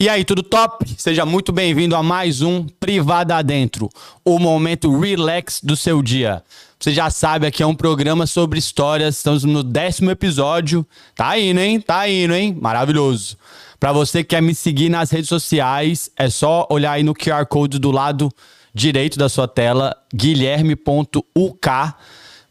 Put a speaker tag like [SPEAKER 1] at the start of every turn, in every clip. [SPEAKER 1] E aí, tudo top? Seja muito bem-vindo a mais um Privada Adentro, o momento relax do seu dia. Você já sabe, aqui é um programa sobre histórias, estamos no décimo episódio. Tá indo, hein? Tá indo, hein? Maravilhoso. Pra você que quer me seguir nas redes sociais, é só olhar aí no QR Code do lado direito da sua tela, guilherme.uk.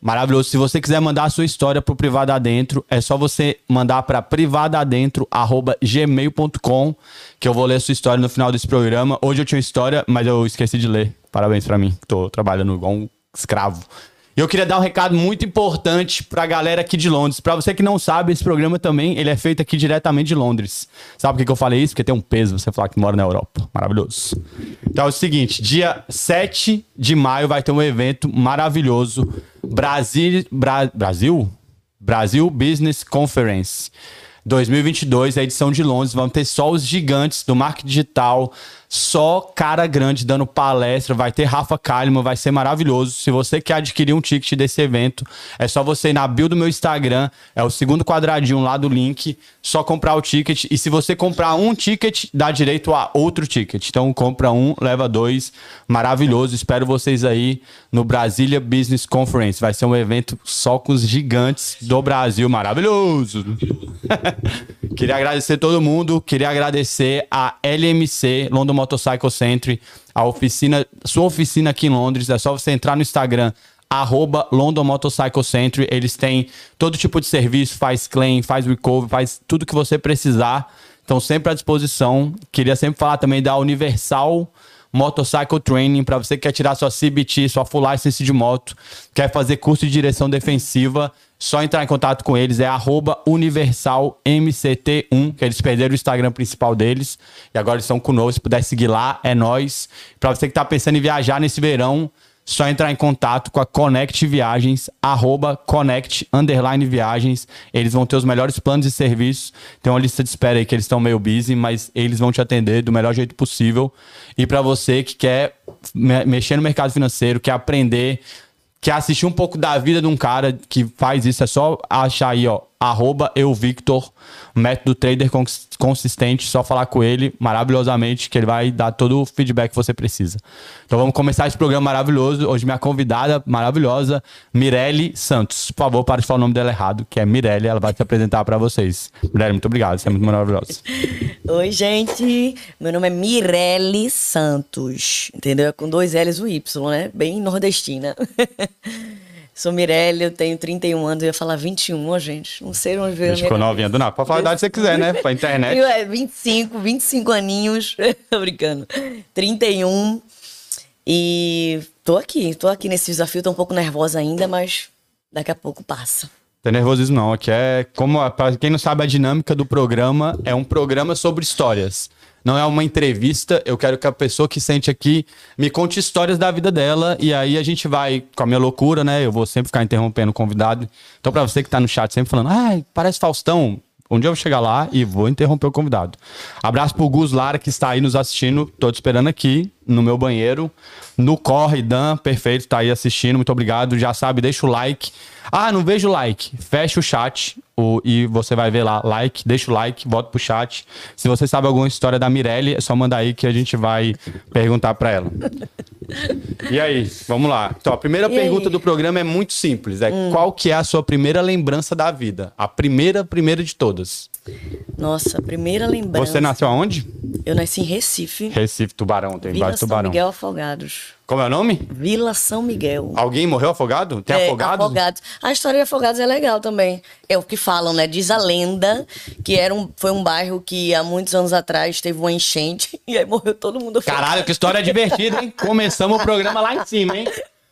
[SPEAKER 1] Maravilhoso. Se você quiser mandar a sua história pro Privada Adentro, é só você mandar para privadaadentro@gmail.com, que eu vou ler a sua história no final desse programa. Hoje eu tinha uma história, mas eu esqueci de ler. Parabéns para mim. Tô trabalhando igual um escravo. E eu queria dar um recado muito importante pra galera aqui de Londres. Pra você que não sabe, esse programa também, ele é feito aqui diretamente de Londres. Sabe por que, que eu falei isso? Porque tem um peso você falar que mora na Europa. Maravilhoso. Então é o seguinte, dia 7 de maio vai ter um evento maravilhoso. Brasil... Bra- Brasil? Brasil Business Conference. 2022, a edição de Londres, vão ter só os gigantes do marketing digital, só cara grande dando palestra, vai ter Rafa Kalimann, vai ser maravilhoso. Se você quer adquirir um ticket desse evento, é só você ir na bio do meu Instagram, é o segundo quadradinho lá do link, só comprar o ticket. E se você comprar um ticket, dá direito a outro ticket. Então compra um, leva dois, maravilhoso. Espero vocês aí no Brasília Business Conference. Vai ser um evento só com os gigantes do Brasil, maravilhoso. Queria agradecer todo mundo, queria agradecer a LMC, London Motorcycle Centre, a oficina, sua oficina aqui em Londres. É só você entrar no Instagram, arroba London Motorcycle Centre. Eles têm todo tipo de serviço, faz claim, faz recovery, faz tudo que você precisar. Estão sempre à disposição. Queria sempre falar também da Universal Motorcycle Training, para você que quer tirar sua CBT, sua full license de moto, quer fazer curso de direção defensiva, só entrar em contato com eles, é arroba universalmct1, que eles perderam o Instagram principal deles, e agora eles estão conosco, se puder seguir lá, é nós. Para você que tá pensando em viajar nesse verão, só entrar em contato com a Connect Viagens, arroba Connect underline Viagens. Eles vão ter os melhores planos e serviços. Tem uma lista de espera aí que eles estão meio busy, mas eles vão te atender do melhor jeito possível. E para você que quer me- mexer no mercado financeiro, quer aprender, quer assistir um pouco da vida de um cara que faz isso, é só achar aí, ó, arroba euvictor, método trader cons- consistente, só falar com ele maravilhosamente, que ele vai dar todo o feedback que você precisa. Então vamos começar esse programa maravilhoso. Hoje minha convidada maravilhosa, Mirelle Santos. Por favor, para de falar o nome dela errado, que é Mirelle, ela vai se apresentar para vocês. Mirelle, muito obrigado, você é muito maravilhosa.
[SPEAKER 2] Oi, gente. Meu nome é Mirelle Santos. Entendeu? É com dois L's e um Y, né? Bem nordestina. Sou Mirelle, eu tenho 31 anos, eu ia falar 21, ó, gente. Não sei onde veio. a
[SPEAKER 1] Gente
[SPEAKER 2] minha
[SPEAKER 1] ficou novinha do nada. Pode falar a idade que você quiser, né? Pra internet.
[SPEAKER 2] eu, é, 25, 25 aninhos. Tô brincando. 31. E tô aqui, tô aqui nesse desafio, tô um pouco nervosa ainda, mas daqui a pouco passa.
[SPEAKER 1] Tem nervosismo não, aqui é como para quem não sabe a dinâmica do programa é um programa sobre histórias. Não é uma entrevista, eu quero que a pessoa que sente aqui me conte histórias da vida dela e aí a gente vai com a minha loucura, né? Eu vou sempre ficar interrompendo o convidado. Então pra você que tá no chat sempre falando: "Ai, parece Faustão". Um dia eu vou chegar lá e vou interromper o convidado. Abraço pro Gus Lara que está aí nos assistindo, tô te esperando aqui no meu banheiro, no corre, Dan, perfeito, tá aí assistindo, muito obrigado. Já sabe, deixa o like. Ah, não vejo o like. Fecha o chat o- e você vai ver lá. Like, deixa o like, volta pro chat. Se você sabe alguma história da Mirelle, é só mandar aí que a gente vai perguntar pra ela. E aí, vamos lá. Então, a primeira
[SPEAKER 2] E aí? Hum.
[SPEAKER 1] pergunta do programa é muito simples. É qual que é a sua primeira lembrança da vida? A primeira, primeira de todas.
[SPEAKER 2] Nossa, primeira lembrança.
[SPEAKER 1] Você nasceu aonde?
[SPEAKER 2] Eu nasci em Recife,
[SPEAKER 1] Recife, Tubarão, tem
[SPEAKER 2] Vila
[SPEAKER 1] vários
[SPEAKER 2] São
[SPEAKER 1] tubarão.
[SPEAKER 2] Miguel Afogados.
[SPEAKER 1] Como é o nome?
[SPEAKER 2] Vila São Miguel.
[SPEAKER 1] Alguém morreu afogado? Tem
[SPEAKER 2] É,
[SPEAKER 1] afogado?
[SPEAKER 2] Afogados. A história de Afogados é legal também. É o que falam, né? Diz a lenda que era um, foi um bairro que há muitos anos atrás teve uma enchente e aí morreu todo mundo. afogado.
[SPEAKER 1] Caralho, que história divertida, hein? Começamos o programa lá em cima, hein?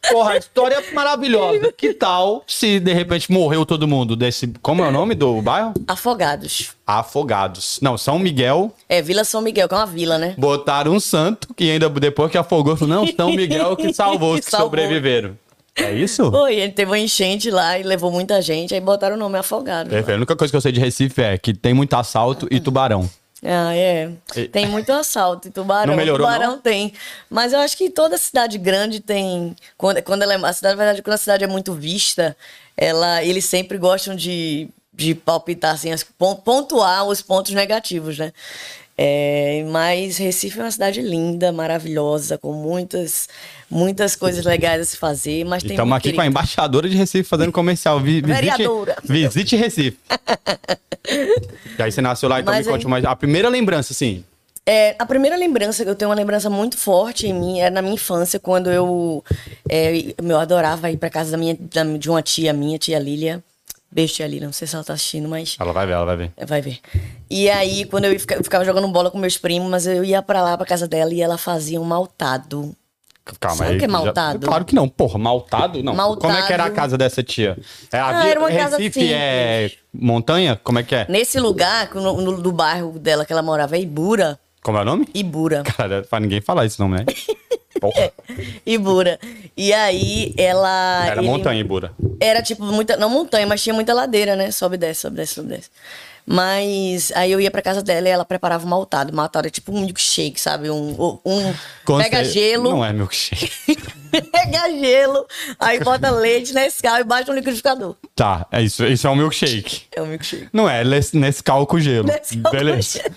[SPEAKER 1] Porra, história é maravilhosa. Que tal se de repente morreu todo mundo desse. Como é o nome do bairro?
[SPEAKER 2] Afogados.
[SPEAKER 1] Afogados. Não, São Miguel.
[SPEAKER 2] É, Vila São Miguel, que é uma vila, né?
[SPEAKER 1] Botaram um santo que ainda depois que afogou, falou: não, São Miguel que salvou os que
[SPEAKER 2] Salvou.
[SPEAKER 1] sobreviveram. É isso?
[SPEAKER 2] Foi, ele teve uma enchente lá e levou muita gente, aí botaram o nome Afogados.
[SPEAKER 1] Perfeito. É, A única coisa que eu sei de Recife é que tem muito assalto e tubarão.
[SPEAKER 2] Ah, é.
[SPEAKER 1] E-
[SPEAKER 2] Tem muito assalto em Tubarão.
[SPEAKER 1] Não melhorou,
[SPEAKER 2] Tubarão
[SPEAKER 1] não?
[SPEAKER 2] tem. Mas eu acho que toda cidade grande tem. Quando, quando ela é. A cidade, na verdade, quando a cidade é muito vista, ela, eles sempre gostam de, de palpitar, assim, as- pon- pontuar os pontos negativos, né? É, mas Recife é uma cidade linda, maravilhosa, com muitas, muitas coisas legais a se fazer. Mas tem
[SPEAKER 1] Estamos
[SPEAKER 2] muito
[SPEAKER 1] aqui com a
[SPEAKER 2] perigo.
[SPEAKER 1] embaixadora de Recife fazendo comercial. Vi- visite,
[SPEAKER 2] Vereadora.
[SPEAKER 1] visite Recife. e aí você nasceu lá, então
[SPEAKER 2] Mas é-
[SPEAKER 1] me conte
[SPEAKER 2] aí-
[SPEAKER 1] mais. A primeira lembrança, assim.
[SPEAKER 2] É, a primeira lembrança, que eu tenho uma lembrança muito forte em mim, é na minha infância, quando eu, é, eu adorava ir pra casa da minha, da- de uma tia minha, tia Lília. Beijo, tia Lília, não sei se ela tá assistindo, mas
[SPEAKER 1] Ela vai ver, ela vai ver.
[SPEAKER 2] é, vai ver. E aí, quando eu, ia ficar- eu ficava jogando bola com meus primos, mas eu ia pra lá, pra casa dela, e ela fazia um maltado.
[SPEAKER 1] Calma
[SPEAKER 2] Sabe
[SPEAKER 1] aí.
[SPEAKER 2] o que é
[SPEAKER 1] já-
[SPEAKER 2] maltado?
[SPEAKER 1] Claro que não, porra. Maltado? Não.
[SPEAKER 2] Maltado.
[SPEAKER 1] Como é que era a casa dessa tia? É, a
[SPEAKER 2] Ah,
[SPEAKER 1] vila-
[SPEAKER 2] era uma casa
[SPEAKER 1] Recife é montanha? Como é que é?
[SPEAKER 2] Nesse lugar, no- no- do bairro dela que ela morava, é Ibura.
[SPEAKER 1] Como é o nome?
[SPEAKER 2] Ibura.
[SPEAKER 1] Cara, pra ninguém falar esse nome, né? Porra.
[SPEAKER 2] Ibura. E aí, ela...
[SPEAKER 1] Era
[SPEAKER 2] ele-
[SPEAKER 1] montanha, Ibura.
[SPEAKER 2] Era tipo muita. Não montanha, mas tinha muita ladeira, né? Sobe e desce, sobe e desce, sobe e desce. Mas aí eu ia pra casa dela e ela preparava um maltado. Maltado é tipo um milkshake, sabe? Um. um
[SPEAKER 1] Conce-
[SPEAKER 2] pega gelo.
[SPEAKER 1] Não é milkshake.
[SPEAKER 2] pega gelo. Aí bota leite, Nescau e bate no liquidificador.
[SPEAKER 1] Tá, é isso, isso é um milkshake.
[SPEAKER 2] É um milkshake.
[SPEAKER 1] Não é, les- Nescau com gelo.
[SPEAKER 2] Nescau com
[SPEAKER 1] Beleza.
[SPEAKER 2] gelo.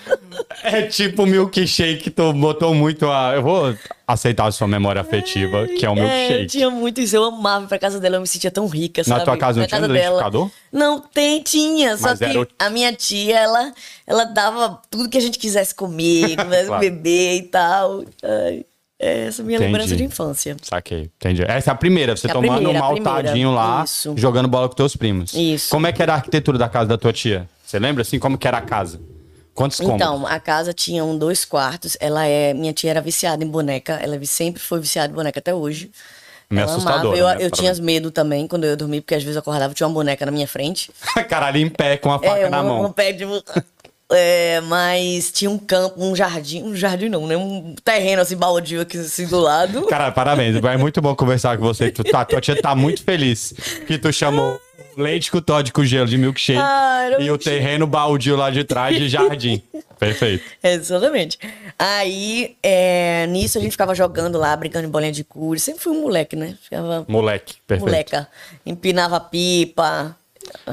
[SPEAKER 1] É tipo milkshake, tu botou muito a. Eu vou aceitar a sua memória afetiva, que é o
[SPEAKER 2] É, eu
[SPEAKER 1] milkshake.
[SPEAKER 2] tinha muito isso. Eu amava ir pra casa dela, eu me sentia tão rica, sabe?
[SPEAKER 1] tua casa não
[SPEAKER 2] Na
[SPEAKER 1] tinha
[SPEAKER 2] casa dela.
[SPEAKER 1] liquidificador?
[SPEAKER 2] Não, tem, tinha. Só
[SPEAKER 1] Mas
[SPEAKER 2] que
[SPEAKER 1] era o-
[SPEAKER 2] a minha tia, ela, ela dava tudo que a gente quisesse comer, quisesse
[SPEAKER 1] Claro.
[SPEAKER 2] beber e tal. Ai, é essa é a minha
[SPEAKER 1] Entendi.
[SPEAKER 2] lembrança de infância.
[SPEAKER 1] Saquei, entendi. Essa é a primeira, você
[SPEAKER 2] É a
[SPEAKER 1] tomando
[SPEAKER 2] primeira,
[SPEAKER 1] um
[SPEAKER 2] a primeira.
[SPEAKER 1] maltadinho lá,
[SPEAKER 2] Isso.
[SPEAKER 1] jogando bola com teus primos.
[SPEAKER 2] Isso.
[SPEAKER 1] Como é que era a arquitetura da casa da tua tia? Você lembra assim como que era a casa? Quantos cômodos?
[SPEAKER 2] Então, a casa tinha um, dois quartos. Ela é. Minha tia era viciada em boneca. Ela é vi- sempre foi viciada em boneca até hoje.
[SPEAKER 1] Me
[SPEAKER 2] ela amava.
[SPEAKER 1] assustadora,
[SPEAKER 2] Eu,
[SPEAKER 1] né?
[SPEAKER 2] eu
[SPEAKER 1] Pra
[SPEAKER 2] tinha
[SPEAKER 1] mim.
[SPEAKER 2] medo também quando eu dormia, porque às vezes eu acordava e tinha uma boneca na minha frente.
[SPEAKER 1] Caralho, em pé, com a faca
[SPEAKER 2] É,
[SPEAKER 1] na
[SPEAKER 2] um,
[SPEAKER 1] mão.
[SPEAKER 2] um pé de. É, mas tinha um campo, um jardim, um jardim não, né? Um terreno assim, baldio aqui assim do lado.
[SPEAKER 1] Cara, parabéns. É muito bom conversar com você. Tu tá, tua tia tá muito feliz que tu chamou leite com Todd com gelo de milkshake
[SPEAKER 2] Ah, era
[SPEAKER 1] e o
[SPEAKER 2] milkshake.
[SPEAKER 1] terreno baldio lá de trás de jardim. Perfeito.
[SPEAKER 2] Exatamente. Aí, é, nisso a gente ficava jogando lá, brincando de bolinha de couro. Sempre fui um moleque, né? Ficava
[SPEAKER 1] Moleque, Hum, perfeito.
[SPEAKER 2] moleca. Empinava pipa.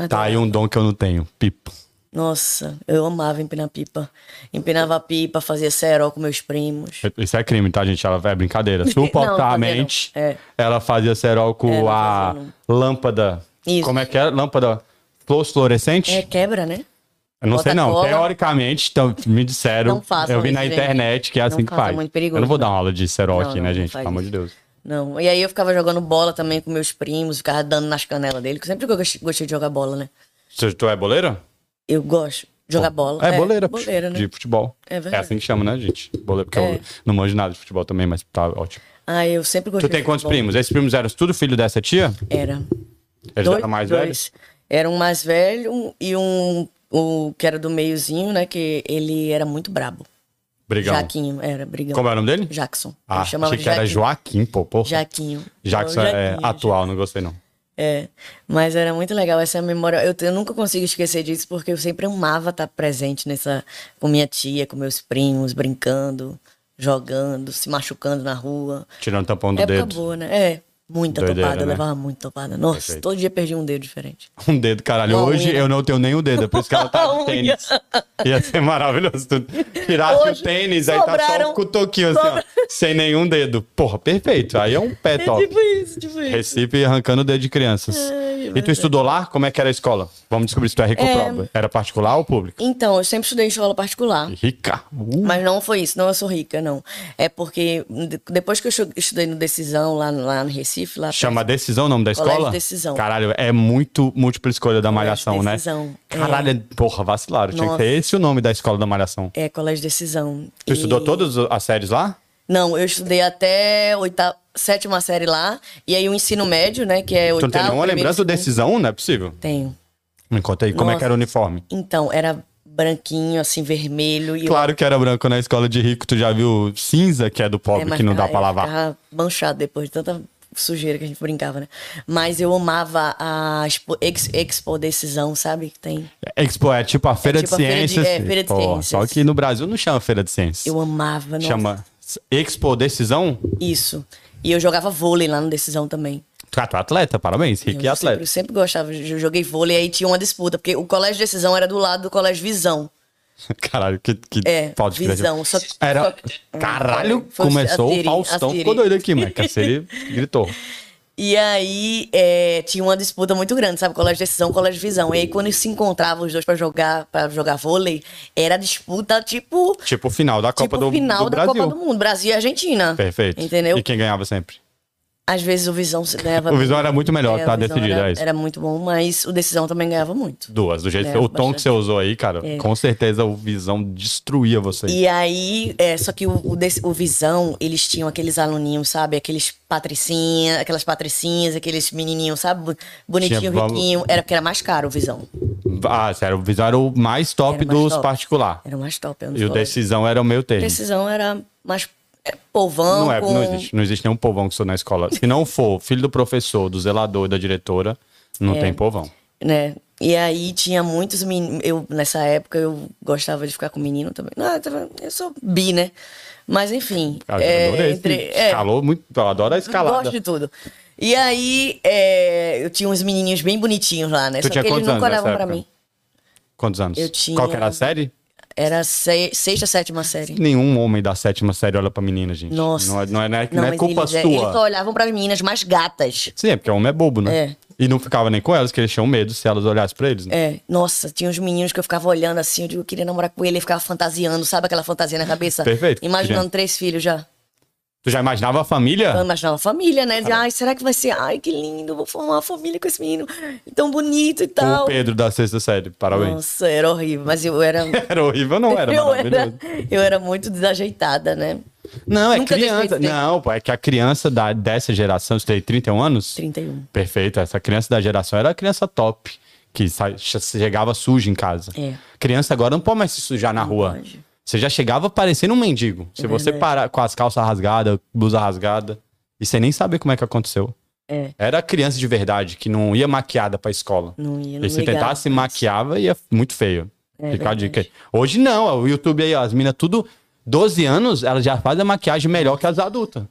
[SPEAKER 1] Tá aí um dom que eu não tenho. Pipo.
[SPEAKER 2] Nossa, eu amava empinar pipa. Empinava pipa, fazia cerol com meus primos.
[SPEAKER 1] Isso é crime, tá, gente? Ela é brincadeira. Suportamente,
[SPEAKER 2] não. É.
[SPEAKER 1] ela fazia cerol com
[SPEAKER 2] É, não
[SPEAKER 1] a
[SPEAKER 2] fazia,
[SPEAKER 1] lâmpada.
[SPEAKER 2] Isso.
[SPEAKER 1] Como é que é? Lâmpada fluos- fluorescente?
[SPEAKER 2] É quebra, né?
[SPEAKER 1] Eu não sei,
[SPEAKER 2] Bota
[SPEAKER 1] não.
[SPEAKER 2] cola.
[SPEAKER 1] Teoricamente, então, me disseram.
[SPEAKER 2] Não façam
[SPEAKER 1] eu vi
[SPEAKER 2] isso,
[SPEAKER 1] na
[SPEAKER 2] gente.
[SPEAKER 1] internet que é
[SPEAKER 2] Não
[SPEAKER 1] assim que
[SPEAKER 2] façam,
[SPEAKER 1] faz.
[SPEAKER 2] é muito perigoso,
[SPEAKER 1] eu não vou
[SPEAKER 2] né?
[SPEAKER 1] dar uma aula de cerol
[SPEAKER 2] Não,
[SPEAKER 1] aqui,
[SPEAKER 2] não,
[SPEAKER 1] né,
[SPEAKER 2] não
[SPEAKER 1] gente?
[SPEAKER 2] faz
[SPEAKER 1] Pelo amor de
[SPEAKER 2] isso.
[SPEAKER 1] Deus.
[SPEAKER 2] Não. E aí eu ficava jogando bola também com meus primos, ficava dando nas canelas dele, que sempre que eu gost- gostei de jogar bola, né?
[SPEAKER 1] Tu, tu é boleira?
[SPEAKER 2] Eu gosto de jogar bola.
[SPEAKER 1] É, boleira,
[SPEAKER 2] boleira, né?
[SPEAKER 1] de futebol.
[SPEAKER 2] É
[SPEAKER 1] É,
[SPEAKER 2] verdade.
[SPEAKER 1] assim que chama, né, gente? Boleira, porque
[SPEAKER 2] É.
[SPEAKER 1] eu não manjo nada de futebol também, mas tá ótimo.
[SPEAKER 2] Ah, eu sempre
[SPEAKER 1] Tu
[SPEAKER 2] gostei.
[SPEAKER 1] tem
[SPEAKER 2] de
[SPEAKER 1] quantos
[SPEAKER 2] futebol.
[SPEAKER 1] primos? Esses primos eram tudo filho dessa tia?
[SPEAKER 2] Era.
[SPEAKER 1] Eles
[SPEAKER 2] dois,
[SPEAKER 1] eram mais
[SPEAKER 2] dois.
[SPEAKER 1] velhos?
[SPEAKER 2] Era um mais velho um- e um o que era do meiozinho, né? Que ele era muito brabo.
[SPEAKER 1] Brigão.
[SPEAKER 2] Jaquinho, era brigão.
[SPEAKER 1] Como é o nome dele?
[SPEAKER 2] Jackson.
[SPEAKER 1] Ah,
[SPEAKER 2] eu chamava
[SPEAKER 1] achei que era
[SPEAKER 2] Jaquinho.
[SPEAKER 1] Joaquim, pô, pô.
[SPEAKER 2] Jaquinho.
[SPEAKER 1] Jackson
[SPEAKER 2] Não,
[SPEAKER 1] é
[SPEAKER 2] Jaquinho,
[SPEAKER 1] atual, não gostei não.
[SPEAKER 2] É, mas era muito legal essa memória. Eu, te- eu nunca consigo esquecer disso porque eu sempre amava estar presente nessa com minha tia, com meus primos, brincando, jogando, se machucando na rua.
[SPEAKER 1] Tirando o tampão do
[SPEAKER 2] Época
[SPEAKER 1] Um dedo.
[SPEAKER 2] boa, né? É, muita
[SPEAKER 1] Doideira,
[SPEAKER 2] topada, eu
[SPEAKER 1] né?
[SPEAKER 2] levava muito topada. Nossa,
[SPEAKER 1] Perfeito.
[SPEAKER 2] todo dia perdi um dedo diferente.
[SPEAKER 1] Um dedo, caralho.
[SPEAKER 2] Uma
[SPEAKER 1] Hoje
[SPEAKER 2] unha.
[SPEAKER 1] eu não tenho nem um dedo, é por isso que ela tá de
[SPEAKER 2] Uma
[SPEAKER 1] tênis. Ia ser maravilhoso. Tu tirasse
[SPEAKER 2] Hoje,
[SPEAKER 1] o tênis, aí tá só
[SPEAKER 2] sobraram-
[SPEAKER 1] o cotoquinho assim, ó.
[SPEAKER 2] sobra-
[SPEAKER 1] Sem nenhum dedo. Porra, perfeito. Aí é um pé
[SPEAKER 2] É
[SPEAKER 1] top.
[SPEAKER 2] tipo isso, tipo isso.
[SPEAKER 1] Recife arrancando o dedo de crianças.
[SPEAKER 2] Ai,
[SPEAKER 1] e tu
[SPEAKER 2] verdade.
[SPEAKER 1] estudou lá? Como é que era a escola? Vamos descobrir se tu é rico ou pobre. Era particular ou público?
[SPEAKER 2] Então, eu sempre estudei em escola particular.
[SPEAKER 1] Rica. Uh.
[SPEAKER 2] Mas não foi isso, não eu sou rica, não. É porque de- depois que eu chu- estudei no Decisão, lá, no- lá no Recife, lá
[SPEAKER 1] Chama Decisão o nome da
[SPEAKER 2] Colégio
[SPEAKER 1] escola?
[SPEAKER 2] Decisão.
[SPEAKER 1] Caralho, é muito múltipla escolha da Malhação, né?
[SPEAKER 2] Decisão, é.
[SPEAKER 1] Caralho, porra, vacilaram. Tinha que
[SPEAKER 2] Nossa.
[SPEAKER 1] ter esse o nome da escola da Malhação.
[SPEAKER 2] é Colégio Decisão.
[SPEAKER 1] Tu estudou
[SPEAKER 2] E-
[SPEAKER 1] todas as séries lá?
[SPEAKER 2] Não, eu estudei até oita... sétima série lá. E aí o ensino médio, né? Que é
[SPEAKER 1] Tu não
[SPEAKER 2] oitavo.
[SPEAKER 1] tem nenhuma
[SPEAKER 2] primeiro,
[SPEAKER 1] lembrança do
[SPEAKER 2] segundo.
[SPEAKER 1] Decisão? Não é possível.
[SPEAKER 2] Tenho.
[SPEAKER 1] Me conta aí, como é que
[SPEAKER 2] Nossa.
[SPEAKER 1] era o uniforme?
[SPEAKER 2] Então, era branquinho, assim, vermelho. E
[SPEAKER 1] Claro que era branco na escola de rico, tu já viu cinza, que é do
[SPEAKER 2] eu- é,
[SPEAKER 1] pobre,
[SPEAKER 2] mas
[SPEAKER 1] que não dá
[SPEAKER 2] ficava-
[SPEAKER 1] pra lavar.
[SPEAKER 2] Ficava manchado depois de tanta sujeira que a gente brincava, né? Mas eu amava a expo, ex- expo decisão, sabe? Que tem.
[SPEAKER 1] Expo é tipo a Feira
[SPEAKER 2] tipo
[SPEAKER 1] de
[SPEAKER 2] a Feira de-
[SPEAKER 1] Ciências.
[SPEAKER 2] é, Feira de
[SPEAKER 1] Pô,
[SPEAKER 2] Ciências.
[SPEAKER 1] Só que no Brasil não chama Feira de Ciências.
[SPEAKER 2] Eu amava, nossa,
[SPEAKER 1] Chama Expo Decisão.
[SPEAKER 2] isso. E eu jogava vôlei lá no decisão também.
[SPEAKER 1] Tu tu é atleta, parabéns, rico e
[SPEAKER 2] eu, sempre,
[SPEAKER 1] atleta.
[SPEAKER 2] eu sempre gostava, eu joguei vôlei, aí tinha uma disputa, porque o colégio Decisão era do lado do colégio Visão.
[SPEAKER 1] Caralho, que, que
[SPEAKER 2] É,
[SPEAKER 1] falta de
[SPEAKER 2] visão. Só,
[SPEAKER 1] criatividade. Era... Caralho,
[SPEAKER 2] Foi o
[SPEAKER 1] começou o
[SPEAKER 2] Astirin,
[SPEAKER 1] Faustão. Ficou
[SPEAKER 2] Astirin.
[SPEAKER 1] doido aqui, mano. Cacete, gritou.
[SPEAKER 2] E aí é, tinha uma disputa muito grande, sabe? Colégio Decisão, Colégio Visão. E aí quando se encontravam os dois pra jogar, para jogar vôlei, era disputa tipo
[SPEAKER 1] Tipo o final da Copa
[SPEAKER 2] tipo
[SPEAKER 1] do,
[SPEAKER 2] final
[SPEAKER 1] do
[SPEAKER 2] da
[SPEAKER 1] Brasil.
[SPEAKER 2] Copa do Mundo, Brasil e Argentina.
[SPEAKER 1] Perfeito.
[SPEAKER 2] Entendeu?
[SPEAKER 1] E quem ganhava sempre?
[SPEAKER 2] Às vezes o Visão se ganhava.
[SPEAKER 1] O Visão era muito melhor,
[SPEAKER 2] É, o
[SPEAKER 1] tá
[SPEAKER 2] Visão
[SPEAKER 1] decidido,
[SPEAKER 2] era,
[SPEAKER 1] é isso.
[SPEAKER 2] era muito bom, mas o Decisão também ganhava muito.
[SPEAKER 1] Duas, do jeito que
[SPEAKER 2] Ganhava
[SPEAKER 1] o tom que você usou aí, cara, com certeza o Visão destruía vocês.
[SPEAKER 2] É. E aí, é, só que o, o, desse- o Visão, eles tinham aqueles aluninhos, sabe? Aqueles patricinha, aquelas patricinhas, aqueles menininhos, sabe? Bu- Bonitinho,
[SPEAKER 1] Tinha valo-
[SPEAKER 2] riquinho. Era porque era mais caro o Visão.
[SPEAKER 1] Ah, sério, o Visão era o mais top
[SPEAKER 2] Era o mais
[SPEAKER 1] dos
[SPEAKER 2] top.
[SPEAKER 1] particular.
[SPEAKER 2] Era o mais top. Era um dos
[SPEAKER 1] E o
[SPEAKER 2] colégios.
[SPEAKER 1] Decisão era o meu termo.
[SPEAKER 2] Precisão era mais é, povão.
[SPEAKER 1] Não é,
[SPEAKER 2] com...
[SPEAKER 1] não existe. Não existe nenhum povão que sou na escola. Se não for filho do professor, do zelador e da diretora, não
[SPEAKER 2] É.
[SPEAKER 1] tem povão.
[SPEAKER 2] Né? E aí tinha muitos meninos. Eu, nessa época, eu gostava de ficar com menino também. Não, eu tava- eu sou bi, né? Mas enfim.
[SPEAKER 1] Cara, Ah, eu
[SPEAKER 2] é,
[SPEAKER 1] adorei. esse-
[SPEAKER 2] entre- é,
[SPEAKER 1] Escalou muito. Eu adoro a escalada.
[SPEAKER 2] Gosto de tudo. E aí, é, eu tinha uns menininhos bem bonitinhos lá, né?
[SPEAKER 1] Tu
[SPEAKER 2] Só
[SPEAKER 1] tinha
[SPEAKER 2] que eles
[SPEAKER 1] quantos
[SPEAKER 2] nunca
[SPEAKER 1] anos nessa
[SPEAKER 2] olhavam pra
[SPEAKER 1] época?
[SPEAKER 2] mim.
[SPEAKER 1] Quantos anos?
[SPEAKER 2] Eu tinha-
[SPEAKER 1] Qual que era a série?
[SPEAKER 2] Era se... sexta, sétima série.
[SPEAKER 1] Nenhum homem da sétima série olha pra menina, gente.
[SPEAKER 2] Nossa.
[SPEAKER 1] Não é, não é, não é- não é
[SPEAKER 2] mas
[SPEAKER 1] culpa
[SPEAKER 2] eles, é, Eles só
[SPEAKER 1] sua.
[SPEAKER 2] olhavam pras meninas mais gatas.
[SPEAKER 1] Sim, é porque homem é bobo, né?
[SPEAKER 2] É.
[SPEAKER 1] E não ficava nem com elas, que eles tinham medo se elas olhassem pra eles. Né?
[SPEAKER 2] É, nossa, tinha uns meninos que eu ficava olhando assim, eu digo, eu queria namorar com ele, ele ficava fantasiando, sabe aquela fantasia na cabeça?
[SPEAKER 1] Perfeito,
[SPEAKER 2] Imaginando
[SPEAKER 1] queria.
[SPEAKER 2] três filhos já.
[SPEAKER 1] Tu já imaginava a família?
[SPEAKER 2] Eu imaginava a família, né? Dizia, Ai, será que vai ser? Ai, que lindo, vou formar uma família com esse menino tão bonito e
[SPEAKER 1] O
[SPEAKER 2] tal.
[SPEAKER 1] Pedro da sexta série, parabéns.
[SPEAKER 2] Nossa, era horrível, mas eu era.
[SPEAKER 1] Era horrível, não era
[SPEAKER 2] eu,
[SPEAKER 1] maravilhoso.
[SPEAKER 2] era eu era muito desajeitada, né?
[SPEAKER 1] Não, é
[SPEAKER 2] Nunca
[SPEAKER 1] criança.
[SPEAKER 2] deixei de ser.
[SPEAKER 1] Não, pô, é que a criança da, dessa geração, você tem 31 anos?
[SPEAKER 2] 31.
[SPEAKER 1] Perfeito, essa criança da geração era a criança top, que sa- che- chegava suja em casa.
[SPEAKER 2] É.
[SPEAKER 1] Criança agora não pode mais se sujar na rua.
[SPEAKER 2] pode. É
[SPEAKER 1] Você já chegava parecendo um mendigo. se você
[SPEAKER 2] verdade.
[SPEAKER 1] parar com as calças rasgadas, blusa rasgada, e você nem saber como é que aconteceu.
[SPEAKER 2] É.
[SPEAKER 1] Era a criança de verdade, que não ia maquiada pra escola.
[SPEAKER 2] Não ia, não
[SPEAKER 1] E se
[SPEAKER 2] ligava,
[SPEAKER 1] tentasse
[SPEAKER 2] mas-
[SPEAKER 1] maquiava, ia muito feio.
[SPEAKER 2] É
[SPEAKER 1] Fica a
[SPEAKER 2] verdade.
[SPEAKER 1] dica aí. Hoje não, ó, o YouTube aí, ó, as meninas tudo 12 anos, elas já fazem a maquiagem melhor que as adultas.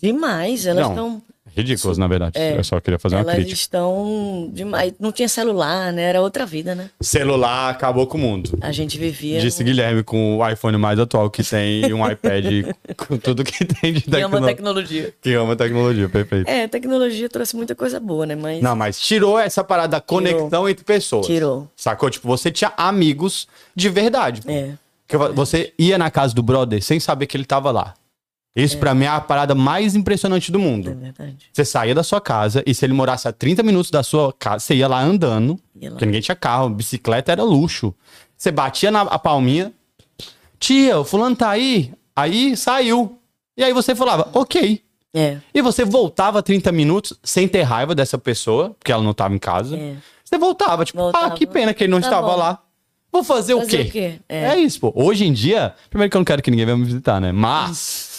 [SPEAKER 2] Demais, elas
[SPEAKER 1] Não.
[SPEAKER 2] estão.
[SPEAKER 1] Ridículas, na verdade. Eu só queria fazer uma
[SPEAKER 2] É. Elas
[SPEAKER 1] crítica.
[SPEAKER 2] estão demais. Não tinha celular, né? Era outra vida, né?
[SPEAKER 1] Celular acabou com o mundo.
[SPEAKER 2] A gente vivia.
[SPEAKER 1] Disse Guilherme com o iPhone mais atual que tem e um iPad com tudo que tem de
[SPEAKER 2] num... ama
[SPEAKER 1] tecno-
[SPEAKER 2] é tecnologia.
[SPEAKER 1] Que ama tecnologia, perfeito.
[SPEAKER 2] É, tecnologia trouxe muita coisa boa, né? Mas.
[SPEAKER 1] Não, mas tirou essa parada da conexão entre pessoas.
[SPEAKER 2] Tirou.
[SPEAKER 1] Sacou? Tipo, você tinha amigos de verdade. pô.
[SPEAKER 2] É.
[SPEAKER 1] Que vo- você ia na casa do brother sem saber que ele tava lá. Isso pra mim é a parada mais impressionante do
[SPEAKER 2] É
[SPEAKER 1] mundo.
[SPEAKER 2] verdade.
[SPEAKER 1] Você saía da sua casa e se ele morasse a 30 minutos da sua casa, você ia lá andando.
[SPEAKER 2] Ia lá.
[SPEAKER 1] Porque ninguém tinha carro, bicicleta era luxo. Você batia na a palminha. Tia, o fulano tá aí. Aí saiu. E aí você falava, ok.
[SPEAKER 2] É.
[SPEAKER 1] E você voltava 30 minutos sem ter raiva dessa pessoa, porque ela não tava em casa.
[SPEAKER 2] É.
[SPEAKER 1] Você voltava, tipo, ah,
[SPEAKER 2] Voltava.
[SPEAKER 1] que pena que ele não
[SPEAKER 2] Tá
[SPEAKER 1] estava
[SPEAKER 2] bom.
[SPEAKER 1] lá. Vou fazer, o
[SPEAKER 2] Fazer
[SPEAKER 1] quê?
[SPEAKER 2] o quê?
[SPEAKER 1] É.
[SPEAKER 2] É.
[SPEAKER 1] isso, pô. Hoje em dia, primeiro que eu não quero que ninguém venha me visitar, né? Mas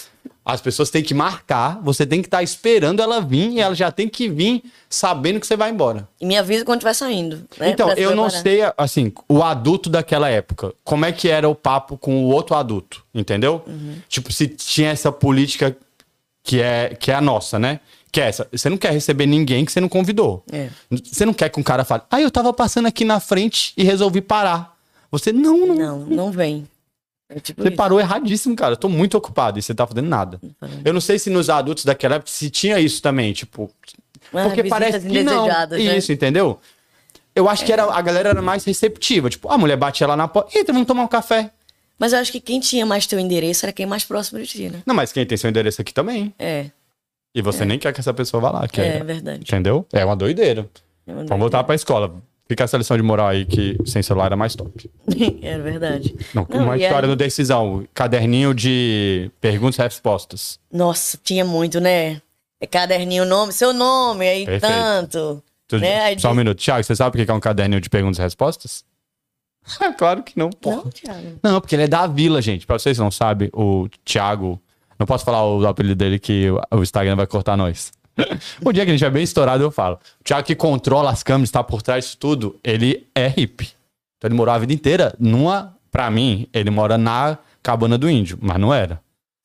[SPEAKER 1] as pessoas têm que marcar, você tem que estar esperando ela vir e ela já tem que vir sabendo que você vai embora.
[SPEAKER 2] E me avisa quando estiver saindo. Né?
[SPEAKER 1] Então,
[SPEAKER 2] Pra se
[SPEAKER 1] eu não
[SPEAKER 2] preparar.
[SPEAKER 1] sei, assim, o adulto daquela época, como é que era o papo com o outro adulto, entendeu?
[SPEAKER 2] Uhum.
[SPEAKER 1] Tipo, se tinha essa política que é, que é a nossa, né? Que é essa. Você não quer receber ninguém que você não convidou.
[SPEAKER 2] É.
[SPEAKER 1] Você não quer que um cara fale, ah, eu tava passando aqui na frente e resolvi parar. Você, não, não.
[SPEAKER 2] Não, não vem. É tipo
[SPEAKER 1] Você
[SPEAKER 2] isso.
[SPEAKER 1] parou erradíssimo, cara. Eu tô muito ocupado e você tá fazendo nada. Eu não sei se nos adultos daquela época se tinha isso também, tipo.
[SPEAKER 2] Ah,
[SPEAKER 1] porque
[SPEAKER 2] visitas
[SPEAKER 1] parece que não.
[SPEAKER 2] indesejadas, né? É.
[SPEAKER 1] Isso, entendeu? Eu acho que era, a galera era mais receptiva. Tipo, a mulher batia lá na porta. Eita, vamos tomar um café.
[SPEAKER 2] Mas eu acho que quem tinha mais teu endereço era quem mais próximo de ti, né?
[SPEAKER 1] Não, mas quem tem seu endereço aqui também.
[SPEAKER 2] É,
[SPEAKER 1] E você nem quer que essa pessoa vá lá. Que
[SPEAKER 2] é,
[SPEAKER 1] é-
[SPEAKER 2] verdade.
[SPEAKER 1] entendeu? É uma doideira.
[SPEAKER 2] É uma
[SPEAKER 1] Vamos voltar pra escola. Fica essa lição de moral aí que sem celular era mais top.
[SPEAKER 2] É verdade.
[SPEAKER 1] Não, uma
[SPEAKER 2] e
[SPEAKER 1] história do
[SPEAKER 2] aí-
[SPEAKER 1] Decisão. Caderninho de perguntas e respostas.
[SPEAKER 2] Nossa, tinha muito, né? É caderninho, nome, seu nome, aí
[SPEAKER 1] Perfeito.
[SPEAKER 2] tanto.
[SPEAKER 1] Tu-
[SPEAKER 2] né? Aí
[SPEAKER 1] Só um
[SPEAKER 2] diz-
[SPEAKER 1] minuto. Thiago, você sabe o que é um caderninho de perguntas e respostas? claro que não, pô.
[SPEAKER 2] Não, Thiago.
[SPEAKER 1] Não, porque ele é da vila, gente. Pra vocês que não sabem, o Thiago. Não posso falar o apelido dele que o Instagram vai cortar nós. um dia que a gente é bem estourado, eu falo. O Thiago que controla as câmeras, tá por trás disso tudo, ele é hippie. Então ele morou a vida inteira numa. Pra mim, ele mora na cabana do índio, mas não era.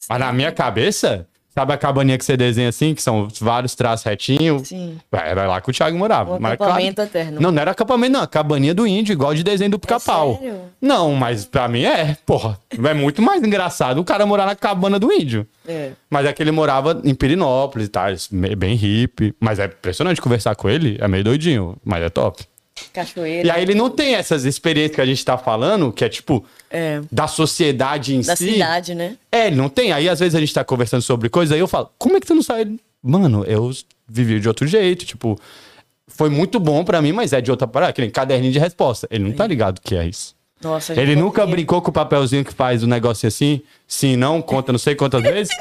[SPEAKER 1] Mas na minha cabeça, Sabe a cabaninha que você desenha assim, que são vários traços retinhos? É,
[SPEAKER 2] Sim.
[SPEAKER 1] Era lá que o Thiago morava.
[SPEAKER 2] Um
[SPEAKER 1] mas, claro-
[SPEAKER 2] acampamento eterno.
[SPEAKER 1] Não, não era acampamento, não. Cabaninha do índio, igual de desenho do pica-pau.
[SPEAKER 2] É sério?
[SPEAKER 1] não, mas pra mim é, porra. É muito mais engraçado o cara morar na cabana do índio.
[SPEAKER 2] É.
[SPEAKER 1] Mas é que ele morava em Pirinópolis e tal, isso, me- bem hippie. Mas é impressionante conversar com ele, é meio doidinho, mas é top.
[SPEAKER 2] Cachoeira.
[SPEAKER 1] E aí ele não tem essas experiências que a gente tá falando, que é tipo,
[SPEAKER 2] É.
[SPEAKER 1] da sociedade em
[SPEAKER 2] Da
[SPEAKER 1] si.
[SPEAKER 2] cidade, né?
[SPEAKER 1] É, ele não tem. Aí às vezes a gente tá conversando sobre coisa, aí eu falo, como é que tu não sai? Mano, eu vivi de outro jeito, tipo, foi muito bom pra mim, mas é de outra parada, que nem caderninho de resposta. Ele não tá ligado que é isso.
[SPEAKER 2] Nossa,
[SPEAKER 1] Ele
[SPEAKER 2] gente, é
[SPEAKER 1] nunca
[SPEAKER 2] eu-
[SPEAKER 1] brincou com o papelzinho que faz o negócio assim, sim, não, conta não sei quantas vezes.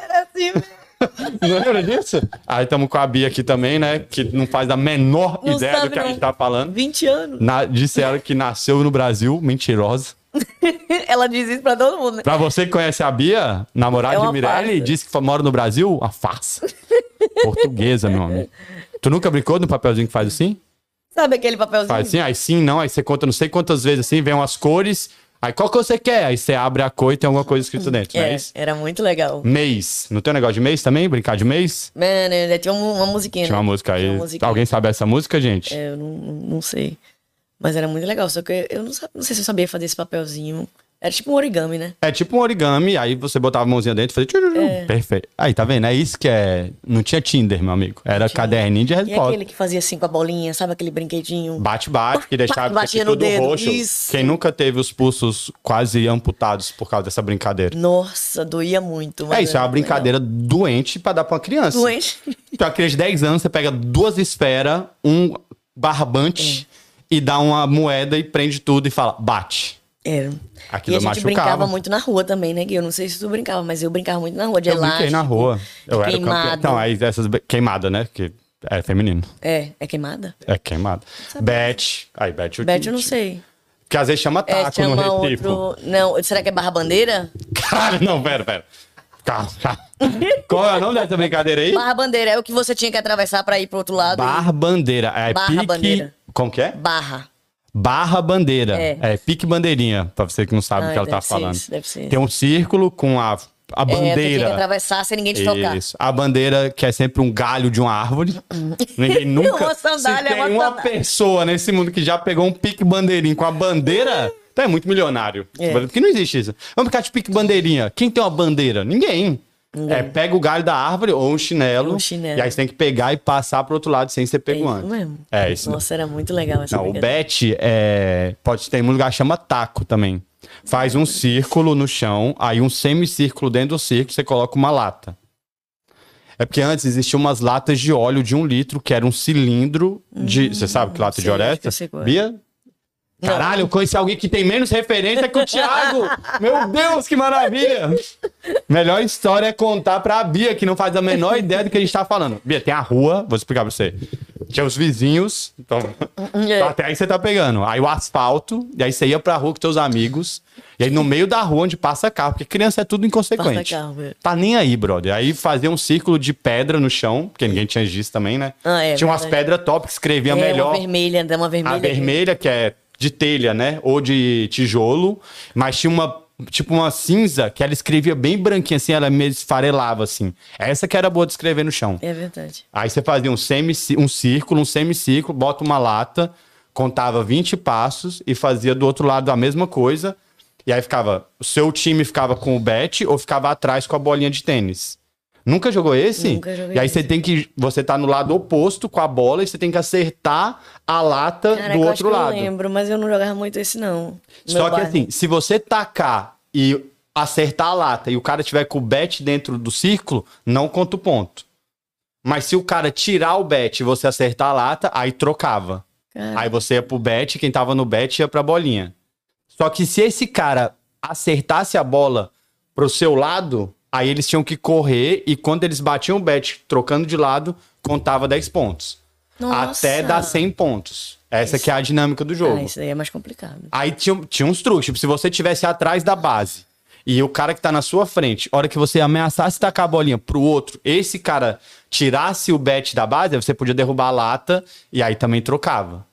[SPEAKER 2] Assim,
[SPEAKER 1] Não lembra disso? Aí estamos com a Bia aqui também, né? Que não faz a menor
[SPEAKER 2] Não
[SPEAKER 1] ideia do
[SPEAKER 2] sabe,
[SPEAKER 1] que a
[SPEAKER 2] não.
[SPEAKER 1] gente tá falando.
[SPEAKER 2] 20 anos.
[SPEAKER 1] Na, disse ela que nasceu no Brasil, mentirosa.
[SPEAKER 2] Ela diz isso pra todo mundo, né?
[SPEAKER 1] Pra você que conhece a Bia, namorada
[SPEAKER 2] É
[SPEAKER 1] de
[SPEAKER 2] uma
[SPEAKER 1] Mirelle,
[SPEAKER 2] farsa.
[SPEAKER 1] disse que fa- mora no Brasil, uma farsa. Portuguesa, meu amigo. Tu nunca brincou no papelzinho que faz assim?
[SPEAKER 2] Sabe aquele papelzinho?
[SPEAKER 1] Faz assim, aí sim, não, aí você conta não sei quantas vezes assim, vem umas cores, aí qual que você quer? Aí você abre a cor e tem alguma coisa escrita dentro, não é
[SPEAKER 2] é,
[SPEAKER 1] isso?
[SPEAKER 2] era muito legal.
[SPEAKER 1] Mês. Não tem um negócio de mês também? Brincar de mês?
[SPEAKER 2] Mano, ainda né, tinha uma, uma musiquinha.
[SPEAKER 1] Tinha uma
[SPEAKER 2] né?
[SPEAKER 1] música aí.
[SPEAKER 2] Tinha uma musiquinha.
[SPEAKER 1] Alguém sabe essa música, gente?
[SPEAKER 2] É, eu não, não sei. Mas era muito legal, só que eu não, sa- não sei se eu sabia fazer esse papelzinho. Era tipo um origami, né?
[SPEAKER 1] É tipo um origami, aí você botava a mãozinha dentro e fazia. tchururu. Perfeito. Aí, tá vendo? É isso que é. Não tinha Tinder, meu amigo. Era caderninho de
[SPEAKER 2] E
[SPEAKER 1] resposta.
[SPEAKER 2] aquele que fazia assim com a bolinha, sabe aquele brinquedinho?
[SPEAKER 1] Bate-bate, que deixava
[SPEAKER 2] batia
[SPEAKER 1] aqui
[SPEAKER 2] no
[SPEAKER 1] tudo
[SPEAKER 2] dedo,
[SPEAKER 1] roxo.
[SPEAKER 2] isso.
[SPEAKER 1] Quem nunca teve os pulsos quase amputados por causa dessa brincadeira?
[SPEAKER 2] Nossa, doía muito. mas
[SPEAKER 1] É isso, é
[SPEAKER 2] era
[SPEAKER 1] uma
[SPEAKER 2] muito legal.
[SPEAKER 1] brincadeira doente pra dar pra uma criança.
[SPEAKER 2] Doente.
[SPEAKER 1] Então, a criança de 10 anos, você pega duas esferas, um barbante
[SPEAKER 2] É.
[SPEAKER 1] e dá uma moeda e prende tudo e fala, bate.
[SPEAKER 2] Era.
[SPEAKER 1] Aquilo
[SPEAKER 2] É. e a gente
[SPEAKER 1] machucava.
[SPEAKER 2] brincava muito na rua também, né, Gui? Eu não sei se tu brincava, mas eu brincava muito na rua, de
[SPEAKER 1] Eu brinquei
[SPEAKER 2] elástico.
[SPEAKER 1] na rua.
[SPEAKER 2] de
[SPEAKER 1] Eu era o campeão.
[SPEAKER 2] queimado.
[SPEAKER 1] Então, aí essas be- queimada, né? Que é feminino.
[SPEAKER 2] É, é queimada?
[SPEAKER 1] É queimado. Bet. Aí, bet.
[SPEAKER 2] Bet, eu não sei.
[SPEAKER 1] Que às vezes chama
[SPEAKER 2] É,
[SPEAKER 1] taco no
[SPEAKER 2] chama
[SPEAKER 1] Recife.
[SPEAKER 2] outro. Não, será que é barra bandeira?
[SPEAKER 1] Caralho, não, pera, pera. Calma, calma. Qual é o nome dessa brincadeira aí?
[SPEAKER 2] Barra bandeira é o que você tinha que atravessar pra ir pro outro lado.
[SPEAKER 1] Barra bandeira. É
[SPEAKER 2] Barra
[SPEAKER 1] pique.
[SPEAKER 2] bandeira.
[SPEAKER 1] Como que é?
[SPEAKER 2] Barra.
[SPEAKER 1] Barra bandeira. É,
[SPEAKER 2] É.
[SPEAKER 1] pique bandeirinha, pra você que não sabe o
[SPEAKER 2] Ah,
[SPEAKER 1] que ela tá
[SPEAKER 2] deve ser
[SPEAKER 1] falando.
[SPEAKER 2] isso, deve ser.
[SPEAKER 1] Tem um círculo com a, a
[SPEAKER 2] É, tu tinha que
[SPEAKER 1] bandeira.
[SPEAKER 2] atravessar sem ninguém te tocar.
[SPEAKER 1] Isso. A bandeira que é sempre um galho de uma árvore. Ninguém nunca.
[SPEAKER 2] Uma sandália,
[SPEAKER 1] Se tem
[SPEAKER 2] uma
[SPEAKER 1] uma
[SPEAKER 2] sandália.
[SPEAKER 1] pessoa nesse mundo que já pegou um pique bandeirinho com a bandeira, então é muito milionário.
[SPEAKER 2] É.
[SPEAKER 1] Porque não existe isso. Vamos ficar de pique bandeirinha. Quem tem uma bandeira? Ninguém. É, pega o galho da árvore ou um chinelo,
[SPEAKER 2] Um chinelo.
[SPEAKER 1] E aí você tem que pegar e passar pro outro lado sem ser
[SPEAKER 2] É
[SPEAKER 1] pego
[SPEAKER 2] isso
[SPEAKER 1] antes.
[SPEAKER 2] mesmo.
[SPEAKER 1] É isso.
[SPEAKER 2] Nossa, era muito legal essa
[SPEAKER 1] Não, o
[SPEAKER 2] brincadeira.
[SPEAKER 1] bet é. Pode ter um lugar que chama taco também. Faz um círculo no chão, aí um semicírculo dentro do círculo, você coloca uma lata. É porque antes existiam umas latas de óleo de um litro, que era um cilindro de. Você sabe que lata de
[SPEAKER 2] Hum, sei, acho que
[SPEAKER 1] oresta?
[SPEAKER 2] eu sei qual é.
[SPEAKER 1] Bia? Caralho, eu conheci alguém que tem menos referência que o Thiago! Meu Deus, que maravilha! Melhor história é contar pra Bia, que não faz a menor ideia do que a gente tá falando. Bia, tem a rua, vou explicar pra você. Tinha os vizinhos, então.
[SPEAKER 2] É.
[SPEAKER 1] Até aí você tá pegando. Aí o asfalto, e aí você ia pra rua com teus amigos. E aí no meio da rua onde passa carro, porque criança é tudo inconsequente.
[SPEAKER 2] Passa carro, é.
[SPEAKER 1] Tá nem aí, brother. Aí fazia um círculo de pedra no chão, porque ninguém tinha giz também, né?
[SPEAKER 2] Ah, é,
[SPEAKER 1] tinha umas
[SPEAKER 2] verdade.
[SPEAKER 1] pedras top que escrevia
[SPEAKER 2] É,
[SPEAKER 1] melhor.
[SPEAKER 2] uma vermelha, dá uma vermelha.
[SPEAKER 1] A vermelha, que é de telha, né? Ou de tijolo. Mas tinha uma, tipo, uma cinza que ela escrevia bem branquinha, assim, ela meio esfarelava, assim. Essa que era boa de escrever no chão.
[SPEAKER 2] É verdade.
[SPEAKER 1] Aí você fazia um, semi, um círculo, um semicírculo, bota uma lata, contava 20 passos e fazia do outro lado a mesma coisa. E aí ficava, o seu time ficava com o bet ou ficava atrás com a bolinha de tênis. Nunca jogou esse?
[SPEAKER 2] Nunca joguei
[SPEAKER 1] E aí você tem que, você tá no lado oposto com a bola e você tem que acertar a lata
[SPEAKER 2] Cara,
[SPEAKER 1] do
[SPEAKER 2] eu acho
[SPEAKER 1] outro
[SPEAKER 2] que
[SPEAKER 1] lado.
[SPEAKER 2] eu lembro, mas eu não jogava muito esse, não. No
[SPEAKER 1] Só
[SPEAKER 2] meu
[SPEAKER 1] que
[SPEAKER 2] bairro.
[SPEAKER 1] assim, se você tacar e acertar a lata e o cara tiver com o bet dentro do círculo, não conta o ponto. Mas se o cara tirar o bet e você acertar a lata, aí trocava.
[SPEAKER 2] Cara,
[SPEAKER 1] Aí você ia pro bet, quem tava no bet ia pra bolinha. Só que se esse cara acertasse a bola pro seu lado, aí eles tinham que correr e quando eles batiam o bet trocando de lado, contava 10 pontos.
[SPEAKER 2] Nossa.
[SPEAKER 1] Até dar 100 pontos. Essa que é a dinâmica do jogo.
[SPEAKER 2] Ah, isso daí é mais complicado.
[SPEAKER 1] Aí tinha, tinha uns truques. Tipo, se você tivesse atrás da base e o cara que tá na sua frente, a hora que você ameaçasse tacar a bolinha pro outro, esse cara tirasse o bet da base, aí você podia derrubar a lata e aí também trocava.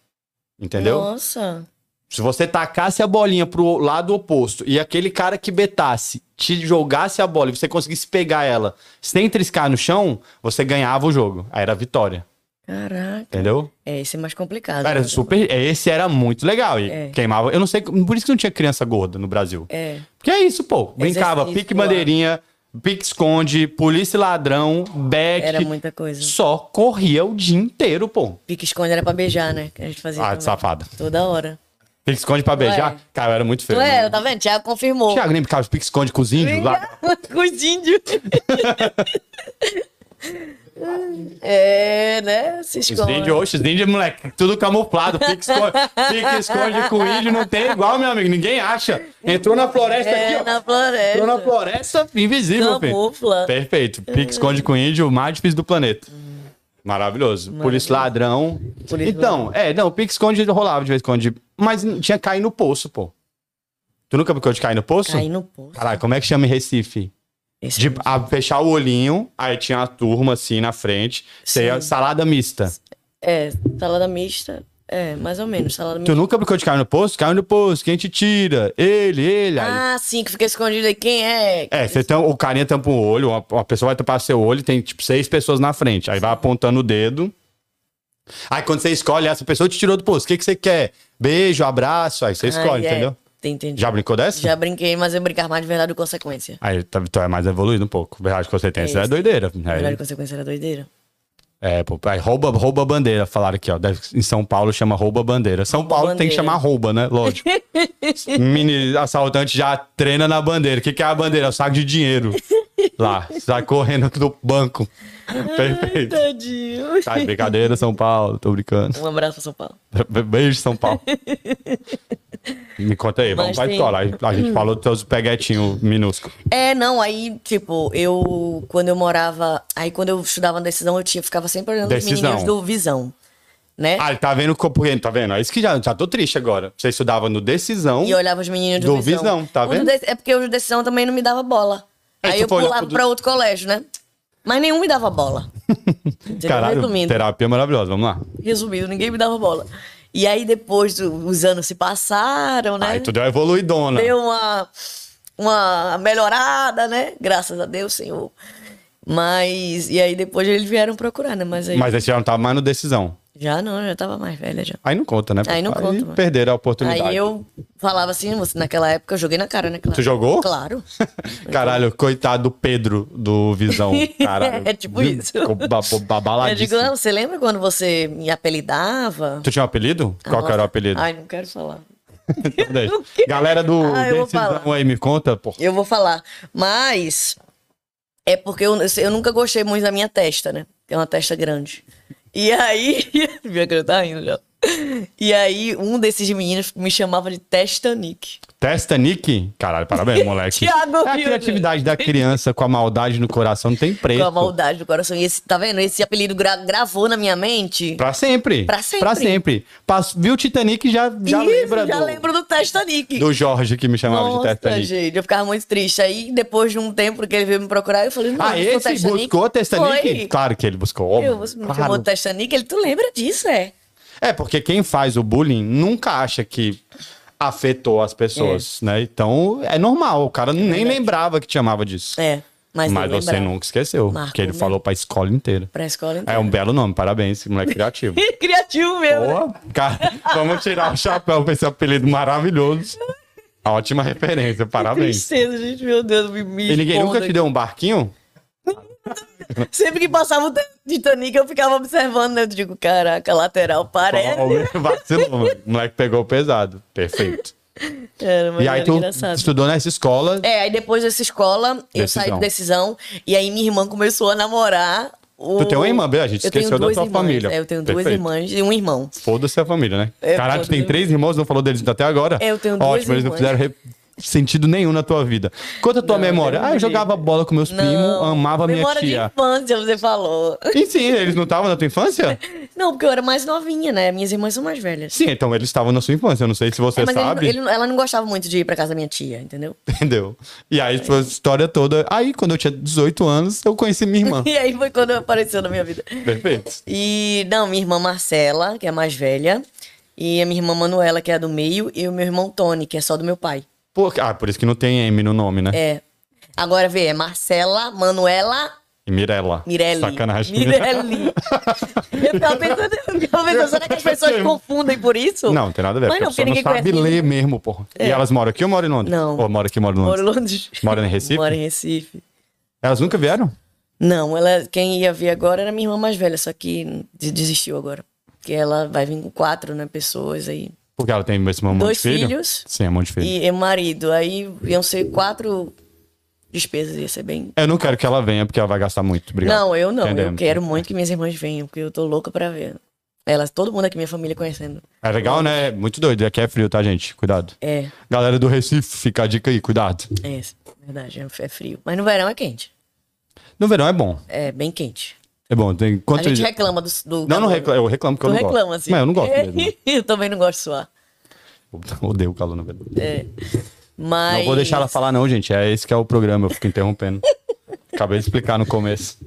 [SPEAKER 1] Entendeu?
[SPEAKER 2] Nossa.
[SPEAKER 1] Se você tacasse a bolinha pro lado oposto e aquele cara que betasse te jogasse a bola e você conseguisse pegar ela sem triscar no chão, você ganhava o jogo. Aí era vitória,
[SPEAKER 2] Caraca.
[SPEAKER 1] entendeu?
[SPEAKER 2] É, esse é mais complicado.
[SPEAKER 1] Era
[SPEAKER 2] né?
[SPEAKER 1] super. Esse era muito legal. E
[SPEAKER 2] É.
[SPEAKER 1] queimava. Eu não sei. Por isso que não tinha criança gorda no Brasil.
[SPEAKER 2] É.
[SPEAKER 1] Porque é isso, pô. Brincava
[SPEAKER 2] Exercício
[SPEAKER 1] pique
[SPEAKER 2] lá.
[SPEAKER 1] bandeirinha, pique esconde, polícia e ladrão, back.
[SPEAKER 2] Era muita coisa.
[SPEAKER 1] Só corria o dia inteiro, pô.
[SPEAKER 2] Pique esconde era pra beijar, né? Que a gente fazia.
[SPEAKER 1] Ah,
[SPEAKER 2] também.
[SPEAKER 1] de safada.
[SPEAKER 2] Toda hora.
[SPEAKER 1] Pique esconde pra beijar?
[SPEAKER 2] é.
[SPEAKER 1] Cara, eu era muito feio.
[SPEAKER 2] Tu é,
[SPEAKER 1] Né?
[SPEAKER 2] tá vendo? Thiago confirmou.
[SPEAKER 1] Tiago nem brincava de pique esconde com os índios lá.
[SPEAKER 2] Com os índios. é, né? Se
[SPEAKER 1] Os
[SPEAKER 2] esconde.
[SPEAKER 1] índios, oxe, os índios, moleque, tudo camuflado. Pique esconde, pique esconde com índio, não tem igual, meu amigo. Ninguém acha. Entrou na floresta
[SPEAKER 2] É,
[SPEAKER 1] tá aqui, ó.
[SPEAKER 2] na floresta.
[SPEAKER 1] Entrou na floresta invisível, filho.
[SPEAKER 2] Camufla.
[SPEAKER 1] Perfeito. Pique esconde com índio, o mais difícil do planeta. Maravilhoso. Polícia ladrão.
[SPEAKER 2] Polícia
[SPEAKER 1] então, é, não, pique esconde rolava de vez em quando. Mas tinha cair no poço, pô. Tu nunca brincou de cair no poço?
[SPEAKER 2] Caí no poço.
[SPEAKER 1] Caralho, como é que chama em Recife?
[SPEAKER 2] Esse-
[SPEAKER 1] De a- fechar o olhinho, aí tinha a turma assim na frente. Você ia-
[SPEAKER 2] Sim.
[SPEAKER 1] salada mista.
[SPEAKER 2] É, salada mista. É, mais ou menos, salada mista.
[SPEAKER 1] Tu nunca brincou de cair no poço? Caiu no poço, quem te tira? Ele, ele. Aí.
[SPEAKER 2] Ah, sim, que fica escondido aí. Quem é?
[SPEAKER 1] É, você tam, o carinha tampa um olho, uma, uma pessoa vai tampar seu olho, tem tipo seis pessoas na frente. Aí vai apontando o dedo. Aí quando você escolhe, essa pessoa te tirou do poço. O que, que você quer? Beijo, abraço. Aí você escolhe,
[SPEAKER 2] Ah, é.
[SPEAKER 1] entendeu?
[SPEAKER 2] Entendi.
[SPEAKER 1] Já brincou dessa?
[SPEAKER 2] Já brinquei, mas eu brincar mais de verdade ou consequência.
[SPEAKER 1] Aí tá- tu é mais evoluído um pouco. Verdade que você tem, isso é
[SPEAKER 2] Isso.
[SPEAKER 1] doideira.
[SPEAKER 2] Verdade ou
[SPEAKER 1] Aí,
[SPEAKER 2] consequência era doideira.
[SPEAKER 1] é, pô, aí rouba, rouba a bandeira, falaram aqui, ó. Deve- em São Paulo chama rouba a bandeira. São Paulo tem que
[SPEAKER 2] bandeira.
[SPEAKER 1] chamar rouba, né? Lógico. Um Mini assaltante já treina na bandeira. O que, que é a bandeira? É o saco de dinheiro. Lá, sai correndo do banco. Perfeito.
[SPEAKER 2] Tadinho.
[SPEAKER 1] Tá, de brincadeira, São Paulo, tô brincando.
[SPEAKER 2] Um abraço pra São Paulo.
[SPEAKER 1] Beijo, São Paulo. Me conta aí, vamos
[SPEAKER 2] Mas
[SPEAKER 1] pra
[SPEAKER 2] tem-
[SPEAKER 1] escola. A gente falou dos teus peguetinhos minúsculos.
[SPEAKER 2] É, não, aí, tipo, eu, quando eu morava, aí quando eu estudava na decisão, eu tinha, ficava sempre olhando os
[SPEAKER 1] Decisão.
[SPEAKER 2] menininhos do Visão, né?
[SPEAKER 1] Ah, tá vendo o tá vendo? É isso que já, já tô triste agora. Você estudava no Decisão.
[SPEAKER 2] E eu olhava os meninos do,
[SPEAKER 1] Do Visão, tá
[SPEAKER 2] O do
[SPEAKER 1] vendo?
[SPEAKER 2] Dec- É porque o do decisão também não me dava bola.
[SPEAKER 1] Aí
[SPEAKER 2] Aí,
[SPEAKER 1] tu
[SPEAKER 2] eu
[SPEAKER 1] foi olhar
[SPEAKER 2] pulava
[SPEAKER 1] pro do-
[SPEAKER 2] pra outro colégio, né? Mas nenhum me dava bola. Entendeu?
[SPEAKER 1] Caralho,
[SPEAKER 2] Resumindo.
[SPEAKER 1] terapia é maravilhosa, vamos lá.
[SPEAKER 2] Resumindo, ninguém me dava bola. E aí depois do- os anos se passaram, né?
[SPEAKER 1] Aí tu deu a evoluidona.
[SPEAKER 2] deu uma, uma melhorada, né? Graças a Deus, Senhor. Mas, e aí depois eles vieram procurar, né? Mas aí
[SPEAKER 1] Mas aí você já não tava mais no Decisão.
[SPEAKER 2] já não, eu já tava mais velha já.
[SPEAKER 1] Aí não conta, né?
[SPEAKER 2] Aí não conta, mano.
[SPEAKER 1] perderam a oportunidade.
[SPEAKER 2] Aí eu falava assim, você, naquela época eu joguei na cara, né? Claro.
[SPEAKER 1] Tu jogou?
[SPEAKER 2] Claro.
[SPEAKER 1] Caralho, coitado do Pedro do Visão. Caralho.
[SPEAKER 2] É tipo isso.
[SPEAKER 1] Ficou ba- ba-
[SPEAKER 2] Eu digo,
[SPEAKER 1] Babaladíssimo.
[SPEAKER 2] "Ah, você lembra quando você me apelidava?
[SPEAKER 1] Tu tinha um apelido? Qual que era o apelido?
[SPEAKER 2] Ah, Ai, não quero falar.
[SPEAKER 1] Então deixa.
[SPEAKER 2] não quero.
[SPEAKER 1] Galera do
[SPEAKER 2] Ah, eu vou
[SPEAKER 1] Decisão
[SPEAKER 2] falar.
[SPEAKER 1] aí, me conta, pô.
[SPEAKER 2] Eu vou falar. Mas é porque eu, eu nunca gostei muito da minha testa, né? Tem uma testa grande. E aí. Minha cara tá rindo já. E aí, um desses meninos me chamava de Testanic.
[SPEAKER 1] Testa Nick? Caralho, parabéns, moleque.
[SPEAKER 2] Thiago
[SPEAKER 1] É a
[SPEAKER 2] Rio,
[SPEAKER 1] criatividade da criança com a maldade no coração não tem preço.
[SPEAKER 2] Com a maldade do coração. E esse, tá vendo? Esse apelido gra- gravou na minha mente.
[SPEAKER 1] Pra sempre.
[SPEAKER 2] Pra sempre.
[SPEAKER 1] Pra sempre. Passo- viu o Titanic já, já
[SPEAKER 2] Isso,
[SPEAKER 1] lembra
[SPEAKER 2] já
[SPEAKER 1] do,
[SPEAKER 2] lembro do Testanic.
[SPEAKER 1] do Jorge que me chamava de
[SPEAKER 2] Nossa,
[SPEAKER 1] Titanic.
[SPEAKER 2] gente, eu ficava muito triste. Aí, depois de um tempo que ele veio me procurar, eu falei, não,
[SPEAKER 1] Ah,
[SPEAKER 2] eu sou
[SPEAKER 1] esse
[SPEAKER 2] Testanic.
[SPEAKER 1] buscou o Testanic?
[SPEAKER 2] Foi.
[SPEAKER 1] Claro que ele buscou, óbvio.
[SPEAKER 2] Eu, você me
[SPEAKER 1] claro.
[SPEAKER 2] chamou de Testanic, ele, tu lembra disso, é?
[SPEAKER 1] É, porque quem faz o bullying nunca acha que afetou as pessoas, né? Então, é normal. O cara nem lembrava que te chamava disso.
[SPEAKER 2] É, mas,
[SPEAKER 1] Mas
[SPEAKER 2] eu
[SPEAKER 1] você
[SPEAKER 2] lembrava. né?
[SPEAKER 1] nunca esqueceu,
[SPEAKER 2] Marcou
[SPEAKER 1] porque ele
[SPEAKER 2] mesmo.
[SPEAKER 1] falou pra escola inteira.
[SPEAKER 2] Pra escola inteira.
[SPEAKER 1] É um belo nome, parabéns, esse moleque criativo.
[SPEAKER 2] Criativo mesmo. né?
[SPEAKER 1] Boa, cara, vamos tirar o chapéu pra esse apelido maravilhoso. Ótima referência, parabéns.
[SPEAKER 2] Tristeza, gente, meu Deus, me, me
[SPEAKER 1] E ninguém nunca
[SPEAKER 2] expondo
[SPEAKER 1] te deu um barquinho?
[SPEAKER 2] aqui. Sempre que passava o Titanic, eu ficava observando, né? Eu digo, caraca, lateral, parece.
[SPEAKER 1] Oh, vacilou, mano. O moleque pegou pesado. Perfeito.
[SPEAKER 2] Era, mas
[SPEAKER 1] E aí
[SPEAKER 2] era
[SPEAKER 1] tu
[SPEAKER 2] engraçado.
[SPEAKER 1] estudou nessa escola.
[SPEAKER 2] É, aí depois dessa escola, eu
[SPEAKER 1] Decisão.
[SPEAKER 2] saí de decisão, e aí minha irmã começou a namorar o...
[SPEAKER 1] Tu tem uma irmã, a gente
[SPEAKER 2] Eu tenho
[SPEAKER 1] esqueceu da
[SPEAKER 2] duas
[SPEAKER 1] tua
[SPEAKER 2] irmãs,
[SPEAKER 1] família.
[SPEAKER 2] é, eu tenho duas
[SPEAKER 1] Perfeito.
[SPEAKER 2] irmãs e um irmão.
[SPEAKER 1] Foda-se a família, né?
[SPEAKER 2] É,
[SPEAKER 1] Caralho, tu tem
[SPEAKER 2] foda-se.
[SPEAKER 1] três irmãos, não falou deles até agora?
[SPEAKER 2] É, eu tenho
[SPEAKER 1] Ótimo,
[SPEAKER 2] duas
[SPEAKER 1] eles não
[SPEAKER 2] irmãs.
[SPEAKER 1] fizeram re- sentido nenhum na tua vida. Conta a tua
[SPEAKER 2] Não,
[SPEAKER 1] memória.
[SPEAKER 2] Deus
[SPEAKER 1] Ah, eu
[SPEAKER 2] me
[SPEAKER 1] jogava bola com meus primos, amava minha
[SPEAKER 2] Então, memória
[SPEAKER 1] tia.
[SPEAKER 2] de infância, você falou.
[SPEAKER 1] E sim, eles não estavam na tua infância?
[SPEAKER 2] Não, porque eu era mais novinha, né? Minhas irmãs são mais velhas.
[SPEAKER 1] Sim, então eles estavam na sua infância. Eu não sei se você
[SPEAKER 2] É, mas ele-
[SPEAKER 1] sabe.
[SPEAKER 2] ele- ela não gostava muito de ir pra casa da minha tia, entendeu?
[SPEAKER 1] Entendeu? E aí foi a história toda. Aí, quando eu tinha 18 anos, eu conheci minha irmã.
[SPEAKER 2] E aí foi quando apareceu na minha vida.
[SPEAKER 1] Perfeito.
[SPEAKER 2] E, não, minha irmã Marcela, que é a mais velha, E a minha irmã Manuela, que é a do meio, e o meu irmão Tony, que é só do meu pai.
[SPEAKER 1] Por, ah, por isso que não tem M no nome, né?
[SPEAKER 2] É. Agora vê, é Marcela, Manuela,
[SPEAKER 1] E Mirella.
[SPEAKER 2] Mirelli.
[SPEAKER 1] Sacanagem.
[SPEAKER 2] Mirelli. eu tava pensando, eu tava pensando será que as pessoas confundem por isso?
[SPEAKER 1] um. Não, não tem nada a ver.
[SPEAKER 2] Mas
[SPEAKER 1] porque
[SPEAKER 2] não,
[SPEAKER 1] a
[SPEAKER 2] porque
[SPEAKER 1] pessoa não
[SPEAKER 2] ninguém
[SPEAKER 1] sabe
[SPEAKER 2] é conhece.
[SPEAKER 1] ler
[SPEAKER 2] É.
[SPEAKER 1] mesmo, porra. E elas moram aqui ou moram em Londres?
[SPEAKER 2] Não.
[SPEAKER 1] Ou moram aqui moram em Londres?
[SPEAKER 2] Mora em Londres.
[SPEAKER 1] Moram um. em Recife?
[SPEAKER 2] Mora em Recife.
[SPEAKER 1] Elas nunca vieram?
[SPEAKER 2] Não, ela, quem ia ver agora era minha irmã mais velha, só que de- desistiu agora. Porque ela vai vir com quatro, né, pessoas aí.
[SPEAKER 1] Porque ela tem esse monte
[SPEAKER 2] Dois
[SPEAKER 1] de filho?
[SPEAKER 2] filhos.
[SPEAKER 1] Sim, é um monte de filho.
[SPEAKER 2] E, e marido. Aí iam ser quatro despesas, ia ser bem.
[SPEAKER 1] Eu não quero que ela venha, porque ela vai gastar muito. Obrigado.
[SPEAKER 2] Não, eu não. Eu
[SPEAKER 1] Entendemos.
[SPEAKER 2] quero muito que minhas irmãs venham, porque eu tô louca pra ver. Elas, todo mundo aqui, minha família conhecendo.
[SPEAKER 1] É legal, né? Muito doido. Aqui é frio, tá, gente? Cuidado.
[SPEAKER 2] É,
[SPEAKER 1] Galera do Recife, fica a dica aí, cuidado.
[SPEAKER 2] é verdade, é frio. Mas no verão é quente.
[SPEAKER 1] No verão é bom.
[SPEAKER 2] É bem quente.
[SPEAKER 1] É bom. Tem
[SPEAKER 2] A
[SPEAKER 1] quanto
[SPEAKER 2] gente reclama do. do
[SPEAKER 1] Não, não
[SPEAKER 2] calor.
[SPEAKER 1] reclamo. Eu reclamo que eu
[SPEAKER 2] Tu
[SPEAKER 1] não gosto.
[SPEAKER 2] reclama, assim.
[SPEAKER 1] Mas eu não gosto mesmo. né?
[SPEAKER 2] eu também não gosto de suar.
[SPEAKER 1] Eu Odeio o calor, na verdade.
[SPEAKER 2] Mas.
[SPEAKER 1] Não vou deixar ela falar, não, gente. É esse que é o programa, eu fico interrompendo. Acabei de explicar no começo.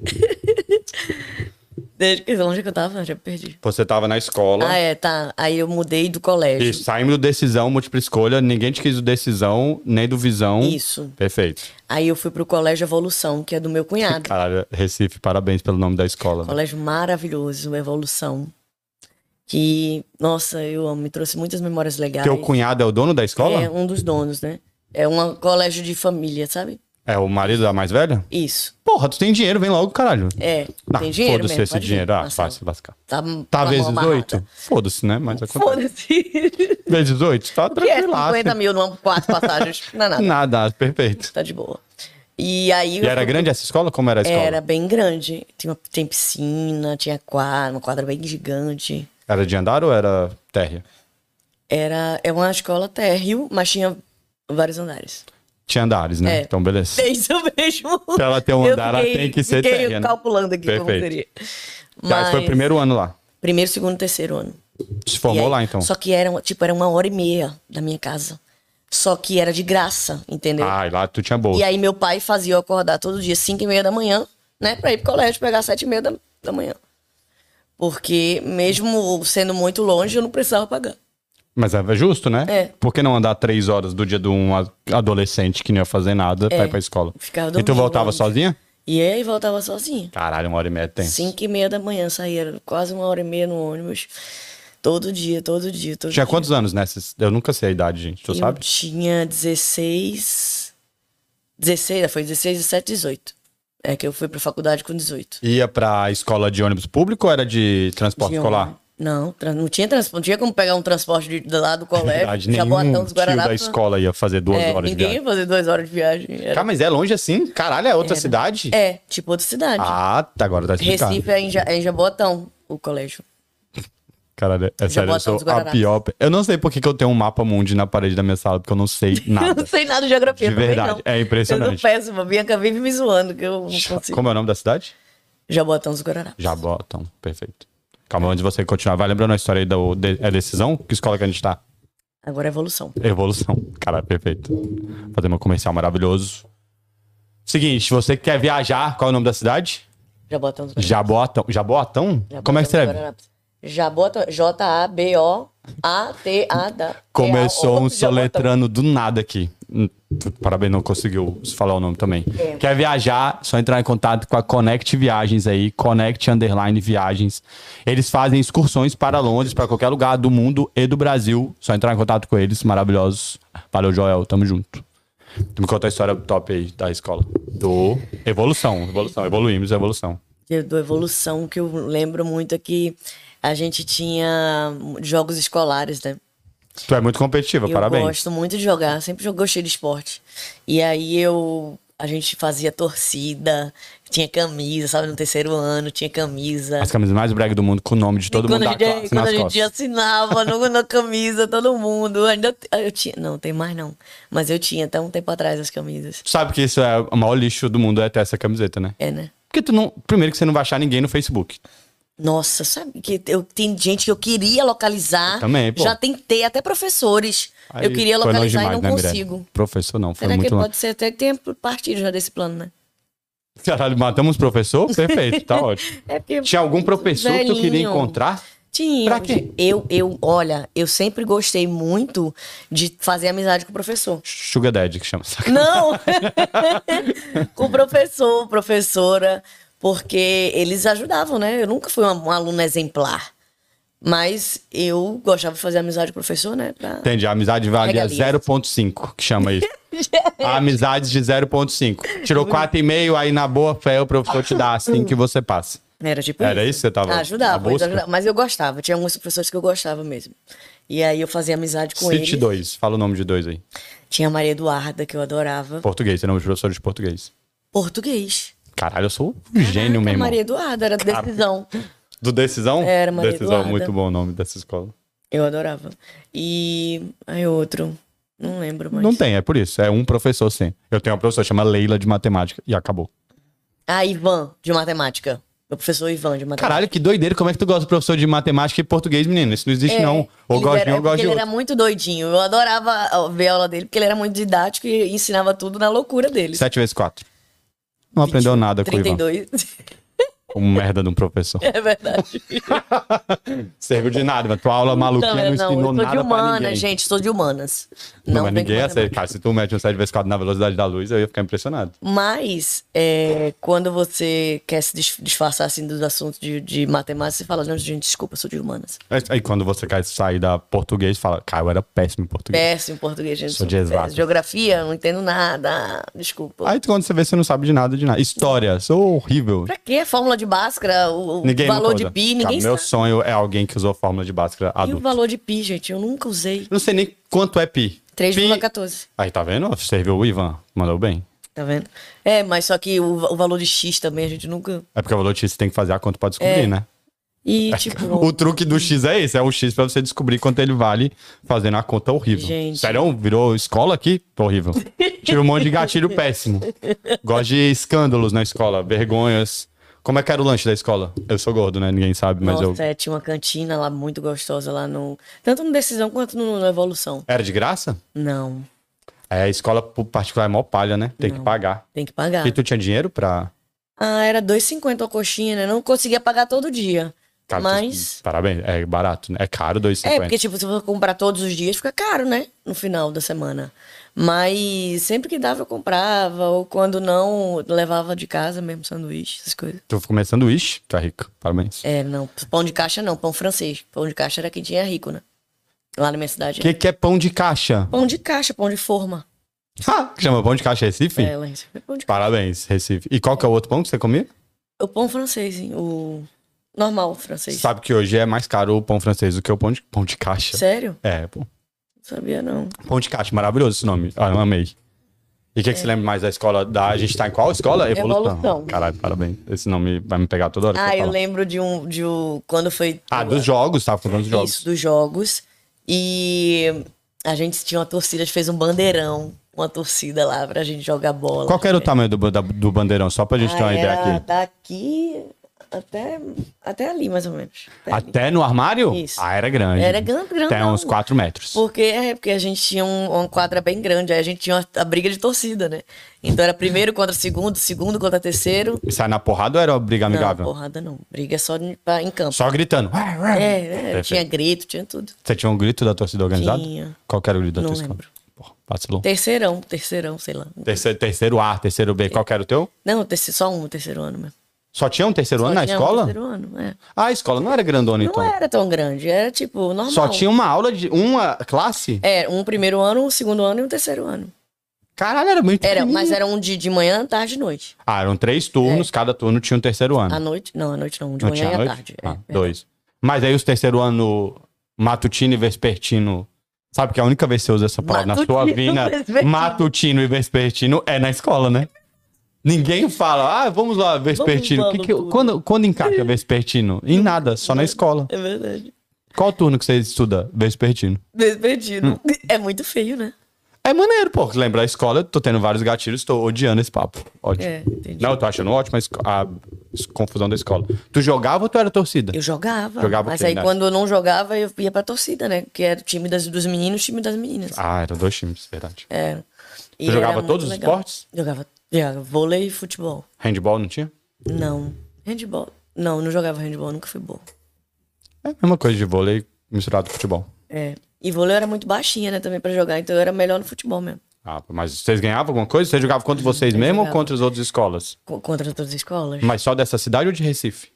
[SPEAKER 2] Desde que onde é que eu tava? Já perdi.
[SPEAKER 1] Você tava na escola.
[SPEAKER 2] Ah, é, tá. Aí eu mudei do colégio.
[SPEAKER 1] E saímos do decisão, múltipla escolha. Ninguém te quis do decisão, nem do visão.
[SPEAKER 2] Isso.
[SPEAKER 1] Perfeito.
[SPEAKER 2] Aí eu fui pro Colégio Evolução, que é do meu cunhado.
[SPEAKER 1] Caralho, Recife, parabéns pelo nome da escola. né?
[SPEAKER 2] Colégio maravilhoso, Evolução. Que, nossa, eu amo. Me trouxe muitas memórias legais.
[SPEAKER 1] Teu cunhado é o dono da escola?
[SPEAKER 2] É um dos donos, né? É um colégio de família, sabe?
[SPEAKER 1] É, o marido da mais velha?
[SPEAKER 2] Isso.
[SPEAKER 1] Porra, tu tem dinheiro, vem logo, caralho.
[SPEAKER 2] É.
[SPEAKER 1] Ah,
[SPEAKER 2] tem dinheiro
[SPEAKER 1] Foda-se
[SPEAKER 2] mesmo.
[SPEAKER 1] esse
[SPEAKER 2] pode vir,
[SPEAKER 1] dinheiro. Ah,
[SPEAKER 2] Marcelo.
[SPEAKER 1] fácil, lascar. Tá
[SPEAKER 2] Tá, com a mão
[SPEAKER 1] vezes
[SPEAKER 2] amarrada.
[SPEAKER 1] oito? Foda-se, né? Mas acontece.
[SPEAKER 2] Foda-se.
[SPEAKER 1] Vezes oito? Tá
[SPEAKER 2] Que é
[SPEAKER 1] tranquilo.
[SPEAKER 2] 50 mil numa quatro passagens. Não é nada.
[SPEAKER 1] Nada, perfeito.
[SPEAKER 2] Tá de boa. E
[SPEAKER 1] E
[SPEAKER 2] aí. eu
[SPEAKER 1] era
[SPEAKER 2] fui-
[SPEAKER 1] grande essa escola? Como era a escola?
[SPEAKER 2] Era bem grande. Tinha, tem piscina, tinha quadra, uma quadra bem gigante.
[SPEAKER 1] Era de andar ou era térrea?
[SPEAKER 2] Era é uma escola térreo, mas tinha vários andares.
[SPEAKER 1] Tinha andares, né?
[SPEAKER 2] É.
[SPEAKER 1] Então, beleza.
[SPEAKER 2] Isso mesmo.
[SPEAKER 1] Pra ela ter um
[SPEAKER 2] Eu
[SPEAKER 1] andar, ela tem que ser
[SPEAKER 2] fiquei
[SPEAKER 1] térrea, né?
[SPEAKER 2] calculando aqui como
[SPEAKER 1] Perfeito.
[SPEAKER 2] seria.
[SPEAKER 1] Tá,
[SPEAKER 2] Mas
[SPEAKER 1] foi o primeiro ano lá.
[SPEAKER 2] primeiro, segundo, terceiro ano.
[SPEAKER 1] Se
[SPEAKER 2] E
[SPEAKER 1] formou
[SPEAKER 2] aí-
[SPEAKER 1] lá, então.
[SPEAKER 2] Só que era, tipo, era uma hora e meia da minha casa. Só que era de graça, entendeu?
[SPEAKER 1] Ah, e lá tu tinha bolsa.
[SPEAKER 2] E aí meu pai fazia eu acordar todo dia, 5 e meia da manhã, né? Pra ir pro colégio pegar 7 e meia da, da manhã. Porque mesmo sendo muito longe, eu não precisava pagar.
[SPEAKER 1] Mas é justo, né?
[SPEAKER 2] É.
[SPEAKER 1] Por que não andar três horas do dia de um a- adolescente que não ia fazer nada pra ir pra escola?
[SPEAKER 2] Ficava
[SPEAKER 1] e tu
[SPEAKER 2] É. dormindo
[SPEAKER 1] voltava
[SPEAKER 2] onde?
[SPEAKER 1] sozinha?
[SPEAKER 2] E aí voltava sozinha.
[SPEAKER 1] Caralho, uma hora e meia é tem.
[SPEAKER 2] 5 e meia da manhã saía, era quase uma hora e meia no ônibus. Todo dia, todo dia, todo
[SPEAKER 1] Tinha
[SPEAKER 2] dia.
[SPEAKER 1] quantos anos nessas? Eu nunca sei a idade, gente. Tu
[SPEAKER 2] Eu
[SPEAKER 1] sabe?
[SPEAKER 2] tinha 16. 16, foi 16, 17, 18. É que eu fui pra faculdade com 18.
[SPEAKER 1] Ia pra escola de ônibus público ou era de transporte
[SPEAKER 2] Tinha um-
[SPEAKER 1] escolar?
[SPEAKER 2] Não, tran- não tinha transporte. Não tinha como pegar um transporte de, de lá do colégio.
[SPEAKER 1] É Verdade,
[SPEAKER 2] É, já
[SPEAKER 1] nenhum
[SPEAKER 2] botando os
[SPEAKER 1] tio da
[SPEAKER 2] Guararapes.
[SPEAKER 1] escola ia fazer duas
[SPEAKER 2] É,
[SPEAKER 1] horas de
[SPEAKER 2] ninguém
[SPEAKER 1] viagem.
[SPEAKER 2] ia fazer duas horas de viagem. Era-
[SPEAKER 1] Cara, mas é longe assim? Caralho, é outra cidade?
[SPEAKER 2] É, tipo outra cidade.
[SPEAKER 1] Ah, tá, agora tá explicado.
[SPEAKER 2] Recife é em, ja, é em Jabotão, o colégio.
[SPEAKER 1] Caralho, é sério, eu
[SPEAKER 2] bota
[SPEAKER 1] sou
[SPEAKER 2] os
[SPEAKER 1] a
[SPEAKER 2] Guararapes.
[SPEAKER 1] pior. pe- Eu não sei por que que eu tenho um mapa mundi na parede da minha sala, porque eu não sei
[SPEAKER 2] Eu não
[SPEAKER 1] nada.
[SPEAKER 2] sei nada de geografia
[SPEAKER 1] De
[SPEAKER 2] também,
[SPEAKER 1] verdade,
[SPEAKER 2] não.
[SPEAKER 1] é impressionante.
[SPEAKER 2] Eu sou péssima. Bianca vive me zoando que eu não consigo.
[SPEAKER 1] Como é o nome da cidade?
[SPEAKER 2] Jabotão dos Guararapes.
[SPEAKER 1] Já botam, perfeito. Calma, antes de você continuar, vai lembrando a história aí da de- é decisão? Que escola que a gente tá?
[SPEAKER 2] Agora é evolução.
[SPEAKER 1] Evolução. Cara, perfeito. Fazer meu comercial maravilhoso. Seguinte, você que quer viajar, qual é o nome da cidade?
[SPEAKER 2] Jabotão dos Guararapes.
[SPEAKER 1] Jabotão. Jabotão?
[SPEAKER 2] Jabotão
[SPEAKER 1] Como é que
[SPEAKER 2] dos
[SPEAKER 1] escreve?
[SPEAKER 2] Guararapes. Jabotão, J-A-B-O-A-T-A da.
[SPEAKER 1] Começou um
[SPEAKER 2] Jabotão.
[SPEAKER 1] soletrano do nada aqui. Hum, Parabéns, não conseguiu falar o nome também.
[SPEAKER 2] É.
[SPEAKER 1] Quer viajar? Só entrar em contato com a Connect Viagens aí, Connect Underline Viagens. Eles fazem excursões para Londres, para qualquer lugar do mundo e do Brasil. Só entrar em contato com eles, maravilhosos. Valeu, Joel, tamo junto. Tu me conta a história top aí da escola. Do Evolução, Evolução, evoluímos, Evolução.
[SPEAKER 2] que- do Evolução que eu lembro muito é que a gente tinha jogos escolares, né?
[SPEAKER 1] Tu é muito competitiva,
[SPEAKER 2] Eu
[SPEAKER 1] parabéns.
[SPEAKER 2] gosto muito de jogar, sempre jo- gostei de esporte. E aí eu a gente fazia torcida, tinha camisa, sabe, no terceiro ano tinha camisa.
[SPEAKER 1] As camisas mais bregas do mundo com o nome de todo
[SPEAKER 2] quando
[SPEAKER 1] mundo
[SPEAKER 2] a
[SPEAKER 1] da
[SPEAKER 2] gente, é-
[SPEAKER 1] classe
[SPEAKER 2] quando
[SPEAKER 1] nas
[SPEAKER 2] a gente
[SPEAKER 1] costas.
[SPEAKER 2] assinava no, na camisa, todo mundo. Ainda t- eu tinha, não, tem mais não. Mas eu tinha até um tempo atrás as camisas.
[SPEAKER 1] Tu sabe que isso é o maior lixo do mundo é ter essa camiseta, né?
[SPEAKER 2] É, né?
[SPEAKER 1] Porque tu não. Primeiro que você não vai achar ninguém no Facebook.
[SPEAKER 2] Nossa, sabe que eu tem gente que eu queria localizar.
[SPEAKER 1] Eu também, pô.
[SPEAKER 2] Já tentei até professores.
[SPEAKER 1] Aí
[SPEAKER 2] eu queria
[SPEAKER 1] foi longe
[SPEAKER 2] localizar
[SPEAKER 1] demais,
[SPEAKER 2] e
[SPEAKER 1] né,
[SPEAKER 2] não
[SPEAKER 1] Mirelle?
[SPEAKER 2] consigo.
[SPEAKER 1] Professor não, foi
[SPEAKER 2] Será que
[SPEAKER 1] muito longe.
[SPEAKER 2] pode ser até que tenha partido já desse plano, né?
[SPEAKER 1] Caralho, matamos o professor? Perfeito, tá ótimo.
[SPEAKER 2] É porque
[SPEAKER 1] Tinha algum professor que tu queria
[SPEAKER 2] Velhinho.
[SPEAKER 1] encontrar? Pra
[SPEAKER 2] Tínhamos.
[SPEAKER 1] quê?
[SPEAKER 2] Eu, eu, olha, eu sempre gostei muito de fazer amizade com o professor.
[SPEAKER 1] Sugar Daddy que chama. saca?
[SPEAKER 2] Não! com o professor, professora, porque eles ajudavam, né? Eu nunca fui uma, uma aluna exemplar. Mas eu gostava de fazer amizade com o professor, né? Pra-
[SPEAKER 1] Entendi, a amizade valia
[SPEAKER 2] Regalia.
[SPEAKER 1] 0.5, que chama isso. Amizades de 0.5. Tirou 4,5, aí na boa fé o professor te dá assim que você passa.
[SPEAKER 2] Era tipo
[SPEAKER 1] Era isso que você tava- na
[SPEAKER 2] Ajudava,
[SPEAKER 1] busca?
[SPEAKER 2] ajudava, mas eu gostava. Tinha alguns professores que eu gostava mesmo. E aí eu fazia amizade com
[SPEAKER 1] Cite
[SPEAKER 2] eles.
[SPEAKER 1] dois, fala o nome de dois aí.
[SPEAKER 2] Tinha a Maria Eduarda, que eu adorava.
[SPEAKER 1] Português, você é nome de professor de português.
[SPEAKER 2] Português.
[SPEAKER 1] Caralho, eu sou um gênio
[SPEAKER 2] A
[SPEAKER 1] mesmo.
[SPEAKER 2] Maria Eduarda era decisão.
[SPEAKER 1] Do Decisão?
[SPEAKER 2] Era, Maria
[SPEAKER 1] Decisão,
[SPEAKER 2] Eduarda.
[SPEAKER 1] muito bom o nome dessa escola.
[SPEAKER 2] Eu adorava. E. Aí outro. Não lembro mais.
[SPEAKER 1] Não tem, é por isso. É um professor, sim. Eu tenho uma professora que chama Leila de Matemática e acabou.
[SPEAKER 2] Ah, Ivan, de matemática. Meu professor Ivan, de matemática.
[SPEAKER 1] Caralho, que doideira. Como é que tu gosta de professor de matemática e português, menino? Isso não existe, não. Ou
[SPEAKER 2] É, ele
[SPEAKER 1] gosta de
[SPEAKER 2] era,
[SPEAKER 1] um, ou gosta
[SPEAKER 2] porque
[SPEAKER 1] de
[SPEAKER 2] ele
[SPEAKER 1] outro.
[SPEAKER 2] era muito doidinho. Eu adorava ó, ver a aula dele, porque ele era muito didático e ensinava tudo na loucura dele.
[SPEAKER 1] 7 vezes 4. Não aprendeu nada com o Ivan.
[SPEAKER 2] 32.
[SPEAKER 1] Como merda de um professor.
[SPEAKER 2] é verdade.
[SPEAKER 1] Serviu de nada, mas tua aula maluquinha não,
[SPEAKER 2] eu
[SPEAKER 1] ensinou
[SPEAKER 2] é, eu sou
[SPEAKER 1] nada
[SPEAKER 2] de
[SPEAKER 1] pra ninguém.
[SPEAKER 2] humanas, gente, sou de humanas.
[SPEAKER 1] Não, mas
[SPEAKER 2] vem com
[SPEAKER 1] ninguém ia
[SPEAKER 2] matemática.
[SPEAKER 1] ser. Cara, se tu mete um 7 vezes 4 na velocidade da luz, eu ia ficar impressionado.
[SPEAKER 2] Mas é, quando você quer se dis- disfarçar assim dos assuntos de, de matemática, você fala, não, gente, desculpa, eu sou de humanas.
[SPEAKER 1] Mas Aí quando você cai sair da português, fala, cara, eu era péssimo em português.
[SPEAKER 2] Péssimo em português, gente.
[SPEAKER 1] Sou de
[SPEAKER 2] péssimo.
[SPEAKER 1] exatas.
[SPEAKER 2] Geografia, não entendo nada. Desculpa.
[SPEAKER 1] Aí quando você vê, você não sabe de nada, de nada. História, sou horrível.
[SPEAKER 2] Pra quê? Fórmula de Bhaskara, o, o
[SPEAKER 1] Ninguém me
[SPEAKER 2] valor
[SPEAKER 1] conta.
[SPEAKER 2] de pi,
[SPEAKER 1] Cara,
[SPEAKER 2] ninguém
[SPEAKER 1] Meu
[SPEAKER 2] sabe.
[SPEAKER 1] sonho é alguém que usou fórmula de Bhaskara
[SPEAKER 2] E o
[SPEAKER 1] adulto.
[SPEAKER 2] valor de pi, gente? Eu nunca usei.
[SPEAKER 1] Não sei nem quanto é pi. pi...
[SPEAKER 2] 3,14.
[SPEAKER 1] Aí tá vendo? Serviu o Ivan, mandou bem.
[SPEAKER 2] Tá vendo? É, mas só que o, va- o valor de x também a gente nunca...
[SPEAKER 1] É porque o valor de x você tem que fazer a conta pra descobrir,
[SPEAKER 2] É.
[SPEAKER 1] né?
[SPEAKER 2] E, tipo...
[SPEAKER 1] O truque do X é esse, é o X pra você descobrir quanto ele vale fazendo a conta horrível.
[SPEAKER 2] Gente.
[SPEAKER 1] Sério, virou escola aqui? Tô horrível. Tive um monte de gatilho péssimo. Gosto de escândalos na escola, vergonhas. Como é que era o lanche da escola? Eu sou gordo, né? Ninguém sabe, mas
[SPEAKER 2] Nossa,
[SPEAKER 1] eu...
[SPEAKER 2] é, tinha uma cantina lá muito gostosa lá no... Tanto no Decisão quanto no, no Evolução.
[SPEAKER 1] Era de graça?
[SPEAKER 2] Não,
[SPEAKER 1] É, a escola pu- particular é mó palha, né? Tem que
[SPEAKER 2] Não. Ah.
[SPEAKER 1] pagar.
[SPEAKER 2] tem que pagar.
[SPEAKER 1] E tu tinha dinheiro pra...
[SPEAKER 2] Ah, era 2,50 a coxinha, né? Não conseguia pagar todo dia.
[SPEAKER 1] Cara, tu-
[SPEAKER 2] mas...
[SPEAKER 1] Parabéns, é barato, né? É caro, 2,50.
[SPEAKER 2] É, porque, tipo, se você comprar todos os dias, fica caro, né? No final da semana. Mas sempre que dava, eu comprava. Ou quando não, eu levava de casa mesmo sanduíche, essas coisas.
[SPEAKER 1] Tu começando o ish, tá rico, parabéns.
[SPEAKER 2] É, não. Pão de caixa não, pão francês. Pão de caixa era quem tinha rico, né? Lá na minha cidade.
[SPEAKER 1] O que, que é pão de caixa?
[SPEAKER 2] Pão de caixa, pão de forma.
[SPEAKER 1] Ha! Chama pão de caixa Recife?
[SPEAKER 2] É, lá em Recife, pão de caixa.
[SPEAKER 1] Parabéns, Recife. E qual que é o outro pão que você comia?
[SPEAKER 2] O pão francês, hein? O normal francês.
[SPEAKER 1] Sabe que hoje é mais caro o pão francês do que o pão de, pão de caixa.
[SPEAKER 2] Sério?
[SPEAKER 1] É, pô.
[SPEAKER 2] Não sabia, não.
[SPEAKER 1] Pão de caixa, maravilhoso esse nome. Ah, eu amei. E o que, que você lembra mais da escola? Da... A gente tá em qual escola?
[SPEAKER 2] É. Evolução.
[SPEAKER 1] Caralho, parabéns. Esse nome vai me pegar toda hora. que
[SPEAKER 2] Ah, eu
[SPEAKER 1] falar.
[SPEAKER 2] lembro de um. De um quando foi.
[SPEAKER 1] Ah, dos jogos, tava falando dos jogos.
[SPEAKER 2] É Isso, dos jogos. E a gente tinha uma torcida, a gente fez um bandeirão, uma torcida lá pra gente jogar bola.
[SPEAKER 1] Qual que era o tamanho do, da- do bandeirão? Só pra gente ter uma
[SPEAKER 2] Ah,
[SPEAKER 1] ideia
[SPEAKER 2] era
[SPEAKER 1] aqui.
[SPEAKER 2] daqui até, até ali, mais ou menos. Até ali.
[SPEAKER 1] Até no armário?
[SPEAKER 2] Isso.
[SPEAKER 1] Ah, era grande.
[SPEAKER 2] Era gran- grandão.
[SPEAKER 1] Tem uns 4 metros.
[SPEAKER 2] Porque é, porque a gente tinha um, uma quadra bem grande, aí a gente tinha uma- a briga de torcida, né? Então era primeiro contra segundo, segundo contra terceiro.
[SPEAKER 1] E sai na porrada ou era briga
[SPEAKER 2] Não,
[SPEAKER 1] amigável?
[SPEAKER 2] porrada não. Briga é só de- pra- em campo.
[SPEAKER 1] Só gritando. Ué, ué.
[SPEAKER 2] É, é,
[SPEAKER 1] Perfeito.
[SPEAKER 2] tinha grito, tinha tudo.
[SPEAKER 1] Você tinha um grito da torcida organizada?
[SPEAKER 2] Tinha.
[SPEAKER 1] Qual que era o grito da
[SPEAKER 2] Não
[SPEAKER 1] torcida?
[SPEAKER 2] lembro.
[SPEAKER 1] Porra, vacilou.
[SPEAKER 2] Terceirão, terceirão, sei lá.
[SPEAKER 1] Terceiro, terceiro A, terceiro B, qual que era o teu?
[SPEAKER 2] Não, terceiro, só um terceiro ano mesmo.
[SPEAKER 1] Só tinha um terceiro ano na
[SPEAKER 2] Tinha um
[SPEAKER 1] escola?
[SPEAKER 2] terceiro ano, é.
[SPEAKER 1] Ah, a escola não era grandona,
[SPEAKER 2] Não
[SPEAKER 1] então.
[SPEAKER 2] era tão grande, era tipo normal.
[SPEAKER 1] Só tinha uma aula de uma classe?
[SPEAKER 2] É, um primeiro ano, um segundo ano e um terceiro ano.
[SPEAKER 1] Caralho, era muito
[SPEAKER 2] Era,
[SPEAKER 1] pequenininho.
[SPEAKER 2] mas é- era um de, de manhã, tarde e noite.
[SPEAKER 1] Ah, eram três turnos, cada turno tinha um terceiro ano.
[SPEAKER 2] À noite, não, à noite não, um de
[SPEAKER 1] não
[SPEAKER 2] manhã
[SPEAKER 1] tinha
[SPEAKER 2] e à
[SPEAKER 1] noite?
[SPEAKER 2] tarde. é,
[SPEAKER 1] Ah,
[SPEAKER 2] verdade.
[SPEAKER 1] dois. Mas aí os terceiro ano matutino e vespertino. Sabe que é a única vez que você usa essa palavra na sua
[SPEAKER 2] Matutino e
[SPEAKER 1] vida,
[SPEAKER 2] vespertino.
[SPEAKER 1] matutino e vespertino é na escola, né? Ninguém fala, ah, vamos lá, vespertino.
[SPEAKER 2] Vamos,
[SPEAKER 1] Que que-
[SPEAKER 2] vamos.
[SPEAKER 1] quando, quando encaixa vespertino? Em nada, só na escola.
[SPEAKER 2] É verdade.
[SPEAKER 1] Qual turno que você estuda vespertino?
[SPEAKER 2] Vespertino.
[SPEAKER 1] Hum.
[SPEAKER 2] É muito feio, né?
[SPEAKER 1] É maneiro, pô. Lembra, a escola, eu tô tendo vários gatilhos, tô odiando esse papo. Ótimo.
[SPEAKER 2] É, entendi.
[SPEAKER 1] Não, eu tô achando ótimo a, esco- a s- confusão da escola. Tu jogava ou tu era torcida?
[SPEAKER 2] Eu jogava.
[SPEAKER 1] Jogava
[SPEAKER 2] mas
[SPEAKER 1] quem,
[SPEAKER 2] aí
[SPEAKER 1] né?
[SPEAKER 2] quando eu não jogava, eu ia pra torcida, né? Que era o time das, dos meninos e o time das meninas.
[SPEAKER 1] Ah, era dois times, verdade.
[SPEAKER 2] Era. E
[SPEAKER 1] Você jogava
[SPEAKER 2] era muito
[SPEAKER 1] todos os
[SPEAKER 2] legal.
[SPEAKER 1] esportes?
[SPEAKER 2] Jogava, jogava vôlei e futebol.
[SPEAKER 1] Handball não tinha?
[SPEAKER 2] Não. Handball. Não, não jogava handball, nunca fui boa.
[SPEAKER 1] É a mesma coisa de vôlei misturado com futebol.
[SPEAKER 2] É. E vôlei eu era muito baixinha, né, também pra jogar, então eu era melhor no futebol mesmo.
[SPEAKER 1] Ah, mas vocês ganhavam alguma coisa? Vocês jogavam contra vocês
[SPEAKER 2] eu
[SPEAKER 1] mesmo ou
[SPEAKER 2] jogava.
[SPEAKER 1] contra as outras escolas?
[SPEAKER 2] Co- Contra outras escolas.
[SPEAKER 1] Mas só dessa cidade ou de Recife?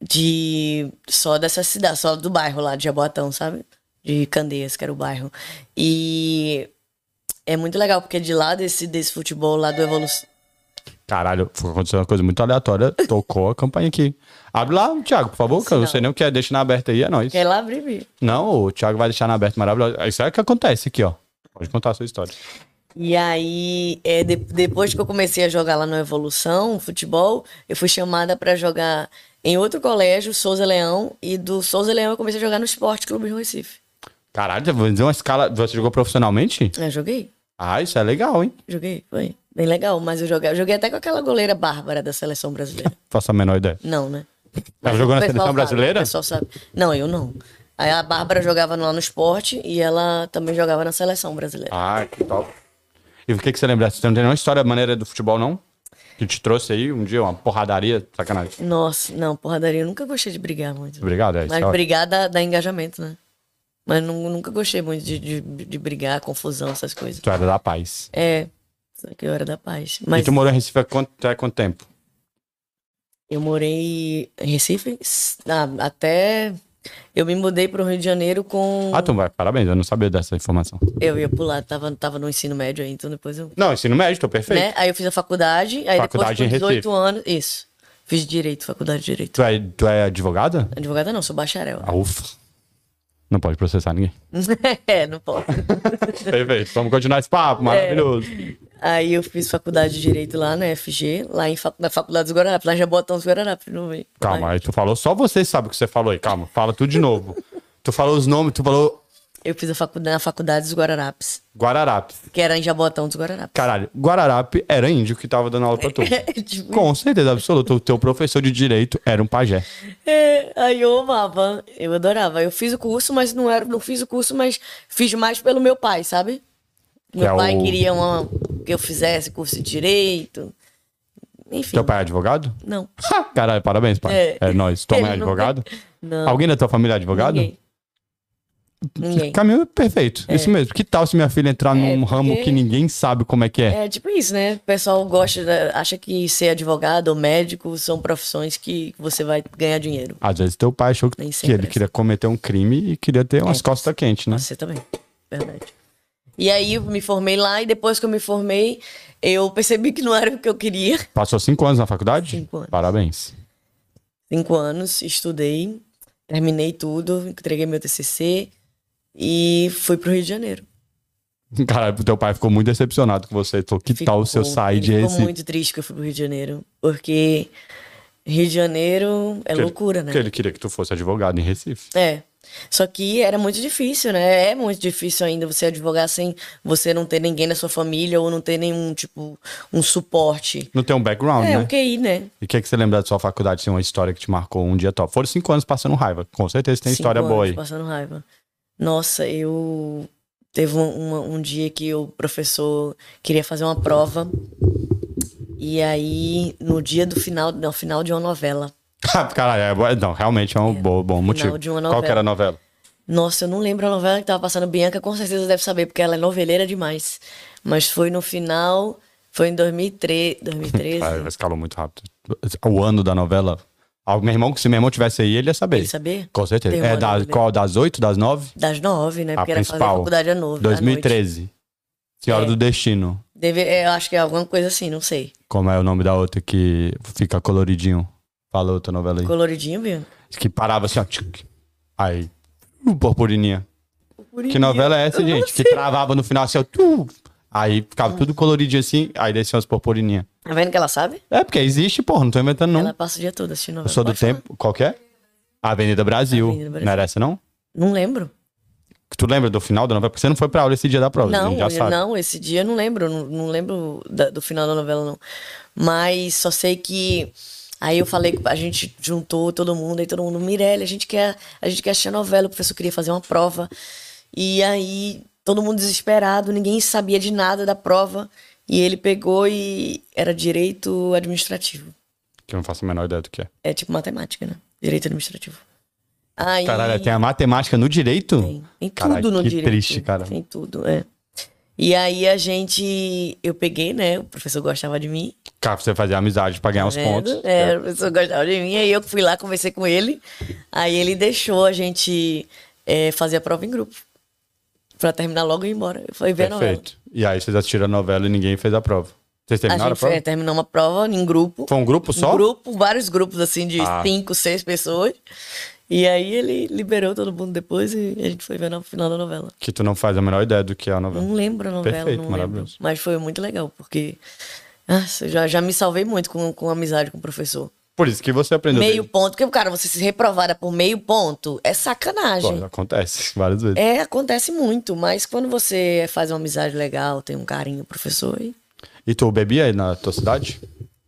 [SPEAKER 2] de só dessa cidade, só do bairro lá de Jaboatão, sabe? De Candeias, que era o bairro. E é muito legal, porque de lá desse, desse futebol lá do Evolução.
[SPEAKER 1] Caralho, foi- aconteceu uma coisa muito aleatória. Tocou a campainha aqui. Abre lá, Thiago, por favor, que eu não
[SPEAKER 2] Sinal.
[SPEAKER 1] sei nem o que é. Deixa na aberta aí, é nóis.
[SPEAKER 2] Quer ir lá, Bribi?
[SPEAKER 1] Não, o Thiago vai deixar na aberta maravilhoso. Isso é o que acontece aqui, ó. Pode contar a sua história.
[SPEAKER 2] E aí, é, de- depois que eu comecei a jogar lá no Evolução, futebol, eu fui chamada pra jogar em outro colégio, Souza Leão, e do Souza Leão eu comecei a jogar no Esporte Clube Rio Recife.
[SPEAKER 1] Caralho, vou dizer uma escala. Você jogou profissionalmente?
[SPEAKER 2] Eu joguei,
[SPEAKER 1] Ah, isso é legal, hein?
[SPEAKER 2] joguei, foi bem legal, mas eu joguei, eu joguei até com aquela goleira Bárbara da seleção brasileira.
[SPEAKER 1] Faço a menor ideia.
[SPEAKER 2] Não, né?
[SPEAKER 1] Ela jogou na
[SPEAKER 2] O
[SPEAKER 1] seleção
[SPEAKER 2] pessoal sabe,
[SPEAKER 1] brasileira?
[SPEAKER 2] o pessoal sabe. Não, eu não. Aí a Bárbara jogava lá no esporte e ela também jogava na seleção brasileira.
[SPEAKER 1] Ah, que top. E o que, que você lembra? Você não tem nenhuma história maneira do futebol, não? Que te trouxe aí um dia, uma porradaria, sacanagem.
[SPEAKER 2] Nossa, não, porradaria, eu nunca gostei de brigar muito.
[SPEAKER 1] Obrigado, é isso.
[SPEAKER 2] Mas
[SPEAKER 1] é ótimo.
[SPEAKER 2] brigar dá, dá engajamento, né? Mas nu- nunca gostei muito de, de, de brigar, confusão, essas coisas.
[SPEAKER 1] Tu era da paz.
[SPEAKER 2] É, só que eu era da paz.
[SPEAKER 1] Tá. E
[SPEAKER 2] Mas
[SPEAKER 1] tu morou em Recife há quanto, há quanto tempo?
[SPEAKER 2] eu morei em Recife s- ah, até. Eu me mudei para o Rio de Janeiro com.
[SPEAKER 1] Ah, tu vai, parabéns, eu não sabia dessa informação.
[SPEAKER 2] Eu ia pular, tava, tava no ensino médio aí, então depois eu
[SPEAKER 1] Não, ensino médio, tô perfeito.
[SPEAKER 2] né? Aí eu fiz a faculdade, aí
[SPEAKER 1] Faculdade em
[SPEAKER 2] depois com
[SPEAKER 1] Recife.
[SPEAKER 2] 18 anos, isso. Fiz direito, faculdade de direito.
[SPEAKER 1] Tu, é, tu é advogada?
[SPEAKER 2] Advogada não, sou bacharel.
[SPEAKER 1] Ah, ufa. Não pode processar ninguém.
[SPEAKER 2] é, não posso.
[SPEAKER 1] Perfeito, vamos continuar esse papo, maravilhoso.
[SPEAKER 2] É. Aí eu fiz faculdade de direito lá na FG, lá em facu- na faculdade dos Guararapes, lá em Jabotão dos Guararapes, não vem.
[SPEAKER 1] Calma, aí tu falou, só você sabe o que você falou aí, calma, fala tudo de novo. tu falou os nomes, tu falou
[SPEAKER 2] Eu fiz a faculdade na faculdade dos Guararapes,
[SPEAKER 1] Guararapes.
[SPEAKER 2] que era em Jabotão dos Guararapes.
[SPEAKER 1] Caralho, Guararape era índio que tava dando aula pra tu.
[SPEAKER 2] Tipo,
[SPEAKER 1] Com certeza absoluta, o teu professor de direito era um pajé.
[SPEAKER 2] é, aí eu amava, eu adorava. Eu fiz o curso, mas não era, não fiz o curso, mas fiz mais pelo meu pai, sabe? Meu
[SPEAKER 1] é
[SPEAKER 2] pai
[SPEAKER 1] o-
[SPEAKER 2] queria uma, que eu fizesse curso de direito. Enfim.
[SPEAKER 1] Teu pai é advogado?
[SPEAKER 2] Não.
[SPEAKER 1] Ha, Caralho, parabéns, pai. É,
[SPEAKER 2] É.
[SPEAKER 1] nóis. Tua mãe é
[SPEAKER 2] Ele não
[SPEAKER 1] advogada?
[SPEAKER 2] tem- Não.
[SPEAKER 1] Alguém da tua família é advogado?
[SPEAKER 2] Ninguém. Ninguém. É.
[SPEAKER 1] Caminho perfeito, isso mesmo. Que tal se minha filha entrar num
[SPEAKER 2] porque-
[SPEAKER 1] ramo que ninguém sabe como é que é?
[SPEAKER 2] É tipo isso, né? O pessoal gosta, né? acha que ser advogado ou médico são profissões que você vai ganhar dinheiro.
[SPEAKER 1] Às vezes teu pai achou que,
[SPEAKER 2] Nem
[SPEAKER 1] que
[SPEAKER 2] sempre
[SPEAKER 1] ele
[SPEAKER 2] é
[SPEAKER 1] queria cometer um crime e queria ter umas
[SPEAKER 2] É.
[SPEAKER 1] costas quentes, né?
[SPEAKER 2] Você também. Verdade. E aí eu me formei lá e depois que eu me formei, eu percebi que não era o que eu queria.
[SPEAKER 1] Passou cinco anos na faculdade?
[SPEAKER 2] Cinco anos.
[SPEAKER 1] Parabéns.
[SPEAKER 2] Cinco anos, estudei, terminei tudo, entreguei meu TCC e fui pro Rio de Janeiro.
[SPEAKER 1] Caralho, teu pai ficou muito decepcionado com você. Ele falou, que tal se eu
[SPEAKER 2] Ficou-
[SPEAKER 1] sair de
[SPEAKER 2] ele
[SPEAKER 1] Recife?
[SPEAKER 2] Ficou muito né? triste que eu fui pro Rio de Janeiro, porque Rio de Janeiro é
[SPEAKER 1] Porque-
[SPEAKER 2] loucura, né?
[SPEAKER 1] Porque ele queria que tu fosse advogado em Recife.
[SPEAKER 2] É. Só que era muito difícil, né? É muito difícil ainda você advogar sem você não ter ninguém na sua família ou não ter nenhum, tipo, um suporte.
[SPEAKER 1] Não tem um background,
[SPEAKER 2] É,
[SPEAKER 1] né?
[SPEAKER 2] o QI, né?
[SPEAKER 1] E o que, que você lembra da sua faculdade? Tem uma história que te marcou um dia top. Foram cinco anos passando raiva. Com certeza tem
[SPEAKER 2] Cinco
[SPEAKER 1] história boa
[SPEAKER 2] anos
[SPEAKER 1] aí.
[SPEAKER 2] Passando raiva. Nossa, eu. Teve um, uma- um dia que o professor queria fazer uma prova. E aí, no dia do final, no final de uma novela.
[SPEAKER 1] Caralho, é, boa- não, realmente é um bo- bom, motivo.
[SPEAKER 2] de uma
[SPEAKER 1] Qual que era a novela?
[SPEAKER 2] Nossa, eu não lembro a novela que tava passando. Bianca com certeza deve saber, porque ela é noveleira demais. Mas foi no final. Foi em 2003, 2013.
[SPEAKER 1] Ah, escalou muito rápido. O ano da novela. Ah, meu irmão, se meu irmão tivesse aí, ele ia saber.
[SPEAKER 2] Ele saber?
[SPEAKER 1] Com certeza.
[SPEAKER 2] Tem um
[SPEAKER 1] É
[SPEAKER 2] ano
[SPEAKER 1] da-
[SPEAKER 2] dele.
[SPEAKER 1] qual? Das oito, das nove?
[SPEAKER 2] Das nove, né?
[SPEAKER 1] A
[SPEAKER 2] Porque era fazer
[SPEAKER 1] principal.
[SPEAKER 2] faculdade à nove. à noite.
[SPEAKER 1] 2013. Senhora
[SPEAKER 2] É.
[SPEAKER 1] do Destino.
[SPEAKER 2] Deve, é, eu acho que é alguma coisa assim, não sei.
[SPEAKER 1] Como é o nome da outra que fica coloridinho? Fala outra novela aí.
[SPEAKER 2] Coloridinho, viu?
[SPEAKER 1] Que parava assim, ó. tchuc. Aí. uh, Purpurininha. Que novela é essa, gente? Que travava no final assim, ó. tu. Aí ficava tudo coloridinho assim, aí descia umas purpurininhas.
[SPEAKER 2] Tá vendo que ela sabe?
[SPEAKER 1] É, porque existe, porra, não tô inventando, não.
[SPEAKER 2] Ela passa o dia todo assistindo novela.
[SPEAKER 1] Eu sou do
[SPEAKER 2] Pode falar.
[SPEAKER 1] tempo. Qual que é? Avenida Brasil.
[SPEAKER 2] Avenida Brasil.
[SPEAKER 1] Não era essa, não?
[SPEAKER 2] Não lembro.
[SPEAKER 1] Que tu lembra do final da novela? Porque você não foi pra aula esse dia da prova. a
[SPEAKER 2] Não,
[SPEAKER 1] gente já
[SPEAKER 2] eu-
[SPEAKER 1] sabe.
[SPEAKER 2] não, esse dia eu não lembro. Não, não lembro da- do final da novela, não. Mas só sei que. Aí eu falei que a gente juntou todo mundo, aí todo mundo, Mirelle, a gente quer, a gente quer assistir a novela, o professor queria fazer uma prova. E aí, todo mundo desesperado, ninguém sabia de nada da prova. E ele pegou e era direito administrativo.
[SPEAKER 1] Que eu não faço a menor ideia do que é.
[SPEAKER 2] É tipo matemática, né? Direito administrativo. Aí,
[SPEAKER 1] Caralho, tem a matemática no direito?
[SPEAKER 2] tem, tem tudo
[SPEAKER 1] Caralho,
[SPEAKER 2] no
[SPEAKER 1] que
[SPEAKER 2] direito.
[SPEAKER 1] triste, cara.
[SPEAKER 2] Tem tudo, é. E aí a gente. Eu peguei, né? O professor gostava de mim.
[SPEAKER 1] Cara, pra você fazer amizade pra ganhar uns
[SPEAKER 2] vendo?
[SPEAKER 1] pontos.
[SPEAKER 2] É, o professor gostava de mim. Aí eu fui lá, conversei com ele. Aí ele deixou a gente é, fazer a prova em grupo. Pra terminar logo e ir embora. Foi ver a novela.
[SPEAKER 1] Perfeito. E aí vocês assistiram a novela e ninguém fez a prova. Vocês
[SPEAKER 2] A
[SPEAKER 1] terminaram a,
[SPEAKER 2] gente
[SPEAKER 1] prova?
[SPEAKER 2] é, terminou uma prova em grupo.
[SPEAKER 1] Foi um grupo só?
[SPEAKER 2] Um grupo, vários grupos, assim, de
[SPEAKER 1] Ah.
[SPEAKER 2] cinco, seis pessoas. E aí ele liberou todo mundo depois e a gente foi ver no final da novela.
[SPEAKER 1] Que tu não faz a menor ideia do que é a novela.
[SPEAKER 2] Não lembro a novela,
[SPEAKER 1] Perfeito,
[SPEAKER 2] não lembro.
[SPEAKER 1] maravilhoso.
[SPEAKER 2] Mas foi muito legal, porque... Nossa, eu já, já me salvei muito com, com amizade com o professor.
[SPEAKER 1] Por isso que você aprendeu.
[SPEAKER 2] meio
[SPEAKER 1] dele.
[SPEAKER 2] ponto. Porque, cara, você ser reprovada por meio ponto é sacanagem.
[SPEAKER 1] Pô, acontece várias vezes.
[SPEAKER 2] É, acontece muito. Mas quando você faz uma amizade legal, tem um carinho, professor, e
[SPEAKER 1] E tu bebia aí na tua cidade?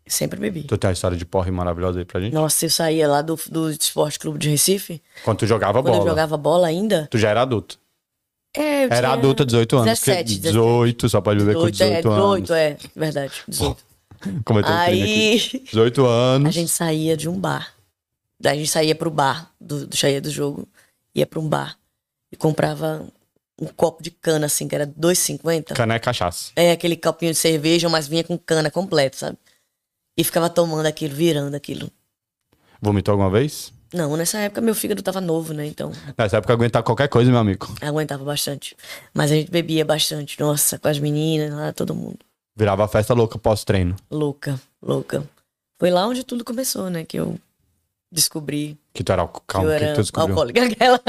[SPEAKER 2] sempre bebi.
[SPEAKER 1] Tu tem uma história de porre maravilhosa aí pra gente?
[SPEAKER 2] Nossa, eu saía lá do, do Esporte Clube de Recife,
[SPEAKER 1] Quando tu jogava
[SPEAKER 2] quando
[SPEAKER 1] bola.
[SPEAKER 2] eu jogava bola ainda.
[SPEAKER 1] Tu já era adulto.
[SPEAKER 2] É, eu
[SPEAKER 1] Era
[SPEAKER 2] tinha
[SPEAKER 1] adulto, 18 anos. porque
[SPEAKER 2] 17, 17.
[SPEAKER 1] 18, só pode beber com 18
[SPEAKER 2] 18, é,
[SPEAKER 1] anos.
[SPEAKER 2] 18, é, verdade, 18.
[SPEAKER 1] Como eu tenho um filho aqui.
[SPEAKER 2] Aí
[SPEAKER 1] 18
[SPEAKER 2] a
[SPEAKER 1] anos.
[SPEAKER 2] gente saía de um bar. Daí a gente saía pro bar, do, do saía do jogo, ia pra um bar e comprava um copo de cana, assim, que era 2,50.
[SPEAKER 1] Cané é cachaça.
[SPEAKER 2] É, aquele copinho de cerveja, mas vinha com cana completo, sabe? E ficava tomando aquilo, virando aquilo.
[SPEAKER 1] Vomitou alguma vez?
[SPEAKER 2] Não, nessa época meu fígado tava novo, né? Então
[SPEAKER 1] Nessa época aguentar qualquer coisa, meu amigo.
[SPEAKER 2] aguentava bastante. Mas a gente bebia bastante, nossa, com as meninas lá, todo mundo.
[SPEAKER 1] Virava festa louca pós-treino.
[SPEAKER 2] Louca, louca. Foi lá onde tudo começou, né? Que eu descobri
[SPEAKER 1] Que tu era alco-
[SPEAKER 2] que
[SPEAKER 1] calmo,
[SPEAKER 2] eu
[SPEAKER 1] que,
[SPEAKER 2] era
[SPEAKER 1] tu descobriu.
[SPEAKER 2] alcoólica. Aquela.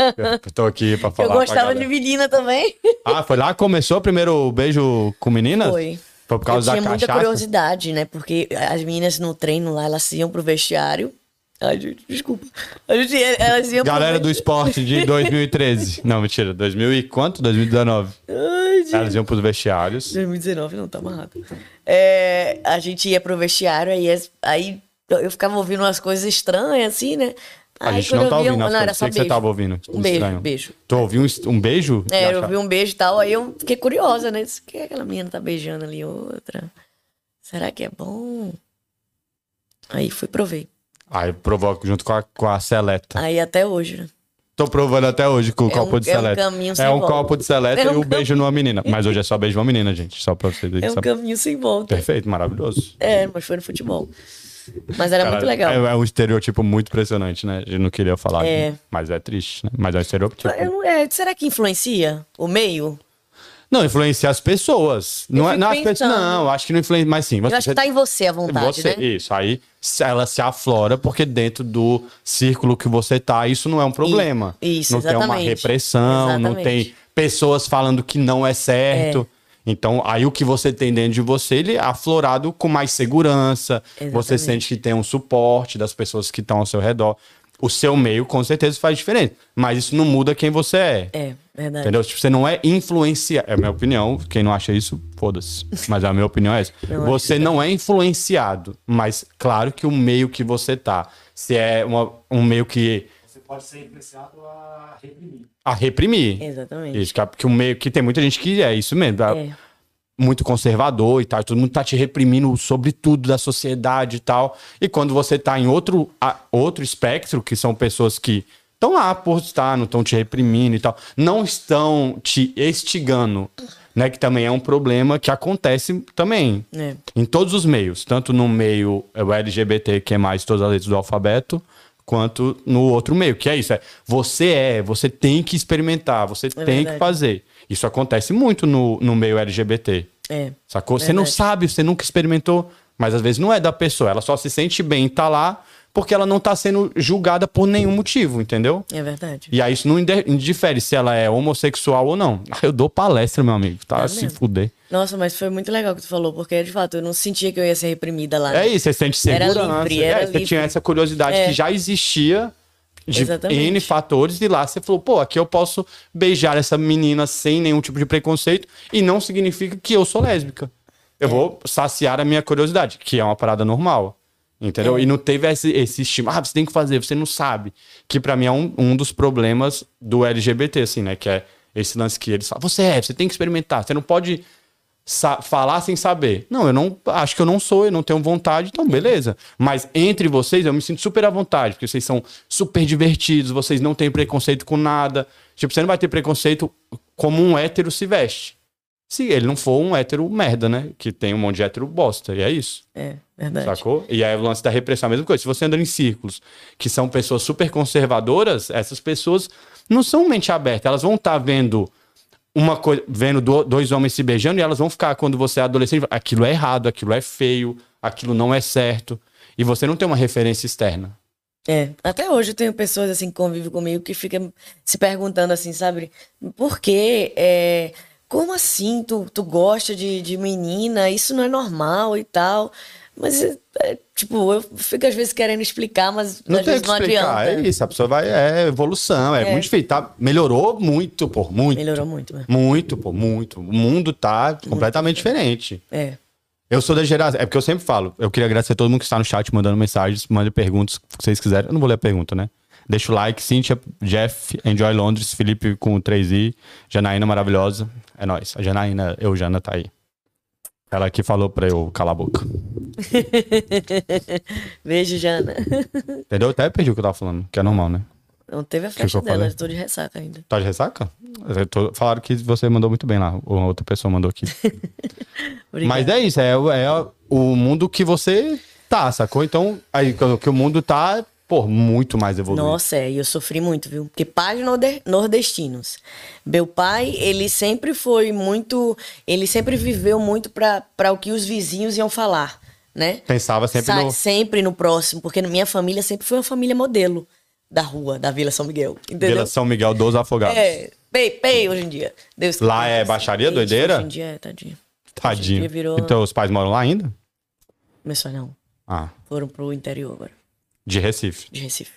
[SPEAKER 1] Eu tô aqui pra falar.
[SPEAKER 2] Eu
[SPEAKER 1] pra
[SPEAKER 2] gostava de
[SPEAKER 1] galera.
[SPEAKER 2] menina também.
[SPEAKER 1] Ah, foi lá que começou o primeiro beijo com menina?
[SPEAKER 2] Foi.
[SPEAKER 1] Foi por causa
[SPEAKER 2] eu tinha
[SPEAKER 1] da
[SPEAKER 2] muita
[SPEAKER 1] cachaça?
[SPEAKER 2] curiosidade, né? Porque as meninas no treino lá, elas iam pro vestiário. Ai, gente, desculpa. A gente- elas iam pro
[SPEAKER 1] Galera do
[SPEAKER 2] vesti-
[SPEAKER 1] esporte de 2013. Não, mentira. 2000 e quanto? 2019.
[SPEAKER 2] Ai, gente.
[SPEAKER 1] Elas iam pros vestiários.
[SPEAKER 2] 2019 não, tá amarrado. É, a gente ia pro vestiário, aí, as- aí eu ficava ouvindo umas coisas estranhas, assim, né?
[SPEAKER 1] A
[SPEAKER 2] aí,
[SPEAKER 1] gente
[SPEAKER 2] quando
[SPEAKER 1] não
[SPEAKER 2] eu
[SPEAKER 1] tá
[SPEAKER 2] via
[SPEAKER 1] ouvindo
[SPEAKER 2] um-
[SPEAKER 1] as
[SPEAKER 2] Não, era
[SPEAKER 1] coisas.
[SPEAKER 2] só
[SPEAKER 1] O que, que você
[SPEAKER 2] beijo.
[SPEAKER 1] tava ouvindo?
[SPEAKER 2] Um beijo,
[SPEAKER 1] Estranho.
[SPEAKER 2] beijo.
[SPEAKER 1] Tu ouviu um, est- um beijo? E
[SPEAKER 2] É, eu
[SPEAKER 1] achava-
[SPEAKER 2] vi um beijo e tal, aí eu fiquei curiosa, né? Disse, que aquela menina tá beijando ali outra? Será que é bom? Aí fui provei.
[SPEAKER 1] Aí provoca junto com a, com a seleta.
[SPEAKER 2] Aí até hoje, né?
[SPEAKER 1] Tô provando até hoje com o
[SPEAKER 2] É
[SPEAKER 1] copo
[SPEAKER 2] um-
[SPEAKER 1] de
[SPEAKER 2] é um
[SPEAKER 1] seleta.
[SPEAKER 2] caminho sem
[SPEAKER 1] É um
[SPEAKER 2] volta.
[SPEAKER 1] copo de seleta
[SPEAKER 2] É um
[SPEAKER 1] e um
[SPEAKER 2] cam-
[SPEAKER 1] beijo numa menina. Mas hoje é só beijo numa menina, gente. Só pra vocês
[SPEAKER 2] É um
[SPEAKER 1] saberem.
[SPEAKER 2] caminho sem volta.
[SPEAKER 1] Perfeito, maravilhoso.
[SPEAKER 2] É, mas foi no futebol. Mas era muito
[SPEAKER 1] Cara,
[SPEAKER 2] legal.
[SPEAKER 1] É, é um estereotipo muito impressionante, né? Eu não queria falar,
[SPEAKER 2] É.
[SPEAKER 1] de- mas é triste, né? Mas é um estereotipo.
[SPEAKER 2] Eu não- é, será que influencia o meio?
[SPEAKER 1] Não, influenciar as pessoas. Não, é,
[SPEAKER 2] fico
[SPEAKER 1] não, as pessoas,
[SPEAKER 2] pensando.
[SPEAKER 1] não, acho que não influencia, mas sim. Você,
[SPEAKER 2] Eu acho que tá em você a vontade,
[SPEAKER 1] você-
[SPEAKER 2] né?
[SPEAKER 1] Isso, aí se- ela se aflora porque dentro do círculo que você tá, isso não é um problema.
[SPEAKER 2] isso,
[SPEAKER 1] Não tem uma
[SPEAKER 2] exatamente.
[SPEAKER 1] repressão, não
[SPEAKER 2] Exatamente.
[SPEAKER 1] tem pessoas falando que não é certo. Então, aí o que você tem dentro de você, ele é aflorado com mais segurança. Você
[SPEAKER 2] Exatamente.
[SPEAKER 1] sente que tem um suporte das pessoas que estão ao seu redor. O seu meio, com certeza, faz diferença. Mas isso não muda quem você é.
[SPEAKER 2] É, verdade.
[SPEAKER 1] Entendeu? Tipo, você não é influenciado. É a minha opinião. Quem não acha isso, foda-se. Mas a minha opinião é essa.
[SPEAKER 2] Não
[SPEAKER 1] você não é influenciado. Mas claro que o meio que você tá. Se é uma- um meio que.
[SPEAKER 3] Você pode ser influenciado a reprimir.
[SPEAKER 1] A reprimir.
[SPEAKER 2] Exatamente.
[SPEAKER 1] Isso, que, é- que o meio. Que tem muita gente que é isso mesmo. tá?
[SPEAKER 2] É.
[SPEAKER 1] Muito conservador e tal. Todo mundo tá te reprimindo sobre tudo da sociedade e tal. E quando você tá em outro, a- outro espectro, que são pessoas que. Estão lá por estar, não estão te reprimindo e tal. Não estão te estigando, né? Que também é um problema que acontece também.
[SPEAKER 2] É.
[SPEAKER 1] Em todos os meios, tanto no meio é, o LGBT, que é mais todas as letras do alfabeto, quanto no outro meio, que é isso. É, você é, você tem que experimentar, você tem que
[SPEAKER 2] É verdade.
[SPEAKER 1] fazer. Isso acontece muito no, no meio LGBT.
[SPEAKER 2] É.
[SPEAKER 1] Sacou? Você não
[SPEAKER 2] Verdade.
[SPEAKER 1] sabe, você nunca experimentou, mas às vezes não é da pessoa. Ela só se sente bem em tá lá porque ela não tá sendo julgada por nenhum motivo, entendeu?
[SPEAKER 2] É verdade.
[SPEAKER 1] E aí isso não inde- indifere se ela é homossexual ou não. Ah, Eu dou palestra, meu amigo, tá?
[SPEAKER 2] É
[SPEAKER 1] se
[SPEAKER 2] mesmo.
[SPEAKER 1] fuder.
[SPEAKER 2] Nossa, mas foi muito legal o que tu falou, porque de fato eu não sentia que eu ia ser reprimida lá. né?
[SPEAKER 1] É isso, você sente
[SPEAKER 2] Era
[SPEAKER 1] segurança.
[SPEAKER 2] livre,
[SPEAKER 1] é,
[SPEAKER 2] era
[SPEAKER 1] você
[SPEAKER 2] livre.
[SPEAKER 1] tinha essa curiosidade
[SPEAKER 2] É.
[SPEAKER 1] que já existia de
[SPEAKER 2] Exatamente.
[SPEAKER 1] N fatores, e lá você falou, pô, aqui eu posso beijar essa menina sem nenhum tipo de preconceito, e não significa que eu sou lésbica.
[SPEAKER 2] É.
[SPEAKER 1] Eu vou saciar a minha curiosidade, que é uma parada normal. Entendeu?
[SPEAKER 2] É.
[SPEAKER 1] E não teve esse, esse estímulo. Ah, você tem que fazer, você não sabe. Que pra mim é um, um dos problemas do LGBT, assim, né? Que é esse lance que eles falam, você é, você tem que experimentar, você não pode sa- falar sem saber. Não, eu não acho que eu não sou, eu não tenho vontade, então beleza. Mas entre vocês eu me sinto super à vontade, porque vocês são super divertidos, vocês não têm preconceito com nada. Tipo, você não vai ter preconceito como um hétero se veste. Se ele não for um hétero merda, né? Que tem um monte de hétero bosta, e é isso.
[SPEAKER 2] É, verdade.
[SPEAKER 1] Sacou? E aí o lance da repressão é a mesma coisa. Se você anda em círculos que são pessoas super conservadoras, essas pessoas não são mente aberta. Elas vão estar vendo uma coisa, vendo do- dois homens se beijando e elas vão ficar quando você é adolescente, aquilo é errado, aquilo é feio, aquilo não é certo. E você não tem uma referência externa.
[SPEAKER 2] É, até hoje eu tenho pessoas assim que convivem comigo que ficam se perguntando assim, sabe? Por quê? É, como assim tu, tu gosta de, de menina? Isso não é normal e tal. Mas, é, é, tipo, eu fico às vezes querendo explicar, mas
[SPEAKER 1] Não
[SPEAKER 2] às
[SPEAKER 1] tem o
[SPEAKER 2] vezes
[SPEAKER 1] que
[SPEAKER 2] não
[SPEAKER 1] explicar.
[SPEAKER 2] adianta.
[SPEAKER 1] É isso, a pessoa vai. É evolução, é, muito difícil. tá? Melhorou muito, pô, muito.
[SPEAKER 2] Melhorou muito, né?
[SPEAKER 1] Muito, pô, muito. O mundo tá completamente diferente.
[SPEAKER 2] É,
[SPEAKER 1] Eu sou da geração. É porque eu sempre falo. Eu queria agradecer a todo mundo que está no chat mandando mensagens, mande perguntas que vocês quiserem. Eu não vou ler a pergunta, né? Deixa o like, Cíntia, Jeff, Enjoy Londres, Felipe com 3i, Janaína maravilhosa. É nóis. A Janaína, eu, Jana, tá aí. Ela que falou pra eu calar a boca.
[SPEAKER 2] beijo, Jana.
[SPEAKER 1] Entendeu? Eu até perdi o que eu tava falando, que é normal, né?
[SPEAKER 2] Não teve a
[SPEAKER 1] que eu
[SPEAKER 2] festa dela,
[SPEAKER 1] falei?
[SPEAKER 2] eu tô de ressaca ainda.
[SPEAKER 1] Tá de ressaca? Eu tô- Falaram que você mandou muito bem lá. Ou outra pessoa mandou aqui.
[SPEAKER 2] Obrigada.
[SPEAKER 1] Mas é isso, é, o- é o mundo que você tá, sacou? Então, aí que que o mundo tá, pô, muito mais evoluído.
[SPEAKER 2] Nossa, é, e eu sofri muito, viu? Porque pais norde- nordestinos. Meu pai, ele sempre foi muito. Ele sempre viveu muito para o que os vizinhos iam falar, né?
[SPEAKER 1] Pensava sempre
[SPEAKER 2] Sa-
[SPEAKER 1] no.
[SPEAKER 2] sempre no próximo, porque na minha família sempre foi uma família modelo da rua, da Vila São Miguel. Entendeu?
[SPEAKER 1] Vila São Miguel dos Afogados.
[SPEAKER 2] É, pei, pei hoje em dia. Deus que
[SPEAKER 1] Lá
[SPEAKER 2] tenha,
[SPEAKER 1] é
[SPEAKER 2] assim,
[SPEAKER 1] baixaria,
[SPEAKER 2] gente,
[SPEAKER 1] doideira?
[SPEAKER 2] Hoje em dia é, tadinho. Hoje em
[SPEAKER 1] Tadinho.
[SPEAKER 2] dia virou-
[SPEAKER 1] Então os pais moram lá ainda?
[SPEAKER 2] Meus pais não.
[SPEAKER 1] Ah,
[SPEAKER 2] Foram pro interior agora,
[SPEAKER 1] de Recife.
[SPEAKER 2] de Recife.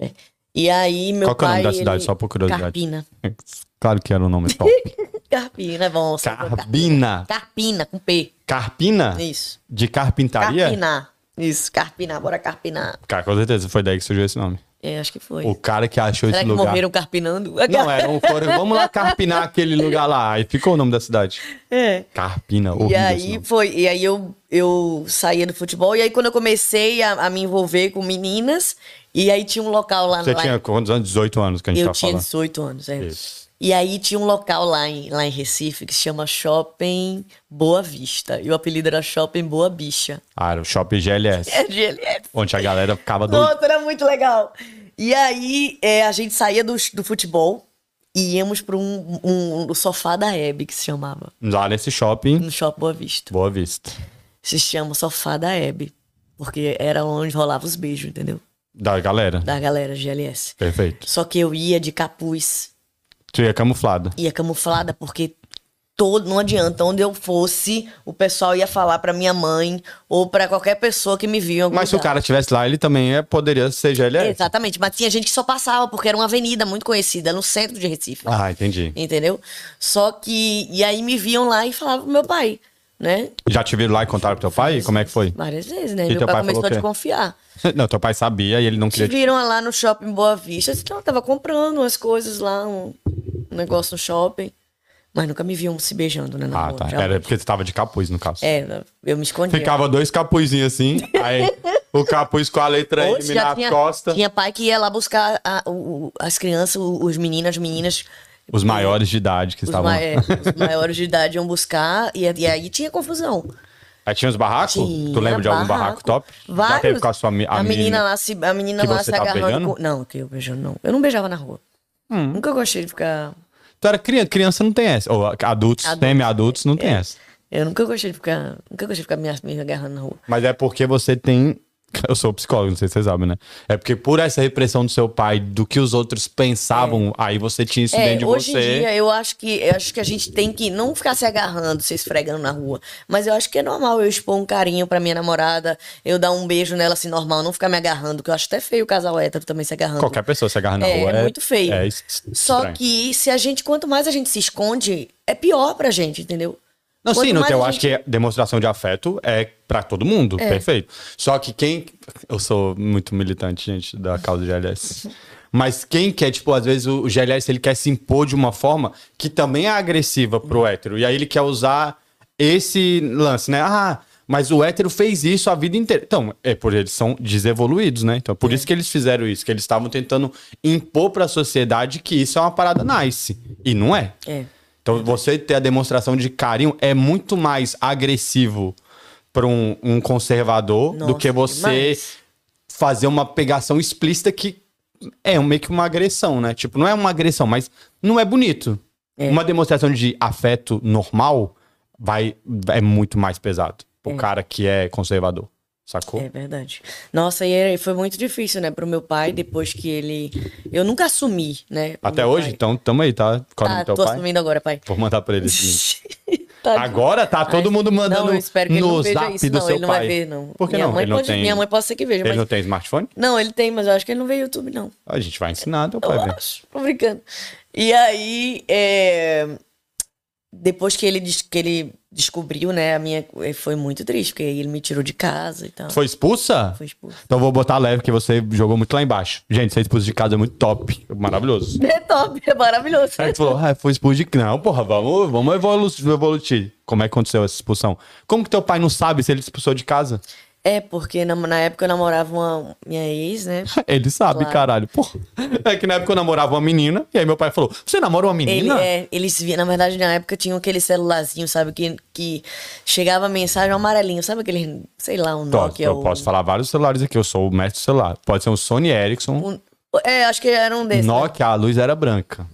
[SPEAKER 2] É. E aí, meu
[SPEAKER 1] Qual que é o
[SPEAKER 2] pai.
[SPEAKER 1] nome da cidade,
[SPEAKER 2] ele-
[SPEAKER 1] só por curiosidade?
[SPEAKER 2] Carpina.
[SPEAKER 1] Claro que era o nome top.
[SPEAKER 2] Carpina é bom. sabe?
[SPEAKER 1] Carpina.
[SPEAKER 2] Carpina, com P.
[SPEAKER 1] Carpina?
[SPEAKER 2] Isso.
[SPEAKER 1] De carpintaria?
[SPEAKER 2] Carpinar. Isso, carpinar. Bora carpinar.
[SPEAKER 1] Cara, com certeza foi daí que surgiu esse nome.
[SPEAKER 2] É, acho que foi.
[SPEAKER 1] O cara que achou
[SPEAKER 2] Será
[SPEAKER 1] esse
[SPEAKER 2] que
[SPEAKER 1] lugar.
[SPEAKER 2] morreram carpinando?
[SPEAKER 1] Não, era um foro. Vamos lá carpinar aquele lugar lá. Aí ficou o nome da cidade.
[SPEAKER 2] É.
[SPEAKER 1] Carpina,
[SPEAKER 2] E
[SPEAKER 1] horrível esse
[SPEAKER 2] aí
[SPEAKER 1] nome.
[SPEAKER 2] foi, e aí eu, eu saía do futebol, e aí quando eu comecei a, a me envolver com meninas, e aí tinha um local lá
[SPEAKER 1] Você
[SPEAKER 2] lá-
[SPEAKER 1] tinha quantos anos? 18 anos que a gente
[SPEAKER 2] Eu
[SPEAKER 1] tá
[SPEAKER 2] tinha
[SPEAKER 1] falando.
[SPEAKER 2] 18 anos, é.
[SPEAKER 1] Isso.
[SPEAKER 2] E aí tinha um local lá em, lá em Recife que se chama Shopping Boa Vista. E o apelido era Shopping Boa Bicha.
[SPEAKER 1] Ah, era o Shopping GLS.
[SPEAKER 2] É GLS.
[SPEAKER 1] Onde a galera ficava doida.
[SPEAKER 2] Nossa, era muito legal. E aí, é, a gente saía do, do futebol e íamos para um, um- o sofá da Hebe, que se chamava,
[SPEAKER 1] Lá nesse shopping,
[SPEAKER 2] no Shopping Boa Vista.
[SPEAKER 1] Boa Vista.
[SPEAKER 2] Se chama Sofá da Hebe, porque era onde rolava os beijos, entendeu?
[SPEAKER 1] Da galera.
[SPEAKER 2] Da galera GLS.
[SPEAKER 1] Perfeito.
[SPEAKER 2] Só que eu ia de capuz,
[SPEAKER 1] Tu ia camuflada.
[SPEAKER 2] ia camuflada, porque todo, não adianta, onde eu fosse, o pessoal ia falar pra minha mãe ou pra qualquer pessoa que me via. em algum
[SPEAKER 1] Mas se o
[SPEAKER 2] lugar.
[SPEAKER 1] cara estivesse lá, ele também é- poderia ser GLS.
[SPEAKER 2] Exatamente, mas tinha gente que só passava, porque era uma avenida muito conhecida no centro de Recife.
[SPEAKER 1] Ah, entendi.
[SPEAKER 2] Entendeu? Só que. E aí me viam lá e falavam pro meu pai, né?
[SPEAKER 1] Já te viram lá e contaram pro teu pai? Como é que foi?
[SPEAKER 2] Várias vezes, né?
[SPEAKER 1] E
[SPEAKER 2] meu
[SPEAKER 1] teu
[SPEAKER 2] pai,
[SPEAKER 1] pai falou
[SPEAKER 2] começou a
[SPEAKER 1] o quê?
[SPEAKER 2] desconfiar.
[SPEAKER 1] Não, teu pai sabia e ele não
[SPEAKER 2] Te
[SPEAKER 1] queria. te-
[SPEAKER 2] viram lá no shopping Boa Vista. Eu disse, "Não, eu tava comprando umas coisas lá, um um negócio no shopping. Mas nunca me viam se beijando, né? na
[SPEAKER 1] Ah,
[SPEAKER 2] rua,
[SPEAKER 1] tá.
[SPEAKER 2] realmente.
[SPEAKER 1] Era porque você tava de capuz, no caso.
[SPEAKER 2] É, eu me escondia.
[SPEAKER 1] Ficava dois capuzinhos assim, aí o capuz com a letra
[SPEAKER 2] Ou
[SPEAKER 1] M
[SPEAKER 2] se
[SPEAKER 1] na
[SPEAKER 2] já tinha,
[SPEAKER 1] costa.
[SPEAKER 2] tinha pai que ia lá buscar a- o- o- as crianças, o- os meninos, as meninas.
[SPEAKER 1] Os maiores de idade que
[SPEAKER 2] Os,
[SPEAKER 1] estavam.
[SPEAKER 2] ma-
[SPEAKER 1] lá.
[SPEAKER 2] é, os maiores de idade iam buscar e, e aí tinha confusão.
[SPEAKER 1] Aí tinha os barracos?
[SPEAKER 2] Tinha
[SPEAKER 1] tu lembra de algum barraco, top? Já
[SPEAKER 2] Vários.
[SPEAKER 1] teve com a sua mi-
[SPEAKER 2] a, menina lá se, a menina
[SPEAKER 1] que
[SPEAKER 2] lá
[SPEAKER 1] você
[SPEAKER 2] se
[SPEAKER 1] tava
[SPEAKER 2] agarrando.
[SPEAKER 1] beijando? Hum.
[SPEAKER 2] Com... Não, que eu beijando não. Eu não beijava na rua. Nunca gostei de ficar.
[SPEAKER 1] Tu era criança, criança não tem essa. Ou adultos,
[SPEAKER 2] Adultos, É.
[SPEAKER 1] semi-adultos não tem essa.
[SPEAKER 2] Eu nunca gostei de ficar. Nunca gostei de ficar me, me agarrando na rua.
[SPEAKER 1] Mas é porque você tem. Eu sou psicólogo, não sei se vocês sabem, né? É porque por essa repressão do seu pai, do que os outros pensavam, aí você tinha isso
[SPEAKER 2] É,
[SPEAKER 1] dentro de
[SPEAKER 2] hoje
[SPEAKER 1] você.
[SPEAKER 2] em dia eu acho que eu acho que a gente tem que não ficar se agarrando, se esfregando na rua. Mas eu acho que é normal eu expor um carinho pra minha namorada, eu dar um beijo nela assim normal, não ficar me agarrando, que eu acho até feio o casal hétero também se agarrando.
[SPEAKER 1] Qualquer pessoa se agarra na
[SPEAKER 2] É,
[SPEAKER 1] rua.
[SPEAKER 2] é muito feio.
[SPEAKER 1] É es-
[SPEAKER 2] Só
[SPEAKER 1] estranho.
[SPEAKER 2] que se a gente, quanto mais a gente se esconde, é pior pra gente, entendeu?
[SPEAKER 1] Não,
[SPEAKER 2] Quanto
[SPEAKER 1] sim, no
[SPEAKER 2] mais
[SPEAKER 1] que eu
[SPEAKER 2] a
[SPEAKER 1] acho
[SPEAKER 2] gente- É.
[SPEAKER 1] que é demonstração de afeto é pra todo mundo, perfeito. Só que quem. Eu sou muito militante, gente, da causa do GLS. Mas quem quer, tipo, às vezes
[SPEAKER 2] Uhum.
[SPEAKER 1] o o GLS ele quer se impor de uma forma que também é agressiva pro hétero. E aí ele quer usar esse lance, né? Ah, mas o hétero fez isso a vida inteira. Então, é por eles são desevoluídos, né? Então, é por isso que eles fizeram isso, que eles estavam tentando impor pra sociedade que isso é uma parada nice. E não é.
[SPEAKER 2] É.
[SPEAKER 1] Então, você ter a demonstração de carinho é muito mais agressivo pra um, um conservador
[SPEAKER 2] Nossa,
[SPEAKER 1] do que você
[SPEAKER 2] demais.
[SPEAKER 1] fazer uma pegação explícita que é um- meio que uma agressão, né? Tipo, não é uma agressão, mas não é bonito.
[SPEAKER 2] É.
[SPEAKER 1] Uma demonstração de afeto normal vai é muito mais pesado pro cara que é conservador, sacou?
[SPEAKER 2] É verdade. Nossa, e era- foi muito difícil, né, pro meu pai, depois que ele. Eu nunca assumi, né? o
[SPEAKER 1] Até
[SPEAKER 2] meu
[SPEAKER 1] hoje,
[SPEAKER 2] pai.
[SPEAKER 1] então, tamo aí, tá? Qual é o
[SPEAKER 2] Tá,
[SPEAKER 1] nome do teu
[SPEAKER 2] tô
[SPEAKER 1] pai?
[SPEAKER 2] assumindo agora, pai.
[SPEAKER 1] Vou mandar pra ele esse link.
[SPEAKER 2] Tá
[SPEAKER 1] Agora tá todo
[SPEAKER 2] Ai,
[SPEAKER 1] mundo mandando
[SPEAKER 2] Não, eu espero que ele
[SPEAKER 1] no
[SPEAKER 2] não veja
[SPEAKER 1] zap
[SPEAKER 2] isso.
[SPEAKER 1] do
[SPEAKER 2] Não,
[SPEAKER 1] seu
[SPEAKER 2] ele não
[SPEAKER 1] pai.
[SPEAKER 2] vai ver, não.
[SPEAKER 1] Por que
[SPEAKER 2] minha
[SPEAKER 1] não?
[SPEAKER 2] Mãe
[SPEAKER 1] ele não
[SPEAKER 2] pode,
[SPEAKER 1] tem,
[SPEAKER 2] Minha mãe pode ser que veja,
[SPEAKER 1] ele
[SPEAKER 2] mas.
[SPEAKER 1] não tem smartphone?
[SPEAKER 2] Não, ele tem, mas eu acho que ele não vê YouTube, não.
[SPEAKER 1] A gente vai ensinar teu
[SPEAKER 2] Eu
[SPEAKER 1] pai, velho.
[SPEAKER 2] acho, tô brincando. E aí, é, depois que ele, des- que ele descobriu, né, a minha. Foi muito triste, porque aí ele me tirou de casa e tal.
[SPEAKER 1] Foi expulsa?
[SPEAKER 2] Foi expulso.
[SPEAKER 1] Então vou botar leve, que você jogou muito lá embaixo. Gente, ser expulso de casa é muito top. Maravilhoso.
[SPEAKER 2] É top, é maravilhoso.
[SPEAKER 1] Aí tu falou, ah, foi expulso de casa. Não, porra, vamos, vamos evolu evoluir. Como é que aconteceu essa expulsão? Como que teu pai não sabe se ele te expulsou de casa?
[SPEAKER 2] É, porque na, na época eu namorava uma minha ex, né?
[SPEAKER 1] Ele sabe,
[SPEAKER 2] Claro.
[SPEAKER 1] caralho. Porra. É que na época eu namorava uma menina, e aí meu pai falou, você namora uma
[SPEAKER 2] Ele,
[SPEAKER 1] menina?
[SPEAKER 2] é, eles vi- na verdade, na época tinham aquele celularzinho, sabe? Que, que chegava mensagem amarelinho, sabe aquele, sei lá, um
[SPEAKER 1] Tô,
[SPEAKER 2] Nokia.
[SPEAKER 1] eu
[SPEAKER 2] um-
[SPEAKER 1] posso falar vários celulares aqui, eu sou o mestre do celular. Pode ser um Sony Ericsson,
[SPEAKER 2] um- é, acho que era um desses. né?
[SPEAKER 1] Nokia, a luz era branca.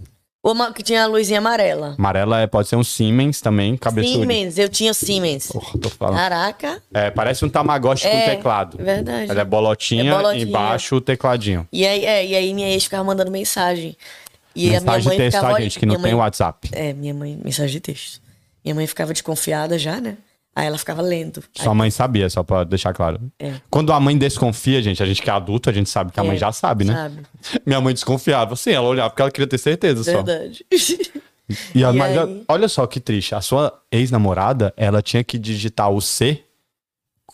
[SPEAKER 2] Ou uma que tinha a luzinha amarela.
[SPEAKER 1] Amarela é, pode ser um Siemens também, cabeçudo.
[SPEAKER 2] Siemens, eu tinha o Siemens.
[SPEAKER 1] Porra, tô falando.
[SPEAKER 2] Caraca.
[SPEAKER 1] É, parece um Tamagotchi com
[SPEAKER 2] É,
[SPEAKER 1] teclado.
[SPEAKER 2] verdade.
[SPEAKER 1] Ela é bolotinha,
[SPEAKER 2] É bolotinha.
[SPEAKER 1] embaixo o tecladinho.
[SPEAKER 2] E aí, é, e aí minha ex ficava mandando mensagem. E a minha
[SPEAKER 1] Mensagem
[SPEAKER 2] mãe
[SPEAKER 1] de texto,
[SPEAKER 2] ficava.
[SPEAKER 1] tá,
[SPEAKER 2] olha-
[SPEAKER 1] gente, que não
[SPEAKER 2] minha
[SPEAKER 1] tem
[SPEAKER 2] mãe-
[SPEAKER 1] WhatsApp.
[SPEAKER 2] É, minha mãe, mensagem de texto. Minha mãe ficava desconfiada já, né? Aí ela ficava lendo. Aí
[SPEAKER 1] Sua mãe sabia, só pra deixar claro.
[SPEAKER 2] É.
[SPEAKER 1] Quando a mãe desconfia, gente, a gente que é adulto, a gente sabe que a mãe
[SPEAKER 2] É,
[SPEAKER 1] já sabe, né?
[SPEAKER 2] sabe.
[SPEAKER 1] Minha mãe desconfiava. Sim, ela olhava porque ela queria ter certeza só.
[SPEAKER 2] Verdade.
[SPEAKER 1] E a-
[SPEAKER 2] E
[SPEAKER 1] mas a-
[SPEAKER 2] aí?
[SPEAKER 1] olha só que triste. A sua ex-namorada, ela tinha que digitar o C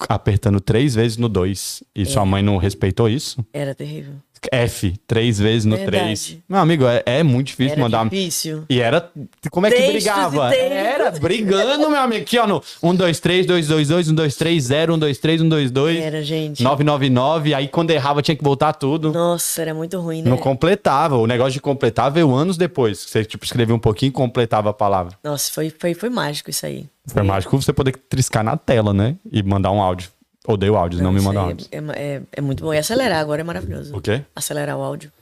[SPEAKER 1] apertando três vezes no 2. E
[SPEAKER 2] É.
[SPEAKER 1] sua mãe não respeitou isso?
[SPEAKER 2] Era terrível.
[SPEAKER 1] F, três vezes no
[SPEAKER 2] Verdade.
[SPEAKER 1] 3. Meu amigo, é, é muito difícil
[SPEAKER 2] Era
[SPEAKER 1] mandar.
[SPEAKER 2] difícil.
[SPEAKER 1] E era. Como é que
[SPEAKER 2] Textos e
[SPEAKER 1] brigava?
[SPEAKER 2] textos.
[SPEAKER 1] Era brigando, meu amigo. Aqui, ó, no 1, 2, 3, 2, 2, 2, 1, 2, 3, 0, 1, 2, 3, 1, 2, 2.
[SPEAKER 2] Era, gente.
[SPEAKER 1] 999. Aí quando errava, tinha que voltar tudo.
[SPEAKER 2] Nossa, era muito ruim, né?
[SPEAKER 1] Não completava. O negócio de completar veio anos depois. Você, tipo, escrevia um pouquinho e completava a palavra.
[SPEAKER 2] Nossa, foi, foi, foi mágico isso aí.
[SPEAKER 1] Foi mágico você poder triscar na tela, né? E mandar um áudio. Odeio áudios, não, me
[SPEAKER 2] Isso
[SPEAKER 1] mandar
[SPEAKER 2] aí
[SPEAKER 1] áudios.
[SPEAKER 2] é, é, é- é muito bom. E acelerar agora é maravilhoso.
[SPEAKER 1] O quê?
[SPEAKER 2] Acelerar o áudio.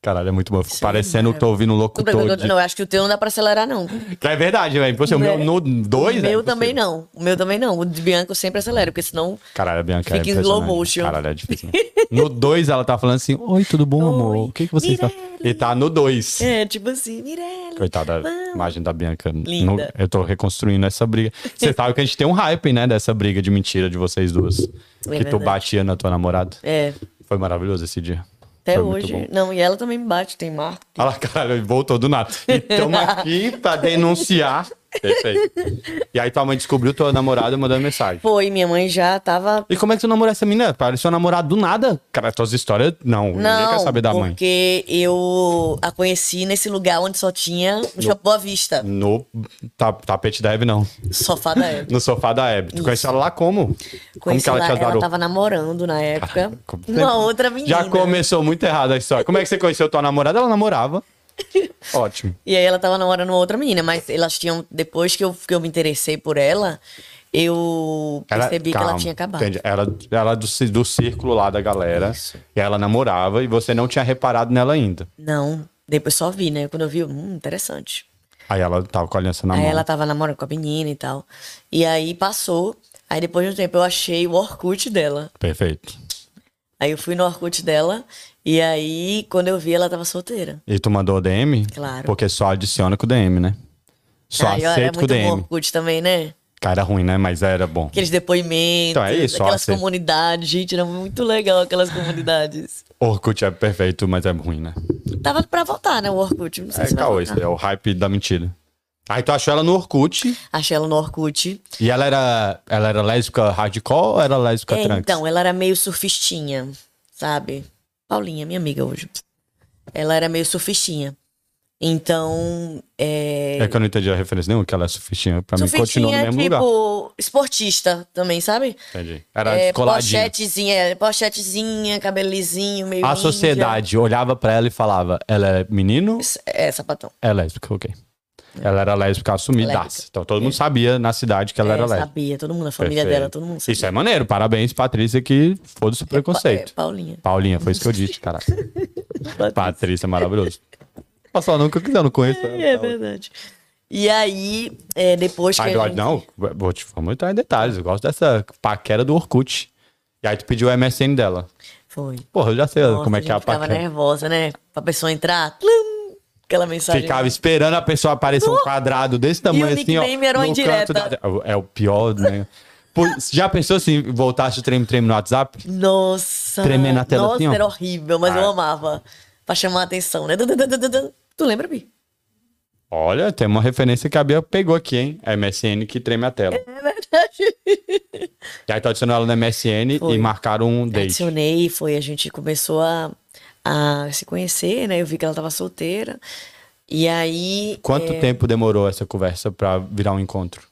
[SPEAKER 1] Caralho, é muito bom. Eu fico
[SPEAKER 2] Isso aí é
[SPEAKER 1] parecendo que tô ouvindo um locutor. De...
[SPEAKER 2] Não, eu acho que o teu não dá pra acelerar, não.
[SPEAKER 1] Que É verdade, velho. Impossível. O meu
[SPEAKER 2] Né?
[SPEAKER 1] no 2,
[SPEAKER 2] o meu também não. O meu também não. O de Bianca eu sempre acelero, porque senão.
[SPEAKER 1] Caralho, a Bianca é
[SPEAKER 2] Fica em slow
[SPEAKER 1] impressionante.
[SPEAKER 2] motion.
[SPEAKER 1] Caralho, é difícil. No 2, ela tá falando assim: Oi, tudo bom, amor? O que, que você está.
[SPEAKER 2] Mirelle.
[SPEAKER 1] E tá no 2.
[SPEAKER 2] É, tipo assim, Mirelle.
[SPEAKER 1] Coitada da
[SPEAKER 2] vamos.
[SPEAKER 1] imagem da Bianca.
[SPEAKER 2] Linda.
[SPEAKER 1] No- eu tô reconstruindo essa briga. Você sabe que a gente tem um hype, né? Dessa briga de mentira de vocês duas. que tu
[SPEAKER 2] É verdade.
[SPEAKER 1] batia na tua namorada.
[SPEAKER 2] É,
[SPEAKER 1] Foi maravilhoso esse dia.
[SPEAKER 2] até
[SPEAKER 1] Foi muito bom.
[SPEAKER 2] hoje. Não, e ela também me bate, tem marco.
[SPEAKER 1] Olha lá, caralho, voltou do nada. E tamo aqui pra denunciar. Perfeito. E aí tua mãe descobriu tua namorada mandando mensagem.
[SPEAKER 2] Foi, minha mãe já tava.
[SPEAKER 1] E como é que tu namorou essa menina? Pareceu namorado do nada. Cara, tuas histórias, não.
[SPEAKER 2] Não,
[SPEAKER 1] ninguém quer saber da mãe.
[SPEAKER 2] porque eu a conheci nesse lugar onde só tinha no Shopping Boa Vista,
[SPEAKER 1] No ta- tapete da Hebe, não.
[SPEAKER 2] sofá da época.
[SPEAKER 1] No sofá da Hebe. Tu conheceu ela lá como?
[SPEAKER 2] Conheci
[SPEAKER 1] como que
[SPEAKER 2] ela,
[SPEAKER 1] ela te
[SPEAKER 2] ela
[SPEAKER 1] azarou?
[SPEAKER 2] tava namorando na época.
[SPEAKER 1] como-
[SPEAKER 2] Uma outra menina.
[SPEAKER 1] Já começou muito errada a história. Como é que você conheceu tua namorada? Ela namorava. Ótimo.
[SPEAKER 2] E aí ela tava namorando uma outra menina, mas elas tinham. Depois que eu, que eu me interessei por ela, eu percebi que ela
[SPEAKER 1] calma,
[SPEAKER 2] tinha acabado.
[SPEAKER 1] Entendi. Ela, ela é do, ci- do círculo lá da galera. E ela namorava e você não tinha reparado nela ainda.
[SPEAKER 2] Não, depois só vi, né? Quando eu vi, eu, hum, interessante.
[SPEAKER 1] Aí ela tava com a aliança na
[SPEAKER 2] aí
[SPEAKER 1] mão.
[SPEAKER 2] ela tava namorando com a menina e tal. E aí passou. Aí depois de um tempo eu achei o Orkut dela.
[SPEAKER 1] Perfeito.
[SPEAKER 2] Aí eu fui no Orkut dela. E aí, quando eu vi, ela tava solteira.
[SPEAKER 1] E tu mandou o DM?
[SPEAKER 2] Claro.
[SPEAKER 1] Porque só adiciona com o DM, né? Só
[SPEAKER 2] aí eu era
[SPEAKER 1] aceita com o
[SPEAKER 2] muito bom
[SPEAKER 1] DM.
[SPEAKER 2] Orkut também, né?
[SPEAKER 1] Cara, era ruim, né? Mas era bom.
[SPEAKER 2] Aqueles depoimentos,
[SPEAKER 1] Então, é isso, ó,
[SPEAKER 2] aquelas
[SPEAKER 1] você-
[SPEAKER 2] comunidades, gente, era muito legal aquelas comunidades.
[SPEAKER 1] Orkut é perfeito, mas é ruim, né?
[SPEAKER 2] Tava pra voltar, né, o Orkut, não sei
[SPEAKER 1] É
[SPEAKER 2] se vai
[SPEAKER 1] caô,
[SPEAKER 2] voltar.
[SPEAKER 1] isso é o hype da mentira. Aí tu achou ela no Orkut
[SPEAKER 2] Achei ela no Orkut.
[SPEAKER 1] e ela era, ela era lésbica hardcore ou era lésbica
[SPEAKER 2] É,
[SPEAKER 1] trans?
[SPEAKER 2] então, ela era meio surfistinha, sabe? Paulinha, minha amiga hoje. Ela era meio surfistinha. Então, é,
[SPEAKER 1] É que eu não entendi a referência nenhuma, que ela é sufistinha. Pra mim, continua no
[SPEAKER 2] Surfistinha é
[SPEAKER 1] mesmo
[SPEAKER 2] tipo
[SPEAKER 1] lugar. Tá
[SPEAKER 2] esportista também, sabe?
[SPEAKER 1] Entendi. Era
[SPEAKER 2] é,
[SPEAKER 1] descoladinha.
[SPEAKER 2] pochetezinha, é, pochetezinha, cabelizinho, meio
[SPEAKER 1] A
[SPEAKER 2] índia.
[SPEAKER 1] sociedade olhava pra ela e falava: ela é menino,
[SPEAKER 2] É, sapatão.
[SPEAKER 1] é lésbica, ok. Ela era lésbica assumidaça.
[SPEAKER 2] É. Lésbica.
[SPEAKER 1] Então todo mundo sabia na cidade que ela
[SPEAKER 2] É,
[SPEAKER 1] era lésbica.
[SPEAKER 2] sabia, todo mundo, a família
[SPEAKER 1] Perfeito.
[SPEAKER 2] dela, todo mundo sabia.
[SPEAKER 1] Isso é maneiro. Parabéns, Patrícia, que foda-se o
[SPEAKER 2] Pa-
[SPEAKER 1] preconceito.
[SPEAKER 2] é, Paulinha.
[SPEAKER 1] Paulinha, foi isso que eu disse, cara. Patrícia, maravilhoso. Posso falar o nome que eu quiser, eu não conheço ela.
[SPEAKER 2] É verdade. E aí, é, depois que
[SPEAKER 1] Ah,
[SPEAKER 2] a
[SPEAKER 1] eu-
[SPEAKER 2] gente-
[SPEAKER 1] Não, vou te vou entrar em detalhes. Eu gosto dessa paquera do Orkut. E aí tu pediu o MSN dela.
[SPEAKER 2] Foi.
[SPEAKER 1] Porra, eu já sei
[SPEAKER 2] Nossa,
[SPEAKER 1] como é
[SPEAKER 2] a
[SPEAKER 1] que é a
[SPEAKER 2] gente ficava
[SPEAKER 1] paquera.
[SPEAKER 2] nervosa, né? Pra pessoa entrar, tlum, aquela mensagem.
[SPEAKER 1] Ficava esperando a pessoa aparecer um quadrado desse tamanho
[SPEAKER 2] o
[SPEAKER 1] assim, ó.
[SPEAKER 2] nickname era uma
[SPEAKER 1] no
[SPEAKER 2] indireta.
[SPEAKER 1] canto da- É o pior, né? Pô, já pensou se voltasse o treme-treme no WhatsApp?
[SPEAKER 2] Nossa.
[SPEAKER 1] Tremer na tela
[SPEAKER 2] Nossa,
[SPEAKER 1] assim, ó.
[SPEAKER 2] era horrível, mas
[SPEAKER 1] Ah.
[SPEAKER 2] eu amava. Pra chamar a atenção, né? Du- du- du- du- du- du. Tu lembra, Bi?
[SPEAKER 1] Olha, tem uma referência que a Bia pegou aqui, hein? É A MSN que treme a tela.
[SPEAKER 2] É verdade.
[SPEAKER 1] E aí tu adicionou ela no MSN e
[SPEAKER 2] Foi.
[SPEAKER 1] marcaram um date.
[SPEAKER 2] Adicionei, foi, a gente começou a, a se conhecer, né? Eu vi que ela tava solteira. E aí.
[SPEAKER 1] Quanto tempo demorou essa conversa pra virar um encontro?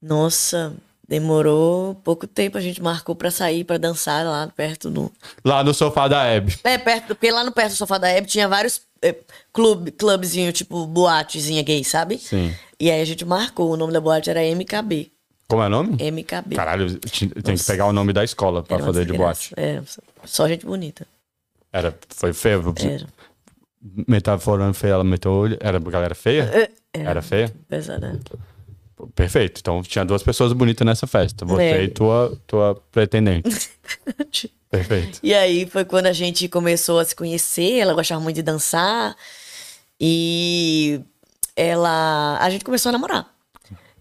[SPEAKER 2] Nossa, demorou pouco tempo. A gente marcou pra sair, pra dançar lá perto do.
[SPEAKER 1] Lá no sofá da Hebe.
[SPEAKER 2] É, perto, porque lá no perto do sofá da Hebe tinha vários é, clube, clubezinho, tipo boatezinha gay, sabe?
[SPEAKER 1] Sim.
[SPEAKER 2] E aí a gente marcou. O nome da boate era MKB.
[SPEAKER 1] Como é o nome?
[SPEAKER 2] MKB.
[SPEAKER 1] Caralho, ti- tem que
[SPEAKER 2] Nossa.
[SPEAKER 1] pegar o nome da escola pra
[SPEAKER 2] Era uma
[SPEAKER 1] fazer de boate.
[SPEAKER 2] desgraça. Era só gente bonita.
[SPEAKER 1] Era, foi feio. vou-
[SPEAKER 2] Era.
[SPEAKER 1] Metaforando feia, ela meteu o olho. Era galera feia? Era, feia?
[SPEAKER 2] É, Pesada.
[SPEAKER 1] Pô, Perfeito. Então tinha duas pessoas bonitas nessa festa. Você
[SPEAKER 2] É.
[SPEAKER 1] e tua, tua pretendente. Perfeito.
[SPEAKER 2] E aí foi quando a gente começou a se conhecer, ela gostava muito de dançar e ela, a gente começou a namorar.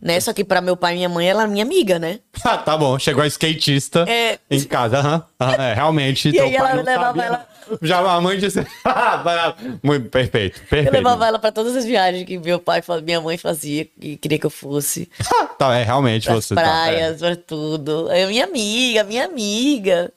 [SPEAKER 2] Né? Só que pra meu pai e minha mãe, ela era minha amiga, né?
[SPEAKER 1] Ah, tá bom. Chegou a skatista
[SPEAKER 2] É.
[SPEAKER 1] em casa. Aham. aham, é, realmente.
[SPEAKER 2] aí
[SPEAKER 1] pai
[SPEAKER 2] ela
[SPEAKER 1] não
[SPEAKER 2] levava
[SPEAKER 1] sabia,
[SPEAKER 2] ela-
[SPEAKER 1] não. Já a mãe disse. Ah, vai lá. Muito perfeito. Perfeito.
[SPEAKER 2] Eu levava ela pra todas as viagens que meu pai, fa- minha mãe fazia e queria que eu fosse.
[SPEAKER 1] Tá, é realmente
[SPEAKER 2] Pras
[SPEAKER 1] você. tá, é.
[SPEAKER 2] praias, pra tudo. É minha amiga, minha amiga.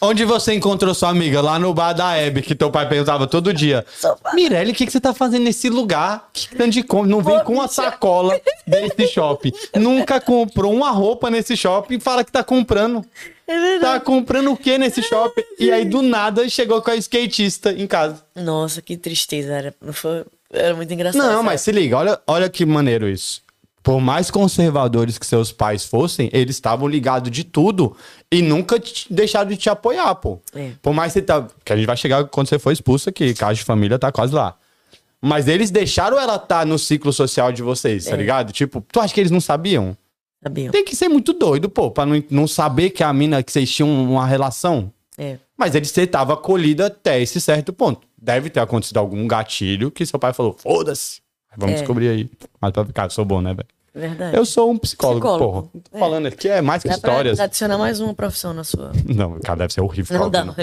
[SPEAKER 1] Onde você encontrou sua amiga? Lá no bar da Hebe, que teu pai perguntava todo dia.
[SPEAKER 2] Sofá.
[SPEAKER 1] Mirelle, o que, que você tá fazendo nesse lugar? Que tanto de com... Não vem
[SPEAKER 2] Pô,
[SPEAKER 1] com uma
[SPEAKER 2] bicha.
[SPEAKER 1] sacola desse shopping. Nunca comprou uma roupa nesse shopping. Fala que tá comprando. Tá comprando o que nesse shopping? E aí, do nada, chegou com a skatista em casa.
[SPEAKER 2] Nossa, que tristeza. Era, foi- era muito engraçado.
[SPEAKER 1] Não,
[SPEAKER 2] sabe?
[SPEAKER 1] mas se liga, olha, olha que maneiro isso. Por mais conservadores que seus pais fossem, eles estavam ligados de tudo e nunca te- deixaram de te apoiar, pô.
[SPEAKER 2] É.
[SPEAKER 1] Por mais que você tá. Que a gente vai chegar quando você for expulso aqui, casa de família tá quase lá. Mas eles deixaram ela estar no ciclo social de vocês, tá ligado? Tipo, tu acha que eles não sabiam?
[SPEAKER 2] Sabia?
[SPEAKER 1] Tem que ser muito doido, pô, pra não, não saber que a mina, que vocês tinham uma relação.
[SPEAKER 2] É.
[SPEAKER 1] Mas ele estava acolhido até esse certo ponto. Deve ter acontecido algum gatilho que seu pai falou, foda-se. Vamos
[SPEAKER 2] É.
[SPEAKER 1] descobrir aí. Mas pra ficar, sou bom, né, velho?
[SPEAKER 2] Verdade.
[SPEAKER 1] Eu sou um psicólogo,
[SPEAKER 2] Psicólogo.
[SPEAKER 1] porra. Tô
[SPEAKER 2] É.
[SPEAKER 1] falando aqui é mais que
[SPEAKER 2] Dá pra
[SPEAKER 1] histórias.
[SPEAKER 2] adicionar mais uma profissão na sua.
[SPEAKER 1] Não, cara, deve ser horrível.
[SPEAKER 2] Não
[SPEAKER 1] ficar
[SPEAKER 2] dá
[SPEAKER 1] ouvindo.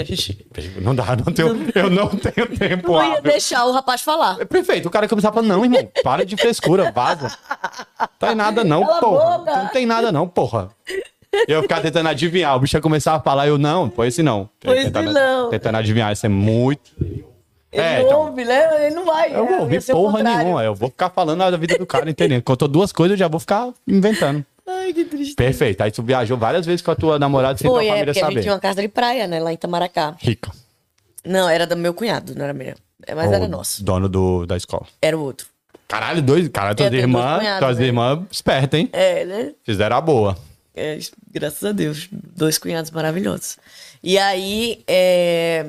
[SPEAKER 2] mais.
[SPEAKER 1] Não dá, não tenho, eu não tenho tempo
[SPEAKER 2] Não ia
[SPEAKER 1] hábil.
[SPEAKER 2] deixar o rapaz falar.
[SPEAKER 1] É, Prefeito, o cara começava falando, não, irmão, para de frescura, vaza. Tá em nada não,
[SPEAKER 2] Cala a
[SPEAKER 1] porra.
[SPEAKER 2] boca.
[SPEAKER 1] Não tem nada não, porra. Eu ia ficar tentando adivinhar, o bicho ia começar a falar, eu não, foi esse não.
[SPEAKER 2] Foi esse
[SPEAKER 1] tentando,
[SPEAKER 2] não.
[SPEAKER 1] Tentando adivinhar, isso é muito...
[SPEAKER 2] Ele
[SPEAKER 1] É,
[SPEAKER 2] não
[SPEAKER 1] então.
[SPEAKER 2] ouve, né? Ele não vai.
[SPEAKER 1] Eu
[SPEAKER 2] né?
[SPEAKER 1] não ouvi
[SPEAKER 2] Ia ser o
[SPEAKER 1] porra
[SPEAKER 2] contrário.
[SPEAKER 1] nenhuma. Eu vou ficar falando da vida do cara, entendeu? Contou duas coisas, eu já vou ficar inventando.
[SPEAKER 2] Ai, que triste.
[SPEAKER 1] Perfeito. Aí tu viajou várias vezes com Então, a tua namorada sem tua
[SPEAKER 2] Foi, é,
[SPEAKER 1] família
[SPEAKER 2] porque a gente
[SPEAKER 1] saber.
[SPEAKER 2] tinha uma casa de praia, né? Lá em Itamaracá.
[SPEAKER 1] Rica.
[SPEAKER 2] Não, era do meu cunhado, não era minha. É, Mas era
[SPEAKER 1] O
[SPEAKER 2] nosso.
[SPEAKER 1] Dono do, da escola.
[SPEAKER 2] Era o outro.
[SPEAKER 1] Caralho, dois. Caralho,
[SPEAKER 2] Eu
[SPEAKER 1] tuas
[SPEAKER 2] tenho
[SPEAKER 1] irmãs.
[SPEAKER 2] dois cunhados,
[SPEAKER 1] Tuas
[SPEAKER 2] né?
[SPEAKER 1] irmãs espertas, hein?
[SPEAKER 2] É, né?
[SPEAKER 1] Fizeram a boa.
[SPEAKER 2] É, graças a Deus. Dois cunhados maravilhosos. E aí, é...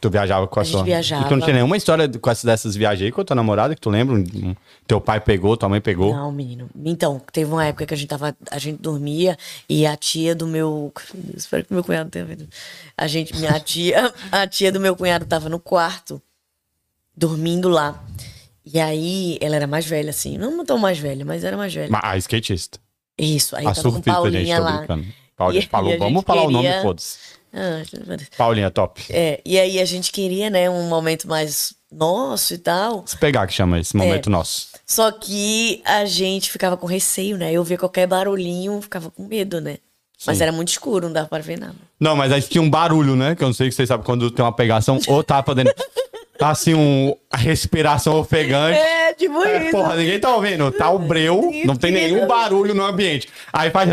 [SPEAKER 1] Tu viajava com a,
[SPEAKER 2] A gente
[SPEAKER 1] sua.
[SPEAKER 2] viajava.
[SPEAKER 1] E tu não tinha nenhuma história com essa dessas viagens aí com a tua namorada que tu lembra? Um- um- Teu pai pegou, tua mãe pegou.
[SPEAKER 2] Não, menino. Então, teve uma época que a gente tava. A gente dormia e a tia do meu. meu Deus, Espero que meu cunhado tenha vindo. A gente, minha tia, a tia do meu cunhado tava no quarto, dormindo lá. E aí, ela era mais velha, assim. Não tão mais velha, mas era mais velha.
[SPEAKER 1] Mas a skatista.
[SPEAKER 2] Isso, aí
[SPEAKER 1] a
[SPEAKER 2] tava com
[SPEAKER 1] surfista,
[SPEAKER 2] Paulinha
[SPEAKER 1] gente, tô
[SPEAKER 2] lá.
[SPEAKER 1] brincando. Paulinha
[SPEAKER 2] E-
[SPEAKER 1] falou,
[SPEAKER 2] e a
[SPEAKER 1] vamos
[SPEAKER 2] gente
[SPEAKER 1] falar o nome,
[SPEAKER 2] queria-
[SPEAKER 1] foda-se.
[SPEAKER 2] Ah, meu Deus.
[SPEAKER 1] Paulinha, top.
[SPEAKER 2] É, e aí a gente queria, né, um momento mais nosso e tal.
[SPEAKER 1] Se pegar que chama
[SPEAKER 2] É.
[SPEAKER 1] esse momento nosso.
[SPEAKER 2] Só que a gente ficava com receio, né? Eu via qualquer barulhinho, ficava com medo, né? Mas
[SPEAKER 1] Sim.
[SPEAKER 2] era muito escuro, não dava pra ver nada.
[SPEAKER 1] Não, mas aí tinha um barulho, né? Que eu não sei que vocês sabem quando tem uma pegação ou tapa dentro. tá assim, um, a respiração ofegante.
[SPEAKER 2] É, tipo
[SPEAKER 1] É,
[SPEAKER 2] isso.
[SPEAKER 1] porra, ninguém tá ouvindo. Tá o breu, não tem nenhum barulho no ambiente. Aí faz.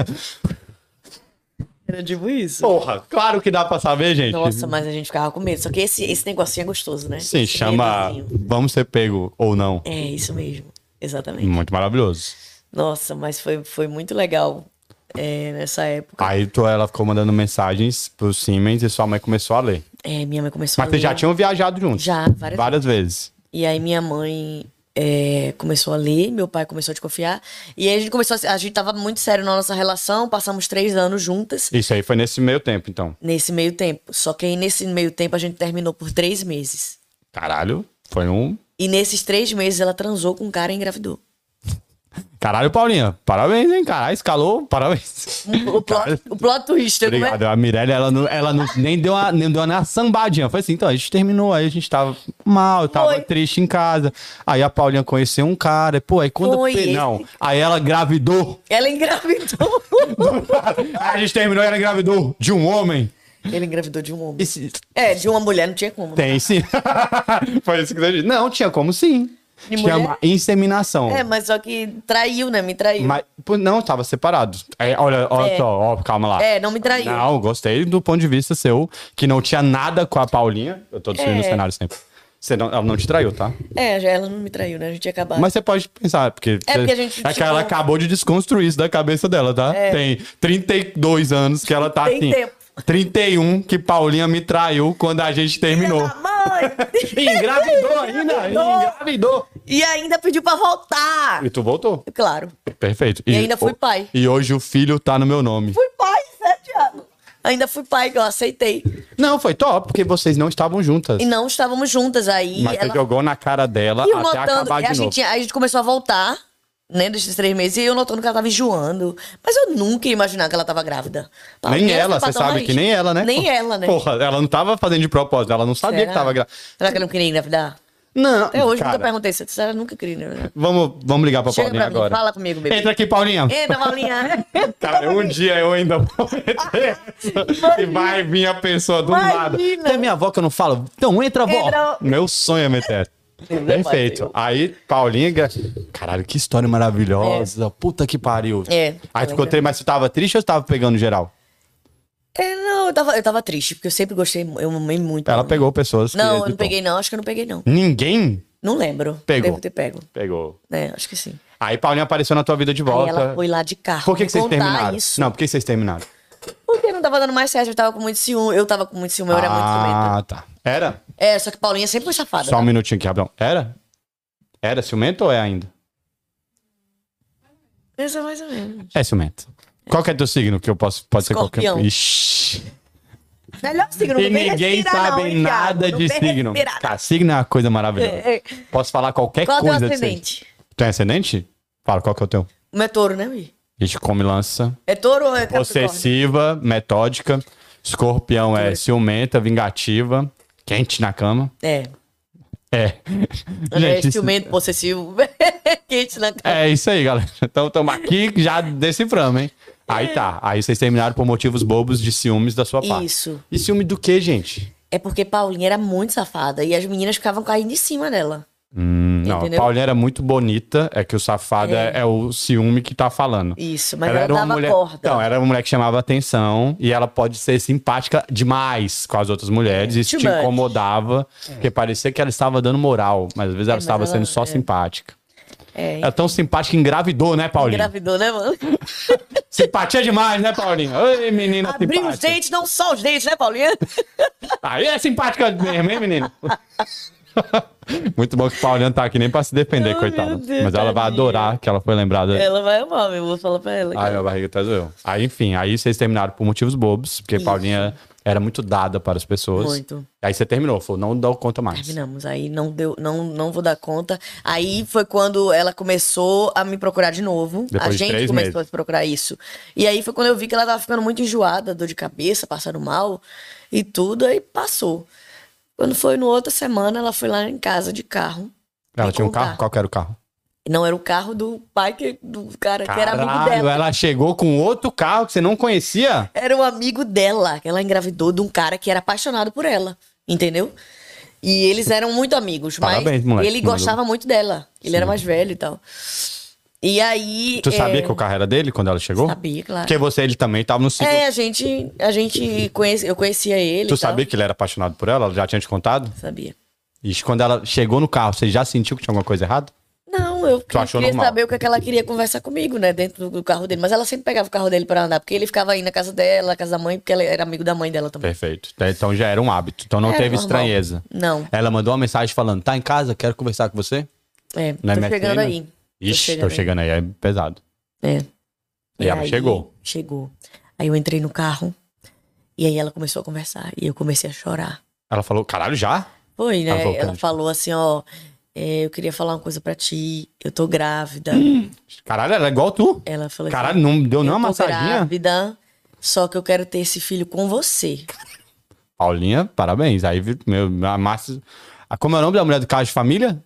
[SPEAKER 2] Era tipo isso.
[SPEAKER 1] Porra, claro que dá pra saber, gente.
[SPEAKER 2] Nossa, mas a gente ficava com medo. Só que esse, esse negocinho é gostoso, né?
[SPEAKER 1] Sim,
[SPEAKER 2] Esse
[SPEAKER 1] chama.
[SPEAKER 2] medozinho.
[SPEAKER 1] Vamos ser pego ou não.
[SPEAKER 2] É, isso mesmo. Exatamente.
[SPEAKER 1] Muito maravilhoso.
[SPEAKER 2] Nossa, mas foi, foi muito legal é, nessa época.
[SPEAKER 1] Aí tu, ela ficou mandando mensagens pro Siemens e sua mãe começou a ler.
[SPEAKER 2] É, minha mãe começou
[SPEAKER 1] Mas
[SPEAKER 2] a
[SPEAKER 1] vocês
[SPEAKER 2] ler.
[SPEAKER 1] já tinham viajado juntos?
[SPEAKER 2] Já, várias
[SPEAKER 1] vezes.
[SPEAKER 2] E aí minha mãe é, começou a ler, meu pai começou a desconfiar. E aí a gente começou a. se- A gente tava muito sério na nossa relação, passamos três anos juntas
[SPEAKER 1] Isso aí foi nesse meio tempo, então.
[SPEAKER 2] nesse meio tempo. Só que aí nesse meio tempo a gente terminou por três meses.
[SPEAKER 1] Caralho, foi um.
[SPEAKER 2] E nesses três meses ela transou com um cara e engravidou.
[SPEAKER 1] Caralho, Paulinha. Parabéns, hein, cara. Escalou, parabéns.
[SPEAKER 2] O
[SPEAKER 1] Caralho.
[SPEAKER 2] plot, o plot twist, como é?
[SPEAKER 1] Obrigado. A Mirella, ela, não, ela não, nem deu uma, nem deu uma sambadinha. Foi assim, então, a gente terminou, aí a gente tava mal, tava
[SPEAKER 2] Foi.
[SPEAKER 1] triste em casa. Aí a Paulinha conheceu um cara, e, pô, aí quando...
[SPEAKER 2] Foi esse.
[SPEAKER 1] Não, aí ela engravidou.
[SPEAKER 2] Ela engravidou.
[SPEAKER 1] aí a gente terminou e ela engravidou de um homem.
[SPEAKER 2] Ele engravidou de um homem.
[SPEAKER 1] Esse-
[SPEAKER 2] É, de uma mulher, não tinha como.
[SPEAKER 1] Tem sim. Foi isso que você disse. Não, tinha como sim.
[SPEAKER 2] De
[SPEAKER 1] Chama
[SPEAKER 2] mulher?
[SPEAKER 1] inseminação.
[SPEAKER 2] É, mas só que traiu, né? Me traiu.
[SPEAKER 1] Mas, pô, não, tava separado. É, olha, olha
[SPEAKER 2] É.
[SPEAKER 1] só, ó, calma lá.
[SPEAKER 2] É, não me traiu.
[SPEAKER 1] Não, gostei do ponto de vista seu, que não tinha nada com a Paulinha. Eu tô destruindo
[SPEAKER 2] É.
[SPEAKER 1] o cenário sempre. Você não, ela não te traiu, tá?
[SPEAKER 2] É, já ela não me traiu, né? A gente ia acabar.
[SPEAKER 1] Mas você pode pensar, porque.
[SPEAKER 2] É, porque a gente,
[SPEAKER 1] é que
[SPEAKER 2] tipo- É.
[SPEAKER 1] ela acabou de desconstruir isso da cabeça dela, tá? Tem 32 anos que ela tá
[SPEAKER 2] Tem
[SPEAKER 1] assim.
[SPEAKER 2] tempo.
[SPEAKER 1] 31 que Paulinha me traiu quando a gente terminou.
[SPEAKER 2] Mãe!
[SPEAKER 1] Engravidou ainda! Engravidou!
[SPEAKER 2] e ainda pediu pra voltar.
[SPEAKER 1] E tu voltou.
[SPEAKER 2] Claro.
[SPEAKER 1] Perfeito.
[SPEAKER 2] E ainda fui
[SPEAKER 1] o-
[SPEAKER 2] pai.
[SPEAKER 1] E hoje o filho tá no meu nome.
[SPEAKER 2] Fui pai de sete anos. Ainda fui pai, que eu aceitei.
[SPEAKER 1] Não, foi top, porque vocês não estavam juntas.
[SPEAKER 2] E não estávamos juntas aí.
[SPEAKER 1] Mas você
[SPEAKER 2] ela...
[SPEAKER 1] jogou na cara dela
[SPEAKER 2] E eu
[SPEAKER 1] até
[SPEAKER 2] notando,
[SPEAKER 1] acabar
[SPEAKER 2] e
[SPEAKER 1] de
[SPEAKER 2] a
[SPEAKER 1] novo.
[SPEAKER 2] gente, aí a gente começou a voltar, né, desses três meses, e eu notando que ela tava enjoando. Mas eu nunca ia imaginar que ela tava grávida. Pra
[SPEAKER 1] Nem
[SPEAKER 2] mim,
[SPEAKER 1] ela,
[SPEAKER 2] foi
[SPEAKER 1] você
[SPEAKER 2] patão
[SPEAKER 1] sabe
[SPEAKER 2] raiz.
[SPEAKER 1] que nem ela, né?
[SPEAKER 2] Nem ela, né?
[SPEAKER 1] Porra, ela não tava fazendo de propósito, ela não sabia
[SPEAKER 2] Será?
[SPEAKER 1] que tava grávida.
[SPEAKER 2] Será que ela não queria engravidar?
[SPEAKER 1] Não.
[SPEAKER 2] Até hoje
[SPEAKER 1] cara,
[SPEAKER 2] nunca perguntei se ela nunca queria engravidar.
[SPEAKER 1] Vamos, vamos ligar pra
[SPEAKER 2] Chega
[SPEAKER 1] Paulinha
[SPEAKER 2] pra mim,
[SPEAKER 1] agora.
[SPEAKER 2] fala comigo, bebê.
[SPEAKER 1] Entra aqui, Paulinha.
[SPEAKER 2] Eita, Paulinha!
[SPEAKER 1] Cara, um dia eu ainda vou meter essa. E vai vir a pessoa do
[SPEAKER 2] Imagina.
[SPEAKER 1] nada. Até minha avó que eu não falo. Então entra, avó.
[SPEAKER 2] Entra.
[SPEAKER 1] Meu sonho é meter essa. Perfeito.
[SPEAKER 2] um.
[SPEAKER 1] Aí, Paulinha. gra- Caralho, que história maravilhosa. Puta que pariu.
[SPEAKER 2] É.
[SPEAKER 1] Aí tu ficou triste, mas tu tava triste ou tu tava pegando geral?
[SPEAKER 2] É, não, eu tava, eu tava triste, porque eu sempre gostei, mu- eu amei muito.
[SPEAKER 1] Ela
[SPEAKER 2] mamãe.
[SPEAKER 1] pegou pessoas. que
[SPEAKER 2] Não, eu não
[SPEAKER 1] hesitou.
[SPEAKER 2] peguei, não. Acho que eu não peguei, não.
[SPEAKER 1] Ninguém
[SPEAKER 2] Não lembro.
[SPEAKER 1] Pegou.
[SPEAKER 2] Devo ter pego.
[SPEAKER 1] pegou.
[SPEAKER 2] É, acho que sim.
[SPEAKER 1] Aí Paulinha apareceu na tua vida de
[SPEAKER 2] Aí
[SPEAKER 1] volta.
[SPEAKER 2] ela foi lá de carro.
[SPEAKER 1] Por que,
[SPEAKER 2] me
[SPEAKER 1] que vocês
[SPEAKER 2] contar
[SPEAKER 1] terminaram?
[SPEAKER 2] Isso.
[SPEAKER 1] Não, por que que vocês terminaram?
[SPEAKER 2] Porque não tava dando mais certo, eu tava com muito ciúme. Eu tava com muito ciúme, eu era muito ciumenta.
[SPEAKER 1] ah, tá. Era?
[SPEAKER 2] É, só que Paulinha sempre foi safada.
[SPEAKER 1] Só um
[SPEAKER 2] né?
[SPEAKER 1] minutinho aqui, Rabão. Era? Era ciumento ou é ainda?
[SPEAKER 2] Essa é mais ou menos.
[SPEAKER 1] É ciumento. Qual que é teu signo? Que eu posso. Pode ser
[SPEAKER 2] Escorpião.
[SPEAKER 1] qualquer. Ixi.
[SPEAKER 2] Melhor signo,
[SPEAKER 1] E ninguém sabe nada de signo. Cara, signo é uma coisa maravilhosa.
[SPEAKER 2] É, é.
[SPEAKER 1] Posso falar qualquer
[SPEAKER 2] Qual é o teu
[SPEAKER 1] coisa de signo.
[SPEAKER 2] ascendente?
[SPEAKER 1] Tu é ascendente? Fala, qual que é o teu?
[SPEAKER 2] O meu é touro, né, Mi?
[SPEAKER 1] Ixi, come lança.
[SPEAKER 2] É touro ou é capricórnio?
[SPEAKER 1] Possessiva, metódica. Escorpião é ciumenta, vingativa. Quente na cama.
[SPEAKER 2] É.
[SPEAKER 1] É.
[SPEAKER 2] André é
[SPEAKER 1] Gente, isso-
[SPEAKER 2] ciumento, possessivo. Quente na cara.
[SPEAKER 1] É isso aí, galera. Então estamos aqui já deciframos, hein? Aí
[SPEAKER 2] É.
[SPEAKER 1] tá. Aí vocês terminaram por motivos bobos de ciúmes da sua parte.
[SPEAKER 2] Isso.
[SPEAKER 1] E ciúme do que, gente?
[SPEAKER 2] É porque Paulinha era muito safada e as meninas ficavam caindo em cima dela.
[SPEAKER 1] Hum, não, a
[SPEAKER 2] Entendeu?
[SPEAKER 1] Paulinha era muito bonita, é que o safado é, é o ciúme que tá falando.
[SPEAKER 2] Isso, mas ela, dava
[SPEAKER 1] mulher.
[SPEAKER 2] corda.
[SPEAKER 1] Não, era uma mulher que chamava atenção e ela pode ser simpática demais com as outras mulheres. Isso
[SPEAKER 2] É, too
[SPEAKER 1] te
[SPEAKER 2] much.
[SPEAKER 1] incomodava, porque parecia que ela estava dando moral, mas às vezes ela
[SPEAKER 2] mas
[SPEAKER 1] estava
[SPEAKER 2] ela-
[SPEAKER 1] sendo só
[SPEAKER 2] é.
[SPEAKER 1] simpática.
[SPEAKER 2] É,
[SPEAKER 1] Ela é tão simpática que engravidou, né, Paulinha?
[SPEAKER 2] engravidou, né, mano?
[SPEAKER 1] Simpatia demais, né, Paulinha? Oi, menina
[SPEAKER 2] Abriu os
[SPEAKER 1] simpática.
[SPEAKER 2] dentes, não só os dentes, né, Paulinha?
[SPEAKER 1] Aí é simpática mesmo, hein, menino? Muito bom que Paulinha tá aqui nem pra se defender,
[SPEAKER 2] Ai,
[SPEAKER 1] coitada.
[SPEAKER 2] meu Deus,
[SPEAKER 1] Mas ela vai
[SPEAKER 2] tadinha.
[SPEAKER 1] adorar que ela foi lembrada.
[SPEAKER 2] Ela vai amar, meu. Vou falar pra ela.
[SPEAKER 1] É. Ai, minha barriga tá zoando. Aí, enfim, aí vocês terminaram por motivos bobos, porque
[SPEAKER 2] Isso.
[SPEAKER 1] Paulinha era muito dada para as pessoas.
[SPEAKER 2] Muito.
[SPEAKER 1] Aí você terminou, falou, não dá conta mais.
[SPEAKER 2] Terminamos. Aí não deu, não, não vou dar conta. Aí foi quando ela começou a me procurar de novo.
[SPEAKER 1] Depois
[SPEAKER 2] a
[SPEAKER 1] de
[SPEAKER 2] gente
[SPEAKER 1] três
[SPEAKER 2] começou
[SPEAKER 1] meses.
[SPEAKER 2] a se procurar isso. E aí foi quando eu vi que ela tava ficando muito enjoada, dor de cabeça, passando mal e tudo, aí passou. Quando foi no outra semana, ela foi lá em casa de carro.
[SPEAKER 1] Ela
[SPEAKER 2] me
[SPEAKER 1] tinha um
[SPEAKER 2] contar.
[SPEAKER 1] carro? Qual que era o carro?
[SPEAKER 2] Não era o carro do pai que, do cara É que era amigo
[SPEAKER 1] Caralho,
[SPEAKER 2] dela.
[SPEAKER 1] ela chegou com outro carro que você não conhecia?
[SPEAKER 2] Era um amigo dela, que ela engravidou de um cara que era apaixonado por ela, entendeu? E eles eram muito amigos,
[SPEAKER 1] Parabéns,
[SPEAKER 2] mas
[SPEAKER 1] moleque,
[SPEAKER 2] ele
[SPEAKER 1] mandou.
[SPEAKER 2] gostava muito dela. Ele era mais velho e tal. E aí.
[SPEAKER 1] Tu sabia
[SPEAKER 2] é,
[SPEAKER 1] que o carro era dele quando ela chegou?
[SPEAKER 2] Sabia, claro.
[SPEAKER 1] Porque você, ele também tava no ciclo.
[SPEAKER 2] É, a gente, a gente conhece, eu conhecia ele.
[SPEAKER 1] tu
[SPEAKER 2] e tal.
[SPEAKER 1] sabia que ele era apaixonado por ela? Ela já tinha te contado?
[SPEAKER 2] Sabia.
[SPEAKER 1] E quando ela chegou no carro, você já sentiu que tinha alguma coisa errada?
[SPEAKER 2] Não, eu
[SPEAKER 1] Tu
[SPEAKER 2] queria
[SPEAKER 1] achou normal?
[SPEAKER 2] saber o que, é que ela queria conversar comigo, né? Dentro do carro dele. Mas ela sempre pegava o carro dele pra andar, porque ele ficava aí na casa dela, na casa da mãe, porque ela era amigo da mãe dela também.
[SPEAKER 1] Perfeito. Então já era um hábito. Então não
[SPEAKER 2] Era
[SPEAKER 1] teve
[SPEAKER 2] normal.
[SPEAKER 1] estranheza.
[SPEAKER 2] Não.
[SPEAKER 1] Ela mandou uma mensagem falando: tá em casa, quero conversar com você?
[SPEAKER 2] É,
[SPEAKER 1] Não é
[SPEAKER 2] tô
[SPEAKER 1] MSN?
[SPEAKER 2] chegando aí.
[SPEAKER 1] Ixi, tô chegando aí, é pesado.
[SPEAKER 2] É.
[SPEAKER 1] E ela chegou.
[SPEAKER 2] Chegou. Aí eu entrei no carro, e aí ela começou a conversar, e eu comecei a chorar.
[SPEAKER 1] Ela falou: caralho, já?
[SPEAKER 2] Foi,
[SPEAKER 1] Tá
[SPEAKER 2] né?
[SPEAKER 1] voltando.
[SPEAKER 2] ela falou assim, ó, é, eu queria falar uma coisa pra ti, eu tô grávida.
[SPEAKER 1] Caralho, ela é igual tu.
[SPEAKER 2] Ela falou assim,
[SPEAKER 1] Caralho, não deu nem
[SPEAKER 2] eu
[SPEAKER 1] uma
[SPEAKER 2] tô
[SPEAKER 1] massaginha?
[SPEAKER 2] grávida, só que eu quero ter esse filho com você.
[SPEAKER 1] Paulinha, parabéns. Aí, vi- meu, a Márcia. a- Como é o nome da mulher do caso de família?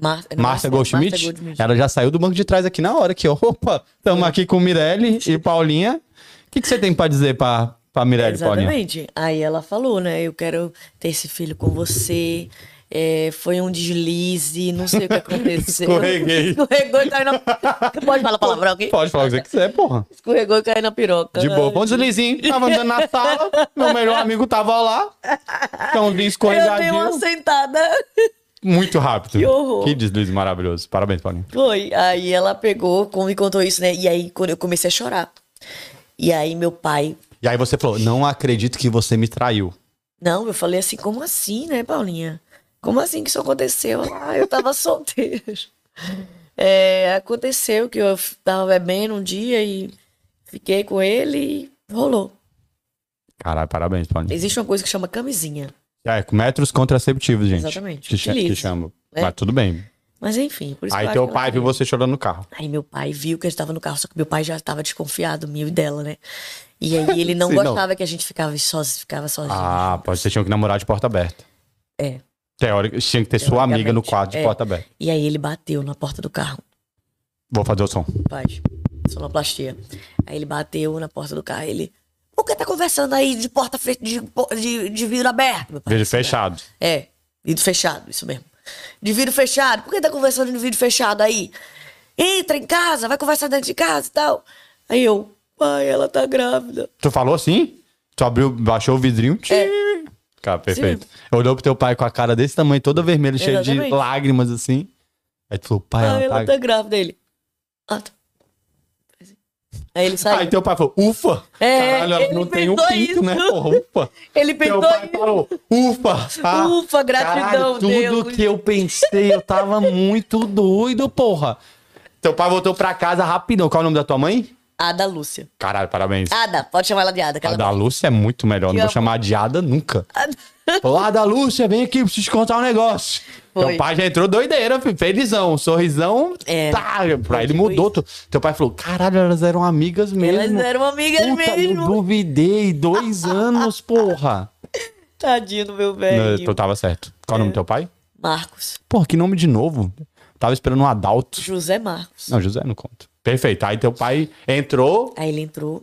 [SPEAKER 2] Mar
[SPEAKER 1] Márcia
[SPEAKER 2] Márcia- Márcia
[SPEAKER 1] Goldschmidt.
[SPEAKER 2] Goldschmidt.
[SPEAKER 1] Ela já saiu do banco de trás aqui na hora, aqui, ó. Opa, tamo aqui com Mirelle e Paulinha. O que, que você tem pra dizer pra, pra Mirelle e Paulinha?
[SPEAKER 2] Exatamente. Aí ela falou, né? Eu quero ter esse filho com você. É, foi um deslize, não sei o que aconteceu.
[SPEAKER 1] Escorreguei.
[SPEAKER 2] Escorregou e caiu na. Pode falar palavrão aqui?
[SPEAKER 1] Pode falar o que você quiser, porra.
[SPEAKER 2] Escorregou e caiu na piroca.
[SPEAKER 1] De boa. Vamos, Lizinho. Tava andando na sala, meu melhor amigo tava lá. Então, Liz
[SPEAKER 2] Eu dei uma
[SPEAKER 1] escorregadio.
[SPEAKER 2] sentada.
[SPEAKER 1] Muito rápido.
[SPEAKER 2] Que horror.
[SPEAKER 1] Que deslize maravilhoso. Parabéns, Paulinha.
[SPEAKER 2] Foi. Aí ela pegou, como me contou isso, né? E aí quando eu comecei a chorar. E aí meu pai.
[SPEAKER 1] E aí você falou: Não acredito que você me traiu.
[SPEAKER 2] Não, eu falei assim, como assim, né, Paulinha? Como assim que isso aconteceu? Ah, eu tava solteira. É, aconteceu que eu f- tava bebendo um dia e fiquei com ele e rolou.
[SPEAKER 1] Caralho, parabéns, Paulinha.
[SPEAKER 2] Existe uma coisa que chama camisinha.
[SPEAKER 1] É, com métodos contraceptivos, gente.
[SPEAKER 2] Exatamente.
[SPEAKER 1] Que, cha- que
[SPEAKER 2] Utilize,
[SPEAKER 1] chama.
[SPEAKER 2] né?
[SPEAKER 1] Mas tudo bem.
[SPEAKER 2] Mas enfim, por isso que
[SPEAKER 1] Aí
[SPEAKER 2] eu
[SPEAKER 1] teu
[SPEAKER 2] acho que ela-
[SPEAKER 1] pai viu você chorando no carro.
[SPEAKER 2] Aí meu pai viu que a gente tava no carro, só que meu pai já tava desconfiado, meu e dela, né? E aí ele não
[SPEAKER 1] Sim, não.
[SPEAKER 2] gostava que a gente ficava, soz... ficava sozinho.
[SPEAKER 1] Ah, pode ser. Tinha que namorar de porta aberta.
[SPEAKER 2] É.
[SPEAKER 1] Teórico, tinha que ter sua amiga no
[SPEAKER 2] Teoricamente,
[SPEAKER 1] quarto de
[SPEAKER 2] é.
[SPEAKER 1] porta aberta.
[SPEAKER 2] E aí ele bateu na porta do carro.
[SPEAKER 1] Vou fazer o som.
[SPEAKER 2] Paz, sonoplastia. Aí ele bateu na porta do carro, ele... Por que tá conversando aí de porta fe... de, po- de, de vidro aberto? Meu pai,
[SPEAKER 1] Vejo
[SPEAKER 2] disse, né?
[SPEAKER 1] fechado.
[SPEAKER 2] É, vidro fechado, isso mesmo. De vidro fechado. Por que tá conversando de vidro fechado aí? Entra em casa, vai conversar dentro de casa e tal. Aí eu, pai, ela tá grávida.
[SPEAKER 1] Tu falou assim? Tu abriu, baixou o vidrinho.
[SPEAKER 2] É.
[SPEAKER 1] Tchim. Cara, perfeito. Olhou pro teu pai com a cara desse tamanho, toda vermelha, cheia de
[SPEAKER 2] Exatamente.
[SPEAKER 1] lágrimas, assim. Aí tu falou, pai,
[SPEAKER 2] Ah,
[SPEAKER 1] ela
[SPEAKER 2] ela
[SPEAKER 1] tá...
[SPEAKER 2] tá grávida. Ele. Ah, tá. Aí ele saiu.
[SPEAKER 1] Aí teu pai falou, ufa!
[SPEAKER 2] É,
[SPEAKER 1] Caralho, ela
[SPEAKER 2] ele
[SPEAKER 1] não tem um
[SPEAKER 2] pensou
[SPEAKER 1] pinto, né?
[SPEAKER 2] isso.
[SPEAKER 1] Porra, ufa!
[SPEAKER 2] Ele
[SPEAKER 1] Teu
[SPEAKER 2] pensou
[SPEAKER 1] pai
[SPEAKER 2] isso.
[SPEAKER 1] falou, ufa! ah, Caralho,
[SPEAKER 2] Ufa, gratidão,
[SPEAKER 1] tudo
[SPEAKER 2] Deus.
[SPEAKER 1] que eu pensei, eu tava muito doido, porra. Teu pai voltou pra casa rapidão. Qual é o nome da tua mãe?
[SPEAKER 2] Ada Lúcia.
[SPEAKER 1] Caralho, parabéns.
[SPEAKER 2] Ada, pode chamar ela de Ada. que
[SPEAKER 1] A
[SPEAKER 2] ela-
[SPEAKER 1] da Lúcia é muito melhor. Não
[SPEAKER 2] Que
[SPEAKER 1] vou
[SPEAKER 2] amor.
[SPEAKER 1] chamar de Ada nunca.
[SPEAKER 2] Ada.
[SPEAKER 1] Falou, Ada Lúcia, vem aqui, preciso te contar um negócio.
[SPEAKER 2] Foi.
[SPEAKER 1] Teu pai já entrou doideira, filho, felizão, sorrisão.
[SPEAKER 2] É.
[SPEAKER 1] Tá, pra
[SPEAKER 2] Eu
[SPEAKER 1] ele
[SPEAKER 2] digo
[SPEAKER 1] mudou. tu- Teu pai falou, caralho, elas eram amigas mesmo.
[SPEAKER 2] Elas eram amigas
[SPEAKER 1] Puta, eu
[SPEAKER 2] mesmo.
[SPEAKER 1] duvidei. Dois anos, porra.
[SPEAKER 2] Tadinho do meu
[SPEAKER 1] Não,
[SPEAKER 2] velho.
[SPEAKER 1] tu tava certo. Qual é o nome do teu pai?
[SPEAKER 2] Marcos.
[SPEAKER 1] Porra, que nome de novo? Tava esperando um adulto.
[SPEAKER 2] José Marcos.
[SPEAKER 1] Não, José não conta. Perfeito. Aí teu pai entrou.
[SPEAKER 2] Aí ele entrou.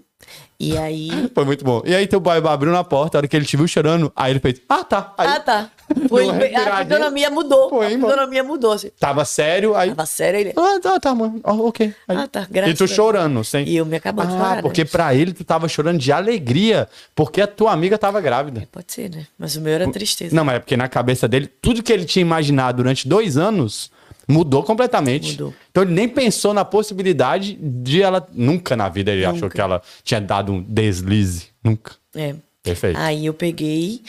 [SPEAKER 2] E aí.
[SPEAKER 1] Foi muito bom. E aí teu pai abriu na porta, a hora que ele te viu chorando, aí ele fez, ah, tá. Aí
[SPEAKER 2] Ah, tá. Foi,
[SPEAKER 1] Deu uma
[SPEAKER 2] a
[SPEAKER 1] respiradinha.
[SPEAKER 2] fisionomia mudou.
[SPEAKER 1] Foi,
[SPEAKER 2] a
[SPEAKER 1] mano.
[SPEAKER 2] fisionomia mudou. Assim.
[SPEAKER 1] tava sério, aí...
[SPEAKER 2] Tava sério ele.
[SPEAKER 1] Ah, tá, tá, mano. Ó, ok. Aí-
[SPEAKER 2] Ah, tá, graças
[SPEAKER 1] E tu
[SPEAKER 2] a Deus.
[SPEAKER 1] chorando, sem...
[SPEAKER 2] E eu me acabando de chorar.
[SPEAKER 1] Ah,
[SPEAKER 2] né?
[SPEAKER 1] porque pra ele tu tava chorando de alegria, porque a tua amiga tava grávida.
[SPEAKER 2] Pode ser, né? Mas o meu era tristeza.
[SPEAKER 1] Não, mas é porque na cabeça dele, tudo que ele tinha imaginado durante dois anos mudou completamente.
[SPEAKER 2] Mudou.
[SPEAKER 1] Então ele nem pensou na possibilidade de ela. Nunca na vida ele achou que ela tinha dado um deslize. Nunca.
[SPEAKER 2] É.
[SPEAKER 1] Perfeito.
[SPEAKER 2] Aí eu peguei.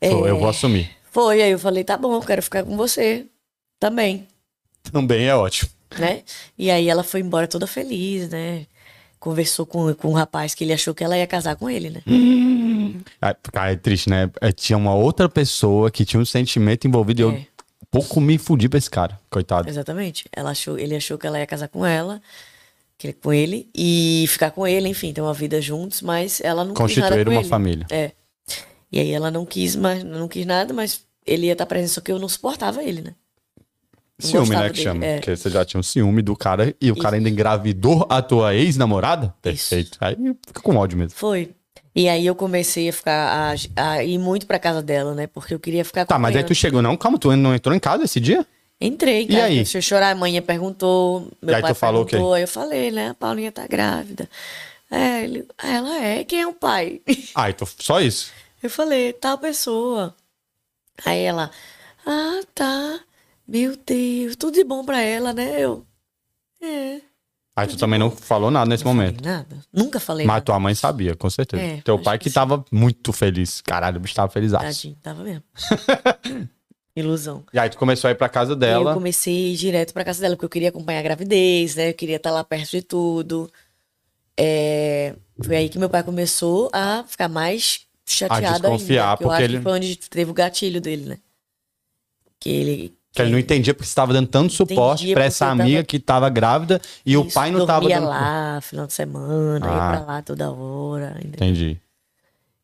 [SPEAKER 2] é,
[SPEAKER 1] Pô, Eu vou assumir.
[SPEAKER 2] Foi, aí eu falei, tá bom, eu quero ficar com você também,
[SPEAKER 1] Também é ótimo.
[SPEAKER 2] né? E aí ela foi embora toda feliz, né? Conversou com, com um rapaz que ele achou que ela ia casar com ele, né?
[SPEAKER 1] Ah, Cara, é triste, né? É, Tinha uma outra pessoa que tinha um sentimento envolvido e
[SPEAKER 2] É.
[SPEAKER 1] eu pouco me fudi pra esse cara, coitado.
[SPEAKER 2] Exatamente. Ela achou, ele achou que ela ia casar com ela, que ele- com ele, e ficar com ele, enfim, ter uma vida juntos, mas ela não quis nada
[SPEAKER 1] Constituir
[SPEAKER 2] com
[SPEAKER 1] uma
[SPEAKER 2] ele.
[SPEAKER 1] família.
[SPEAKER 2] É. E aí ela não quis, mas não quis nada, mas ele ia estar presente, só que eu não suportava ele, né? Não
[SPEAKER 1] Ciúme,
[SPEAKER 2] gostava
[SPEAKER 1] né? Que
[SPEAKER 2] dele,
[SPEAKER 1] chama.
[SPEAKER 2] é.
[SPEAKER 1] Porque você já tinha um ciúme do cara e o cara ainda engravidou a tua ex-namorada?
[SPEAKER 2] Isso.
[SPEAKER 1] Perfeito. Aí fica com ódio mesmo.
[SPEAKER 2] Foi. E aí eu comecei a ficar a, a ir muito pra casa dela, né? Porque eu queria ficar
[SPEAKER 1] Tá, mas aí
[SPEAKER 2] acompanhando.
[SPEAKER 1] tu chegou, não? Calma, tu não entrou em casa esse dia?
[SPEAKER 2] Entrei,
[SPEAKER 1] E
[SPEAKER 2] cara.
[SPEAKER 1] aí?
[SPEAKER 2] Deixa eu chorar. A mãe perguntou, meu
[SPEAKER 1] E aí
[SPEAKER 2] pai
[SPEAKER 1] tu falou o quê?
[SPEAKER 2] perguntou. Aí eu falei, né? A Paulinha tá grávida. É, ele, "Ah, ela é. Quem é o pai?
[SPEAKER 1] Ah, então só isso.
[SPEAKER 2] Eu falei, tal pessoa. Aí ela, ah, tá. Meu Deus, tudo de bom pra ela, né? Eu, é.
[SPEAKER 1] Aí tu também não falou nada nesse
[SPEAKER 2] Não falei
[SPEAKER 1] momento.
[SPEAKER 2] Nada. Nunca falei
[SPEAKER 1] Mas
[SPEAKER 2] nada.
[SPEAKER 1] tua mãe sabia, com certeza.
[SPEAKER 2] É,
[SPEAKER 1] Teu
[SPEAKER 2] acho
[SPEAKER 1] pai
[SPEAKER 2] que
[SPEAKER 1] que
[SPEAKER 2] sim.
[SPEAKER 1] tava muito feliz. Caralho, o bicho tava feliz.
[SPEAKER 2] Tadinho, tava mesmo. Ilusão.
[SPEAKER 1] E aí tu começou a ir pra casa
[SPEAKER 2] E
[SPEAKER 1] dela.
[SPEAKER 2] Eu comecei direto pra casa dela, porque eu queria acompanhar a gravidez, né? Eu queria estar lá perto de tudo. É, Foi aí que meu pai começou a ficar mais chateado
[SPEAKER 1] desconfiar,
[SPEAKER 2] ainda. que eu
[SPEAKER 1] porque
[SPEAKER 2] acho
[SPEAKER 1] ele-
[SPEAKER 2] que foi onde teve o gatilho dele, né? Que ele.
[SPEAKER 1] Que ele não entendia porque você tava dando tanto suporte
[SPEAKER 2] Entendia
[SPEAKER 1] pra
[SPEAKER 2] porque
[SPEAKER 1] essa
[SPEAKER 2] eu tava-
[SPEAKER 1] amiga que tava grávida e o
[SPEAKER 2] Isso,
[SPEAKER 1] pai não tava
[SPEAKER 2] dormia
[SPEAKER 1] dando.
[SPEAKER 2] lá, final de semana,
[SPEAKER 1] Ah.
[SPEAKER 2] ia pra lá toda hora. entendeu?
[SPEAKER 1] Entendi.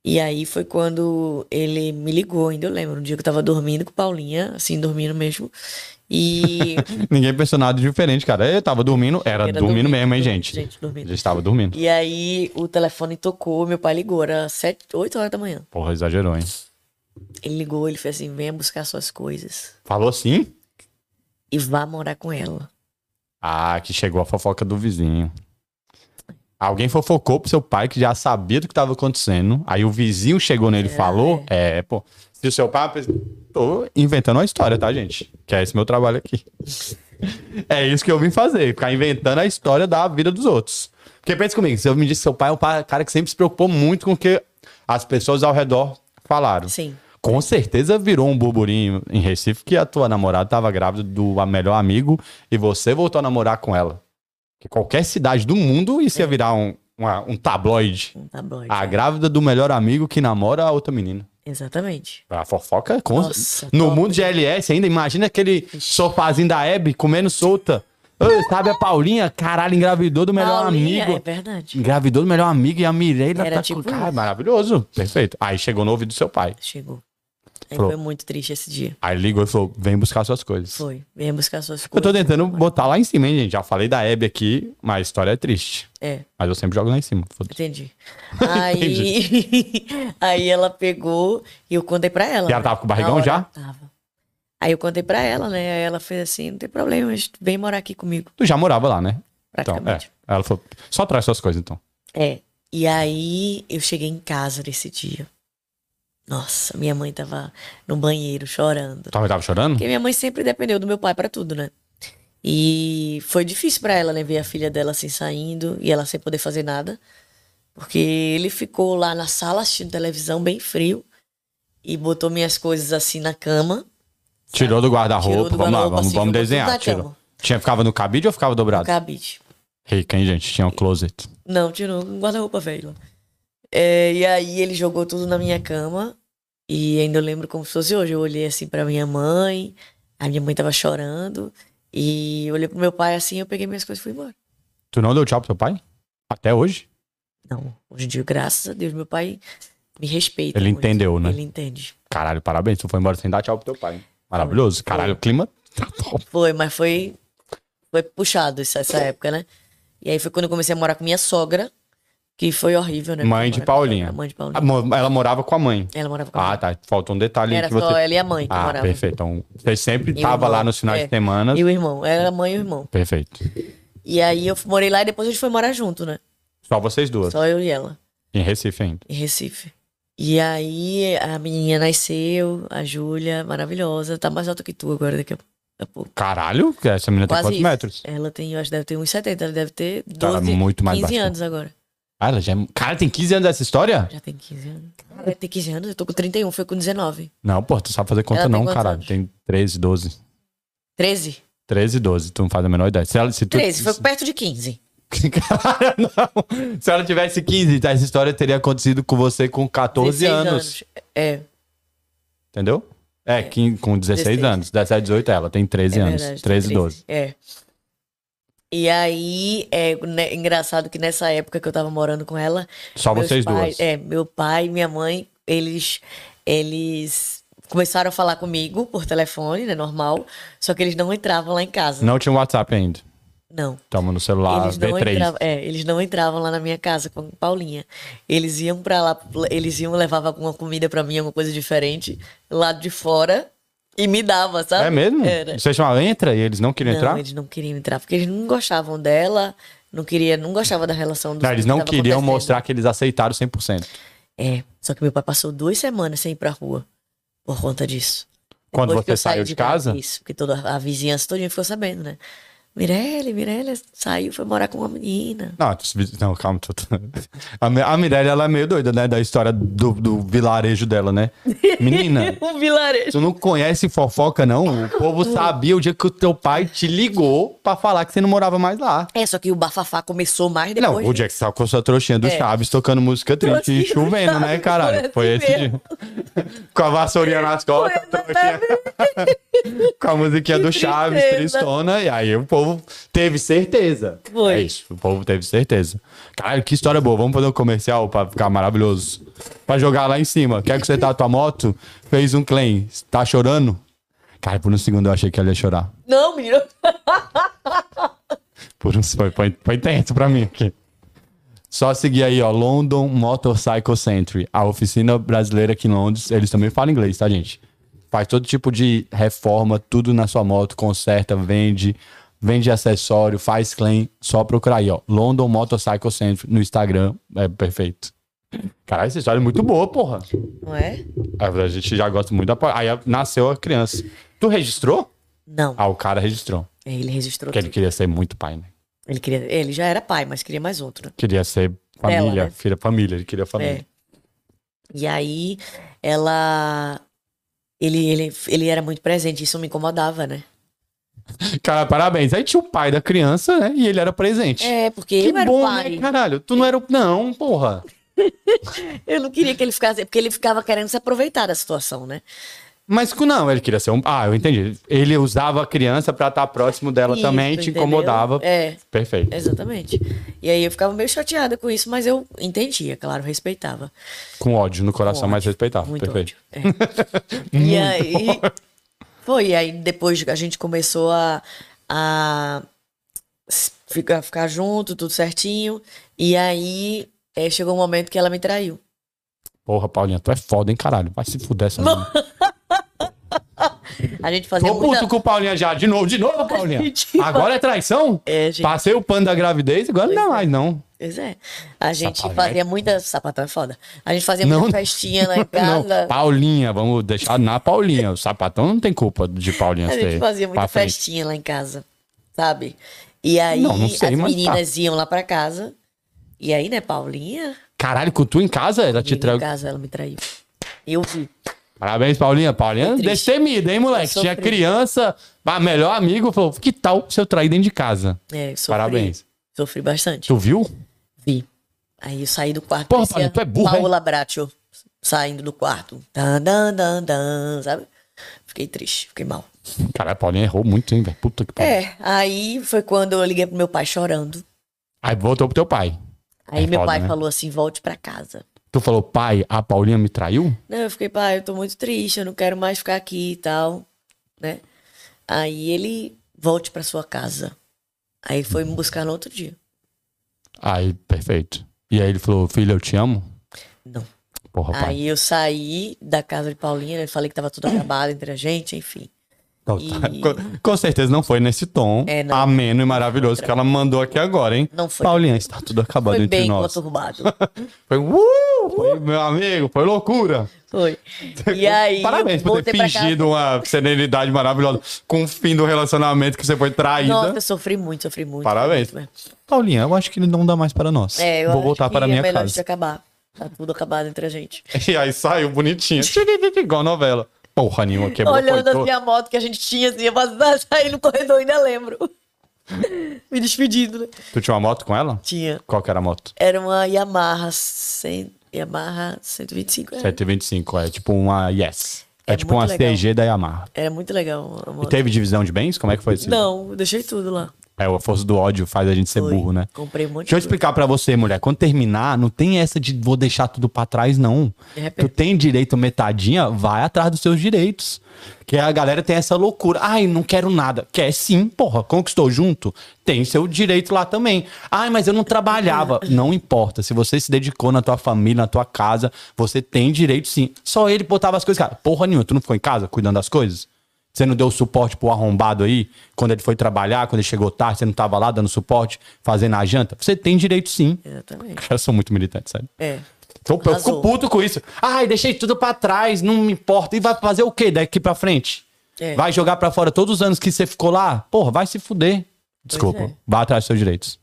[SPEAKER 2] E aí foi quando ele me ligou, ainda eu lembro, um dia que eu tava dormindo com Paulinha, assim, dormindo mesmo. E.
[SPEAKER 1] Ninguém pensou nada diferente, cara. Eu tava dormindo, era,
[SPEAKER 2] Era
[SPEAKER 1] dormindo,
[SPEAKER 2] dormindo,
[SPEAKER 1] mesmo, hein,
[SPEAKER 2] dormindo,
[SPEAKER 1] gente?
[SPEAKER 2] gente, dormindo.
[SPEAKER 1] Ele estava dormindo.
[SPEAKER 2] E aí o telefone tocou, meu pai ligou, era sete, 8 horas da manhã.
[SPEAKER 1] Porra, exagerou, hein?
[SPEAKER 2] Ele ligou, ele fez assim, venha buscar suas coisas
[SPEAKER 1] Falou assim?
[SPEAKER 2] e vá morar com ela.
[SPEAKER 1] Ah, que chegou a fofoca do vizinho. Alguém fofocou pro seu pai que já sabia do que tava acontecendo. Aí o vizinho chegou nele e falou: é. pô. Se o seu pai. Tô inventando uma história, tá, gente? Que é esse meu trabalho aqui. é isso que eu vim fazer, ficar inventando a história da vida dos outros. Porque pensa comigo, se eu me disse que seu pai é um pa- cara que sempre se preocupou muito com o que as pessoas ao redor falaram.
[SPEAKER 2] Sim.
[SPEAKER 1] Com certeza virou um burburinho em Recife que a tua namorada tava grávida do a- melhor amigo e você voltou a namorar com ela. Que qualquer cidade do mundo isso ia virar um, uma- um tabloide.
[SPEAKER 2] Um tabloide.
[SPEAKER 1] A grávida do melhor amigo que namora a outra menina.
[SPEAKER 2] Exatamente.
[SPEAKER 1] A fofoca com...
[SPEAKER 2] Nossa,
[SPEAKER 1] No
[SPEAKER 2] top.
[SPEAKER 1] mundo de LS ainda, imagina aquele sofazinho da Hebe comendo solta. Ô, sabe a Paulinha? Caralho, engravidou do melhor
[SPEAKER 2] Paulinha,
[SPEAKER 1] amigo.
[SPEAKER 2] É verdade.
[SPEAKER 1] Engravidou do melhor amigo e a Mireia
[SPEAKER 2] Era
[SPEAKER 1] tá
[SPEAKER 2] tipo
[SPEAKER 1] com... Cara,
[SPEAKER 2] isso.
[SPEAKER 1] maravilhoso. Perfeito. Aí chegou no ouvido do seu pai.
[SPEAKER 2] Chegou. Aí
[SPEAKER 1] Falou.
[SPEAKER 2] foi muito triste esse dia.
[SPEAKER 1] Aí ligou e falou, vem buscar suas coisas.
[SPEAKER 2] Foi. Venha buscar suas
[SPEAKER 1] Eu
[SPEAKER 2] coisas.
[SPEAKER 1] tô tentando botar lá em cima, hein, gente? Já falei da Hebe aqui, mas a história é triste.
[SPEAKER 2] É.
[SPEAKER 1] Mas eu sempre jogo lá em cima. foda-se.
[SPEAKER 2] Entendi. Aí, aí ela pegou e eu contei pra ela.
[SPEAKER 1] E ela
[SPEAKER 2] né?
[SPEAKER 1] tava com o barrigão
[SPEAKER 2] Na hora,
[SPEAKER 1] já?
[SPEAKER 2] Tava. Aí eu contei pra ela, né? Aí ela fez assim, não tem problema, mas vem morar aqui comigo,
[SPEAKER 1] Tu já morava lá, né? Então, é.
[SPEAKER 2] praticamente.
[SPEAKER 1] Aí Ela falou, só traz suas coisas, então.
[SPEAKER 2] É. E aí eu cheguei em casa nesse dia. Nossa, minha mãe tava no banheiro chorando.
[SPEAKER 1] Tua mãe Então, tava chorando?
[SPEAKER 2] Porque minha mãe sempre dependeu do meu pai pra tudo, né? E foi difícil pra ela, né? Ver a filha dela assim saindo e ela sem poder fazer nada. Porque ele ficou lá na sala assistindo televisão, bem frio, e botou minhas coisas assim na cama.
[SPEAKER 1] Tirou do
[SPEAKER 2] Tirou
[SPEAKER 1] guarda-roupa,
[SPEAKER 2] do
[SPEAKER 1] vamos lá,
[SPEAKER 2] guarda-roupa,
[SPEAKER 1] vamos, vamos
[SPEAKER 2] assim, jogou tudo
[SPEAKER 1] desenhar.
[SPEAKER 2] na
[SPEAKER 1] Tirou.
[SPEAKER 2] cama.
[SPEAKER 1] Tinha, ficava no cabide ou ficava
[SPEAKER 2] no
[SPEAKER 1] dobrado?
[SPEAKER 2] Cabide.
[SPEAKER 1] Rica, hein, gente? Tinha um closet.
[SPEAKER 2] tipo, Não, tirou um guarda-roupa velho. É, e aí ele jogou tudo na minha cama. E ainda eu lembro como se fosse hoje. Eu olhei assim pra minha mãe. A minha mãe tava chorando. E eu olhei pro meu pai assim, eu peguei minhas coisas e fui embora.
[SPEAKER 1] Tu não deu tchau pro teu pai? Até hoje?
[SPEAKER 2] Não, hoje em dia, graças a Deus, meu pai me respeita.
[SPEAKER 1] Ele
[SPEAKER 2] muito.
[SPEAKER 1] entendeu, né?
[SPEAKER 2] Ele entende.
[SPEAKER 1] Caralho, parabéns. Tu foi embora sem dar tchau pro teu pai. hein? Maravilhoso. Caralho, o clima tá top.
[SPEAKER 2] Foi, mas foi, foi puxado essa, essa
[SPEAKER 1] É.
[SPEAKER 2] época, né? E aí foi quando eu comecei a morar com minha sogra, que foi horrível, né?
[SPEAKER 1] Mãe de
[SPEAKER 2] Morar com a
[SPEAKER 1] Paulinha.
[SPEAKER 2] Mãe de
[SPEAKER 1] A
[SPEAKER 2] Paulinha.
[SPEAKER 1] mo- Ela morava com a mãe.
[SPEAKER 2] Ela morava com a
[SPEAKER 1] Ah,
[SPEAKER 2] mãe.
[SPEAKER 1] tá. Faltou um detalhe
[SPEAKER 2] Era
[SPEAKER 1] que
[SPEAKER 2] só
[SPEAKER 1] você...
[SPEAKER 2] ela e a mãe que
[SPEAKER 1] Ah,
[SPEAKER 2] moravam.
[SPEAKER 1] perfeito. Então, você sempre
[SPEAKER 2] E o
[SPEAKER 1] tava lá
[SPEAKER 2] irmão,
[SPEAKER 1] nos finais
[SPEAKER 2] é.
[SPEAKER 1] de semana.
[SPEAKER 2] E o irmão, era a mãe e o irmão.
[SPEAKER 1] Perfeito.
[SPEAKER 2] E aí eu morei lá e depois a gente foi morar junto, né?
[SPEAKER 1] Só vocês duas.
[SPEAKER 2] Só eu e ela,
[SPEAKER 1] Em Recife ainda.
[SPEAKER 2] em Recife. E aí a menininha nasceu, a Júlia, maravilhosa, tá mais alta que tu agora daqui a, a pouco.
[SPEAKER 1] Caralho, essa menina tem quantos
[SPEAKER 2] isso.
[SPEAKER 1] metros?
[SPEAKER 2] Ela tem, eu acho que deve ter uns 70, ela deve ter 12,
[SPEAKER 1] Cara, muito mais
[SPEAKER 2] 15
[SPEAKER 1] baixinha.
[SPEAKER 2] anos agora.
[SPEAKER 1] Ah, ela já é... Cara, tem 15 anos dessa história?
[SPEAKER 2] Já tem 15 anos. Ela tem 15 anos, eu tô com 31, foi com 19.
[SPEAKER 1] Não, pô, tu sabe fazer conta
[SPEAKER 2] Ela tem
[SPEAKER 1] não,
[SPEAKER 2] quantos
[SPEAKER 1] caralho.
[SPEAKER 2] anos?
[SPEAKER 1] Tem 13, 12.
[SPEAKER 2] 13?
[SPEAKER 1] 13, 12. Tu não faz a menor ideia. Se ela, se tu...
[SPEAKER 2] 13, foi perto de 15.
[SPEAKER 1] Cara, não. Se ela tivesse 15, tá, essa história teria acontecido com você com 14
[SPEAKER 2] 16
[SPEAKER 1] anos,
[SPEAKER 2] É,
[SPEAKER 1] Entendeu? É, 15 com 16,
[SPEAKER 2] 16.
[SPEAKER 1] anos. 17, 18, ela tem 13
[SPEAKER 2] É
[SPEAKER 1] anos.
[SPEAKER 2] verdade,
[SPEAKER 1] 13,
[SPEAKER 2] 13,
[SPEAKER 1] 12.
[SPEAKER 2] É. E aí, é né, engraçado que nessa época que eu tava morando com ela.
[SPEAKER 1] Só
[SPEAKER 2] meus
[SPEAKER 1] vocês
[SPEAKER 2] pais-
[SPEAKER 1] duas.
[SPEAKER 2] É, meu pai e minha mãe, eles. Eles começaram a falar comigo por telefone, né? Normal. Só que eles não entravam lá em casa.
[SPEAKER 1] Não tinha WhatsApp ainda.
[SPEAKER 2] Não.
[SPEAKER 1] Toma no celular,
[SPEAKER 2] eles não
[SPEAKER 1] V3.
[SPEAKER 2] entravam, é, eles não entravam lá na minha casa com Paulinha. Eles iam para lá, eles iam levava alguma comida para mim, alguma coisa diferente, lá de fora e me dava, sabe?
[SPEAKER 1] É mesmo?
[SPEAKER 2] Era.
[SPEAKER 1] Você chamava, entra e eles não queriam
[SPEAKER 2] Não,
[SPEAKER 1] entrar?
[SPEAKER 2] eles não queriam entrar porque eles não gostavam dela, não queria, não gostava da relação dos
[SPEAKER 1] Não, eles não
[SPEAKER 2] tava
[SPEAKER 1] queriam
[SPEAKER 2] acontecendo.
[SPEAKER 1] mostrar que eles aceitaram 100%.
[SPEAKER 2] É, só que meu pai passou duas semanas sem ir pra rua por conta disso.
[SPEAKER 1] Quando
[SPEAKER 2] Depois
[SPEAKER 1] você
[SPEAKER 2] que eu
[SPEAKER 1] saiu
[SPEAKER 2] saí
[SPEAKER 1] de casa?
[SPEAKER 2] Isso, porque toda a vizinhança todinha ficou sabendo, né? Mirelle, Mirelle saiu, foi morar com uma menina.
[SPEAKER 1] Não, tu- não calma. tu- tu- A, Mi- a Mirella, ela é meio doida, né? Da história do, do vilarejo dela, né? Menina,
[SPEAKER 2] O Um vilarejo.
[SPEAKER 1] tu não conhece fofoca, não? O povo sabia o dia que o teu pai te ligou pra falar que você não morava mais lá.
[SPEAKER 2] É, só que o bafafá começou mais
[SPEAKER 1] Não,
[SPEAKER 2] depois.
[SPEAKER 1] o dia que você tava com a sua trouxinha do
[SPEAKER 2] É.
[SPEAKER 1] Chaves tocando música triste
[SPEAKER 2] Trouxinha
[SPEAKER 1] e
[SPEAKER 2] do
[SPEAKER 1] chovendo, né,
[SPEAKER 2] Chaves,
[SPEAKER 1] caralho? Foi
[SPEAKER 2] foi
[SPEAKER 1] esse
[SPEAKER 2] assim
[SPEAKER 1] dia. com a vassourinha nas costas,
[SPEAKER 2] né,
[SPEAKER 1] a trouxinha. com a musiquinha do
[SPEAKER 2] Que
[SPEAKER 1] Chaves,
[SPEAKER 2] tristeza.
[SPEAKER 1] tristona. E aí o povo teve certeza.
[SPEAKER 2] Foi.
[SPEAKER 1] É isso, o povo teve certeza. Caralho, que história boa. Vamos fazer um comercial pra ficar maravilhoso. Pra jogar lá em cima. Quer que você tá a tua moto? Fez um claim. Tá chorando? Cara, por um segundo eu achei que ela ia chorar.
[SPEAKER 2] Não, menino.
[SPEAKER 1] Por um, foi, foi, foi tenso pra mim aqui. Só seguir aí, ó. London Motorcycle Century. A oficina brasileira aqui em Londres. Eles também falam inglês, tá, gente? Faz todo tipo de reforma, tudo na sua moto, conserta, vende, vende acessório, faz claim. Só procurar aí, ó. London Motorcycle Century no Instagram. É perfeito. Caralho, essa história é muito boa, porra.
[SPEAKER 2] Não é?
[SPEAKER 1] A gente já gosta muito da. po- Aí nasceu a criança. Tu registrou?
[SPEAKER 2] Não.
[SPEAKER 1] Ah, o cara registrou.
[SPEAKER 2] É, Ele registrou
[SPEAKER 1] Porque ele
[SPEAKER 2] tudo.
[SPEAKER 1] queria ser muito pai, né?
[SPEAKER 2] Ele, queria... ele já era pai, mas queria mais outro, né?
[SPEAKER 1] Queria ser família,
[SPEAKER 2] Dela, né?
[SPEAKER 1] filha família, ele queria família.
[SPEAKER 2] É. E aí, ela. Ele, ele, ele era muito presente, isso me incomodava, né? É.
[SPEAKER 1] Cara, parabéns. Aí tinha o pai da criança, né? E ele era presente.
[SPEAKER 2] É, porque
[SPEAKER 1] que
[SPEAKER 2] eu era o
[SPEAKER 1] bom,
[SPEAKER 2] pai.
[SPEAKER 1] né, caralho? Tu não era o... Não, porra.
[SPEAKER 2] Eu não queria que ele ficasse, porque ele ficava querendo se aproveitar da situação, né?
[SPEAKER 1] Mas que não, ele queria ser um... Ah, eu entendi. Ele usava a criança pra estar próximo dela
[SPEAKER 2] Isso,
[SPEAKER 1] também, te
[SPEAKER 2] entendeu?
[SPEAKER 1] incomodava.
[SPEAKER 2] É,
[SPEAKER 1] Perfeito.
[SPEAKER 2] exatamente. E aí eu ficava meio chateada com isso, mas eu entendia, claro, respeitava.
[SPEAKER 1] Com ódio no coração,
[SPEAKER 2] Com
[SPEAKER 1] mas respeitava.
[SPEAKER 2] Muito
[SPEAKER 1] Tá, Perfeito. Hum.
[SPEAKER 2] ódio. É. e aí. Foi, e aí depois a gente começou a. a s- ficar, ficar junto, tudo certinho. E aí é, chegou um momento que ela me traiu.
[SPEAKER 1] Porra, Paulinha, tu é foda, hein, caralho? Vai se fuder essa menina.
[SPEAKER 2] A gente fazia
[SPEAKER 1] Tô
[SPEAKER 2] muita...
[SPEAKER 1] puto com o Paulinha já. De novo, de novo, Paulinha.
[SPEAKER 2] Mentira.
[SPEAKER 1] Agora é traição?
[SPEAKER 2] É, gente.
[SPEAKER 1] Passei o pano da gravidez, agora não dá mais, não.
[SPEAKER 2] Pois é. A gente
[SPEAKER 1] Sapatão é
[SPEAKER 2] fazia muita. Sapatão é foda. A gente fazia
[SPEAKER 1] Não,
[SPEAKER 2] muita
[SPEAKER 1] não.
[SPEAKER 2] festinha lá em
[SPEAKER 1] Não,
[SPEAKER 2] casa.
[SPEAKER 1] Paulinha, vamos deixar na Paulinha. O sapatão não tem culpa de Paulinha
[SPEAKER 2] a gente
[SPEAKER 1] ser
[SPEAKER 2] fazia muita
[SPEAKER 1] pra frente.
[SPEAKER 2] festinha lá em casa, sabe? E aí
[SPEAKER 1] Não, não sei,
[SPEAKER 2] as
[SPEAKER 1] mas tá.
[SPEAKER 2] meninas iam lá pra casa. E aí, né, Paulinha?
[SPEAKER 1] Caralho, com tu em casa, ela te
[SPEAKER 2] Em
[SPEAKER 1] traiu.
[SPEAKER 2] casa ela me traiu. Eu vi.
[SPEAKER 1] Parabéns, Paulinha. Paulinha,
[SPEAKER 2] triste.
[SPEAKER 1] destemida, hein, moleque?
[SPEAKER 2] Eu
[SPEAKER 1] Tinha
[SPEAKER 2] sofri.
[SPEAKER 1] criança, ah, melhor amigo, falou, que tal se eu trair dentro de casa?
[SPEAKER 2] É, sofri,
[SPEAKER 1] Parabéns.
[SPEAKER 2] Sofri bastante.
[SPEAKER 1] Tu viu?
[SPEAKER 2] Vi. Aí eu saí do quarto.
[SPEAKER 1] Porra,
[SPEAKER 2] parecia
[SPEAKER 1] Paulinho, tu é burra,
[SPEAKER 2] Paola Bracho saindo do quarto. Dan, dan, dan, dan, sabe? Fiquei triste, fiquei mal.
[SPEAKER 1] Caralho, Paulinha errou muito, hein, velho? Puta que pariu.
[SPEAKER 2] É, aí foi quando eu liguei pro meu pai chorando.
[SPEAKER 1] Aí voltou pro teu pai.
[SPEAKER 2] Aí
[SPEAKER 1] É
[SPEAKER 2] meu
[SPEAKER 1] foda,
[SPEAKER 2] pai
[SPEAKER 1] né?
[SPEAKER 2] falou assim: volte pra casa.
[SPEAKER 1] Tu falou, pai, a Paulinha me traiu?
[SPEAKER 2] Não, eu fiquei, pai, eu tô muito triste, eu não quero mais ficar aqui e tal, né? Aí ele, volte pra sua casa. Aí foi me buscar no outro dia.
[SPEAKER 1] Aí, perfeito. E aí ele falou, filho, eu te amo?
[SPEAKER 2] Não.
[SPEAKER 1] Porra, pai.
[SPEAKER 2] Aí eu saí da casa de Paulinha, né? falei que tava tudo acabado entre a gente, enfim.
[SPEAKER 1] Não,
[SPEAKER 2] E-
[SPEAKER 1] tá. Com- Com certeza não foi nesse tom
[SPEAKER 2] É, não.
[SPEAKER 1] ameno e maravilhoso que ela mandou aqui agora, hein?
[SPEAKER 2] Não foi.
[SPEAKER 1] Paulinha, está tudo acabado
[SPEAKER 2] Foi
[SPEAKER 1] entre
[SPEAKER 2] bem
[SPEAKER 1] nós.
[SPEAKER 2] conturbado.
[SPEAKER 1] Foi, uh, foi, meu amigo, foi loucura.
[SPEAKER 2] Foi. E aí.
[SPEAKER 1] Parabéns por ter
[SPEAKER 2] voltei pra casa.
[SPEAKER 1] fingido uma serenidade maravilhosa com o fim do relacionamento que você foi traída.
[SPEAKER 2] Nossa, eu sofri muito, sofri muito.
[SPEAKER 1] Parabéns.
[SPEAKER 2] sofri muito mesmo.
[SPEAKER 1] Paulinha, eu acho que ele não dá mais para nós.
[SPEAKER 2] É, eu
[SPEAKER 1] Vou
[SPEAKER 2] acho
[SPEAKER 1] voltar
[SPEAKER 2] que
[SPEAKER 1] para a minha
[SPEAKER 2] é melhor isso
[SPEAKER 1] casa.
[SPEAKER 2] acabar. Tá tudo acabado entre a gente.
[SPEAKER 1] E aí saiu bonitinho. Igual novela. Porra nenhuma, quebrou.
[SPEAKER 2] Olhando
[SPEAKER 1] coitou.
[SPEAKER 2] a minha moto que a gente tinha, assim, eu passava, saí no corredor, ainda lembro. Me despedindo, né?
[SPEAKER 1] Tu tinha uma moto com ela?
[SPEAKER 2] Tinha.
[SPEAKER 1] Qual que era a moto?
[SPEAKER 2] Era uma Yamaha, 100, Yamaha 125. Era,
[SPEAKER 1] 725, é tipo uma Yes. É,
[SPEAKER 2] É
[SPEAKER 1] tipo uma
[SPEAKER 2] muito legal.
[SPEAKER 1] CG da Yamaha.
[SPEAKER 2] era muito legal a
[SPEAKER 1] E
[SPEAKER 2] moto.
[SPEAKER 1] teve divisão de bens? Como é que foi isso?
[SPEAKER 2] Não, eu deixei tudo lá.
[SPEAKER 1] É, a força do ódio faz a gente ser
[SPEAKER 2] Foi.
[SPEAKER 1] burro, né?
[SPEAKER 2] Comprei um
[SPEAKER 1] Deixa eu
[SPEAKER 2] monte de coisa.
[SPEAKER 1] explicar pra você, mulher. Quando terminar, não tem essa de vou deixar tudo pra trás, não.
[SPEAKER 2] De repente.
[SPEAKER 1] Tu tem direito metadinha, vai atrás dos seus direitos. Que a galera tem essa loucura. Ai, não quero nada. Quer sim, porra. Conquistou junto? Tem seu direito lá também. Ai, mas eu não trabalhava. Não importa. Se você se dedicou na tua família, na tua casa, você tem direito sim. Só ele botava as coisas. Cara, porra nenhuma. Tu não ficou em casa cuidando das coisas? Você não deu suporte pro arrombado aí? Quando ele foi trabalhar, quando ele chegou tarde, você não tava lá dando suporte, fazendo a janta? Você tem direito sim.
[SPEAKER 2] Exatamente.
[SPEAKER 1] Cara, eu sou muito militante, sério.
[SPEAKER 2] É.
[SPEAKER 1] Então, eu fico
[SPEAKER 2] Arrasou.
[SPEAKER 1] puto com isso. Ai, deixei tudo pra trás, não me importa. E vai fazer o quê daqui pra frente?
[SPEAKER 2] É.
[SPEAKER 1] Vai jogar pra fora todos os anos que você ficou lá? Porra, vai se fuder. Desculpa,
[SPEAKER 2] é.
[SPEAKER 1] vá atrás dos seus direitos.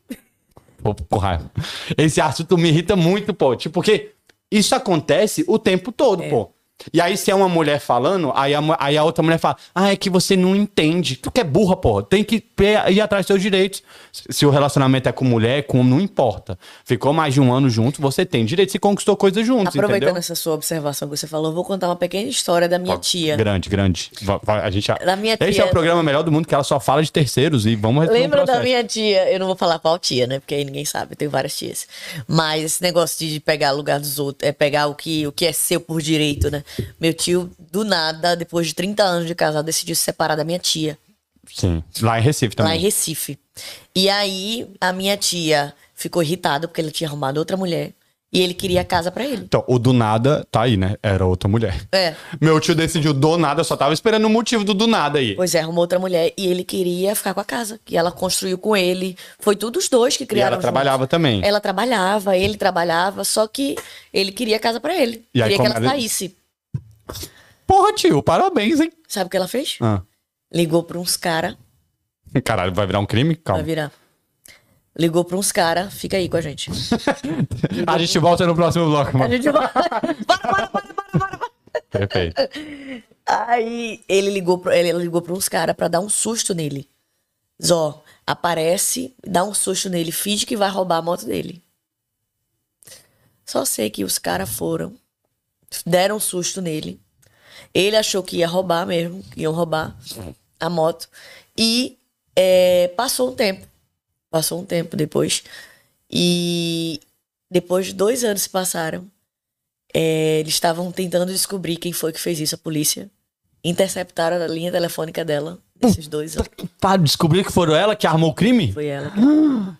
[SPEAKER 1] Pô, com raiva. Esse assunto me irrita muito, pô. Tipo, porque isso acontece o tempo todo, pô. E aí, se é uma mulher falando, aí a, mu- aí a outra mulher fala: Ah, é que você não entende. Tu que é burra, pô. Tem que pe- ir atrás dos seus direitos. Se- Se o relacionamento é com mulher, com homem, não importa. Ficou mais de um ano junto, você tem direito. Se conquistou coisas juntos,
[SPEAKER 2] Aproveitando
[SPEAKER 1] entendeu?
[SPEAKER 2] essa sua observação que você falou, eu vou contar uma pequena história da minha tia.
[SPEAKER 1] Grande, grande. Va- va- A gente,
[SPEAKER 2] Da minha
[SPEAKER 1] Esse
[SPEAKER 2] tia.
[SPEAKER 1] é o programa melhor do mundo, que ela só fala de terceiros e vamos resolver o
[SPEAKER 2] Lembra da
[SPEAKER 1] processo.
[SPEAKER 2] minha tia? Eu não vou falar qual tia, né? Porque aí ninguém sabe. Eu tenho várias tias. Mas esse negócio de pegar lugar dos outros, é pegar o que, o que é seu por direito, né? Meu tio, do nada, depois de 30 anos de casado, decidiu se separar da minha tia,
[SPEAKER 1] Sim. Lá em Recife também.
[SPEAKER 2] lá em Recife. E aí, a minha tia ficou irritada porque ele tinha arrumado outra mulher e ele queria a casa pra ele.
[SPEAKER 1] Então, o do nada tá aí, né? Era outra mulher.
[SPEAKER 2] É.
[SPEAKER 1] Meu tio decidiu do nada, eu só tava esperando o motivo do do nada aí.
[SPEAKER 2] Pois é, arrumou outra mulher e ele queria ficar com a casa. que ela construiu com ele. Foi tudo os dois que criaram.
[SPEAKER 1] ela
[SPEAKER 2] juntos.
[SPEAKER 1] trabalhava também.
[SPEAKER 2] Ela trabalhava, ele trabalhava, só que ele queria a casa pra ele.
[SPEAKER 1] E aí,
[SPEAKER 2] queria que
[SPEAKER 1] como
[SPEAKER 2] ela
[SPEAKER 1] ela-
[SPEAKER 2] saísse.
[SPEAKER 1] Porra, tio, parabéns, hein?
[SPEAKER 2] Sabe o que ela fez?
[SPEAKER 1] Ah.
[SPEAKER 2] Ligou pra uns cara
[SPEAKER 1] Caralho, vai virar um crime?
[SPEAKER 2] pra
[SPEAKER 1] Calma.
[SPEAKER 2] virar. Ligou pra uns cara, fica aí com a gente. um
[SPEAKER 1] A gente volta no próximo bloco,
[SPEAKER 2] A
[SPEAKER 1] mano.
[SPEAKER 2] gente vai. Bora, bora, bora, bora, bora, bora.
[SPEAKER 1] Perfeito.
[SPEAKER 2] Aí ele ligou pra, ele ligou pra uns cara pra dar um susto nele. Diz, ó, aparece, dá um susto nele, finge que vai roubar a moto dele. Só sei que os caras foram, deram um susto nele. Ele achou que ia roubar mesmo, que iam roubar a moto. E é, passou um tempo. Passou um tempo depois. E depois de dois anos se passaram. É, eles estavam tentando descobrir quem foi que fez isso, a polícia. Interceptaram a linha telefônica dela, esses dois anos.
[SPEAKER 1] Pá, descobriu que foram ela que armou o crime?
[SPEAKER 2] Foi ela que foi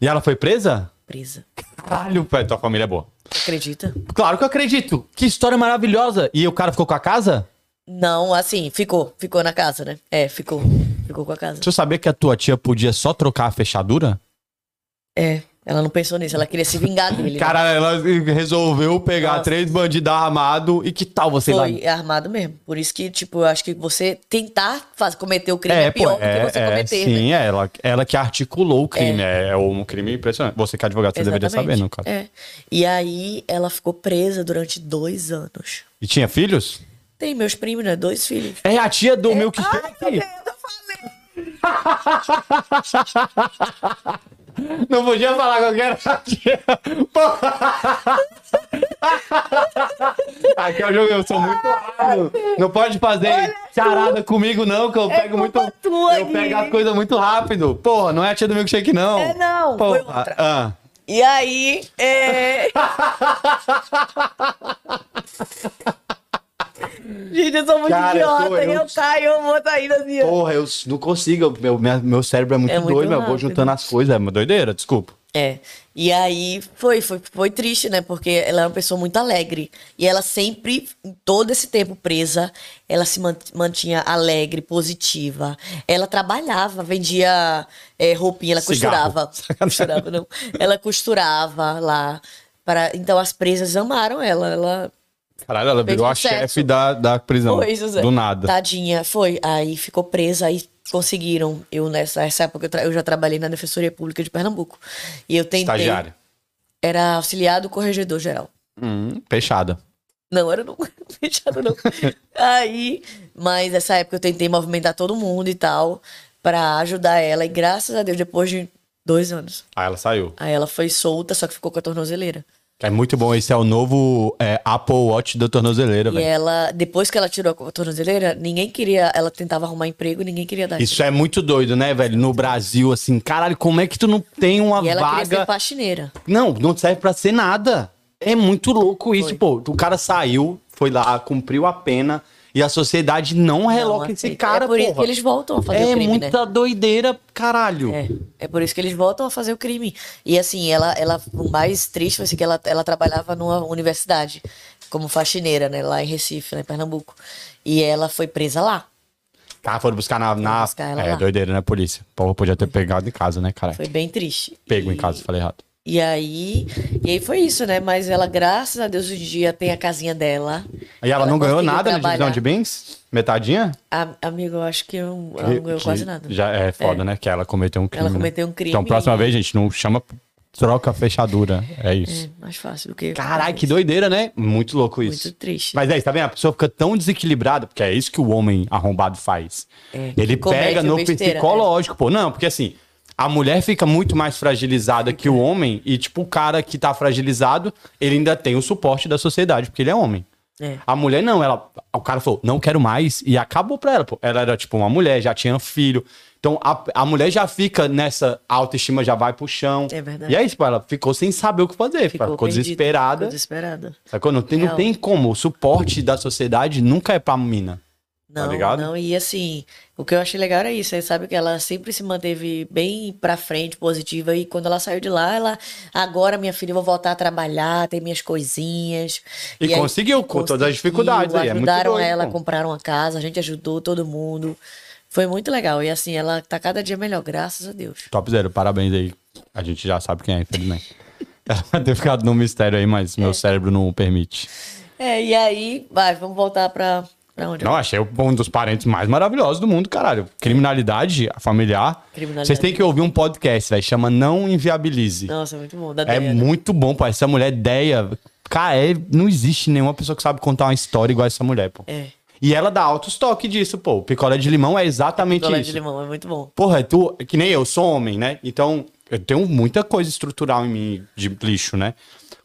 [SPEAKER 1] E ela foi presa?
[SPEAKER 2] presa.
[SPEAKER 1] Caralho, pai, tua família é boa.
[SPEAKER 2] Acredita?
[SPEAKER 1] Claro que eu acredito. Que história maravilhosa. E o cara ficou com a casa?
[SPEAKER 2] Não, assim, ficou. Ficou na casa, né? É, ficou. Ficou com a casa.
[SPEAKER 1] Tu sabia que a tua tia podia só trocar a fechadura?
[SPEAKER 2] É, ela não pensou nisso, ela queria se vingar dele. né?
[SPEAKER 1] Cara, ela resolveu pegar
[SPEAKER 2] Nossa.
[SPEAKER 1] três bandidos armados e que tal você lá?
[SPEAKER 2] Foi armado mesmo. Por isso que, tipo, eu acho que você tentar faz- cometer o crime é, pior do que você cometer. né?
[SPEAKER 1] Sim, é ela, ela que articulou o crime. É. é um crime impressionante. Você que é advogado, você deveria saber,
[SPEAKER 2] Exatamente.
[SPEAKER 1] no caso.
[SPEAKER 2] É. E aí ela ficou presa durante dois anos.
[SPEAKER 1] E tinha filhos?
[SPEAKER 2] Tem meus primos, né? Dois filhos.
[SPEAKER 1] É, a tia do meu que fez. Não podia falar qualquer tia. Porra. Aqui é o jogo, eu sou muito rápido. Não pode fazer charada comigo, não, que eu pego muito.
[SPEAKER 2] É culpa tua,
[SPEAKER 1] eu
[SPEAKER 2] Gui.
[SPEAKER 1] pego as coisas muito rápido. Porra, não é a tia do milkshake, não.
[SPEAKER 2] É, não,
[SPEAKER 1] Porra.
[SPEAKER 2] foi outra.
[SPEAKER 1] Ah.
[SPEAKER 2] E aí. É... Gente, eu sou muito
[SPEAKER 1] Cara, eu
[SPEAKER 2] idiota.
[SPEAKER 1] sou-
[SPEAKER 2] e
[SPEAKER 1] eu-
[SPEAKER 2] eu caio, eu vou saindo assim. ó.
[SPEAKER 1] Porra, eu não consigo. eu- Meu, minha- meu cérebro é muito
[SPEAKER 2] É muito
[SPEAKER 1] doido, meu. Eu vou
[SPEAKER 2] rápido.
[SPEAKER 1] juntando as coisas. É uma doideira, desculpa.
[SPEAKER 2] É. E aí foi, foi, foi triste, né? Porque ela é uma pessoa muito alegre. E ela sempre, em todo esse tempo presa, ela se man- mantinha alegre, positiva. Ela trabalhava, vendia é, roupinha, ela
[SPEAKER 1] Cigarro.
[SPEAKER 2] costurava. Costurava, não. Ela costurava lá. Para... Então as presas amaram ela. Ela
[SPEAKER 1] Caralho, ela
[SPEAKER 2] Fez um
[SPEAKER 1] virou a
[SPEAKER 2] sucesso.
[SPEAKER 1] chefe da, da prisão.
[SPEAKER 2] Foi, José. Tá,
[SPEAKER 1] Do nada.
[SPEAKER 2] Tadinha, foi. Aí ficou presa, aí conseguiram. Eu, nessa, nessa época, eu, tra- eu já trabalhei na Defensoria Pública de Pernambuco. E eu tentei.
[SPEAKER 1] Estagiária.
[SPEAKER 2] Era auxiliado corregedor geral.
[SPEAKER 1] Hum, fechada.
[SPEAKER 2] Não, era não. Fechado não. aí, mas nessa época eu tentei movimentar todo mundo e tal, pra ajudar ela. E graças a Deus, depois de dois anos,
[SPEAKER 1] Aí ela saiu.
[SPEAKER 2] aí ela foi solta, só que ficou com a tornozeleira.
[SPEAKER 1] Que é muito bom. Esse é o novo é, Apple Watch da tornozeleira,
[SPEAKER 2] E
[SPEAKER 1] velho.
[SPEAKER 2] ela, depois que ela tirou a tornozeleira, ninguém queria. Ela tentava arrumar emprego, ninguém queria dar.
[SPEAKER 1] Isso é muito doido, né, velho? No Brasil, assim, caralho, como é que tu não tem é uma
[SPEAKER 2] e ela queria ser
[SPEAKER 1] vaga.
[SPEAKER 2] faxineira.
[SPEAKER 1] Não, não serve pra ser nada. É muito louco isso, pô. O cara saiu, foi lá, cumpriu a pena e a sociedade não reloca
[SPEAKER 2] Não,
[SPEAKER 1] esse
[SPEAKER 2] aceita.
[SPEAKER 1] cara,
[SPEAKER 2] É por isso
[SPEAKER 1] porra.
[SPEAKER 2] que eles voltam a fazer
[SPEAKER 1] É
[SPEAKER 2] o crime, né?
[SPEAKER 1] muita doideira, caralho.
[SPEAKER 2] É, é por isso que eles voltam a fazer o crime. E assim, ela, ela o mais triste foi assim, que ela, ela trabalhava numa universidade como faxineira, né? Lá em Recife, lá em Pernambuco. E ela foi presa lá.
[SPEAKER 1] Cara, foram buscar na. na...
[SPEAKER 2] buscar ela
[SPEAKER 1] é,
[SPEAKER 2] lá.
[SPEAKER 1] doideira, né, polícia? Porra, podia ter pegado em casa, né, caralho?
[SPEAKER 2] Foi bem triste.
[SPEAKER 1] Pego
[SPEAKER 2] E-
[SPEAKER 1] em casa, falei errado.
[SPEAKER 2] E aí, e aí foi isso, né? Mas ela, graças a Deus, hoje em dia tem a casinha dela.
[SPEAKER 1] E ela, não ganhou
[SPEAKER 2] conseguiu
[SPEAKER 1] nada na divisão
[SPEAKER 2] trabalhar.
[SPEAKER 1] de bens? Metadinha?
[SPEAKER 2] A- amigo, eu acho que eu, ela não ganhou
[SPEAKER 1] Que-
[SPEAKER 2] quase
[SPEAKER 1] que
[SPEAKER 2] nada.
[SPEAKER 1] Já é foda,
[SPEAKER 2] É.
[SPEAKER 1] né? Que ela cometeu um crime. né?
[SPEAKER 2] cometeu um crime
[SPEAKER 1] Então, próxima
[SPEAKER 2] e-
[SPEAKER 1] vez, gente, não chama troca a fechadura. É isso.
[SPEAKER 2] É mais fácil do que.
[SPEAKER 1] Caralho, que doideira, né? Muito louco isso.
[SPEAKER 2] Muito triste.
[SPEAKER 1] Mas é isso, tá vendo? A pessoa fica tão desequilibrada, porque é isso que o homem arrombado faz.
[SPEAKER 2] É,
[SPEAKER 1] Ele
[SPEAKER 2] comete
[SPEAKER 1] pega no
[SPEAKER 2] besteira, né?
[SPEAKER 1] psicológico, pô. Não, porque assim, a mulher fica muito mais fragilizada que o homem, e tipo, o cara que tá fragilizado, ele ainda tem o suporte da sociedade, porque ele é homem.
[SPEAKER 2] É.
[SPEAKER 1] A mulher não, ela. O cara falou, não quero mais, e acabou pra ela, pô. Ela era, tipo, uma mulher, já tinha filho. Então, a, a mulher já fica nessa a autoestima, já vai pro chão.
[SPEAKER 2] É verdade.
[SPEAKER 1] E é isso, pô, ela ficou sem saber o que fazer, ficou, ficou
[SPEAKER 2] perdida,
[SPEAKER 1] desesperada.
[SPEAKER 2] Ficou desesperada.
[SPEAKER 1] Sacou? Não tem, não
[SPEAKER 2] Real.
[SPEAKER 1] tem como. O suporte da sociedade nunca é pra mina.
[SPEAKER 2] Não,
[SPEAKER 1] Tá ligado?
[SPEAKER 2] não, e assim, o que eu achei legal era isso, você sabe que ela sempre se manteve bem pra frente, positiva, e quando ela saiu de lá, ela, agora minha filha, eu vou voltar a trabalhar, ter minhas coisinhas.
[SPEAKER 1] E
[SPEAKER 2] aí,
[SPEAKER 1] conseguiu, com todas as dificuldades aí, é muito
[SPEAKER 2] ajudaram
[SPEAKER 1] doido,
[SPEAKER 2] ela,
[SPEAKER 1] pô.
[SPEAKER 2] compraram a casa, a gente ajudou todo mundo, foi muito legal, e assim, ela tá cada dia melhor, graças a Deus.
[SPEAKER 1] Top zero, parabéns aí. A gente já sabe quem é, infelizmente. Ela vai ter ficado no mistério aí, mas meu cérebro não permite.
[SPEAKER 2] É, e aí, vai, vamos voltar pra, pra onde?
[SPEAKER 1] Não, achei um dos parentes mais maravilhosos do mundo, caralho. Criminalidade familiar.
[SPEAKER 2] Criminalidade.
[SPEAKER 1] Vocês têm que ouvir um podcast, velho. Chama Não Inviabilize.
[SPEAKER 2] Nossa, muito bom, da
[SPEAKER 1] É
[SPEAKER 2] Débora.
[SPEAKER 1] muito bom, pô. Essa mulher ideia. Cara, é- não existe nenhuma pessoa que sabe contar uma história igual essa mulher, pô.
[SPEAKER 2] É.
[SPEAKER 1] E ela dá altos toques disso, pô. O picolé de limão é exatamente
[SPEAKER 2] Picolé
[SPEAKER 1] isso.
[SPEAKER 2] de limão, é muito bom.
[SPEAKER 1] Porra, tu, que nem eu, sou homem, né? Então, eu tenho muita coisa estrutural em mim de lixo, né?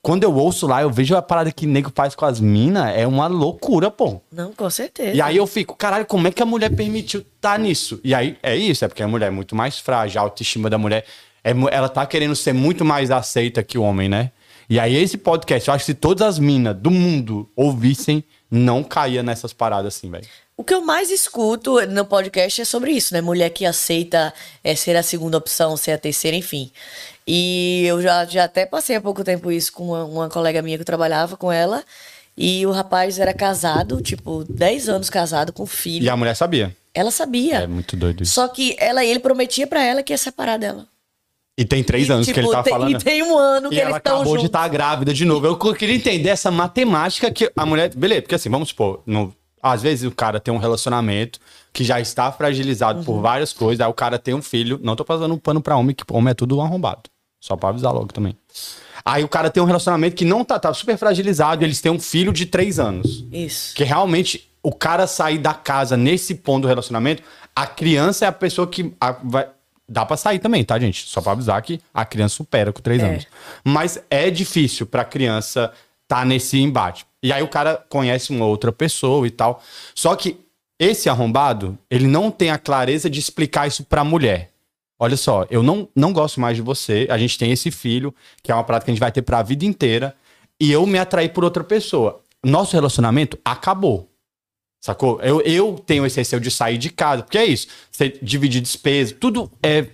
[SPEAKER 1] Quando eu ouço lá, eu vejo a parada que nego faz com as minas, é uma loucura, pô.
[SPEAKER 2] Não, com certeza.
[SPEAKER 1] E aí eu fico, caralho, como é que a mulher permitiu tá nisso? E aí é isso, é porque a mulher é muito mais frágil, a autoestima da mulher, é, mu- ela tá querendo ser muito mais aceita que o homem, né? E aí esse podcast, eu acho que se todas as minas do mundo ouvissem, não caía nessas paradas assim, velho.
[SPEAKER 2] O que eu mais escuto no podcast é sobre isso, né? Mulher que aceita é, ser a segunda opção, ser a terceira, enfim. E eu já, já até passei há pouco tempo isso com uma, uma colega minha que eu trabalhava com ela. E o rapaz era casado, tipo, 10 anos casado com um filho.
[SPEAKER 1] E a mulher sabia.
[SPEAKER 2] Ela sabia.
[SPEAKER 1] É muito doido isso.
[SPEAKER 2] Só que ela, ele prometia pra ela que ia separar dela.
[SPEAKER 1] E tem três
[SPEAKER 2] E,
[SPEAKER 1] anos que
[SPEAKER 2] tipo,
[SPEAKER 1] ele tá
[SPEAKER 2] tem,
[SPEAKER 1] falando.
[SPEAKER 2] E tem um ano
[SPEAKER 1] E
[SPEAKER 2] que
[SPEAKER 1] ela
[SPEAKER 2] eles estão
[SPEAKER 1] acabou
[SPEAKER 2] juntos.
[SPEAKER 1] de estar grávida de novo. Eu queria entender essa matemática que a mulher. Beleza, porque assim, vamos supor, no- às vezes o cara tem um relacionamento que já está fragilizado
[SPEAKER 2] Uhum.
[SPEAKER 1] por várias coisas, aí o cara tem um filho. Não tô passando um pano pra homem, que homem é tudo arrombado. Só pra avisar logo também. Aí o cara tem um relacionamento que não tá, tá super fragilizado, eles têm um filho de três anos.
[SPEAKER 2] Isso.
[SPEAKER 1] Que realmente o cara sair da casa nesse ponto do relacionamento, a criança é a pessoa que a- vai. Dá pra sair também, tá, gente? Só pra avisar que a criança supera com três
[SPEAKER 2] É.
[SPEAKER 1] anos. Mas é difícil pra criança tá nesse embate. E aí o cara conhece uma outra pessoa e tal. Só que esse arrombado, ele não tem a clareza de explicar isso pra mulher. Olha só, eu não, não gosto mais de você. A gente tem esse filho, que é uma prática que a gente vai ter pra vida inteira. E eu me atraí por outra pessoa. Nosso relacionamento acabou. Sacou? Eu, eu tenho esse receio de sair de casa, porque é isso. Você dividir despesa, tudo é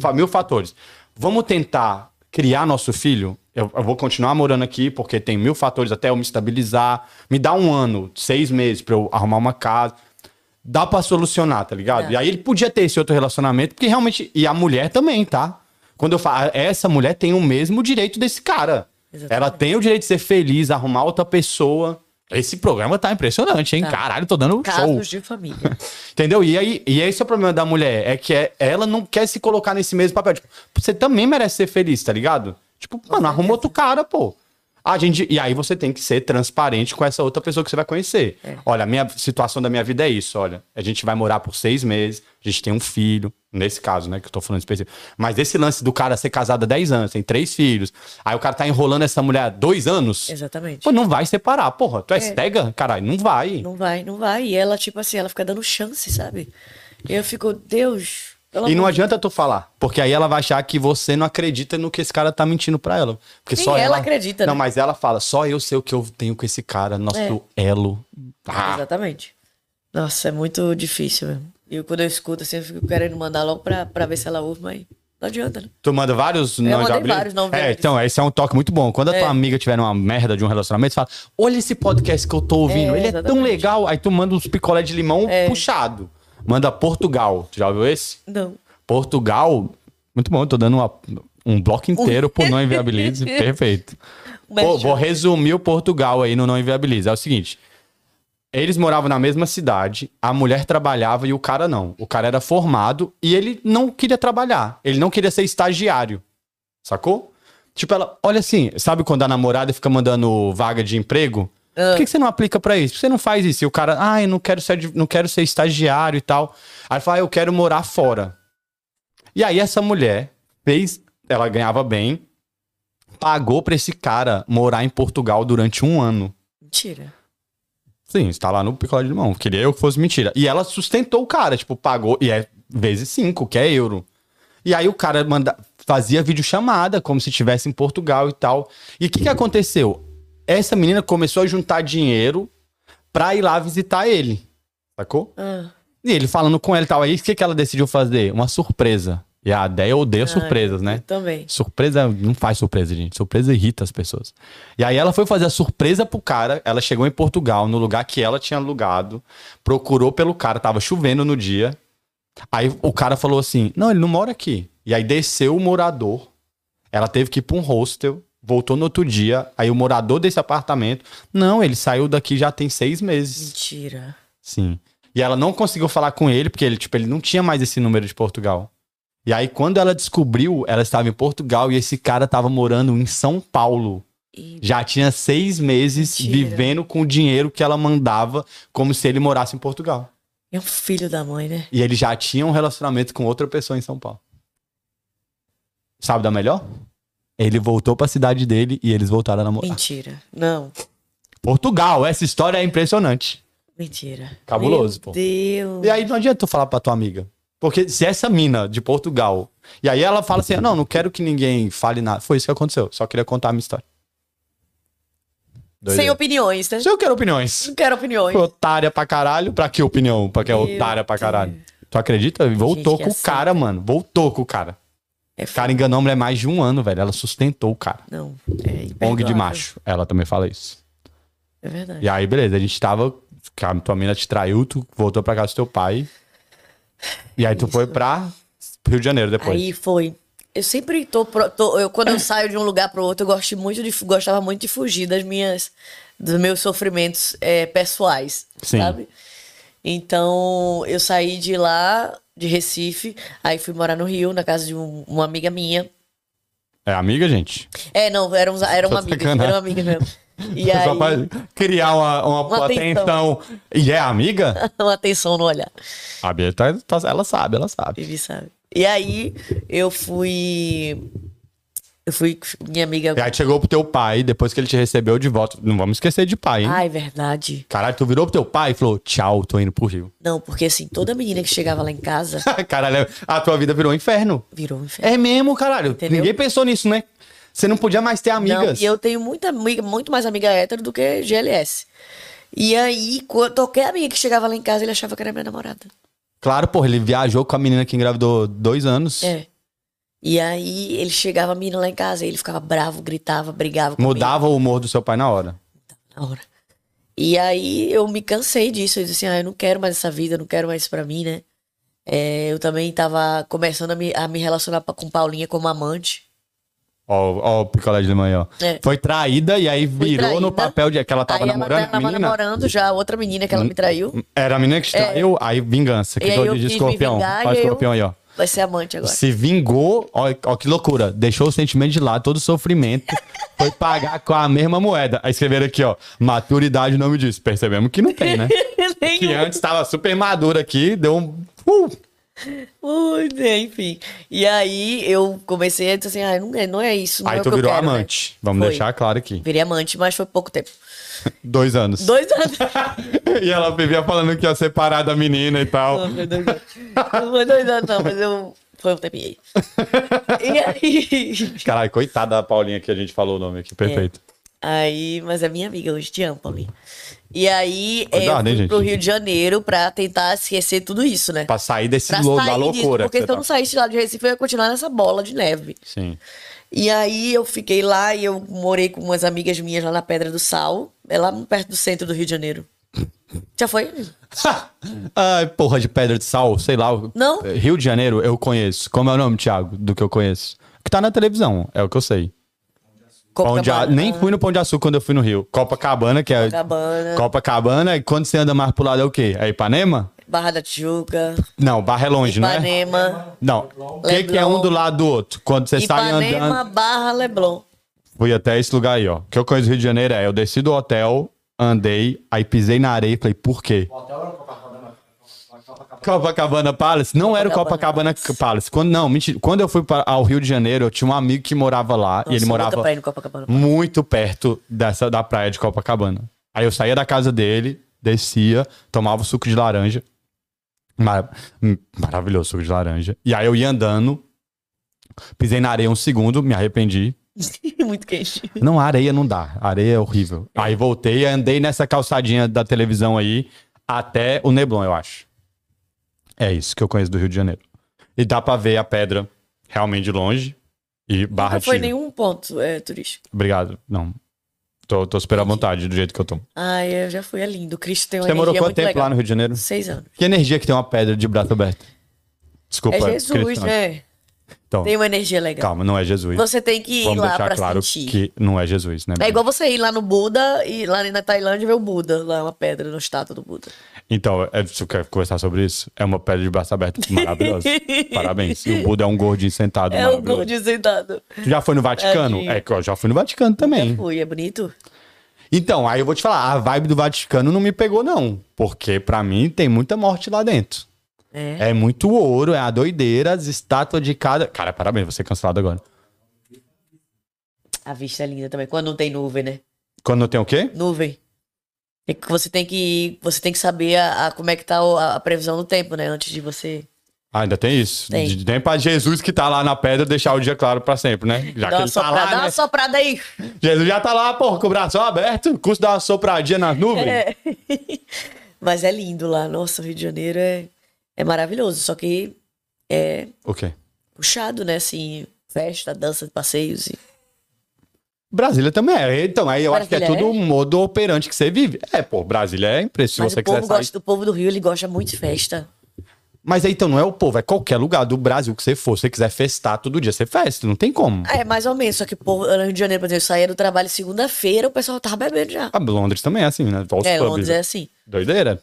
[SPEAKER 1] fa- mil fatores. Vamos tentar criar nosso filho? Eu, eu vou continuar morando aqui, porque tem mil fatores até eu me estabilizar. Me dá um ano, seis meses pra eu arrumar uma casa. Dá pra solucionar, tá ligado?
[SPEAKER 2] Dá.
[SPEAKER 1] E aí ele podia ter esse outro relacionamento, porque realmente. E a mulher também, tá? Quando eu falo, essa mulher tem o mesmo direito desse cara.
[SPEAKER 2] Exatamente.
[SPEAKER 1] Ela tem o direito de ser feliz, arrumar outra pessoa. Esse programa tá impressionante, hein?
[SPEAKER 2] Tá.
[SPEAKER 1] Caralho, tô dando show.
[SPEAKER 2] Casos de família.
[SPEAKER 1] Entendeu? E aí, e esse é o problema da mulher, é que é- ela não quer se colocar nesse mesmo papel. Tipo, você também merece ser feliz, tá ligado? Tipo, mano, arruma outro cara, pô. A gente, e aí você tem que ser transparente com essa outra pessoa que você vai conhecer.
[SPEAKER 2] É.
[SPEAKER 1] Olha, a minha situação da minha vida é isso, olha. A gente vai morar por seis meses, a gente tem um filho, nesse caso, né, que eu tô falando específico. Mas esse lance do cara ser casado há 10 anos, tem três filhos, aí o cara tá enrolando essa mulher há dois anos,
[SPEAKER 2] Exatamente.
[SPEAKER 1] pô, não vai separar, porra. Tu é, cega? Caralho, não vai.
[SPEAKER 2] Não vai, não vai. E ela, tipo assim, ela fica dando chance, sabe? Eu fico, Deus. pelo
[SPEAKER 1] E não
[SPEAKER 2] amor de
[SPEAKER 1] adianta tu falar, porque aí ela vai achar que você não acredita no que esse cara tá mentindo pra ela. Porque
[SPEAKER 2] Sim,
[SPEAKER 1] só
[SPEAKER 2] ela
[SPEAKER 1] ela,
[SPEAKER 2] acredita,
[SPEAKER 1] Não,
[SPEAKER 2] né?
[SPEAKER 1] mas ela fala, só eu sei o que eu tenho com esse cara, nosso
[SPEAKER 2] É.
[SPEAKER 1] elo.
[SPEAKER 2] Deus.
[SPEAKER 1] Ah,
[SPEAKER 2] Exatamente. Nossa, é muito difícil mesmo. E eu, quando eu escuto, assim, eu fico querendo mandar logo pra, pra ver se ela ouve, mas não adianta, né?
[SPEAKER 1] tu manda vários nós
[SPEAKER 2] mandei
[SPEAKER 1] abriu?
[SPEAKER 2] vários É. não
[SPEAKER 1] É,
[SPEAKER 2] verdes.
[SPEAKER 1] então, esse é um toque muito bom. Quando a tua amiga tiver numa merda de um relacionamento, você fala: "Olha esse podcast que eu tô ouvindo,
[SPEAKER 2] É,
[SPEAKER 1] ele é tão
[SPEAKER 2] exatamente. É.
[SPEAKER 1] legal". Aí tu manda uns picolé de limão puxado. Manda Portugal. Tu já ouviu esse?
[SPEAKER 2] Não.
[SPEAKER 1] Portugal. Muito bom, eu tô dando uma- um bloco inteiro por não inviabilize. Perfeito.
[SPEAKER 2] Mas,
[SPEAKER 1] Pô, vou resumir o Portugal aí no Não Inviabiliza. É o seguinte: eles moravam na mesma cidade, a mulher trabalhava e o cara não. O cara era formado e ele não queria trabalhar. Ele não queria ser estagiário. Sacou? Tipo, ela, olha assim, sabe quando a namorada fica mandando vaga de emprego? Por que, que você não aplica pra isso? Por que você não faz isso? E o cara, ah, eu não quero ser, ad- não quero ser estagiário e tal. Aí ele fala, ah, eu quero morar fora. E aí essa mulher fez, ela ganhava bem, pagou pra esse cara morar em Portugal durante um ano.
[SPEAKER 2] Mentira.
[SPEAKER 1] Sim, está lá no picolé de limão. Queria eu que fosse mentira. E ela sustentou o cara, tipo, pagou, e é vezes cinco, que é euro. E aí o cara manda, fazia videochamada, como se estivesse em Portugal e tal. E o que, que aconteceu? Essa menina começou a juntar dinheiro pra ir lá visitar ele, sacou?
[SPEAKER 2] Ah,
[SPEAKER 1] E ele falando com ela e tal. Aí o que, que ela decidiu fazer? Uma surpresa. E a Adéia odeia surpresas, né?
[SPEAKER 2] eu também.
[SPEAKER 1] Surpresa não faz surpresa, gente. Surpresa irrita as pessoas. E aí ela foi fazer a surpresa pro cara. Ela chegou em Portugal, no lugar que ela tinha alugado. Procurou pelo cara, tava chovendo no dia. Aí o cara falou assim: Não, ele não mora aqui. E aí desceu o morador. Ela teve que ir pra um hostel. Voltou no outro dia. Aí o morador desse apartamento. Não, ele saiu daqui já tem seis meses.
[SPEAKER 2] Mentira.
[SPEAKER 1] Sim. E ela não conseguiu falar com ele, porque ele, tipo, ele não tinha mais esse número de Portugal. E aí, quando ela descobriu, ela estava em Portugal e esse cara estava morando em São Paulo.
[SPEAKER 2] E-
[SPEAKER 1] Já tinha seis meses
[SPEAKER 2] Mentira.
[SPEAKER 1] vivendo com o dinheiro que ela mandava, como se ele morasse em Portugal.
[SPEAKER 2] É um filho da mãe, né?
[SPEAKER 1] E ele já tinha um relacionamento com outra pessoa em São Paulo. Sabe da melhor? Ele voltou pra cidade dele e eles voltaram a namorar.
[SPEAKER 2] Mentira. Não.
[SPEAKER 1] Portugal, essa história é impressionante.
[SPEAKER 2] Mentira.
[SPEAKER 1] Cabuloso,
[SPEAKER 2] Meu
[SPEAKER 1] pô.
[SPEAKER 2] Deus.
[SPEAKER 1] E aí não adianta tu falar pra tua amiga. Porque se essa mina de Portugal. E aí ela fala assim: não, não quero que ninguém fale nada. Foi isso que aconteceu. Só queria contar a minha história.
[SPEAKER 2] Sem opiniões, né?
[SPEAKER 1] Se eu quero opiniões.
[SPEAKER 2] Não quero opiniões.
[SPEAKER 1] Foi otária pra caralho. Pra que opinião? Pra que é
[SPEAKER 2] Meu
[SPEAKER 1] otária pra caralho. Tu acredita? Voltou
[SPEAKER 2] que
[SPEAKER 1] com o
[SPEAKER 2] aceita.
[SPEAKER 1] cara, mano. Voltou com o cara.
[SPEAKER 2] É
[SPEAKER 1] O cara enganou a mulher mais de um ano, velho. Ela sustentou o cara.
[SPEAKER 2] Não. É
[SPEAKER 1] ONG de
[SPEAKER 2] imperdoável.
[SPEAKER 1] macho. Ela também fala isso.
[SPEAKER 2] É verdade.
[SPEAKER 1] E aí, beleza, a gente tava. A tua mina te traiu, tu voltou pra casa do teu pai. E aí tu foi pra Rio de Janeiro depois.
[SPEAKER 2] Aí foi. Eu sempre tô, pro- tô- eu, quando eu saio de um lugar pro outro, eu gosto muito de, gostava muito de fugir das minhas, dos meus sofrimentos eh, pessoais,
[SPEAKER 1] Sim.
[SPEAKER 2] sabe? Então eu saí de lá, de Recife, aí fui morar no Rio, na casa de um- uma amiga minha.
[SPEAKER 1] É amiga, gente?
[SPEAKER 2] É, não, era, um, era uma
[SPEAKER 1] Tô
[SPEAKER 2] amiga,
[SPEAKER 1] sacanagem.
[SPEAKER 2] era uma amiga mesmo. E aí,
[SPEAKER 1] Só pra criar uma, uma,
[SPEAKER 2] Uma
[SPEAKER 1] atenção. E é amiga?
[SPEAKER 2] uma atenção no olhar.
[SPEAKER 1] A Bia, tá, tá- ela sabe, ela sabe.
[SPEAKER 2] Vivi sabe. E aí eu fui, eu fui, minha amiga.
[SPEAKER 1] E aí chegou pro teu pai, depois que ele te recebeu de volta. Não vamos esquecer de pai, hein?
[SPEAKER 2] Ai, Ah, é verdade.
[SPEAKER 1] Caralho, tu virou pro teu pai e falou, tchau, tô indo pro Rio.
[SPEAKER 2] Não, porque assim, toda menina que chegava lá em casa
[SPEAKER 1] Caralho, a tua vida virou um inferno.
[SPEAKER 2] virou um inferno.
[SPEAKER 1] É mesmo, caralho.
[SPEAKER 2] Entendeu?
[SPEAKER 1] Ninguém pensou nisso, né? Você não podia mais ter
[SPEAKER 2] Não,
[SPEAKER 1] É, amigas.
[SPEAKER 2] e eu tenho muita amiga, muito mais amiga hétero do que GLS. E aí, quando- qualquer amiga que chegava lá em casa, ele achava que era minha namorada.
[SPEAKER 1] Claro, porra, ele viajou com a menina que engravidou dois anos.
[SPEAKER 2] É. E aí, ele chegava a menina lá em casa, e ele ficava bravo, gritava, brigava comigo
[SPEAKER 1] Mudava o humor do seu pai na hora.
[SPEAKER 2] na hora. E aí, eu me cansei disso. Eu disse assim, ah, eu não quero mais essa vida, eu não quero mais isso pra mim, né? É, eu também tava começando a me, a me relacionar pa- com Paulinha como amante.
[SPEAKER 1] Ó, ó o picolé de manhã, ó.
[SPEAKER 2] É.
[SPEAKER 1] Foi traída e aí
[SPEAKER 2] Fui
[SPEAKER 1] virou no
[SPEAKER 2] traída.
[SPEAKER 1] papel de que ela tava
[SPEAKER 2] Aí
[SPEAKER 1] namorando.
[SPEAKER 2] Ela tá tava
[SPEAKER 1] menina, Hum,
[SPEAKER 2] namorando já a outra menina que ela me traiu. É.
[SPEAKER 1] Era a menina que te traiu, aí vingança. Que
[SPEAKER 2] E aí
[SPEAKER 1] dor
[SPEAKER 2] eu
[SPEAKER 1] de
[SPEAKER 2] quis me
[SPEAKER 1] escorpião.
[SPEAKER 2] vingar,
[SPEAKER 1] Olha o
[SPEAKER 2] e eu-
[SPEAKER 1] escorpião aí, ó.
[SPEAKER 2] Vai ser amante agora.
[SPEAKER 1] Se vingou, ó, ó que loucura. Deixou o sentimento de lado, todo o sofrimento. foi pagar com a mesma moeda. Aí escreveram aqui, ó, maturidade o nome disso. Percebemos que não tem, né? que
[SPEAKER 2] Nenhum.
[SPEAKER 1] antes tava super maduro aqui, deu um... Uh,
[SPEAKER 2] Ui, né, enfim. E aí eu comecei a dizer assim, ah, não é, não é isso. Não
[SPEAKER 1] aí
[SPEAKER 2] é o
[SPEAKER 1] tu
[SPEAKER 2] que eu
[SPEAKER 1] virou
[SPEAKER 2] quero, né?"
[SPEAKER 1] amante. Vamos
[SPEAKER 2] Foi.
[SPEAKER 1] deixar claro aqui.
[SPEAKER 2] Virei amante, mas foi pouco tempo.
[SPEAKER 1] Dois anos.
[SPEAKER 2] Dois anos.
[SPEAKER 1] e ela vivia falando que ia separar da menina e tal.
[SPEAKER 2] Não, foi dois anos. Não foi dois anos, não, mas eu. Foi um tempinho. E aí.
[SPEAKER 1] Caralho, coitada da Paulinha que a gente falou o nome aqui, perfeito.
[SPEAKER 2] Aí, mas é minha amiga hoje, te amo, Paulinho. E aí, é, eu
[SPEAKER 1] Cuidado, hein,
[SPEAKER 2] fui
[SPEAKER 1] gente?
[SPEAKER 2] pro Rio de Janeiro pra tentar esquecer tudo isso, né?
[SPEAKER 1] Pra sair desse
[SPEAKER 2] Pra
[SPEAKER 1] lo-
[SPEAKER 2] sair
[SPEAKER 1] da
[SPEAKER 2] disso,
[SPEAKER 1] é loucura.
[SPEAKER 2] porque
[SPEAKER 1] que
[SPEAKER 2] se
[SPEAKER 1] você
[SPEAKER 2] eu não
[SPEAKER 1] tá.
[SPEAKER 2] saísse lá de Recife, eu ia continuar nessa bola de neve.
[SPEAKER 1] Sim.
[SPEAKER 2] E aí eu fiquei lá e eu morei com umas amigas minhas lá na Pedra do Sal, é lá perto do centro do Rio de Janeiro. Já foi?
[SPEAKER 1] Ai, porra de pedra de sal, sei lá. o-
[SPEAKER 2] Não?
[SPEAKER 1] Rio de Janeiro eu conheço. Como é o nome, Thiago, do que eu conheço? Que tá na televisão, é o que eu sei. Pão de a...
[SPEAKER 2] Copacabana.
[SPEAKER 1] Nem fui no Pão de Açúcar quando eu fui no Rio. Copacabana, que é.
[SPEAKER 2] Copacabana.
[SPEAKER 1] Copacabana, e quando você anda mais pro lado é o quê? É Ipanema?
[SPEAKER 2] Barra da Tijuca,
[SPEAKER 1] Não, Barra é longe, não é?
[SPEAKER 2] Ipanema.
[SPEAKER 1] Não. O que, que é um do lado do outro? Quando você sai andando.
[SPEAKER 2] Ipanema, Barra, Leblon.
[SPEAKER 1] Fui até esse lugar aí, ó. O que eu conheço do Rio de Janeiro é, eu desci do hotel, andei, aí pisei na areia e falei, por quê?
[SPEAKER 3] O hotel era o Copacabana. Copacabana.
[SPEAKER 1] Copacabana Palace? Não era o Copacabana Palace. Quando, não, mentira. Quando eu fui para, ao Rio de Janeiro, eu tinha um amigo que morava lá e
[SPEAKER 2] Nossa, é
[SPEAKER 1] ele
[SPEAKER 2] eu
[SPEAKER 1] morava
[SPEAKER 2] Nunca pra ir no Copacabana.
[SPEAKER 1] muito perto dessa, da praia de Copacabana. Aí eu saía da casa dele, descia, tomava o suco de laranja. Mar- hum, maravilhoso suco de laranja. E aí eu ia andando, pisei na areia um segundo, me arrependi,
[SPEAKER 2] Muito quente.
[SPEAKER 1] Não, areia não dá. Areia é horrível. Aí voltei, andei nessa calçadinha da televisão aí até o Neblon, eu acho. É isso que eu conheço do Rio de Janeiro. E dá pra ver a pedra realmente de longe e barra
[SPEAKER 2] Não foi
[SPEAKER 1] de.
[SPEAKER 2] nenhum ponto é, turístico.
[SPEAKER 1] Obrigado. Não. Tô, tô super à vontade do jeito que eu tô.
[SPEAKER 2] Ai, eu já fui, é lindo. O Cristo tem uma
[SPEAKER 1] Você morou
[SPEAKER 2] energia
[SPEAKER 1] quanto
[SPEAKER 2] muito
[SPEAKER 1] tempo
[SPEAKER 2] legal.
[SPEAKER 1] lá no Rio de Janeiro?
[SPEAKER 2] Seis anos.
[SPEAKER 1] Que energia que tem uma pedra de braço aberto? Desculpa.
[SPEAKER 2] É Jesus,
[SPEAKER 1] Cristiano.
[SPEAKER 2] né?
[SPEAKER 1] Então,
[SPEAKER 2] Tem uma energia legal.
[SPEAKER 1] calma, não é Jesus.
[SPEAKER 2] Você tem que ir
[SPEAKER 1] Vamos
[SPEAKER 2] lá
[SPEAKER 1] deixar
[SPEAKER 2] pra
[SPEAKER 1] claro
[SPEAKER 2] sentir.
[SPEAKER 1] que não é Jesus, né?
[SPEAKER 2] É igual você ir lá no Buda e lá na Tailândia ver o Buda, lá uma pedra no estátua do Buda.
[SPEAKER 1] Então, é, você quer conversar sobre isso? É uma pedra de braço aberto maravilhosa. Parabéns. E o Buda é um gordinho sentado
[SPEAKER 2] É o
[SPEAKER 1] maravilhoso.
[SPEAKER 2] gordinho sentado.
[SPEAKER 1] Tu já foi no Vaticano?
[SPEAKER 2] Tadinho.
[SPEAKER 1] É que eu já fui no Vaticano também.
[SPEAKER 2] Ui, é bonito?
[SPEAKER 1] Então, aí eu vou te falar, a vibe do Vaticano não me pegou não, porque pra mim tem muita morte lá dentro.
[SPEAKER 2] É.
[SPEAKER 1] É muito ouro, é a doideira, as estátuas de cada... Cara, parabéns, você cancelado agora.
[SPEAKER 2] A vista é linda também. Quando não tem nuvem, né?
[SPEAKER 1] Quando não tem o quê?
[SPEAKER 2] Nuvem. É que Você tem que, você tem que saber a, a- como é que tá o- a, a previsão do tempo, né? Antes de você.
[SPEAKER 1] Ah, ainda tem isso.
[SPEAKER 2] Tem.
[SPEAKER 1] De- Nem pra Jesus que tá lá na pedra deixar o dia claro pra sempre, né? Já
[SPEAKER 2] Dá
[SPEAKER 1] que
[SPEAKER 2] uma
[SPEAKER 1] ele tá lá,
[SPEAKER 2] soprada, dá
[SPEAKER 1] né?
[SPEAKER 2] uma soprada aí.
[SPEAKER 1] Jesus já tá lá, porra, com o braço aberto, custa dar uma sopradinha nas nuvens.
[SPEAKER 2] É. Mas é lindo lá. Nossa, o Rio de Janeiro é, é maravilhoso. Só que é
[SPEAKER 1] O quê?
[SPEAKER 2] puxado, né? Assim, festa, dança, passeios. E...
[SPEAKER 1] Brasília também é. Então, aí eu acho que é
[SPEAKER 2] Brasília
[SPEAKER 1] tudo
[SPEAKER 2] é?
[SPEAKER 1] um modo operante que você vive. É, pô, Brasília é impressionante.
[SPEAKER 2] Mas
[SPEAKER 1] Se você
[SPEAKER 2] o
[SPEAKER 1] quiser
[SPEAKER 2] povo
[SPEAKER 1] sair.
[SPEAKER 2] gosta do povo do Rio, ele gosta muito de festa.
[SPEAKER 1] Mas aí, então, não é o povo, é qualquer lugar do Brasil que você for. Se você quiser festar todo dia, você festa, não tem como.
[SPEAKER 2] Ah, É, mais ou menos. Só que pô, no Rio de Janeiro, por exemplo, eu saía do trabalho segunda-feira, o pessoal tava bebendo já.
[SPEAKER 1] Ah, Londres também é assim, né? Volta
[SPEAKER 2] É,
[SPEAKER 1] os pubs.
[SPEAKER 2] Londres é assim.
[SPEAKER 1] Doideira.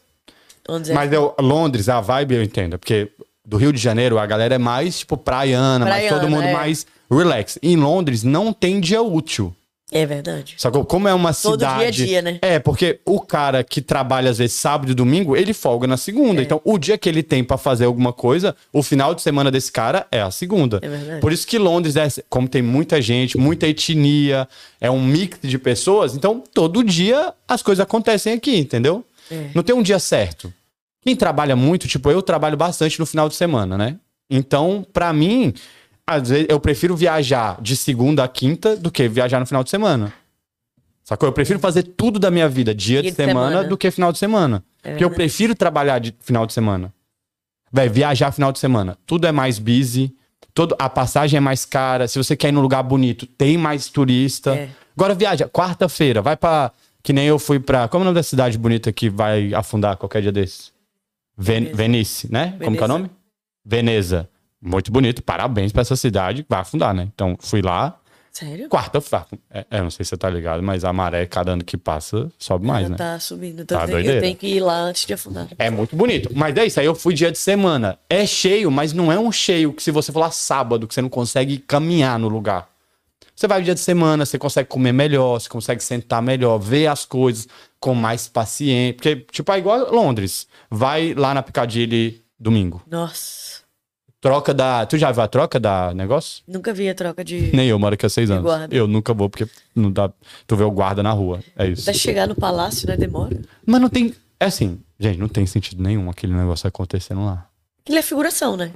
[SPEAKER 2] Londres é
[SPEAKER 1] Mas eu, Londres, a vibe eu entendo, porque do Rio de Janeiro a galera é mais, tipo, praiana, mas
[SPEAKER 2] Praiana,
[SPEAKER 1] todo mundo
[SPEAKER 2] é.
[SPEAKER 1] mais relax. Em Londres não tem dia útil.
[SPEAKER 2] É verdade.
[SPEAKER 1] Sacou? Como é uma
[SPEAKER 2] Todo dia
[SPEAKER 1] cidade.
[SPEAKER 2] é dia, né?
[SPEAKER 1] É, porque o cara que trabalha às vezes sábado e domingo, ele folga na segunda.
[SPEAKER 2] É.
[SPEAKER 1] Então, o dia que ele tem pra fazer alguma coisa, o final de semana desse cara é a segunda.
[SPEAKER 2] É verdade.
[SPEAKER 1] Por isso que Londres é, como tem muita gente, muita etnia, é um mix de pessoas, então todo dia as coisas acontecem aqui, entendeu?
[SPEAKER 2] É.
[SPEAKER 1] Não tem um dia certo. Quem trabalha muito, tipo, eu trabalho bastante no final de semana, né? Então, pra mim, às vezes eu prefiro viajar de segunda a quinta do que viajar no final de semana. Sacou? Eu prefiro fazer tudo da minha vida, dia de,
[SPEAKER 2] Dia de
[SPEAKER 1] semana, É
[SPEAKER 2] semana.
[SPEAKER 1] do que final de semana. Porque eu prefiro trabalhar de final de semana. Véi, viajar final de semana. Tudo é mais busy, todo, a passagem é mais cara. Se você quer ir num lugar bonito, tem mais turista.
[SPEAKER 2] É.
[SPEAKER 1] Agora viaja, quarta-feira, vai pra. Que nem eu fui pra. Como é o nome da cidade bonita que vai afundar qualquer dia desses? Ven- Venice, né? Como que é o
[SPEAKER 2] Veneza.
[SPEAKER 1] nome? Veneza. Muito bonito, parabéns pra essa cidade, vai afundar, né? Então, fui lá.
[SPEAKER 2] Sério?
[SPEAKER 1] Quarta-feira. É, é, não sei se você tá ligado, mas a maré, cada ano que passa, sobe mais,
[SPEAKER 2] Já
[SPEAKER 1] né?
[SPEAKER 2] Tá subindo. Então
[SPEAKER 1] Tá
[SPEAKER 2] eu, tenho, eu
[SPEAKER 1] doideira.
[SPEAKER 2] tenho que ir lá antes de afundar.
[SPEAKER 1] É muito bonito. Mas é isso, aí eu fui dia de semana. É cheio, mas não é um cheio que se você for lá sábado, que você não consegue caminhar no lugar. Você vai no dia de semana, você consegue comer melhor, você consegue sentar melhor, ver as coisas com mais paciência. Porque, tipo, é igual Londres. Vai lá na Piccadilly domingo.
[SPEAKER 2] Nossa,
[SPEAKER 1] Troca da. Tu já viu a troca da negócio?
[SPEAKER 2] nunca vi a troca de.
[SPEAKER 1] Nem eu, moro aqui há seis anos.
[SPEAKER 2] guarda.
[SPEAKER 1] Eu nunca vou, porque não dá. Tu vê o guarda na rua. É isso.
[SPEAKER 2] Até chegar no palácio, né? Demora.
[SPEAKER 1] Mas não tem. É assim, gente, não tem sentido nenhum aquele negócio acontecendo lá.
[SPEAKER 2] Ele é figuração, né?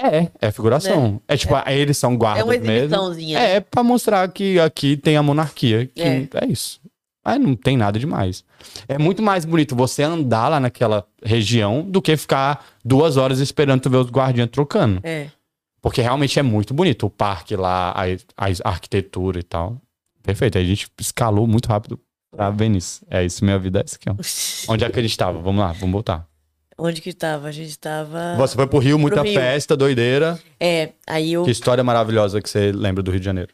[SPEAKER 1] É, é figuração. É, tipo, aí eles são guardas
[SPEAKER 2] É uma
[SPEAKER 1] mesmo.
[SPEAKER 2] exibiçãozinha.
[SPEAKER 1] É, pra mostrar que aqui tem a monarquia. Que é.
[SPEAKER 2] É.
[SPEAKER 1] isso. Aí não tem nada demais. É muito mais bonito você andar lá naquela região do que ficar duas horas esperando tu ver os guardinhas trocando.
[SPEAKER 2] É.
[SPEAKER 1] Porque realmente é muito bonito o parque lá, a, a arquitetura e tal. Perfeito. Aí a gente escalou muito rápido pra Venice. É isso, minha vida é isso aqui, ó. Onde é que a gente tava? Vamos lá, vamos voltar.
[SPEAKER 2] Onde que tava? A gente tava.
[SPEAKER 1] Você foi pro Rio, muita
[SPEAKER 2] Rio.
[SPEAKER 1] festa, doideira.
[SPEAKER 2] É, aí eu.
[SPEAKER 1] Que história maravilhosa que você lembra do Rio de Janeiro.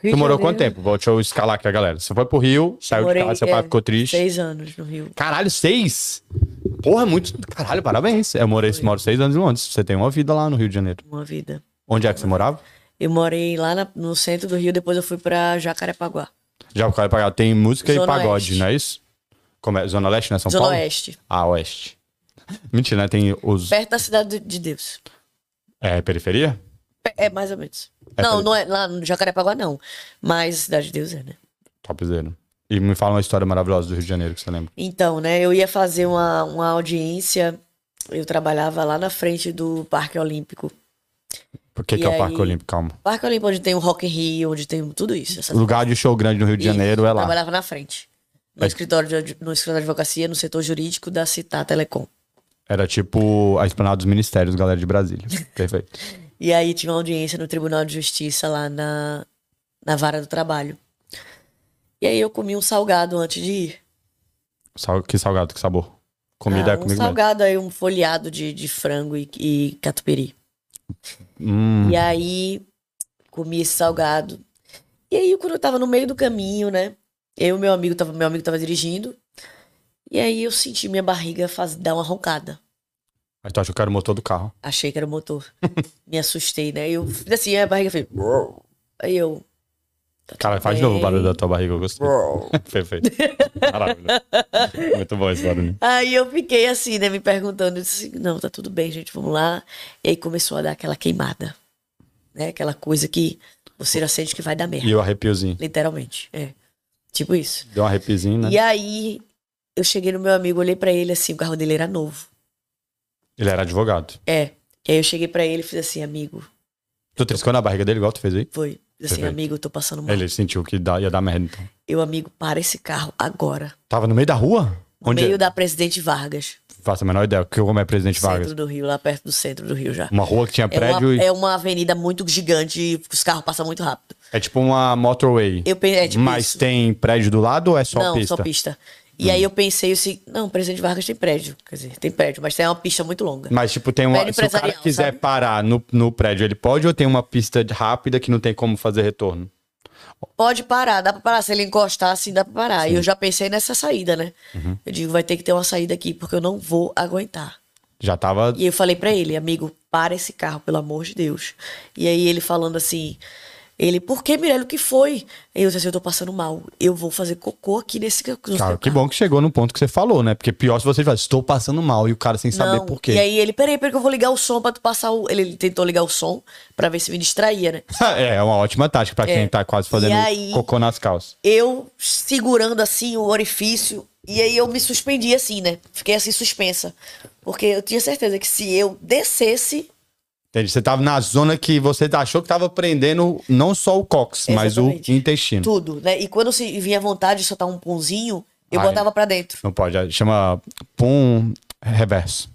[SPEAKER 2] Rio
[SPEAKER 1] tu
[SPEAKER 2] de
[SPEAKER 1] morou
[SPEAKER 2] Janeiro,
[SPEAKER 1] quanto tempo? Vou, deixa eu escalar aqui a galera. Você foi pro Rio, saiu
[SPEAKER 2] Morei,
[SPEAKER 1] de casa, seu
[SPEAKER 2] é,
[SPEAKER 1] pai ficou triste.
[SPEAKER 2] Seis anos no Rio.
[SPEAKER 1] Caralho, seis? Porra, muito. Caralho, parabéns. Eu morei, moro seis anos em Londres. Você tem uma vida lá no Rio de Janeiro.
[SPEAKER 2] Uma vida.
[SPEAKER 1] Onde é que você morava?
[SPEAKER 2] Eu morei lá na- no centro do Rio, depois eu fui pra Jacarepaguá.
[SPEAKER 1] Já o cara pagava. Tem música e
[SPEAKER 2] Zona
[SPEAKER 1] pagode,
[SPEAKER 2] Oeste.
[SPEAKER 1] não é isso? Como é? Zona Leste, né? São
[SPEAKER 2] Zona
[SPEAKER 1] Paulo?
[SPEAKER 2] Oeste.
[SPEAKER 1] Ah, Oeste. Mentira, né? Tem os.
[SPEAKER 2] Perto da cidade de Deus.
[SPEAKER 1] É, periferia?
[SPEAKER 2] Pe- É mais ou menos.
[SPEAKER 1] É
[SPEAKER 2] não,
[SPEAKER 1] perto.
[SPEAKER 2] não é lá no Jacarepaguá, não. Mas cidade de Deus é, né?
[SPEAKER 1] Topzera. E me fala uma história maravilhosa do Rio de Janeiro que você lembra.
[SPEAKER 2] Então, né, eu ia fazer uma, uma audiência, eu trabalhava lá na frente do Parque Olímpico.
[SPEAKER 1] Por que,
[SPEAKER 2] E
[SPEAKER 1] que é o
[SPEAKER 2] aí-
[SPEAKER 1] Parque Olímpico? Calma.
[SPEAKER 2] Parque Olímpico onde tem o Rock in Rio, onde tem tudo isso. essas-
[SPEAKER 1] Lugar de show grande no Rio de Janeiro
[SPEAKER 2] Isso,
[SPEAKER 1] é lá.
[SPEAKER 2] Trabalhava na frente. No
[SPEAKER 1] É.
[SPEAKER 2] escritório, de, ad- no escritório de advocacia, no setor jurídico da Citar Telecom.
[SPEAKER 1] Era tipo a esplanada dos ministérios, galera de Brasília. Perfeito.
[SPEAKER 2] E aí tinha uma audiência no Tribunal de Justiça lá na, na vara do trabalho. E aí eu comi um salgado antes de ir.
[SPEAKER 1] Sal- Que salgado, que sabor. Comida
[SPEAKER 2] Ah,
[SPEAKER 1] é
[SPEAKER 2] um
[SPEAKER 1] comigo
[SPEAKER 2] salgado aí, um folhado de, de frango e, e catupiry.
[SPEAKER 1] mesmo. Hum,
[SPEAKER 2] E aí, comi esse salgado. E aí, quando eu tava no meio do caminho, né? Eu e meu amigo tava, meu amigo tava dirigindo. E aí eu senti minha barriga faz, dar uma roncada.
[SPEAKER 1] Mas tu achou que era o motor do carro.
[SPEAKER 2] Achei que era o motor. Me assustei, né? Eu fiz assim, a barriga fez. "Brrr". Aí eu. tá
[SPEAKER 1] Cara,
[SPEAKER 2] tudo
[SPEAKER 1] faz de novo o
[SPEAKER 2] bem.
[SPEAKER 1] barulho da tua barriga, eu gostei.
[SPEAKER 2] Brrr.
[SPEAKER 1] Perfeito. Maravilha. Muito bom esse barulho.
[SPEAKER 2] Aí eu fiquei assim, né? Me perguntando. Eu disse, não, tá tudo bem, gente, vamos lá. E aí começou a dar aquela queimada. Né? Aquela coisa que você já sente que vai dar merda.
[SPEAKER 1] E o arrepiozinho.
[SPEAKER 2] Literalmente, é. Tipo isso.
[SPEAKER 1] Deu um arrepiozinho, né?
[SPEAKER 2] E aí, eu cheguei no meu amigo, olhei pra ele assim, o carro dele era novo.
[SPEAKER 1] Ele era advogado.
[SPEAKER 2] É. E aí eu cheguei pra ele e fiz assim, amigo,
[SPEAKER 1] Tu triscou na barriga dele igual tu fez aí?
[SPEAKER 2] foi. Fiz assim,
[SPEAKER 1] Perfeito.
[SPEAKER 2] amigo, eu tô passando mal.
[SPEAKER 1] Ele sentiu que dá- ia dar merda, então.
[SPEAKER 2] Eu, amigo, para esse carro agora.
[SPEAKER 1] Tava no meio da rua?
[SPEAKER 2] No
[SPEAKER 1] Onde é?
[SPEAKER 2] meio da Presidente Vargas,
[SPEAKER 1] Faço a menor ideia, porque como é Presidente Vargas.
[SPEAKER 2] centro do Rio, lá perto do centro do Rio já.
[SPEAKER 1] Uma rua que tinha
[SPEAKER 2] É
[SPEAKER 1] prédio
[SPEAKER 2] uma,
[SPEAKER 1] e.
[SPEAKER 2] é uma avenida muito gigante e os carros passam muito rápido.
[SPEAKER 1] É tipo uma motorway.
[SPEAKER 2] Eu pe- é tipo
[SPEAKER 1] Mas
[SPEAKER 2] isso.
[SPEAKER 1] tem prédio do lado ou é só
[SPEAKER 2] não,
[SPEAKER 1] pista? Hum.
[SPEAKER 2] só pista. E aí eu pensei assim, não, Presidente Vargas tem prédio. Quer dizer, tem prédio, mas tem uma pista muito longa.
[SPEAKER 1] Mas, tipo, tem uma.
[SPEAKER 2] Prédio
[SPEAKER 1] Se o cara
[SPEAKER 2] empresarial,
[SPEAKER 1] quiser
[SPEAKER 2] sabe?
[SPEAKER 1] parar no, no prédio, ele pode ou tem uma pista de- rápida que não tem como fazer retorno?
[SPEAKER 2] Pode parar, dá pra parar. Se ele encostar, assim, dá pra parar. E eu já pensei nessa saída, né?
[SPEAKER 1] Uhum.
[SPEAKER 2] Eu digo, vai ter que ter uma saída aqui, porque eu não vou aguentar.
[SPEAKER 1] Já tava.
[SPEAKER 2] E eu falei pra ele, amigo, para esse carro, pelo amor de Deus. E aí ele falando assim, ele, por que, Mirella, o que foi? Eu disse assim, eu tô passando mal. Eu vou fazer cocô aqui nesse ca- no seu
[SPEAKER 1] Cara,
[SPEAKER 2] carro.
[SPEAKER 1] que bom que chegou no ponto que você falou, né? Porque pior se você fala, estou passando mal e o cara sem saber
[SPEAKER 2] Não.
[SPEAKER 1] por quê.
[SPEAKER 2] E aí ele, peraí, peraí que eu vou ligar o som pra tu passar o... Ele, ele tentou ligar o som pra ver se me distraía, né?
[SPEAKER 1] é, é uma ótima tática pra quem
[SPEAKER 2] É.
[SPEAKER 1] tá quase
[SPEAKER 2] E
[SPEAKER 1] fazendo
[SPEAKER 2] aí-
[SPEAKER 1] cocô nas calças.
[SPEAKER 2] eu segurando assim o orifício e aí eu me suspendi assim, né? Fiquei assim suspensa, porque eu tinha certeza que se eu descesse,
[SPEAKER 1] Entende? Você tava na zona que você achou que tava prendendo não só o cox, mas o
[SPEAKER 2] Exatamente.
[SPEAKER 1] intestino.
[SPEAKER 2] tudo, né? E quando se vinha vontade de soltar um punzinho, eu
[SPEAKER 1] Ah,
[SPEAKER 2] botava pra dentro.
[SPEAKER 1] Não pode, chama pum reverso.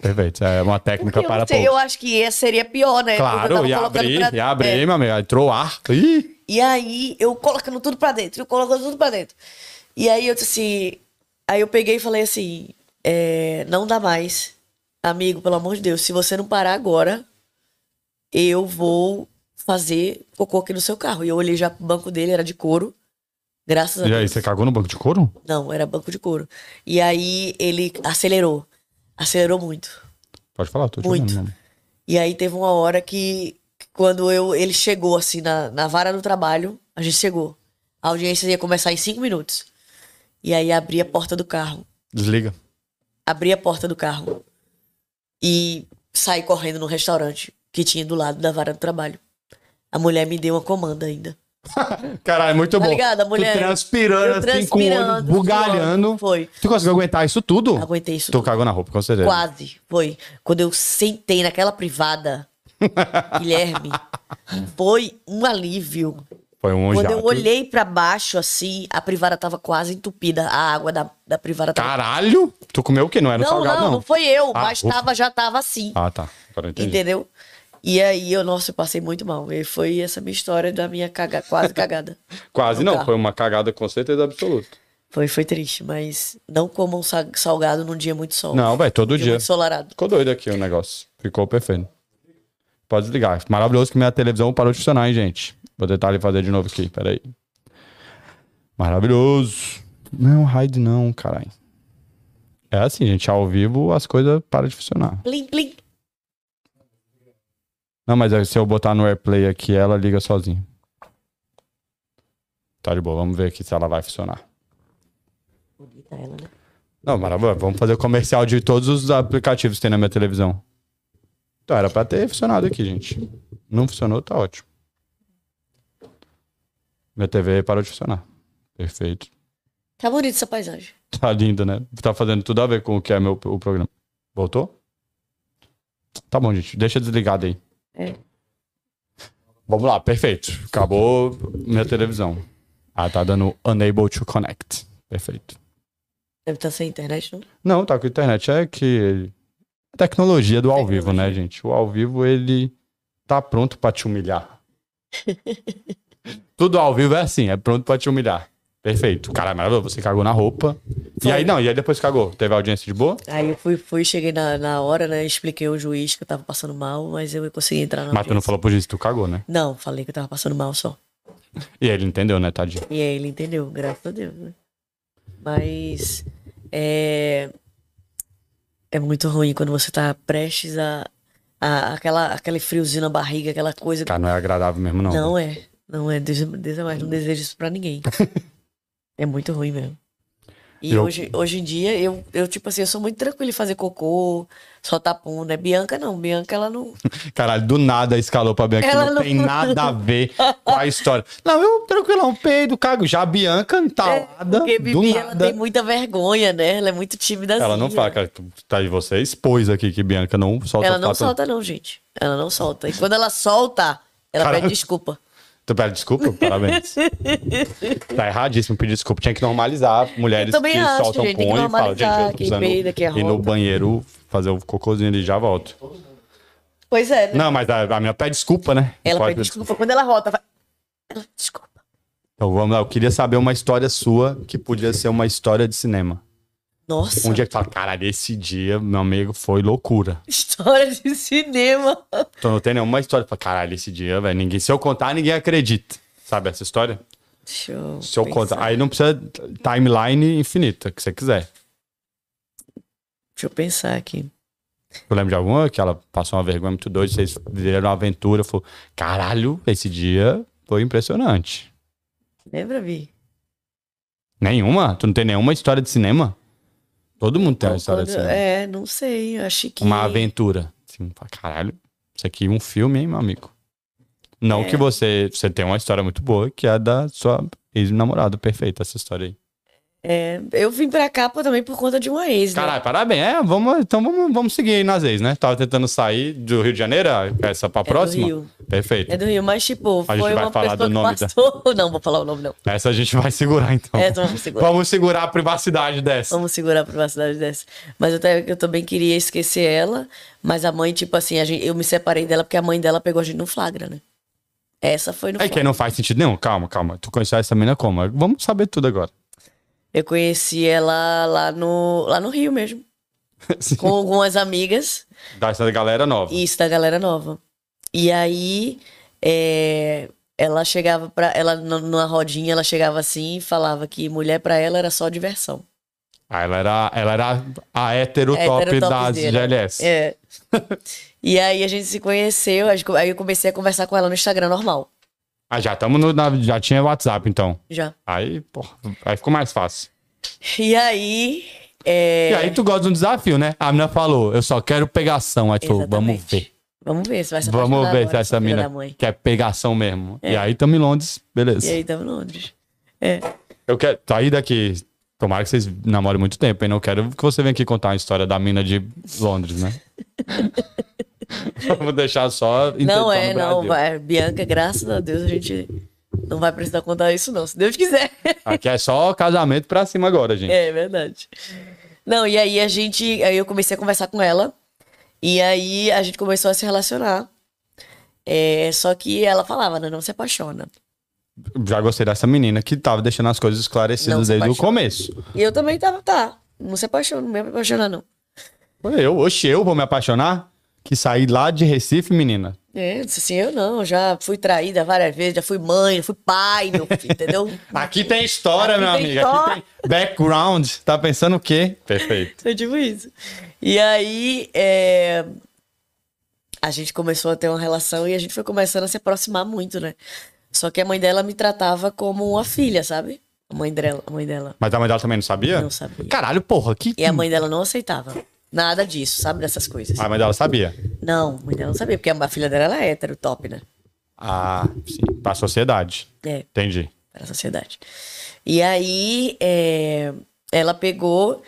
[SPEAKER 1] Perfeito, é uma
[SPEAKER 2] Porque
[SPEAKER 1] técnica
[SPEAKER 2] eu,
[SPEAKER 1] para
[SPEAKER 2] não sei,
[SPEAKER 1] poucos.
[SPEAKER 2] eu acho que essa seria pior, né? Porque eu
[SPEAKER 1] Claro,
[SPEAKER 2] tava
[SPEAKER 1] ia
[SPEAKER 2] colocando
[SPEAKER 1] abrir,
[SPEAKER 2] pra-
[SPEAKER 1] ia abrir,
[SPEAKER 2] é.
[SPEAKER 1] meu amigo, entrou ar. Ih,
[SPEAKER 2] E aí eu colocando tudo pra dentro, eu colocando tudo pra dentro. E aí eu disse assim, aí eu peguei e falei assim, é, não dá mais, amigo, pelo amor de Deus, se você não parar agora, eu vou fazer cocô aqui no seu carro. E eu olhei já pro banco dele, era de couro, graças a
[SPEAKER 1] e aí,
[SPEAKER 2] Deus.
[SPEAKER 1] você cagou no banco de couro?
[SPEAKER 2] Não, era banco de couro. E aí ele acelerou, acelerou muito.
[SPEAKER 1] Pode falar, tô te
[SPEAKER 2] Muito.
[SPEAKER 1] ouvindo, mano.
[SPEAKER 2] E aí teve uma hora que Quando eu, ele chegou, assim, na, na vara do trabalho, a gente chegou. A audiência ia começar em cinco minutos. E aí abri a porta do carro.
[SPEAKER 1] Desliga.
[SPEAKER 2] Abri a porta do carro. E saí correndo no restaurante que tinha do lado da vara do trabalho. A mulher me deu uma comanda ainda.
[SPEAKER 1] Caralho, muito
[SPEAKER 2] Tá
[SPEAKER 1] bom.
[SPEAKER 2] ligado? A mulher-
[SPEAKER 1] Tu transpirando,
[SPEAKER 2] Eu
[SPEAKER 1] assim, com o olho
[SPEAKER 2] transpirando,
[SPEAKER 1] bugalhando.
[SPEAKER 2] foi.
[SPEAKER 1] Tu conseguiu aguentar isso tudo?
[SPEAKER 2] Aguentei isso.
[SPEAKER 1] Tu cagou na roupa, com certeza.
[SPEAKER 2] Quase, foi. Quando eu sentei naquela privada, Guilherme, foi um alívio.
[SPEAKER 1] Foi um
[SPEAKER 2] Quando
[SPEAKER 1] jato.
[SPEAKER 2] eu olhei pra baixo, assim, a privada tava quase entupida. A água da, da privada tava...
[SPEAKER 1] Caralho! Tu comeu o quê? Não era
[SPEAKER 2] não,
[SPEAKER 1] salgado,
[SPEAKER 2] não,
[SPEAKER 1] não.
[SPEAKER 2] não, foi eu,
[SPEAKER 1] Ah,
[SPEAKER 2] mas
[SPEAKER 1] ufa.
[SPEAKER 2] tava, já tava assim,
[SPEAKER 1] Ah, tá. Agora eu entendi.
[SPEAKER 2] entendeu? E aí, eu, nossa, eu passei muito mal. E foi essa minha história da minha caga, quase cagada.
[SPEAKER 1] Quase não,
[SPEAKER 2] Tá.
[SPEAKER 1] foi uma cagada com certeza absoluta.
[SPEAKER 2] Foi, foi triste, mas não como um sa- salgado num dia muito sol.
[SPEAKER 1] Não, velho, todo
[SPEAKER 2] dia
[SPEAKER 1] dia.
[SPEAKER 2] muito ensolarado.
[SPEAKER 1] Ficou doido aqui o negócio. Ficou perfeito. Pode desligar. Maravilhoso que minha televisão parou de funcionar, hein, gente. Vou tentar lhe fazer de novo aqui, peraí. Maravilhoso. Não, é um raid não, caralho. É assim, gente, ao vivo as coisas param de funcionar.
[SPEAKER 2] Plim, plim.
[SPEAKER 1] Não, mas aí se eu botar no AirPlay aqui, ela liga sozinha. Tá de boa, vamos ver aqui se ela vai funcionar.
[SPEAKER 2] Bonita ela, né?
[SPEAKER 1] Não, maravilha. Vamos fazer o comercial de todos os aplicativos que tem na minha televisão. Então, era pra ter funcionado aqui, gente. Não funcionou, tá ótimo. Minha TV parou de funcionar. Perfeito.
[SPEAKER 2] Tá bonita essa paisagem.
[SPEAKER 1] Tá linda, né? Tá fazendo tudo a ver com o que é meu, o programa. Voltou? Tá bom, gente. Deixa desligado aí.
[SPEAKER 2] É.
[SPEAKER 1] Vamos lá, perfeito. Acabou minha televisão. Ah, tá dando unable to connect. Perfeito.
[SPEAKER 2] Deve estar sem internet, não?
[SPEAKER 1] Não, tá com internet. É que. A tecnologia do ao vivo, né,
[SPEAKER 2] Tecnologia.
[SPEAKER 1] gente? O ao vivo, ele tá pronto pra te humilhar. Tudo ao vivo é assim, é pronto pra te humilhar. Perfeito. Caralho, maravilhoso. Você cagou na roupa. E
[SPEAKER 2] Foi.
[SPEAKER 1] aí, não, e aí depois cagou. Teve audiência de boa?
[SPEAKER 2] Aí eu fui, fui cheguei na, na hora, né? Expliquei ao juiz que eu tava passando mal, mas eu consegui entrar na
[SPEAKER 1] Mas tu não
[SPEAKER 2] audiência.
[SPEAKER 1] falou pro juiz que tu cagou, né?
[SPEAKER 2] Não, falei que eu tava passando mal só.
[SPEAKER 1] E aí ele entendeu, né, tadinho?
[SPEAKER 2] E aí ele entendeu, graças a Deus, né? Mas é, é muito ruim quando você tá prestes a, a- aquela, aquele friozinho na barriga, aquela coisa. que
[SPEAKER 1] Cara, não é agradável mesmo, não.
[SPEAKER 2] Não é, não é, Deus, Deus é mais, não desejo isso pra ninguém. é muito ruim mesmo. E
[SPEAKER 1] Eu-
[SPEAKER 2] hoje, hoje em dia, eu, eu, tipo assim, eu sou muito tranquilo em fazer cocô, soltar punda. Bianca não, Bianca ela não.
[SPEAKER 1] Caralho, do nada escalou pra Bianca. que
[SPEAKER 2] Ela
[SPEAKER 1] Não,
[SPEAKER 2] não-
[SPEAKER 1] tem nada a ver com a história. Não, eu tranquilão, peido, cago. Já a Bianca entalada.
[SPEAKER 2] É, Porque
[SPEAKER 1] do
[SPEAKER 2] Bibi, ela
[SPEAKER 1] nada.
[SPEAKER 2] tem muita vergonha, né? Ela é muito tímida
[SPEAKER 1] Ela não fala, cara. tu- Tá, e você expôs aqui que Bianca não solta
[SPEAKER 2] Ela não
[SPEAKER 1] foto.
[SPEAKER 2] solta, não, gente. Ela não solta. E quando ela solta, ela
[SPEAKER 1] Caralho.
[SPEAKER 2] pede desculpa.
[SPEAKER 1] Tu pede desculpa? Parabéns. tá erradíssimo pedir desculpa. Tinha que normalizar mulheres
[SPEAKER 2] Eu também
[SPEAKER 1] que
[SPEAKER 2] acho,
[SPEAKER 1] soltam
[SPEAKER 2] gente, tem
[SPEAKER 1] punho
[SPEAKER 2] que
[SPEAKER 1] e falam,
[SPEAKER 2] normalizar,
[SPEAKER 1] gente, eu tô
[SPEAKER 2] que
[SPEAKER 1] precisando
[SPEAKER 2] peida, é que
[SPEAKER 1] ir no
[SPEAKER 2] arrota.
[SPEAKER 1] banheiro fazer o cocôzinho e já volto.
[SPEAKER 2] Pois é, né?
[SPEAKER 1] Não, mas a, a minha pede desculpa, né?
[SPEAKER 2] ela
[SPEAKER 1] Pode
[SPEAKER 2] pede
[SPEAKER 1] pedir
[SPEAKER 2] desculpa. Quando ela rota, vai. Ela, desculpa.
[SPEAKER 1] Então vamos lá, eu queria saber uma história sua que podia ser uma história de cinema.
[SPEAKER 2] Nossa,
[SPEAKER 1] Um dia que tu fala, caralho, esse dia, meu amigo, foi loucura.
[SPEAKER 2] história de cinema.
[SPEAKER 1] Então não tem nenhuma história. Fala, caralho, esse dia, velho, ninguém. Se eu contar, ninguém acredita. Sabe essa história?
[SPEAKER 2] Deixa eu.
[SPEAKER 1] Se eu
[SPEAKER 2] pensar.
[SPEAKER 1] contar. Aí não precisa timeline infinita, que você quiser.
[SPEAKER 2] Deixa eu pensar aqui.
[SPEAKER 1] Eu lembro de alguma que ela passou uma vergonha muito doida, vocês viveram uma aventura, falou, caralho, esse dia foi impressionante.
[SPEAKER 2] Lembra, Vi?
[SPEAKER 1] Nenhuma? Tu não tem nenhuma história de cinema? Todo mundo tem uma história de
[SPEAKER 2] Quando-
[SPEAKER 1] cinema.
[SPEAKER 2] É, não sei. Eu achei que.
[SPEAKER 1] Uma aventura. Assim, fala, caralho, isso aqui é um filme, hein, meu amigo? Não
[SPEAKER 2] É.
[SPEAKER 1] que você... Você tem uma história muito boa, que é a da sua ex-namorada. Perfeita essa história aí.
[SPEAKER 2] É, eu vim pra cá pô, também por conta de uma ex, né?
[SPEAKER 1] Caralho, parabéns. É, vamos, então vamos, vamos seguir aí nas ex, né? Tava tentando sair do Rio de Janeiro, ah, essa pra próxima.
[SPEAKER 2] É do Rio.
[SPEAKER 1] Perfeito.
[SPEAKER 2] É do Rio, mas tipo,
[SPEAKER 1] A gente
[SPEAKER 2] foi
[SPEAKER 1] vai
[SPEAKER 2] uma
[SPEAKER 1] falar
[SPEAKER 2] pessoa
[SPEAKER 1] do
[SPEAKER 2] que
[SPEAKER 1] nome da-
[SPEAKER 2] passou. Não, vou falar o nome, não.
[SPEAKER 1] Essa a gente vai segurar, então.
[SPEAKER 2] É, então vamos segurar.
[SPEAKER 1] Vamos segurar a privacidade dessa.
[SPEAKER 2] Vamos segurar a privacidade dessa. Mas até que eu também queria esquecer ela, mas a mãe, tipo assim, a gente- eu me separei dela porque a mãe dela pegou a gente no flagra, né? Essa foi no
[SPEAKER 1] É
[SPEAKER 2] flagra.
[SPEAKER 1] que não faz sentido nenhum. Calma, calma. Tu conheceu essa menina como? Vamos saber tudo agora.
[SPEAKER 2] Eu conheci ela lá no, lá no Rio mesmo,
[SPEAKER 1] Sim.
[SPEAKER 2] com algumas amigas.
[SPEAKER 1] Dessa galera nova.
[SPEAKER 2] Isso, da galera nova. E aí, é, ela chegava pra. Ela, n- numa rodinha, ela chegava assim e falava que mulher pra ela era só diversão.
[SPEAKER 1] Ah, ela era, ela era a hétero
[SPEAKER 2] É,
[SPEAKER 1] top
[SPEAKER 2] heterotopzera.
[SPEAKER 1] das GLS.
[SPEAKER 2] É. E aí a gente se conheceu, a gente- aí eu comecei a conversar com ela no Instagram normal,
[SPEAKER 1] Ah, já estamos no. na- já tinha WhatsApp, então.
[SPEAKER 2] já.
[SPEAKER 1] Aí, porra, aí ficou mais fácil.
[SPEAKER 2] E aí. é,
[SPEAKER 1] E aí tu gosta de um desafio, né? A menina falou, eu só quero pegação. Aí tu falou, vamos
[SPEAKER 2] exatamente.
[SPEAKER 1] ver.
[SPEAKER 2] Vamos ver se vai se
[SPEAKER 1] Vamos
[SPEAKER 2] apaixonar
[SPEAKER 1] ver
[SPEAKER 2] agora,
[SPEAKER 1] se essa
[SPEAKER 2] sua filha
[SPEAKER 1] mina
[SPEAKER 2] da mãe. É.
[SPEAKER 1] quer pegação mesmo. E aí tamo em Londres, beleza.
[SPEAKER 2] E aí, tamo em Londres.
[SPEAKER 1] Eu quero. Sair daqui. Tomara que vocês namorem muito tempo, hein? Não quero que você venha aqui contar a história da mina de Londres, né? Vamos deixar só.
[SPEAKER 2] Não
[SPEAKER 1] só
[SPEAKER 2] é,
[SPEAKER 1] Então, no Brasil.
[SPEAKER 2] não. Vai. Bianca, graças a Deus, a gente não vai precisar contar isso, não, se Deus quiser.
[SPEAKER 1] Aqui é só casamento pra cima agora, gente.
[SPEAKER 2] É verdade. Não, e aí a gente. Aí eu comecei a conversar com ela. E aí a gente começou a se relacionar. É, só que ela falava, né? Não se apaixona.
[SPEAKER 1] Já gostei dessa menina que tava deixando as coisas
[SPEAKER 2] Não
[SPEAKER 1] esclarecidas
[SPEAKER 2] se
[SPEAKER 1] desde o
[SPEAKER 2] apaixona.
[SPEAKER 1] começo.
[SPEAKER 2] E eu também tava, tá. Não se apaixona, não me apaixona, não.
[SPEAKER 1] Eu, oxe, eu vou me apaixonar? Que saí lá de Recife, menina.
[SPEAKER 2] É, eu disse assim, eu não, já fui traída várias vezes, já fui mãe, já fui pai, meu filho, entendeu?
[SPEAKER 1] Aqui tem história,
[SPEAKER 2] Aqui
[SPEAKER 1] meu
[SPEAKER 2] tem
[SPEAKER 1] amigo.
[SPEAKER 2] história.
[SPEAKER 1] Aqui tem background. Tá pensando o quê? Perfeito.
[SPEAKER 2] Foi tipo isso. E aí, é, a gente começou a ter uma relação e a gente foi começando a se aproximar muito, né? Só que a mãe dela me tratava como uma filha, sabe? A mãe dela, a mãe dela.
[SPEAKER 1] Mas a mãe dela também não sabia?
[SPEAKER 2] Não sabia.
[SPEAKER 1] Caralho, porra, que.
[SPEAKER 2] E a mãe dela não aceitava nada disso, sabe? Dessas coisas.
[SPEAKER 1] A mãe dela sabia.
[SPEAKER 2] Não, a mãe dela não sabia, porque a filha dela era hétero, top, né?
[SPEAKER 1] Ah, sim. Pra sociedade.
[SPEAKER 2] É.
[SPEAKER 1] Entendi.
[SPEAKER 2] para a sociedade. E aí é, ela pegou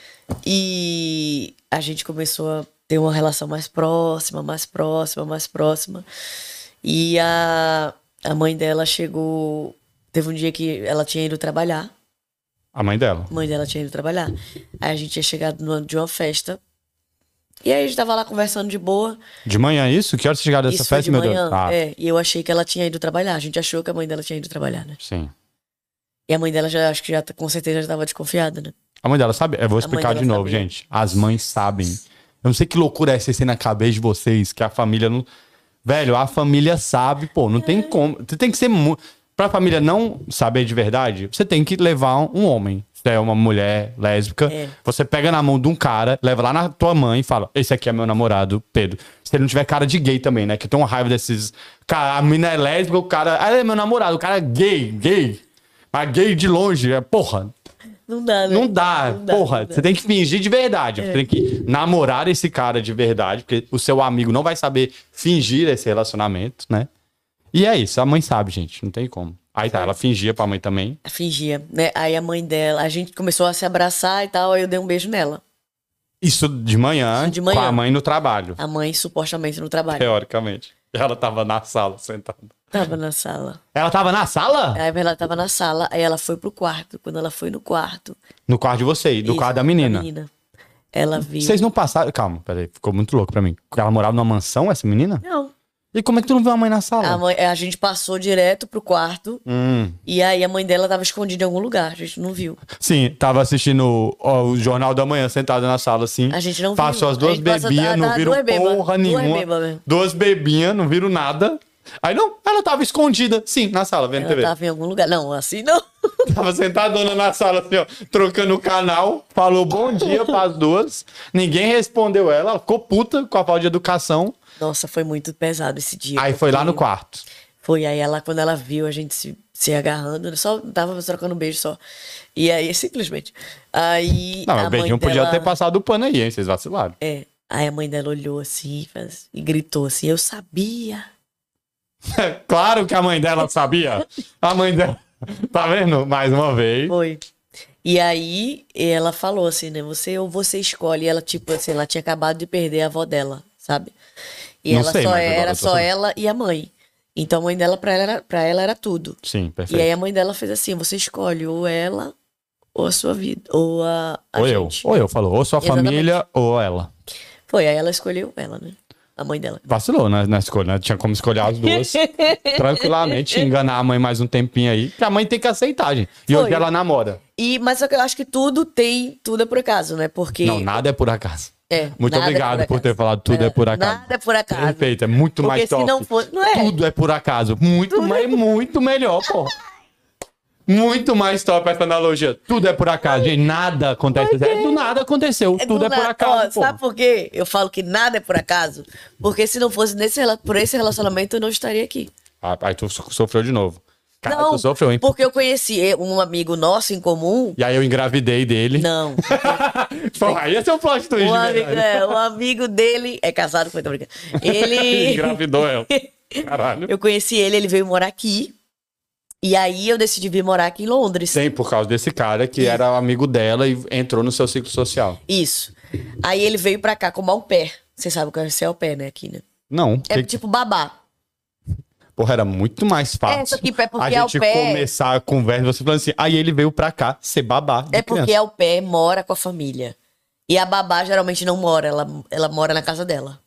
[SPEAKER 2] e a gente começou a ter uma relação mais próxima, mais próxima, mais próxima. E a, a mãe dela chegou. Teve um dia que ela tinha ido trabalhar.
[SPEAKER 1] A mãe dela.
[SPEAKER 2] A mãe dela tinha ido trabalhar. Aí a gente tinha chegado numa, de uma festa. E aí a gente tava lá conversando de boa.
[SPEAKER 1] De manhã é isso? Que horas você chegaram dessa
[SPEAKER 2] isso foi
[SPEAKER 1] festa,
[SPEAKER 2] de
[SPEAKER 1] meu
[SPEAKER 2] manhã.
[SPEAKER 1] Deus? Ah,
[SPEAKER 2] É, e eu achei que ela tinha ido trabalhar. A gente achou que a mãe dela tinha ido trabalhar, né?
[SPEAKER 1] sim.
[SPEAKER 2] E a mãe dela já, acho que já, tá- com certeza, já tava desconfiada, né?
[SPEAKER 1] A mãe dela sabe. Eu vou
[SPEAKER 2] mãe
[SPEAKER 1] explicar de
[SPEAKER 2] dela
[SPEAKER 1] novo,
[SPEAKER 2] sabia.
[SPEAKER 1] gente. As mães sabem. Eu não sei que loucura é essa aí na cabeça de vocês, que a família não. Velho, a família sabe, pô, não
[SPEAKER 2] É.
[SPEAKER 1] tem como. Você tem que ser muito. Pra família não saber de verdade, você tem que levar um um homem. Se é uma mulher lésbica,
[SPEAKER 2] É.
[SPEAKER 1] você pega na mão de um cara, leva lá na tua mãe e fala: Esse aqui é meu namorado, Pedro. Se ele não tiver cara de gay também, né? Que eu tenho uma raiva desses. Cara, a mina é lésbica, o cara. Ah, ele é meu namorado, o cara é gay, gay. Mas gay de longe, é porra.
[SPEAKER 2] Não dá, né?
[SPEAKER 1] Não dá,
[SPEAKER 2] Não dá,
[SPEAKER 1] porra.
[SPEAKER 2] não dá. É.
[SPEAKER 1] Você tem que fingir de verdade. Você tem que namorar esse cara de verdade, porque o seu amigo não vai saber fingir esse relacionamento, né? E é isso, a mãe sabe, gente, não tem como. Aí tá, ela fingia pra mãe também.
[SPEAKER 2] Fingia, né? Aí a mãe dela, a gente começou a se abraçar e tal, aí eu dei um beijo nela.
[SPEAKER 1] Isso de manhã,
[SPEAKER 2] Isso de manhã. Ah,
[SPEAKER 1] com a mãe no trabalho,
[SPEAKER 2] A mãe, supostamente, no trabalho.
[SPEAKER 1] teoricamente. Ela tava na sala, sentada.
[SPEAKER 2] Tava na sala.
[SPEAKER 1] Ela tava na sala?
[SPEAKER 2] Aí ela tava na sala, aí ela foi pro quarto. Quando ela foi no quarto.
[SPEAKER 1] No quarto de você e do
[SPEAKER 2] isso,
[SPEAKER 1] quarto da menina.
[SPEAKER 2] ela viu.
[SPEAKER 1] Vocês não passaram. Calma, peraí, ficou muito louco pra mim. Ela morava numa mansão, essa menina?
[SPEAKER 2] Não.
[SPEAKER 1] E como é que tu não viu a mãe na sala?
[SPEAKER 2] A, mãe, a gente passou direto pro quarto.
[SPEAKER 1] Hum.
[SPEAKER 2] E aí a mãe dela tava escondida em algum lugar. A gente não viu.
[SPEAKER 1] Sim, tava assistindo ó, o Jornal da Manhã, sentada na sala, assim.
[SPEAKER 2] A gente não
[SPEAKER 1] Passou
[SPEAKER 2] viu.
[SPEAKER 1] as
[SPEAKER 2] A
[SPEAKER 1] duas
[SPEAKER 2] gente passou-
[SPEAKER 1] bebinhas,
[SPEAKER 2] tá-
[SPEAKER 1] não
[SPEAKER 2] tá-
[SPEAKER 1] viram
[SPEAKER 2] duas beba,
[SPEAKER 1] porra
[SPEAKER 2] duas
[SPEAKER 1] nenhuma.
[SPEAKER 2] beba né? mesmo.
[SPEAKER 1] Duas bebinhas, não viram nada. Aí não, ela tava escondida, sim, na sala, vendo
[SPEAKER 2] Ela
[SPEAKER 1] TV. Tava...
[SPEAKER 2] tava em algum lugar. Não, assim não.
[SPEAKER 1] sentadona na sala, assim, ó, trocando o canal. Falou bom dia pras duas. Ninguém respondeu ela, ela ficou puta com a falta de educação.
[SPEAKER 2] Nossa, foi muito pesado esse dia.
[SPEAKER 1] Aí foi lá no
[SPEAKER 2] porque-
[SPEAKER 1] quarto.
[SPEAKER 2] Foi aí ela, quando ela viu a gente se, se agarrando, né? só tava trocando beijo só. E aí, simplesmente. Aí.
[SPEAKER 1] Não, mas
[SPEAKER 2] a
[SPEAKER 1] o
[SPEAKER 2] mãe
[SPEAKER 1] beijinho podia
[SPEAKER 2] dela-
[SPEAKER 1] ter passado o pano aí, hein? Vocês vacilaram.
[SPEAKER 2] É. Aí a mãe dela olhou assim faz- e gritou assim: Eu sabia.
[SPEAKER 1] claro que a mãe dela sabia. A mãe dela. Tá vendo? Mais uma vez.
[SPEAKER 2] Foi. E aí ela falou assim, né? Você ou você escolhe. E ela, tipo assim, ela tinha acabado de perder a avó dela, sabe? E
[SPEAKER 1] Não
[SPEAKER 2] ela
[SPEAKER 1] sei,
[SPEAKER 2] só
[SPEAKER 1] mas agora
[SPEAKER 2] era
[SPEAKER 1] eu tô
[SPEAKER 2] só
[SPEAKER 1] sabendo.
[SPEAKER 2] ela e a mãe. Então a mãe dela, pra ela, era, pra ela era tudo.
[SPEAKER 1] Sim, perfeito.
[SPEAKER 2] E aí a mãe dela fez assim: Você escolhe ou ela ou a sua vida, ou a. a
[SPEAKER 1] ou
[SPEAKER 2] gente."
[SPEAKER 1] eu, ou eu, falou. Ou sua
[SPEAKER 2] Exatamente.
[SPEAKER 1] família, ou ela.
[SPEAKER 2] Foi, aí ela escolheu ela, né? A mãe dela.
[SPEAKER 1] Vacilou na, na escolha, né? Tinha como escolher as duas tranquilamente, enganar a mãe mais um tempinho aí. Que a mãe tem que aceitar, gente. E
[SPEAKER 2] Foi.
[SPEAKER 1] hoje ela namora.
[SPEAKER 2] E, mas só que eu acho que tudo tem, tudo é por acaso, né? Porque.
[SPEAKER 1] Não, nada é por acaso.
[SPEAKER 2] é,
[SPEAKER 1] Muito
[SPEAKER 2] nada é
[SPEAKER 1] obrigado por,
[SPEAKER 2] acaso.
[SPEAKER 1] ter falado tudo é, por acaso.
[SPEAKER 2] Nada é por acaso.
[SPEAKER 1] Perfeito, é muito
[SPEAKER 2] Porque
[SPEAKER 1] mais
[SPEAKER 2] se
[SPEAKER 1] top.
[SPEAKER 2] não for- não é?
[SPEAKER 1] Tudo é por acaso. Muito, mas muito melhor, pô. Muito mais top essa analogia. Tudo é por acaso, gente. Nada acontece. Do nada aconteceu.
[SPEAKER 2] É
[SPEAKER 1] Tudo
[SPEAKER 2] do
[SPEAKER 1] é por
[SPEAKER 2] nada. Ó,
[SPEAKER 1] acaso. pô.
[SPEAKER 2] sabe por quê? Eu falo que nada é por acaso. Porque se não fosse nesse, rela- por esse relacionamento, eu não estaria aqui.
[SPEAKER 1] Ah, aí tu so- sofreu de novo. Cara,
[SPEAKER 2] não,
[SPEAKER 1] tu sofreu, hein?
[SPEAKER 2] porque eu conheci um amigo nosso em comum.
[SPEAKER 1] E aí eu engravidei dele.
[SPEAKER 2] Não.
[SPEAKER 1] Pô, aí esse é o plot twist.
[SPEAKER 2] Um
[SPEAKER 1] de
[SPEAKER 2] amigo,
[SPEAKER 1] verdade.
[SPEAKER 2] é, um amigo dele. É casado com brincando. Ele.
[SPEAKER 1] Engravidou ela. Caralho.
[SPEAKER 2] eu conheci ele, ele veio morar aqui. E aí eu decidi vir morar aqui em Londres.
[SPEAKER 1] Sim, por causa desse cara que era amigo dela e entrou no seu ciclo social.
[SPEAKER 2] Isso. Aí ele veio pra cá como au pair. Você sabe o que é ser au pair, né, aqui, né?
[SPEAKER 1] Não.
[SPEAKER 2] É
[SPEAKER 1] que-
[SPEAKER 2] tipo babá.
[SPEAKER 1] Porra, era muito mais fácil.
[SPEAKER 2] É, só que é porque
[SPEAKER 1] a
[SPEAKER 2] é
[SPEAKER 1] gente
[SPEAKER 2] o pé.
[SPEAKER 1] começar a conversa, você falando assim, aí ele veio pra cá ser babá. de
[SPEAKER 2] É porque
[SPEAKER 1] criança.
[SPEAKER 2] ao pé mora com a família. E a babá geralmente não mora, ela, ela mora na casa dela.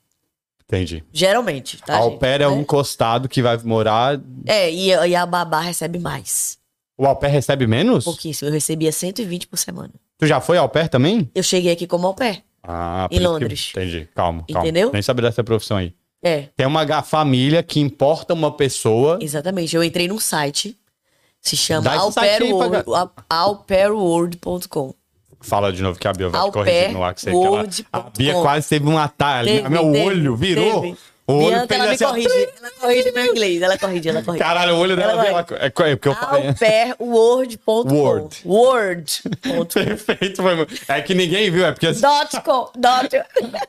[SPEAKER 1] Entendi.
[SPEAKER 2] Geralmente, tá?
[SPEAKER 1] Au
[SPEAKER 2] gente?
[SPEAKER 1] pair é um encostado que vai morar.
[SPEAKER 2] É, e, e a babá recebe mais.
[SPEAKER 1] O au pair recebe menos?
[SPEAKER 2] Pouquíssimo. Eu recebia 120 por semana.
[SPEAKER 1] Tu já foi au pair também?
[SPEAKER 2] Eu cheguei aqui como ao pé.
[SPEAKER 1] Ah,
[SPEAKER 2] Em
[SPEAKER 1] por isso que-
[SPEAKER 2] Londres.
[SPEAKER 1] Entendi. Calma, calma.
[SPEAKER 2] Entendeu?
[SPEAKER 1] Nem saber dessa profissão aí.
[SPEAKER 2] É,
[SPEAKER 1] Tem uma ga- família que importa uma pessoa.
[SPEAKER 2] exatamente. Eu entrei num site. Se chama
[SPEAKER 1] Dá esse site aí pra
[SPEAKER 2] aupairworld- a- aupairworld.com.
[SPEAKER 1] Fala de novo que a Bia vai
[SPEAKER 2] Au
[SPEAKER 1] te corrigir
[SPEAKER 2] pair,
[SPEAKER 1] no ar que você que ela-
[SPEAKER 2] word
[SPEAKER 1] A
[SPEAKER 2] ponto
[SPEAKER 1] Bia
[SPEAKER 2] com.
[SPEAKER 1] quase teve um ataque.
[SPEAKER 2] Teve,
[SPEAKER 1] Meu
[SPEAKER 2] teve,
[SPEAKER 1] olho virou.
[SPEAKER 2] teve.
[SPEAKER 1] O olho
[SPEAKER 2] Bianca,
[SPEAKER 1] fez
[SPEAKER 2] ela me
[SPEAKER 1] assim, ó.
[SPEAKER 2] corrige. Ela corrige meu inglês. Ela corrige, ela corrige.
[SPEAKER 1] Caralho, o olho dela
[SPEAKER 2] Ela
[SPEAKER 1] veio
[SPEAKER 2] vai.
[SPEAKER 1] lá. É, é porque eu falei.
[SPEAKER 2] Alperword.com.
[SPEAKER 1] Word.
[SPEAKER 2] Word.com.
[SPEAKER 1] Perfeito, foi muito. É que ninguém viu, é porque assim,
[SPEAKER 2] Dot com. Dot.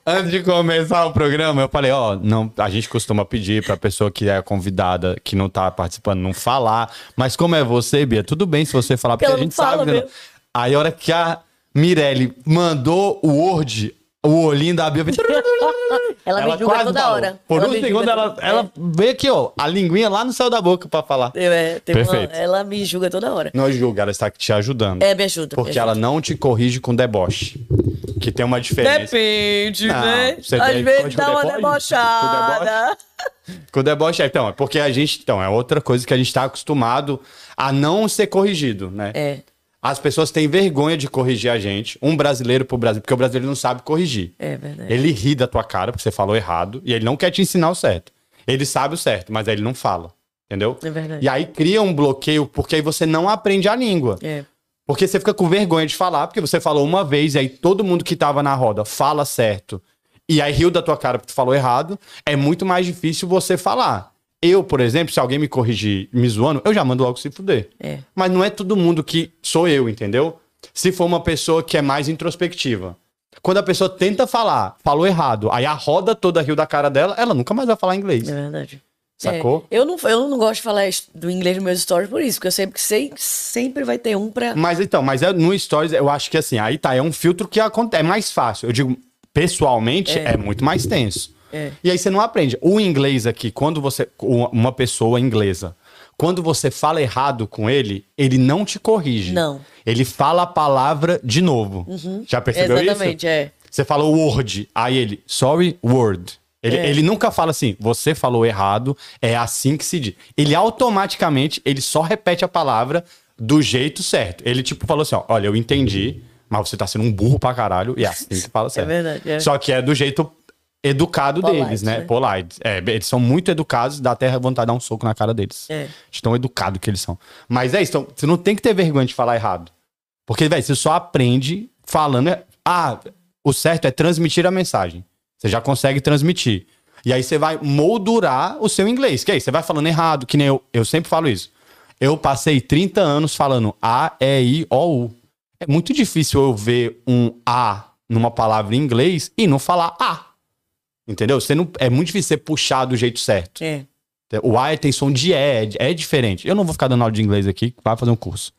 [SPEAKER 1] antes de começar o programa, eu falei, ó, não, a gente costuma pedir pra pessoa que é convidada, que não tá participando, não falar. Mas como é você, Bia, tudo bem se você falar, porque
[SPEAKER 2] Ela
[SPEAKER 1] a
[SPEAKER 2] não
[SPEAKER 1] gente
[SPEAKER 2] fala
[SPEAKER 1] sabe. né?
[SPEAKER 2] mesmo.
[SPEAKER 1] Aí a hora que a Mirelle mandou o Word, o olhinho da Bia.
[SPEAKER 2] Ela me julga
[SPEAKER 1] quase
[SPEAKER 2] toda
[SPEAKER 1] balou.
[SPEAKER 2] hora.
[SPEAKER 1] Por
[SPEAKER 2] Ela
[SPEAKER 1] um
[SPEAKER 2] me
[SPEAKER 1] segundo,
[SPEAKER 2] julga
[SPEAKER 1] ela,
[SPEAKER 2] toda-
[SPEAKER 1] ela veio aqui, ó, a linguinha lá no céu da boca pra falar.
[SPEAKER 2] Eu, é, tem
[SPEAKER 1] Perfeito.
[SPEAKER 2] Uma, ela me julga toda hora.
[SPEAKER 1] Não julga, ela está te ajudando.
[SPEAKER 2] É, me ajuda. me
[SPEAKER 1] Porque
[SPEAKER 2] ajuda.
[SPEAKER 1] ela não te corrige com deboche. Que tem uma diferença.
[SPEAKER 2] Depende,
[SPEAKER 1] é Não,
[SPEAKER 2] né?
[SPEAKER 1] você
[SPEAKER 2] Às
[SPEAKER 1] tem-
[SPEAKER 2] vezes
[SPEAKER 1] pode
[SPEAKER 2] dá
[SPEAKER 1] com
[SPEAKER 2] uma
[SPEAKER 1] deboche?
[SPEAKER 2] debochada.
[SPEAKER 1] Com deboche, é, então, é porque a gente. Então, é outra coisa que a gente tá acostumado a não ser corrigido, né?
[SPEAKER 2] É,
[SPEAKER 1] As pessoas têm vergonha de corrigir a gente, um brasileiro pro Brasil, porque o brasileiro não sabe corrigir.
[SPEAKER 2] é verdade.
[SPEAKER 1] Ele ri da tua cara porque você falou errado e ele não quer te ensinar o certo. Ele sabe o certo, mas aí ele não fala. Entendeu?
[SPEAKER 2] É verdade.
[SPEAKER 1] E aí cria um bloqueio porque aí você não aprende a língua.
[SPEAKER 2] É.
[SPEAKER 1] Porque você fica com vergonha de falar, porque você falou uma vez, e aí todo mundo que tava na roda fala certo, e aí riu da tua cara porque tu falou errado, é muito mais difícil você falar. Eu, por exemplo, se alguém me corrigir me zoando, eu já mando logo se fuder.
[SPEAKER 2] É.
[SPEAKER 1] Mas não é todo mundo que sou eu, entendeu? Se for uma pessoa que é mais introspectiva. Quando a pessoa tenta falar, falou errado, aí a roda toda riu da cara dela, ela nunca mais vai falar inglês.
[SPEAKER 2] É verdade.
[SPEAKER 1] Sacou?
[SPEAKER 2] É, eu, não, eu não gosto de falar es- do inglês nos meus stories por isso, porque eu sempre sei que sempre vai ter um pra.
[SPEAKER 1] Mas então, mas é, no Stories, eu acho que assim, aí tá, é um filtro que acontece, é mais fácil. Eu digo, pessoalmente, é, muito mais tenso.
[SPEAKER 2] É.
[SPEAKER 1] E aí você não aprende. O inglês aqui, quando você. Uma uma pessoa inglesa, quando você fala errado com ele, ele não te corrige.
[SPEAKER 2] Não. Uhum.
[SPEAKER 1] Ele fala a palavra de novo. Já percebeu
[SPEAKER 2] Exatamente,
[SPEAKER 1] isso?
[SPEAKER 2] é.
[SPEAKER 1] Você falou word, aí ele, sorry, word. Ele,
[SPEAKER 2] É.
[SPEAKER 1] ele nunca fala assim, você falou errado, é assim que se diz. Ele automaticamente, ele só repete a palavra do jeito certo. Ele tipo falou assim, ó, olha, eu entendi, mas você tá sendo um burro pra caralho, e é assim que fala certo.
[SPEAKER 2] verdade, é.
[SPEAKER 1] Só que é do jeito educado
[SPEAKER 2] Polite,
[SPEAKER 1] deles, né?
[SPEAKER 2] né?
[SPEAKER 1] Polite. É, eles são muito educados, dá até vontade de dar um soco na cara deles.
[SPEAKER 2] É.
[SPEAKER 1] De tão educado que eles são. Mas é isso, então, você não tem que ter vergonha de falar errado. Porque, velho, você só aprende falando. é, Ah, o certo é transmitir a mensagem. Você já consegue transmitir. E aí você vai moldurar o seu inglês. Que aí você vai falando errado, que nem eu. Eu sempre falo isso. Eu passei 30 anos falando A, E, I, O, U. É muito difícil eu ver um A numa palavra em inglês e não falar A. Entendeu? Você não, é muito difícil você puxar do jeito certo.
[SPEAKER 2] É.
[SPEAKER 1] O A tem som de E, é, é diferente. Eu não vou ficar dando aula de inglês aqui, vai fazer um curso.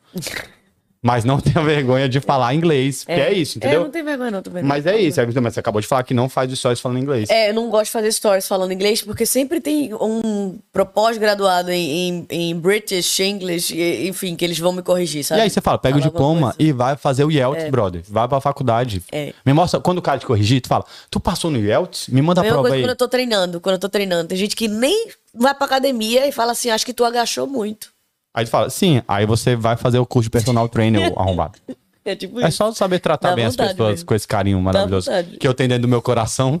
[SPEAKER 1] Mas não tenha vergonha de falar inglês, porque é, isso,
[SPEAKER 2] É,
[SPEAKER 1] entendeu?
[SPEAKER 2] não tem vergonha, não, tô vendo.
[SPEAKER 1] Mas é isso, é, mas você acabou de falar que não faz stories falando inglês.
[SPEAKER 2] É, eu não gosto de fazer stories falando inglês, porque sempre tem um pro- pós-graduado em, em- em British English, e- enfim, que eles vão me corrigir, sabe?
[SPEAKER 1] E aí você fala, pega o
[SPEAKER 2] Fala alguma
[SPEAKER 1] diploma
[SPEAKER 2] coisa.
[SPEAKER 1] e vai fazer o IELTS, brother. Vai pra faculdade.
[SPEAKER 2] É.
[SPEAKER 1] Me mostra, quando o cara te corrigir, tu fala, tu passou no IELTS? Me manda a
[SPEAKER 2] Mesma
[SPEAKER 1] prova
[SPEAKER 2] coisa
[SPEAKER 1] aí.
[SPEAKER 2] quando eu tô treinando, quando eu tô treinando. Tem gente que nem vai pra academia e fala assim, acho que tu agachou muito.
[SPEAKER 1] Aí tu fala, sim, aí você vai fazer o curso de personal trainer, ô arrombado.
[SPEAKER 2] É tipo
[SPEAKER 1] É
[SPEAKER 2] isso.
[SPEAKER 1] só saber tratar
[SPEAKER 2] Dá
[SPEAKER 1] bem as
[SPEAKER 2] vontade
[SPEAKER 1] pessoas
[SPEAKER 2] mesmo.
[SPEAKER 1] com esse carinho maravilhoso
[SPEAKER 2] vontade.
[SPEAKER 1] que eu tenho dentro do meu coração.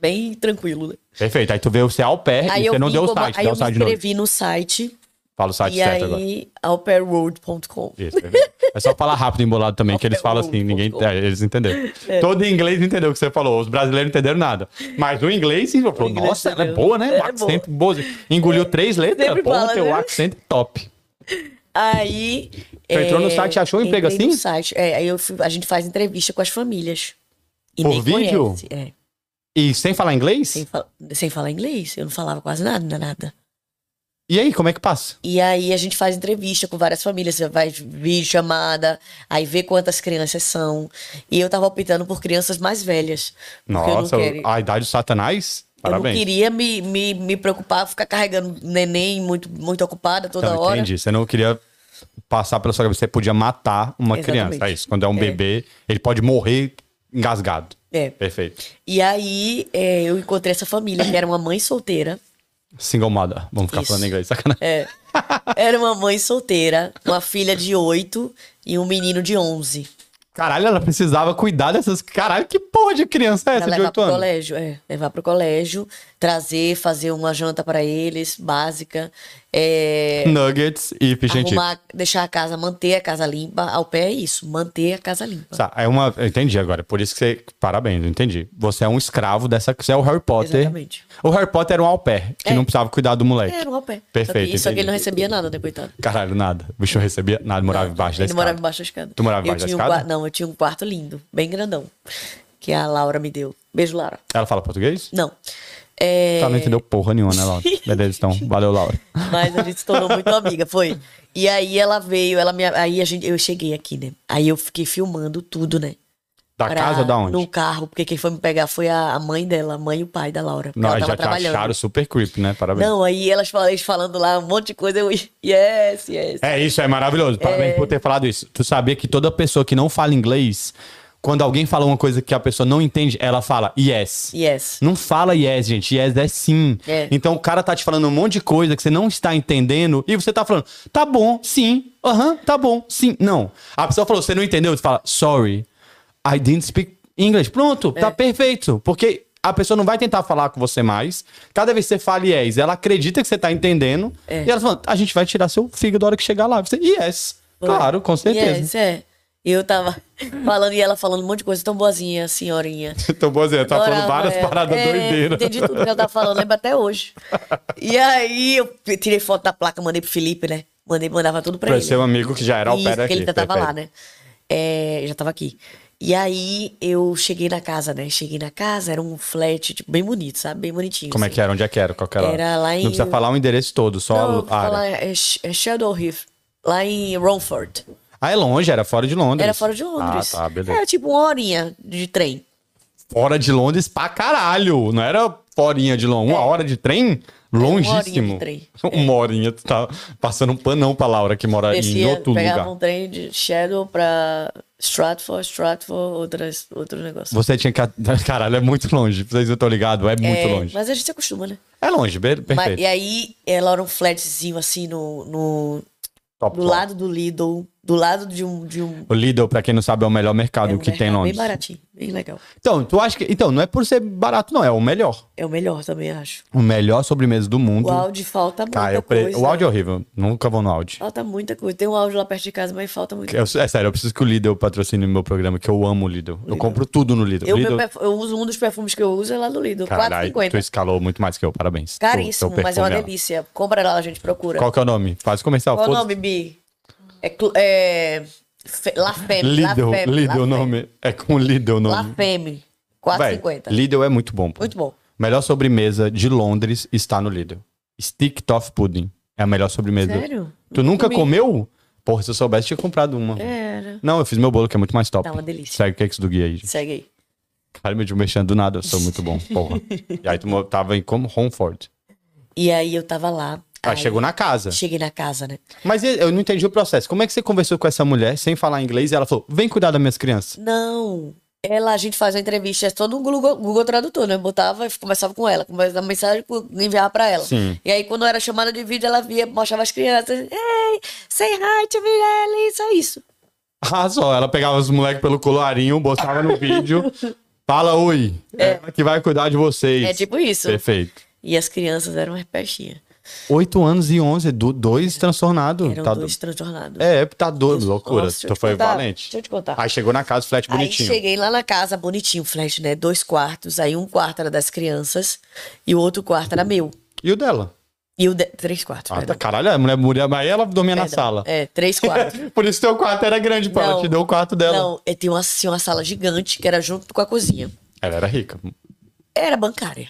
[SPEAKER 2] Bem tranquilo, né?
[SPEAKER 1] Perfeito. Aí tu vê o seu ao pé e É você não
[SPEAKER 2] vi
[SPEAKER 1] deu o
[SPEAKER 2] como-
[SPEAKER 1] site,
[SPEAKER 2] aí
[SPEAKER 1] deu
[SPEAKER 2] eu
[SPEAKER 1] o
[SPEAKER 2] me
[SPEAKER 1] site de novo.
[SPEAKER 2] inscrevi no site
[SPEAKER 1] Fala o site
[SPEAKER 2] E
[SPEAKER 1] certo agora.
[SPEAKER 2] aí, alperroad.com.
[SPEAKER 1] Isso, perfeito. é só falar rápido embolado também, que eles falam assim, ninguém. é, eles entenderam. Todo inglês entendeu o que você falou, os brasileiros não entenderam nada. Mas o inglês, sim, falou,
[SPEAKER 2] inglês
[SPEAKER 1] nossa, ela é
[SPEAKER 2] entendeu.
[SPEAKER 1] boa, né?
[SPEAKER 2] É
[SPEAKER 1] O acento boa. Engoliu três letras,
[SPEAKER 2] Sempre
[SPEAKER 1] pô,
[SPEAKER 2] fala,
[SPEAKER 1] teu
[SPEAKER 2] né?
[SPEAKER 1] acento top.
[SPEAKER 2] Aí. é,
[SPEAKER 1] Tu entrou no site e achou um emprego
[SPEAKER 2] entrei
[SPEAKER 1] assim?
[SPEAKER 2] No site. É, aí eu fui- a gente faz entrevista com as famílias. E
[SPEAKER 1] Por
[SPEAKER 2] nem
[SPEAKER 1] vídeo?
[SPEAKER 2] conhece, é,
[SPEAKER 1] E sem falar inglês?
[SPEAKER 2] sem, fal- sem falar inglês. Eu não falava quase nada, nada.
[SPEAKER 1] E aí, como é que passa?
[SPEAKER 2] E aí a gente faz entrevista com várias famílias, você faz vídeo chamada, aí vê quantas crianças são. E eu tava optando por crianças mais velhas. Porque
[SPEAKER 1] Nossa,
[SPEAKER 2] eu não, quero-
[SPEAKER 1] a idade do satanás?
[SPEAKER 2] eu não
[SPEAKER 1] Parabéns.
[SPEAKER 2] queria me, me, me preocupar, ficar carregando neném muito, muito ocupada toda
[SPEAKER 1] Então,
[SPEAKER 2] hora.
[SPEAKER 1] entendi. Você não queria passar pela sua cabeça. Você podia matar uma
[SPEAKER 2] Exatamente.
[SPEAKER 1] criança. É isso. Quando é um
[SPEAKER 2] É.
[SPEAKER 1] bebê, ele pode morrer engasgado.
[SPEAKER 2] É.
[SPEAKER 1] Perfeito.
[SPEAKER 2] E aí é, eu encontrei essa família, que era uma mãe solteira.
[SPEAKER 1] Single mother. Vamos ficar
[SPEAKER 2] Isso.
[SPEAKER 1] falando inglês, sacanagem.
[SPEAKER 2] É. Era uma mãe solteira, uma filha de 8 e um menino de 11.
[SPEAKER 1] Caralho, ela precisava cuidar dessas. Caralho, que porra de criança é
[SPEAKER 2] Pra
[SPEAKER 1] essa de
[SPEAKER 2] levar
[SPEAKER 1] 8
[SPEAKER 2] pro
[SPEAKER 1] anos?
[SPEAKER 2] colégio, é. Levar pro colégio, trazer, fazer uma janta pra eles, básica. É,
[SPEAKER 1] Nuggets e fish and chips.
[SPEAKER 2] arrumar, deixar a casa, manter a casa limpa. Ao pé é isso, manter a casa limpa.
[SPEAKER 1] Tá, é uma. eu Entendi agora. Por isso que você. Parabéns, eu entendi. Você é um escravo dessa. Você é o Harry Potter.
[SPEAKER 2] Exatamente.
[SPEAKER 1] O Harry Potter era um au pair, que
[SPEAKER 2] É.
[SPEAKER 1] não precisava cuidar do moleque.
[SPEAKER 2] Era um ao pé.
[SPEAKER 1] Perfeito,
[SPEAKER 2] Só que, só que
[SPEAKER 1] entendi.
[SPEAKER 2] ele não recebia nada, né, coitado?
[SPEAKER 1] Caralho, nada. O bicho não recebia nada, morava embaixo da
[SPEAKER 2] Ele
[SPEAKER 1] escada.
[SPEAKER 2] morava embaixo da escada.
[SPEAKER 1] Tu morava
[SPEAKER 2] Eu
[SPEAKER 1] embaixo da
[SPEAKER 2] tinha um
[SPEAKER 1] escada?
[SPEAKER 2] qua- Não, eu tinha um quarto lindo, bem grandão, que a Laura me deu. Beijo, Laura.
[SPEAKER 1] Ela fala português?
[SPEAKER 2] Não. É...
[SPEAKER 1] Ela não entendeu porra nenhuma, né, Laura? Beleza, então. Valeu, Laura.
[SPEAKER 2] Mas a gente se tornou muito amiga, foi. E aí ela veio, ela me, aí a gente, eu cheguei aqui, né? Aí eu fiquei filmando tudo, né?
[SPEAKER 1] Da
[SPEAKER 2] Pra-
[SPEAKER 1] casa ou da onde?
[SPEAKER 2] No carro, porque quem foi me pegar foi a, a mãe dela, a mãe e o pai da Laura. porque
[SPEAKER 1] Não,
[SPEAKER 2] ela
[SPEAKER 1] aí
[SPEAKER 2] tava
[SPEAKER 1] já te
[SPEAKER 2] trabalhando.
[SPEAKER 1] acharam super creep, né? Parabéns.
[SPEAKER 2] Não, aí elas fal- eles falando lá um monte de coisa, eu yes, yes.
[SPEAKER 1] É isso, é maravilhoso. Parabéns por ter falado isso. Tu sabia que toda pessoa que não fala inglês, quando alguém fala uma coisa que a pessoa não entende, ela fala yes.
[SPEAKER 2] Yes.
[SPEAKER 1] Não fala yes, gente. Yes é sim.
[SPEAKER 2] É.
[SPEAKER 1] Então o cara tá te falando um monte de coisa que você não está entendendo e você tá falando, tá bom, sim. Aham, tá bom, sim. Não. A pessoa falou, você não entendeu? Você fala, sorry, I didn't speak English. Pronto,
[SPEAKER 2] É.
[SPEAKER 1] tá perfeito. Porque a pessoa não vai tentar falar com você mais. Cada vez que você fala yes, ela acredita que você tá entendendo.
[SPEAKER 2] É.
[SPEAKER 1] E ela fala, a gente vai tirar seu fígado na hora que chegar lá. Você, yes. Claro, com certeza.
[SPEAKER 2] Yes, é. E eu tava falando e ela falando um monte de coisa, tão boazinha, senhorinha.
[SPEAKER 1] Tô boazinha, tá falando
[SPEAKER 2] Adorava
[SPEAKER 1] várias
[SPEAKER 2] ela.
[SPEAKER 1] paradas
[SPEAKER 2] É,
[SPEAKER 1] doideiras.
[SPEAKER 2] Entendi tudo que ela tava falando, lembro até hoje. E aí eu tirei foto da placa, mandei pro Felipe, né? Mandei, mandava tudo pra
[SPEAKER 1] Pra
[SPEAKER 2] ele.
[SPEAKER 1] seu amigo que já era
[SPEAKER 2] Isso,
[SPEAKER 1] opera aqui.
[SPEAKER 2] porque ele ainda tava
[SPEAKER 1] perfeito.
[SPEAKER 2] lá, né? É, já tava aqui. E aí eu cheguei na casa, né? Cheguei na casa, era um flat, tipo, bem bonito, sabe? Bem bonitinho. assim.
[SPEAKER 1] Como é que era? Onde é que era? Qual que era?
[SPEAKER 2] Era lá em-
[SPEAKER 1] Não precisa falar o endereço todo, só
[SPEAKER 2] Não, eu vou
[SPEAKER 1] a área.
[SPEAKER 2] falar, é, Sh- é Shadow Heath, lá em Romford.
[SPEAKER 1] Ah, é longe, era fora de Londres.
[SPEAKER 2] Era fora de Londres.
[SPEAKER 1] Ah, tá, beleza.
[SPEAKER 2] Era tipo uma horinha de trem.
[SPEAKER 1] Fora de Londres pra caralho. Não era forinha de Londres. Uma
[SPEAKER 2] É.
[SPEAKER 1] hora de trem? Longíssimo.
[SPEAKER 2] de trem.
[SPEAKER 1] Uma horinha. Tu tá passando um panão pra Laura, que mora em
[SPEAKER 2] Descia,
[SPEAKER 1] outro
[SPEAKER 2] pegava
[SPEAKER 1] lugar.
[SPEAKER 2] um trem de Shadow pra Stratford, Stratford, outras, outros negócios.
[SPEAKER 1] Você tinha que. Caralho, é muito longe. Vocês não estão ligados? É muito
[SPEAKER 2] É,
[SPEAKER 1] longe.
[SPEAKER 2] Mas a gente se acostuma, né?
[SPEAKER 1] É longe, be- perfeito.
[SPEAKER 2] Mas- e aí, ela era um flatzinho assim no, no,
[SPEAKER 1] Top,
[SPEAKER 2] do
[SPEAKER 1] top.
[SPEAKER 2] lado do Lidl, do lado de um. De um
[SPEAKER 1] O Lidl, pra quem não sabe, é o melhor mercado
[SPEAKER 2] é um
[SPEAKER 1] que tem em
[SPEAKER 2] mercado
[SPEAKER 1] Londres.
[SPEAKER 2] Bem baratinho, bem legal.
[SPEAKER 1] Então, tu acha que. Então, não é por ser barato, não. É o melhor.
[SPEAKER 2] É o melhor também, acho.
[SPEAKER 1] O melhor sobremesa do mundo.
[SPEAKER 2] O áudio falta muita
[SPEAKER 1] Tá, eu pre-
[SPEAKER 2] coisa.
[SPEAKER 1] O áudio é horrível. Nunca vou no áudio.
[SPEAKER 2] Falta muita coisa. Tem um áudio lá perto de casa, mas falta muito.
[SPEAKER 1] Eu- é sério, eu preciso que o Lidl patrocine o meu programa, que eu amo o Lidl. Eu compro tudo no Lidl.
[SPEAKER 2] Eu, meu
[SPEAKER 1] Lidl...
[SPEAKER 2] perfu- eu uso um dos perfumes que eu uso é lá do Lidl,
[SPEAKER 1] Caralho, tu
[SPEAKER 2] 4,50.
[SPEAKER 1] escalou muito mais que eu, parabéns.
[SPEAKER 2] Caríssimo,
[SPEAKER 1] Tu- teu
[SPEAKER 2] mas é uma
[SPEAKER 1] perfume, ó.
[SPEAKER 2] delícia. Compra lá, a gente procura.
[SPEAKER 1] Qual que é o nome? Faz comercial.
[SPEAKER 2] Qual o
[SPEAKER 1] foda-se.
[SPEAKER 2] nome, Bi? É, clu- é... Fe- La Femme.
[SPEAKER 1] Lidl,
[SPEAKER 2] La Femme,
[SPEAKER 1] Lidl
[SPEAKER 2] La
[SPEAKER 1] o
[SPEAKER 2] Femme.
[SPEAKER 1] nome. É com Lidl o
[SPEAKER 2] La
[SPEAKER 1] nome.
[SPEAKER 2] Femme.
[SPEAKER 1] Véi,
[SPEAKER 2] 4,50.
[SPEAKER 1] Lidl é muito bom. pô.
[SPEAKER 2] Muito bom.
[SPEAKER 1] Melhor sobremesa de Londres está no Lidl. Stick Toff Pudding. É a melhor sobremesa.
[SPEAKER 2] Sério?
[SPEAKER 1] Tu
[SPEAKER 2] Não
[SPEAKER 1] nunca
[SPEAKER 2] comi.
[SPEAKER 1] comeu? Porra, se eu soubesse, tinha comprado uma.
[SPEAKER 2] Era.
[SPEAKER 1] Não, eu fiz meu bolo, que é muito mais top.
[SPEAKER 2] Tá uma delícia.
[SPEAKER 1] Segue o Cakes do Gui aí, gente.
[SPEAKER 2] Segue aí.
[SPEAKER 1] Caramba, de mexendo do nada, eu sou muito bom, porra. e aí tu mo- tava em como? Homeford.
[SPEAKER 2] E aí eu tava lá.
[SPEAKER 1] Aí
[SPEAKER 2] aí
[SPEAKER 1] Ah, chegou na casa.
[SPEAKER 2] Cheguei na casa, né?
[SPEAKER 1] Mas e- eu não entendi o processo. Como é que você conversou com essa mulher sem falar inglês e ela falou, vem cuidar das minhas crianças?
[SPEAKER 2] Não. Ela, a gente faz uma entrevista, é todo um Google, Google Tradutor, né? Eu botava e conversava com ela, conversava uma mensagem, co- enviava pra ela.
[SPEAKER 1] Sim.
[SPEAKER 2] E aí, quando era chamada de vídeo, ela via, mostrava as crianças. Ei, say hi to Mirelle, só isso.
[SPEAKER 1] Ah, só, ela pegava os moleques pelo colarinho, botava no vídeo, fala oi, é. ela que vai cuidar de vocês.
[SPEAKER 2] É tipo isso.
[SPEAKER 1] Perfeito.
[SPEAKER 2] E as crianças eram uma peixinha.
[SPEAKER 1] 8 anos e 11, do, dois transtornados.
[SPEAKER 2] Eram
[SPEAKER 1] Tá do-
[SPEAKER 2] dois transtornados.
[SPEAKER 1] É, tá doido, loucura.
[SPEAKER 2] Nossa, deixa eu
[SPEAKER 1] tu
[SPEAKER 2] te
[SPEAKER 1] foi
[SPEAKER 2] contar,
[SPEAKER 1] valente.
[SPEAKER 2] deixa eu te contar.
[SPEAKER 1] Aí chegou na casa, flat bonitinho.
[SPEAKER 2] Aí cheguei lá na casa, bonitinho, flash, né? Dois quartos. Aí um quarto era das crianças e o outro quarto era meu.
[SPEAKER 1] E o dela?
[SPEAKER 2] E o de- Três quartos,
[SPEAKER 1] Ah, tá,
[SPEAKER 2] perdão.
[SPEAKER 1] caralho, a mulher, mulher aí ela dormia na
[SPEAKER 2] Perdão.
[SPEAKER 1] sala.
[SPEAKER 2] É, três quartos.
[SPEAKER 1] Por isso teu quarto era grande, pô. Ela
[SPEAKER 2] Não.
[SPEAKER 1] te deu o quarto dela.
[SPEAKER 2] Não, eu tinha uma, tinha uma sala gigante que era junto com a cozinha.
[SPEAKER 1] Ela era rica.
[SPEAKER 2] Era
[SPEAKER 1] Tá
[SPEAKER 2] bancária.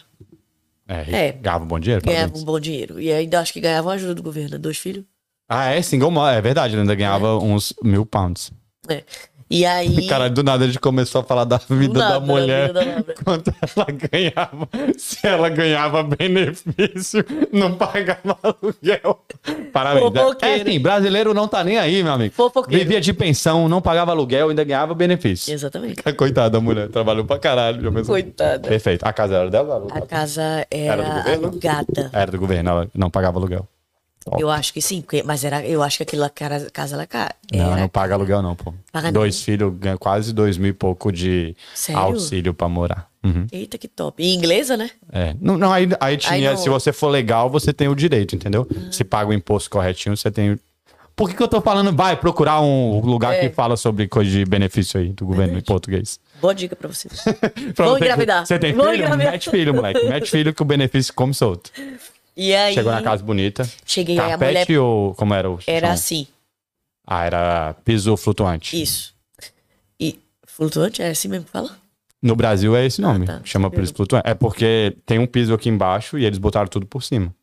[SPEAKER 1] É, rica.
[SPEAKER 2] É.
[SPEAKER 1] Ganhava um bom dinheiro.
[SPEAKER 2] Ganhava
[SPEAKER 1] parabéns.
[SPEAKER 2] um bom dinheiro. E ainda acho que ganhava uma ajuda do governo, dois filhos.
[SPEAKER 1] Ah, é, single mom. É verdade, ela ainda ganhava uns mil pounds.
[SPEAKER 2] É. E aí.
[SPEAKER 1] Cara, do nada a gente começou a falar da vida
[SPEAKER 2] nada,
[SPEAKER 1] da
[SPEAKER 2] da
[SPEAKER 1] mulher.
[SPEAKER 2] vida da mulher.
[SPEAKER 1] quanto ela ganhava. Se ela ganhava benefício, não pagava aluguel. Parabéns. É
[SPEAKER 2] Fofoqueiro.
[SPEAKER 1] assim, brasileiro não tá nem aí, meu amigo.
[SPEAKER 2] Fofoqueiro.
[SPEAKER 1] Vivia de pensão, não pagava aluguel, ainda ganhava benefício.
[SPEAKER 2] Exatamente.
[SPEAKER 1] Coitada da mulher, trabalhou pra caralho. já pensou?
[SPEAKER 2] Coitada.
[SPEAKER 1] Perfeito. A casa era dela?
[SPEAKER 2] A
[SPEAKER 1] Lu?
[SPEAKER 2] casa
[SPEAKER 1] Era do
[SPEAKER 2] era,
[SPEAKER 1] governo?
[SPEAKER 2] alugada.
[SPEAKER 1] Era do governo, ela não pagava aluguel. Ó,
[SPEAKER 2] Eu acho que sim, porque- mas era, eu acho que aquela cara- casa era cara.
[SPEAKER 1] Não, ela
[SPEAKER 2] era
[SPEAKER 1] não paga aluguel, não, pô.
[SPEAKER 2] Paga não.
[SPEAKER 1] dois filhos, ganha quase dois mil e pouco de
[SPEAKER 2] Sério?
[SPEAKER 1] auxílio pra morar. Uhum.
[SPEAKER 2] Eita, que top. E inglesa, né?
[SPEAKER 1] É. Não, não, aí, aí tinha,
[SPEAKER 2] não- Ah.
[SPEAKER 1] se você for legal, você tem o direito, entendeu? Se paga o imposto corretinho, você tem. Por que, que eu tô falando? Vai procurar um lugar
[SPEAKER 2] É.
[SPEAKER 1] que fala sobre coisa de benefício aí do governo em português.
[SPEAKER 2] Boa dica pra você.
[SPEAKER 1] Pra
[SPEAKER 2] Vou
[SPEAKER 1] você-
[SPEAKER 2] engravidar.
[SPEAKER 1] Você tem
[SPEAKER 2] Vou
[SPEAKER 1] filho?
[SPEAKER 2] engravidar.
[SPEAKER 1] Mete filho, moleque. Mete filho que o benefício come solto.
[SPEAKER 2] E aí.
[SPEAKER 1] Chegou na casa bonita.
[SPEAKER 2] Cheguei aí, a
[SPEAKER 1] Carpete
[SPEAKER 2] mulher
[SPEAKER 1] ou como era o
[SPEAKER 2] era
[SPEAKER 1] chão?
[SPEAKER 2] assim.
[SPEAKER 1] Ah, era piso flutuante.
[SPEAKER 2] Isso. E flutuante? É assim mesmo que fala?
[SPEAKER 1] No Brasil é esse nome.
[SPEAKER 2] Ah, tá.
[SPEAKER 1] Chama piso flutuante. É porque tem um piso aqui embaixo e eles botaram tudo por cima.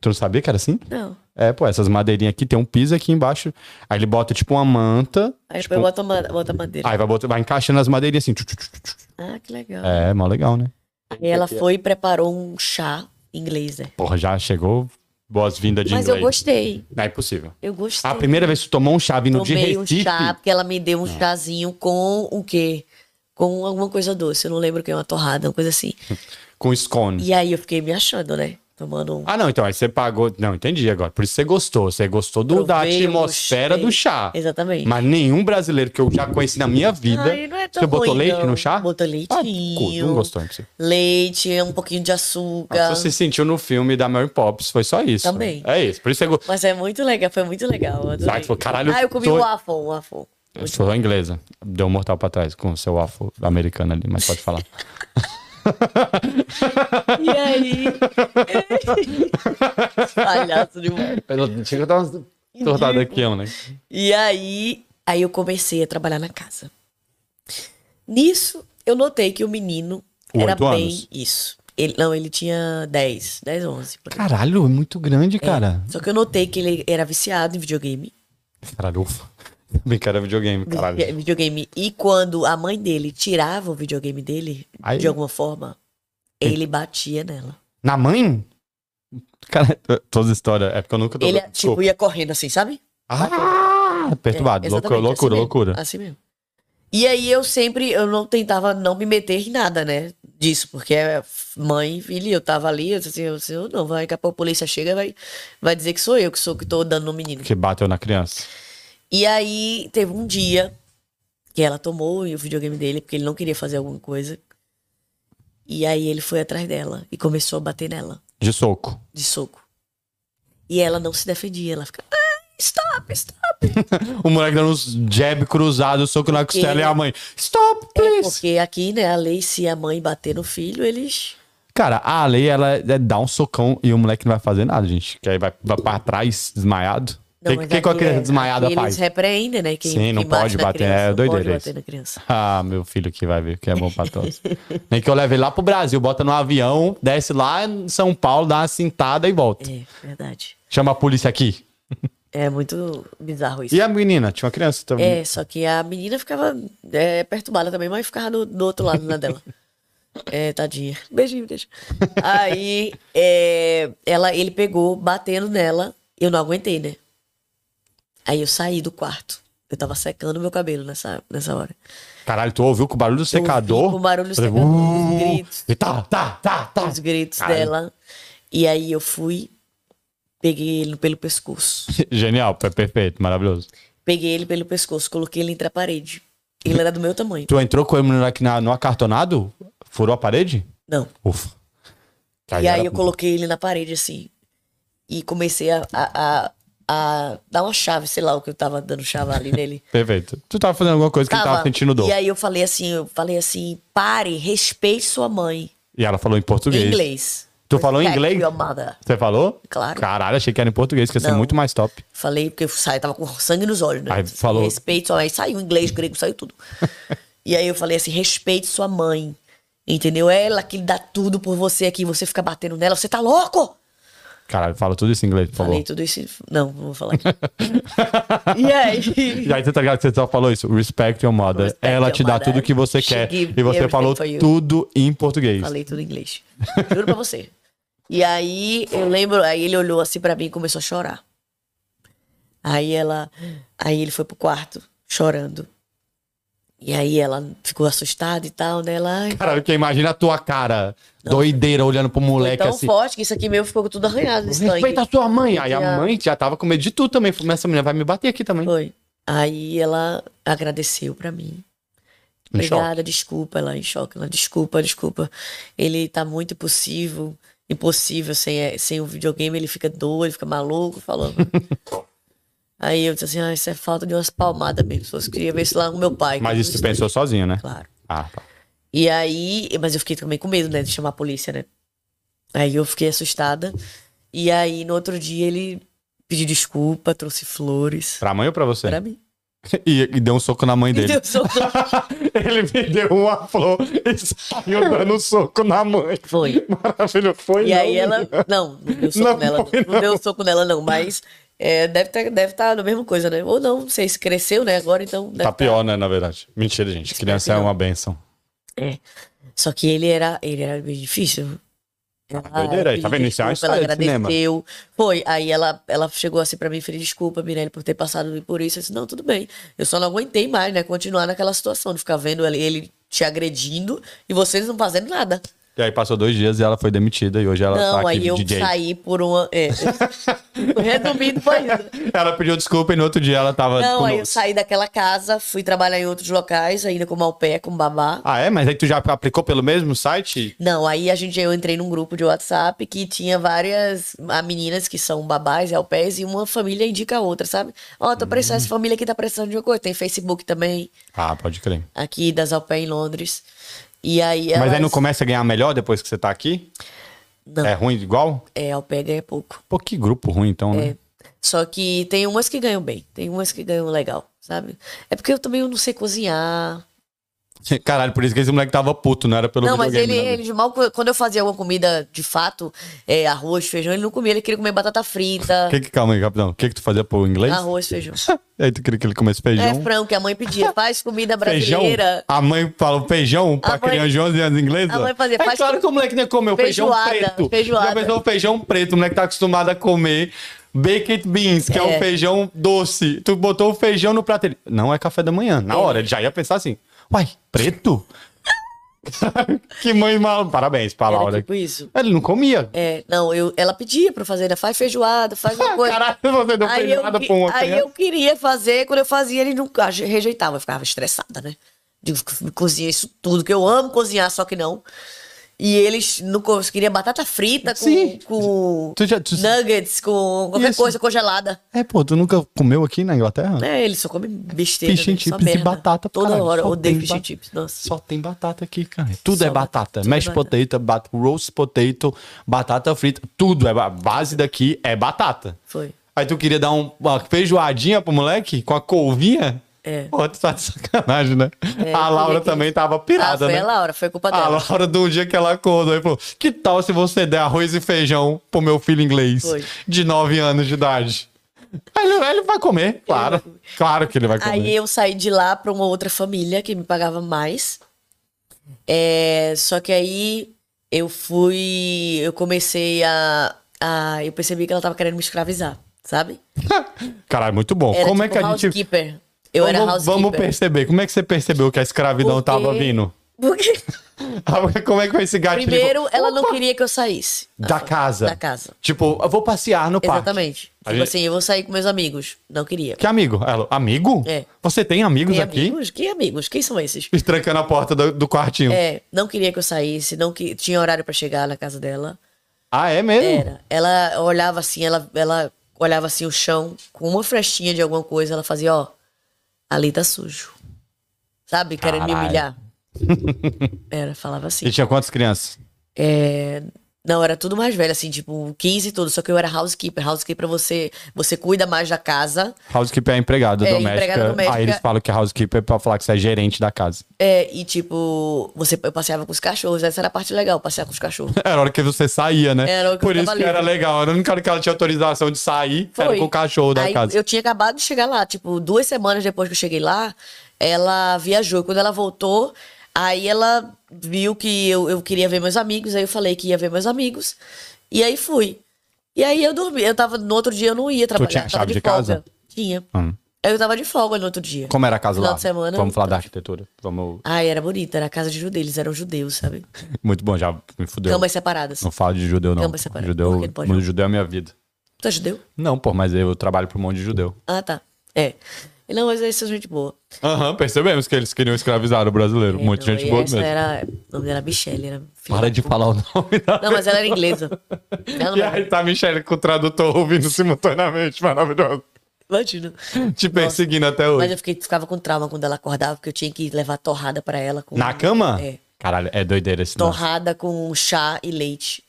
[SPEAKER 1] Tu não sabia que era assim?
[SPEAKER 2] Não.
[SPEAKER 1] É, pô, essas madeirinhas aqui, tem um piso aqui embaixo. Aí ele bota tipo uma manta.
[SPEAKER 2] Aí
[SPEAKER 1] tipo,
[SPEAKER 2] depois bota, uma, bota a madeira.
[SPEAKER 1] Aí vai, botar, vai encaixando as madeirinhas assim. tchu, tchu, tchu, tchu.
[SPEAKER 2] Ah, que legal.
[SPEAKER 1] É, mó legal, né?
[SPEAKER 2] Aí ela foi e preparou um chá inglês, né?
[SPEAKER 1] Porra, já chegou boas-vindas de
[SPEAKER 2] Mas eu
[SPEAKER 1] inglês.
[SPEAKER 2] gostei.
[SPEAKER 1] Não é impossível.
[SPEAKER 2] Eu gostei.
[SPEAKER 1] A primeira vez que tu tomou um chá vindo de
[SPEAKER 2] Tomei um
[SPEAKER 1] Recife. Ah.
[SPEAKER 2] chá, porque ela me deu um chazinho com o quê? Com alguma coisa doce. Eu não lembro o que, uma torrada, uma coisa assim.
[SPEAKER 1] Com scone.
[SPEAKER 2] E aí eu fiquei me achando, né? Tomando um.
[SPEAKER 1] Ah, não, então aí você pagou. Não, entendi agora. Por isso você gostou. Você gostou do- da
[SPEAKER 2] Provei, eu
[SPEAKER 1] atmosfera
[SPEAKER 2] gostei.
[SPEAKER 1] do chá.
[SPEAKER 2] um Exatamente.
[SPEAKER 1] Mas nenhum brasileiro que eu já conheci na minha vida.
[SPEAKER 2] Ai, não é tão
[SPEAKER 1] você botou
[SPEAKER 2] ruim,
[SPEAKER 1] leite
[SPEAKER 2] não.
[SPEAKER 1] no chá?
[SPEAKER 2] Botou
[SPEAKER 1] Ah,
[SPEAKER 2] leitinho.
[SPEAKER 1] cu, não gostou, não precisa.
[SPEAKER 2] Leite, um pouquinho de
[SPEAKER 1] Mas
[SPEAKER 2] açúcar.
[SPEAKER 1] Ah, Você se sentiu no filme da Mary Poppins, foi só isso.
[SPEAKER 2] Também.
[SPEAKER 1] É isso. Por isso você go-
[SPEAKER 2] Mas é muito legal, foi muito legal. eu adorei.
[SPEAKER 1] Ah, tipo, caralho,
[SPEAKER 2] Ah, eu comi
[SPEAKER 1] tô-
[SPEAKER 2] um waffle, um waffle.
[SPEAKER 1] você falou inglesa. Deu um mortal pra trás com o seu afro americano ali, mas pode falar.
[SPEAKER 2] E aí? Palhaço demais.
[SPEAKER 1] Tinha que dar umas tortadas aqui, né?
[SPEAKER 2] E aí, aí eu comecei a trabalhar na casa. Nisso, eu notei que o menino
[SPEAKER 1] Com
[SPEAKER 2] era
[SPEAKER 1] oito
[SPEAKER 2] bem
[SPEAKER 1] anos?
[SPEAKER 2] isso. Ele, não, ele tinha 10, 10, 11. por aí.
[SPEAKER 1] Caralho, é muito grande, cara.
[SPEAKER 2] Só que eu notei que ele era viciado em videogame.
[SPEAKER 1] Caralho, ufa. Também cara videogame, caralho.
[SPEAKER 2] vi- videogame. E quando a mãe dele tirava o videogame dele,
[SPEAKER 1] Aí-
[SPEAKER 2] de alguma forma, ele batia nela.
[SPEAKER 1] Na mãe? Cara, todas as histórias. É porque eu nunca tô.
[SPEAKER 2] Ele,
[SPEAKER 1] Desculpa.
[SPEAKER 2] tipo, ia correndo assim, sabe?
[SPEAKER 1] Ah, perturbado.
[SPEAKER 2] É,
[SPEAKER 1] loucura,
[SPEAKER 2] exatamente,
[SPEAKER 1] loucura,
[SPEAKER 2] assim
[SPEAKER 1] loucura.
[SPEAKER 2] Mesmo, assim mesmo. E aí eu sempre, eu não tentava não me meter em nada, né? Disso, porque é mãe, filho, eu tava ali, eu disse assim, eu, disse, eu não, vai, daqui a pouco a polícia chega e vai, vai dizer que sou eu que sou que tô dando no menino.
[SPEAKER 1] Que bateu na criança.
[SPEAKER 2] E aí teve um dia que ela tomou o videogame dele, porque ele não queria fazer alguma coisa. E aí ele foi atrás dela e começou a bater nela
[SPEAKER 1] De soco.
[SPEAKER 2] de soco. E ela não se defendia, ela fica, "Ah, stop, stop.
[SPEAKER 1] O moleque dando uns jab cruzado, soco na costela e a mãe. Stop,
[SPEAKER 2] É
[SPEAKER 1] please.
[SPEAKER 2] porque aqui, né, a lei, se a mãe bater no filho, eles.
[SPEAKER 1] Cara, a lei, ela é- dá um socão e o moleque não vai fazer nada, gente. Que aí vai, vai pra trás, desmaiado. O
[SPEAKER 2] Não,
[SPEAKER 1] que,
[SPEAKER 2] mas
[SPEAKER 1] que, que a
[SPEAKER 2] aqui
[SPEAKER 1] criança
[SPEAKER 2] é-
[SPEAKER 1] desmaiada
[SPEAKER 2] aqui
[SPEAKER 1] faz?
[SPEAKER 2] Eles repreendem, né? Quem,
[SPEAKER 1] Sim,
[SPEAKER 2] quem
[SPEAKER 1] não
[SPEAKER 2] bate
[SPEAKER 1] pode
[SPEAKER 2] na
[SPEAKER 1] bater,
[SPEAKER 2] criança,
[SPEAKER 1] é
[SPEAKER 2] não
[SPEAKER 1] doideira
[SPEAKER 2] Pode
[SPEAKER 1] isso.
[SPEAKER 2] bater na criança.
[SPEAKER 1] Ah, meu filho que vai ver, que é bom pra todos. Nem que eu leve ele lá pro Brasil, bota no avião, desce lá em São Paulo, dá uma cintada e volta.
[SPEAKER 2] É, verdade.
[SPEAKER 1] Chama a polícia aqui.
[SPEAKER 2] É muito bizarro isso.
[SPEAKER 1] E a menina? Tinha uma criança também.
[SPEAKER 2] É, só que a menina ficava é, perturbada também, mas ficava do, do outro lado na dela. É, tadinha. Beijinho, beijo. Aí é, ela, ele pegou, batendo nela, eu não aguentei, né? Aí eu saí do quarto. Eu tava secando meu cabelo nessa, nessa hora.
[SPEAKER 1] Caralho, tu ouviu com o barulho do secador?
[SPEAKER 2] com o barulho do
[SPEAKER 1] Fazer
[SPEAKER 2] secador,
[SPEAKER 1] uh,
[SPEAKER 2] os gritos.
[SPEAKER 1] E tá, tá, tá, tá.
[SPEAKER 2] os gritos
[SPEAKER 1] Caralho.
[SPEAKER 2] dela. E aí eu fui, peguei ele pelo pescoço.
[SPEAKER 1] Genial, per- perfeito, maravilhoso.
[SPEAKER 2] Peguei ele pelo pescoço, coloquei ele entre a parede. Ele era do meu tamanho.
[SPEAKER 1] Tu entrou com ele no, na- no acartonado? Furou a parede?
[SPEAKER 2] Não.
[SPEAKER 1] Ufa.
[SPEAKER 2] E
[SPEAKER 1] era-
[SPEAKER 2] aí eu coloquei ele na parede assim. e comecei a, a, a- a dar uma chave, sei lá o que eu tava dando chave ali nele.
[SPEAKER 1] Perfeito. Tu tava fazendo alguma coisa que ele tava sentindo dor.
[SPEAKER 2] E
[SPEAKER 1] E,
[SPEAKER 2] aí eu falei assim, eu falei assim, pare, respeite sua mãe.
[SPEAKER 1] ela falou em português.
[SPEAKER 2] Em inglês.
[SPEAKER 1] Tu falou em
[SPEAKER 2] Respect
[SPEAKER 1] inglês?
[SPEAKER 2] Your mother.
[SPEAKER 1] Você falou?
[SPEAKER 2] Claro.
[SPEAKER 1] Caralho, achei que era em português, que ia ser
[SPEAKER 2] Não.
[SPEAKER 1] muito mais top.
[SPEAKER 2] Falei, porque eu saí, tava com sangue nos olhos, né?
[SPEAKER 1] Aí falou-
[SPEAKER 2] Respeite sua mãe. Saiu inglês, grego, saiu tudo. e aí eu falei assim, respeite sua mãe. Entendeu? Ela que dá tudo por você aqui, você fica batendo nela, você tá louco?
[SPEAKER 1] Caralho, fala tudo isso em inglês, por favor.
[SPEAKER 2] Falei tudo isso. e- Não, não vou falar aqui. e aí?
[SPEAKER 1] E aí você tá ligado que você só falou isso? Respect your mother.
[SPEAKER 2] Respect
[SPEAKER 1] ela
[SPEAKER 2] your
[SPEAKER 1] te dá
[SPEAKER 2] mother.
[SPEAKER 1] tudo que você
[SPEAKER 2] She
[SPEAKER 1] quer.
[SPEAKER 2] give
[SPEAKER 1] E você
[SPEAKER 2] everything
[SPEAKER 1] falou
[SPEAKER 2] for you.
[SPEAKER 1] tudo em português.
[SPEAKER 2] Falei tudo em inglês. Juro pra você. E aí, eu lembro, aí ele olhou assim pra mim e começou a chorar. Aí ela, aí ele foi pro quarto, chorando. E aí ela ficou assustada e tal, né? Ela, ai,
[SPEAKER 1] Caralho, que imagina a tua cara doideira olhando pro
[SPEAKER 2] foi
[SPEAKER 1] moleque
[SPEAKER 2] tão
[SPEAKER 1] assim.
[SPEAKER 2] forte que isso aqui meu ficou tudo arranhado. esse sangue.
[SPEAKER 1] Respeita a sua mãe. Aí a
[SPEAKER 2] Yeah.
[SPEAKER 1] mãe já tava com medo de tu também. Falou, Essa mulher vai me bater aqui também.
[SPEAKER 2] Foi. Aí ela agradeceu pra mim.
[SPEAKER 1] Em choque.
[SPEAKER 2] Obrigada, desculpa, ela em choque. Ela, desculpa, desculpa. Ele tá muito impossível, impossível sem, é, sem o videogame, ele fica doido, ele fica maluco, falando. Aí eu disse assim, ah, isso é falta de umas palmadas mesmo. Só queria ver isso lá com meu pai. que
[SPEAKER 1] Mas
[SPEAKER 2] eu
[SPEAKER 1] isso tu
[SPEAKER 2] não
[SPEAKER 1] pensou sozinho, né?
[SPEAKER 2] sei, Claro.
[SPEAKER 1] Ah, tá.
[SPEAKER 2] E aí, mas eu fiquei também com medo, né, de chamar a polícia, né? Aí eu fiquei assustada. E aí, no outro dia, ele pediu desculpa, trouxe flores
[SPEAKER 1] Pra mãe ou pra você?
[SPEAKER 2] pra mim.
[SPEAKER 1] E, e deu um soco na mãe
[SPEAKER 2] E
[SPEAKER 1] dele.
[SPEAKER 2] deu soco.
[SPEAKER 1] Ele me deu uma flor e saiu dando um soco na mãe.
[SPEAKER 2] Foi.
[SPEAKER 1] Maravilha, foi.
[SPEAKER 2] E aí
[SPEAKER 1] não,
[SPEAKER 2] ela.
[SPEAKER 1] menina.
[SPEAKER 2] Não, não deu soco
[SPEAKER 1] Não
[SPEAKER 2] nela.
[SPEAKER 1] foi,
[SPEAKER 2] não. Não deu soco nela, não. Mas é, deve estar deve tá na mesma coisa, né? Ou não, não sei se cresceu, né? Agora então. Deve
[SPEAKER 1] Tá
[SPEAKER 2] tá.
[SPEAKER 1] pior, né, na verdade. Mentira, gente. Criança é
[SPEAKER 2] que não.
[SPEAKER 1] uma benção.
[SPEAKER 2] Só que ele era. Ele era meio difícil.
[SPEAKER 1] doideira aí, tá
[SPEAKER 2] pediu
[SPEAKER 1] vendo? Isso é uma
[SPEAKER 2] desculpa, Ela
[SPEAKER 1] história de cinema.
[SPEAKER 2] agradeceu. Foi. Aí ela, ela chegou assim pra mim e falei, desculpa, Mirelle, por ter passado por isso. Eu disse, não, tudo bem. Eu só não aguentei mais, né? Continuar naquela situação, de ficar vendo ele- ele te agredindo e vocês não fazendo nada.
[SPEAKER 1] E aí passou dois dias e ela foi demitida e hoje ela
[SPEAKER 2] não,
[SPEAKER 1] tá aqui
[SPEAKER 2] aí eu
[SPEAKER 1] DJ.
[SPEAKER 2] saí por uma. É, resumindo, foi isso.
[SPEAKER 1] Ela pediu desculpa e no outro dia ela tava. tipo,
[SPEAKER 2] Não,
[SPEAKER 1] com-
[SPEAKER 2] aí eu saí daquela casa, fui trabalhar em outros locais, ainda com malpé, com babá.
[SPEAKER 1] Ah, é? Mas aí tu já aplicou pelo mesmo site?
[SPEAKER 2] Não, aí a gente, eu entrei num grupo de WhatsApp que tinha várias ah, meninas que são babás e alpés e uma família indica a outra, sabe? Ó, tô precisando,
[SPEAKER 1] Hum.
[SPEAKER 2] essa família aqui tá precisando de uma coisa. Tem Facebook também,
[SPEAKER 1] Ah, pode crer.
[SPEAKER 2] aqui das alpés em Londres. E aí
[SPEAKER 1] Mas aí
[SPEAKER 2] elas-
[SPEAKER 1] não começa a ganhar melhor depois que você tá aqui?
[SPEAKER 2] Não.
[SPEAKER 1] É ruim igual?
[SPEAKER 2] É, alpé ganha pouco.
[SPEAKER 1] Pô, que grupo ruim então, né?
[SPEAKER 2] Só que tem umas que ganham bem, tem umas que ganham legal, sabe? É porque eu também eu não sei cozinhar,
[SPEAKER 1] Caralho, por isso que esse moleque tava puto, não era pelo
[SPEAKER 2] Não, mas ele,
[SPEAKER 1] videogame, né?
[SPEAKER 2] ele de mal, quando eu fazia alguma comida de fato, é, arroz, feijão, ele não comia, ele queria comer batata frita,
[SPEAKER 1] Que é que, calma aí, rapidão. O que que tu fazia pro inglês?
[SPEAKER 2] arroz, feijão.
[SPEAKER 1] Aí tu queria que ele comesse
[SPEAKER 2] É,
[SPEAKER 1] feijão?
[SPEAKER 2] frango que a mãe pedia, faz comida
[SPEAKER 1] Feijão.
[SPEAKER 2] brasileira.
[SPEAKER 1] A mãe falou feijão pra
[SPEAKER 2] A mãe-
[SPEAKER 1] criança de 11 anos inglesa.
[SPEAKER 2] a mãe fazia,
[SPEAKER 1] É
[SPEAKER 2] faz
[SPEAKER 1] claro
[SPEAKER 2] com-
[SPEAKER 1] que o moleque nem comeu feijão
[SPEAKER 2] Feijoada,
[SPEAKER 1] preto.
[SPEAKER 2] feijoada.
[SPEAKER 1] Já pensou feijão preto, o moleque tá acostumado a comer baked beans, que é, um
[SPEAKER 2] É.
[SPEAKER 1] feijão doce. Tu botou o feijão no prato ele... Não é café da manhã. Na hora, ele já ia pensar assim, uai, preto? que mãe mal. Parabéns pra
[SPEAKER 2] Era
[SPEAKER 1] Laura.
[SPEAKER 2] tipo isso.
[SPEAKER 1] Ele não comia.
[SPEAKER 2] É, não, eu, ela pedia pra eu fazer, né? Faz feijoada, faz uma coisa.
[SPEAKER 1] Caralho, você deu
[SPEAKER 2] aí eu,
[SPEAKER 1] feijoada
[SPEAKER 2] que-
[SPEAKER 1] pra uma
[SPEAKER 2] aí
[SPEAKER 1] criança.
[SPEAKER 2] eu queria fazer, quando eu fazia, ele não a gente rejeitava, eu ficava estressada, né? Digo, "Co- cozinha isso tudo, que eu amo cozinhar, só que não. E eles não queriam batata frita com,
[SPEAKER 1] Sim.
[SPEAKER 2] com
[SPEAKER 1] Tu já- tu-
[SPEAKER 2] nuggets, com qualquer
[SPEAKER 1] Isso.
[SPEAKER 2] coisa congelada.
[SPEAKER 1] É, pô, tu nunca comeu aqui na Inglaterra?
[SPEAKER 2] É, ele só come besteira.
[SPEAKER 1] Fish and
[SPEAKER 2] né? Só
[SPEAKER 1] chips e
[SPEAKER 2] merda.
[SPEAKER 1] batata,
[SPEAKER 2] Toda
[SPEAKER 1] caralho.
[SPEAKER 2] hora,
[SPEAKER 1] Só
[SPEAKER 2] eu odeio
[SPEAKER 1] tem
[SPEAKER 2] fish and
[SPEAKER 1] batata.
[SPEAKER 2] chips. Nossa.
[SPEAKER 1] Só tem batata aqui, cara. Tudo
[SPEAKER 2] Só
[SPEAKER 1] é
[SPEAKER 2] batata,
[SPEAKER 1] batata.
[SPEAKER 2] tudo é
[SPEAKER 1] Mashed
[SPEAKER 2] batata.
[SPEAKER 1] potato, bat roast potato, batata frita. Tudo. É, ba- a base daqui é batata.
[SPEAKER 2] Foi.
[SPEAKER 1] Aí tu queria dar um- uma feijoadinha pro moleque com a couvinha?
[SPEAKER 2] É.
[SPEAKER 1] Pô, tu tá de sacanagem, né? a Laura
[SPEAKER 2] queria que-
[SPEAKER 1] também tava
[SPEAKER 2] Ah,
[SPEAKER 1] pirada,
[SPEAKER 2] foi
[SPEAKER 1] né?
[SPEAKER 2] a Laura, foi culpa
[SPEAKER 1] A
[SPEAKER 2] dela.
[SPEAKER 1] Laura, de um dia que ela acordou e falou: Que tal se você der arroz e feijão pro meu filho inglês
[SPEAKER 2] Foi.
[SPEAKER 1] de 9 anos de idade? Aí ele, ele vai comer, claro. Claro que ele vai comer.
[SPEAKER 2] Aí eu saí de lá pra uma outra família que me pagava mais. É, só que aí eu fui. Eu comecei a, a. Eu percebi que ela tava querendo me escravizar, sabe?
[SPEAKER 1] Caralho, muito bom.
[SPEAKER 2] Era
[SPEAKER 1] como é
[SPEAKER 2] tipo
[SPEAKER 1] que a gente.
[SPEAKER 2] housekeeper. Eu
[SPEAKER 1] vamos,
[SPEAKER 2] era housekeeper.
[SPEAKER 1] vamos perceber. Como é que você percebeu que a escravidão
[SPEAKER 2] Porque-
[SPEAKER 1] tava vindo?
[SPEAKER 2] Porque,
[SPEAKER 1] Como é que foi esse gatilho?
[SPEAKER 2] primeiro, ela não queria que eu saísse.
[SPEAKER 1] Da casa.
[SPEAKER 2] Da casa.
[SPEAKER 1] Tipo, eu vou passear no parque.
[SPEAKER 2] Exatamente.
[SPEAKER 1] A
[SPEAKER 2] Tipo
[SPEAKER 1] gente-
[SPEAKER 2] assim, eu vou sair com meus amigos. Não queria.
[SPEAKER 1] Que amigo? Ela, amigo?
[SPEAKER 2] É.
[SPEAKER 1] Você tem amigos
[SPEAKER 2] Tem
[SPEAKER 1] aqui?
[SPEAKER 2] amigos? Que amigos? Quem são esses?
[SPEAKER 1] E trancando a porta do, do quartinho.
[SPEAKER 2] É, não queria que eu saísse, não que tinha horário pra chegar na casa dela.
[SPEAKER 1] Ah, é mesmo?
[SPEAKER 2] Era. Ela olhava assim, ela, ela olhava assim o chão com uma frestinha de alguma coisa, ela fazia, ó, ali tá sujo. Sabe? Querendo me
[SPEAKER 1] Caralho.
[SPEAKER 2] humilhar. Era, falava assim.
[SPEAKER 1] E tinha quantas crianças?
[SPEAKER 2] É, Não, era tudo mais velho, assim, tipo, 15 e tudo, só que eu era housekeeper. Housekeeper é você, você cuida mais da casa.
[SPEAKER 1] Housekeeper é empregada
[SPEAKER 2] É,
[SPEAKER 1] doméstica.
[SPEAKER 2] empregada doméstica.
[SPEAKER 1] Aí eles falam que é housekeeper pra falar que você é gerente da casa.
[SPEAKER 2] é, e, tipo, você, eu passeava com os cachorros. Essa era a parte legal, passear com os cachorros.
[SPEAKER 1] Era a hora que você saía, né?
[SPEAKER 2] Era a hora que
[SPEAKER 1] Por
[SPEAKER 2] eu
[SPEAKER 1] isso
[SPEAKER 2] tava
[SPEAKER 1] que era
[SPEAKER 2] livre.
[SPEAKER 1] legal. Era a única hora que ela tinha autorização de sair, era
[SPEAKER 2] Foi.
[SPEAKER 1] com o cachorro da
[SPEAKER 2] Aí,
[SPEAKER 1] casa.
[SPEAKER 2] Eu tinha acabado de chegar lá, tipo, duas semanas depois que eu cheguei lá, ela viajou. E Quando ela voltou, aí ela viu que eu, eu queria ver meus amigos, aí eu falei que ia ver meus amigos, e aí fui. E aí eu dormi, eu tava, no outro dia eu não ia trabalhar,
[SPEAKER 1] tinha
[SPEAKER 2] tava
[SPEAKER 1] chave
[SPEAKER 2] de,
[SPEAKER 1] de
[SPEAKER 2] folga.
[SPEAKER 1] casa?
[SPEAKER 2] Tinha.
[SPEAKER 1] Hum.
[SPEAKER 2] Aí eu tava de folga no outro dia.
[SPEAKER 1] Como é? era a casa
[SPEAKER 2] Final
[SPEAKER 1] lá?
[SPEAKER 2] de semana,
[SPEAKER 1] Vamos falar da arquitetura. Vamos...
[SPEAKER 2] Ai, era bonita, era a casa de judeus, eles eram judeus, sabe?
[SPEAKER 1] Muito bom, já me fudeu.
[SPEAKER 2] Camas separadas.
[SPEAKER 1] Não falo de judeu, não.
[SPEAKER 2] Cama separada.
[SPEAKER 1] Judeu,
[SPEAKER 2] Por que não pode?
[SPEAKER 1] muito judeu é a minha vida.
[SPEAKER 2] Tu é judeu?
[SPEAKER 1] Não, pô, mas eu trabalho pra um monte de judeu.
[SPEAKER 2] Ah, tá. É. Não, mas eles são gente boa.
[SPEAKER 1] Aham, percebemos que eles queriam escravizar o brasileiro.
[SPEAKER 2] É,
[SPEAKER 1] Muita
[SPEAKER 2] não,
[SPEAKER 1] gente
[SPEAKER 2] e
[SPEAKER 1] boa
[SPEAKER 2] essa
[SPEAKER 1] mesmo.
[SPEAKER 2] Era, o nome dela era Michelle, era filha
[SPEAKER 1] Para de falar o nome da...
[SPEAKER 2] Não, mas ela era inglesa. Ela
[SPEAKER 1] E
[SPEAKER 2] não era.
[SPEAKER 1] aí tá a Michelle com o tradutor ouvindo simultaneamente, maravilhoso.
[SPEAKER 2] Imagina.
[SPEAKER 1] Te perseguindo até hoje.
[SPEAKER 2] Mas eu fiquei, ficava com trauma quando ela acordava, porque eu tinha que levar torrada pra ela. Com,
[SPEAKER 1] Na cama?
[SPEAKER 2] É.
[SPEAKER 1] Caralho, é doideira esse nome.
[SPEAKER 2] Torrada com chá e leite.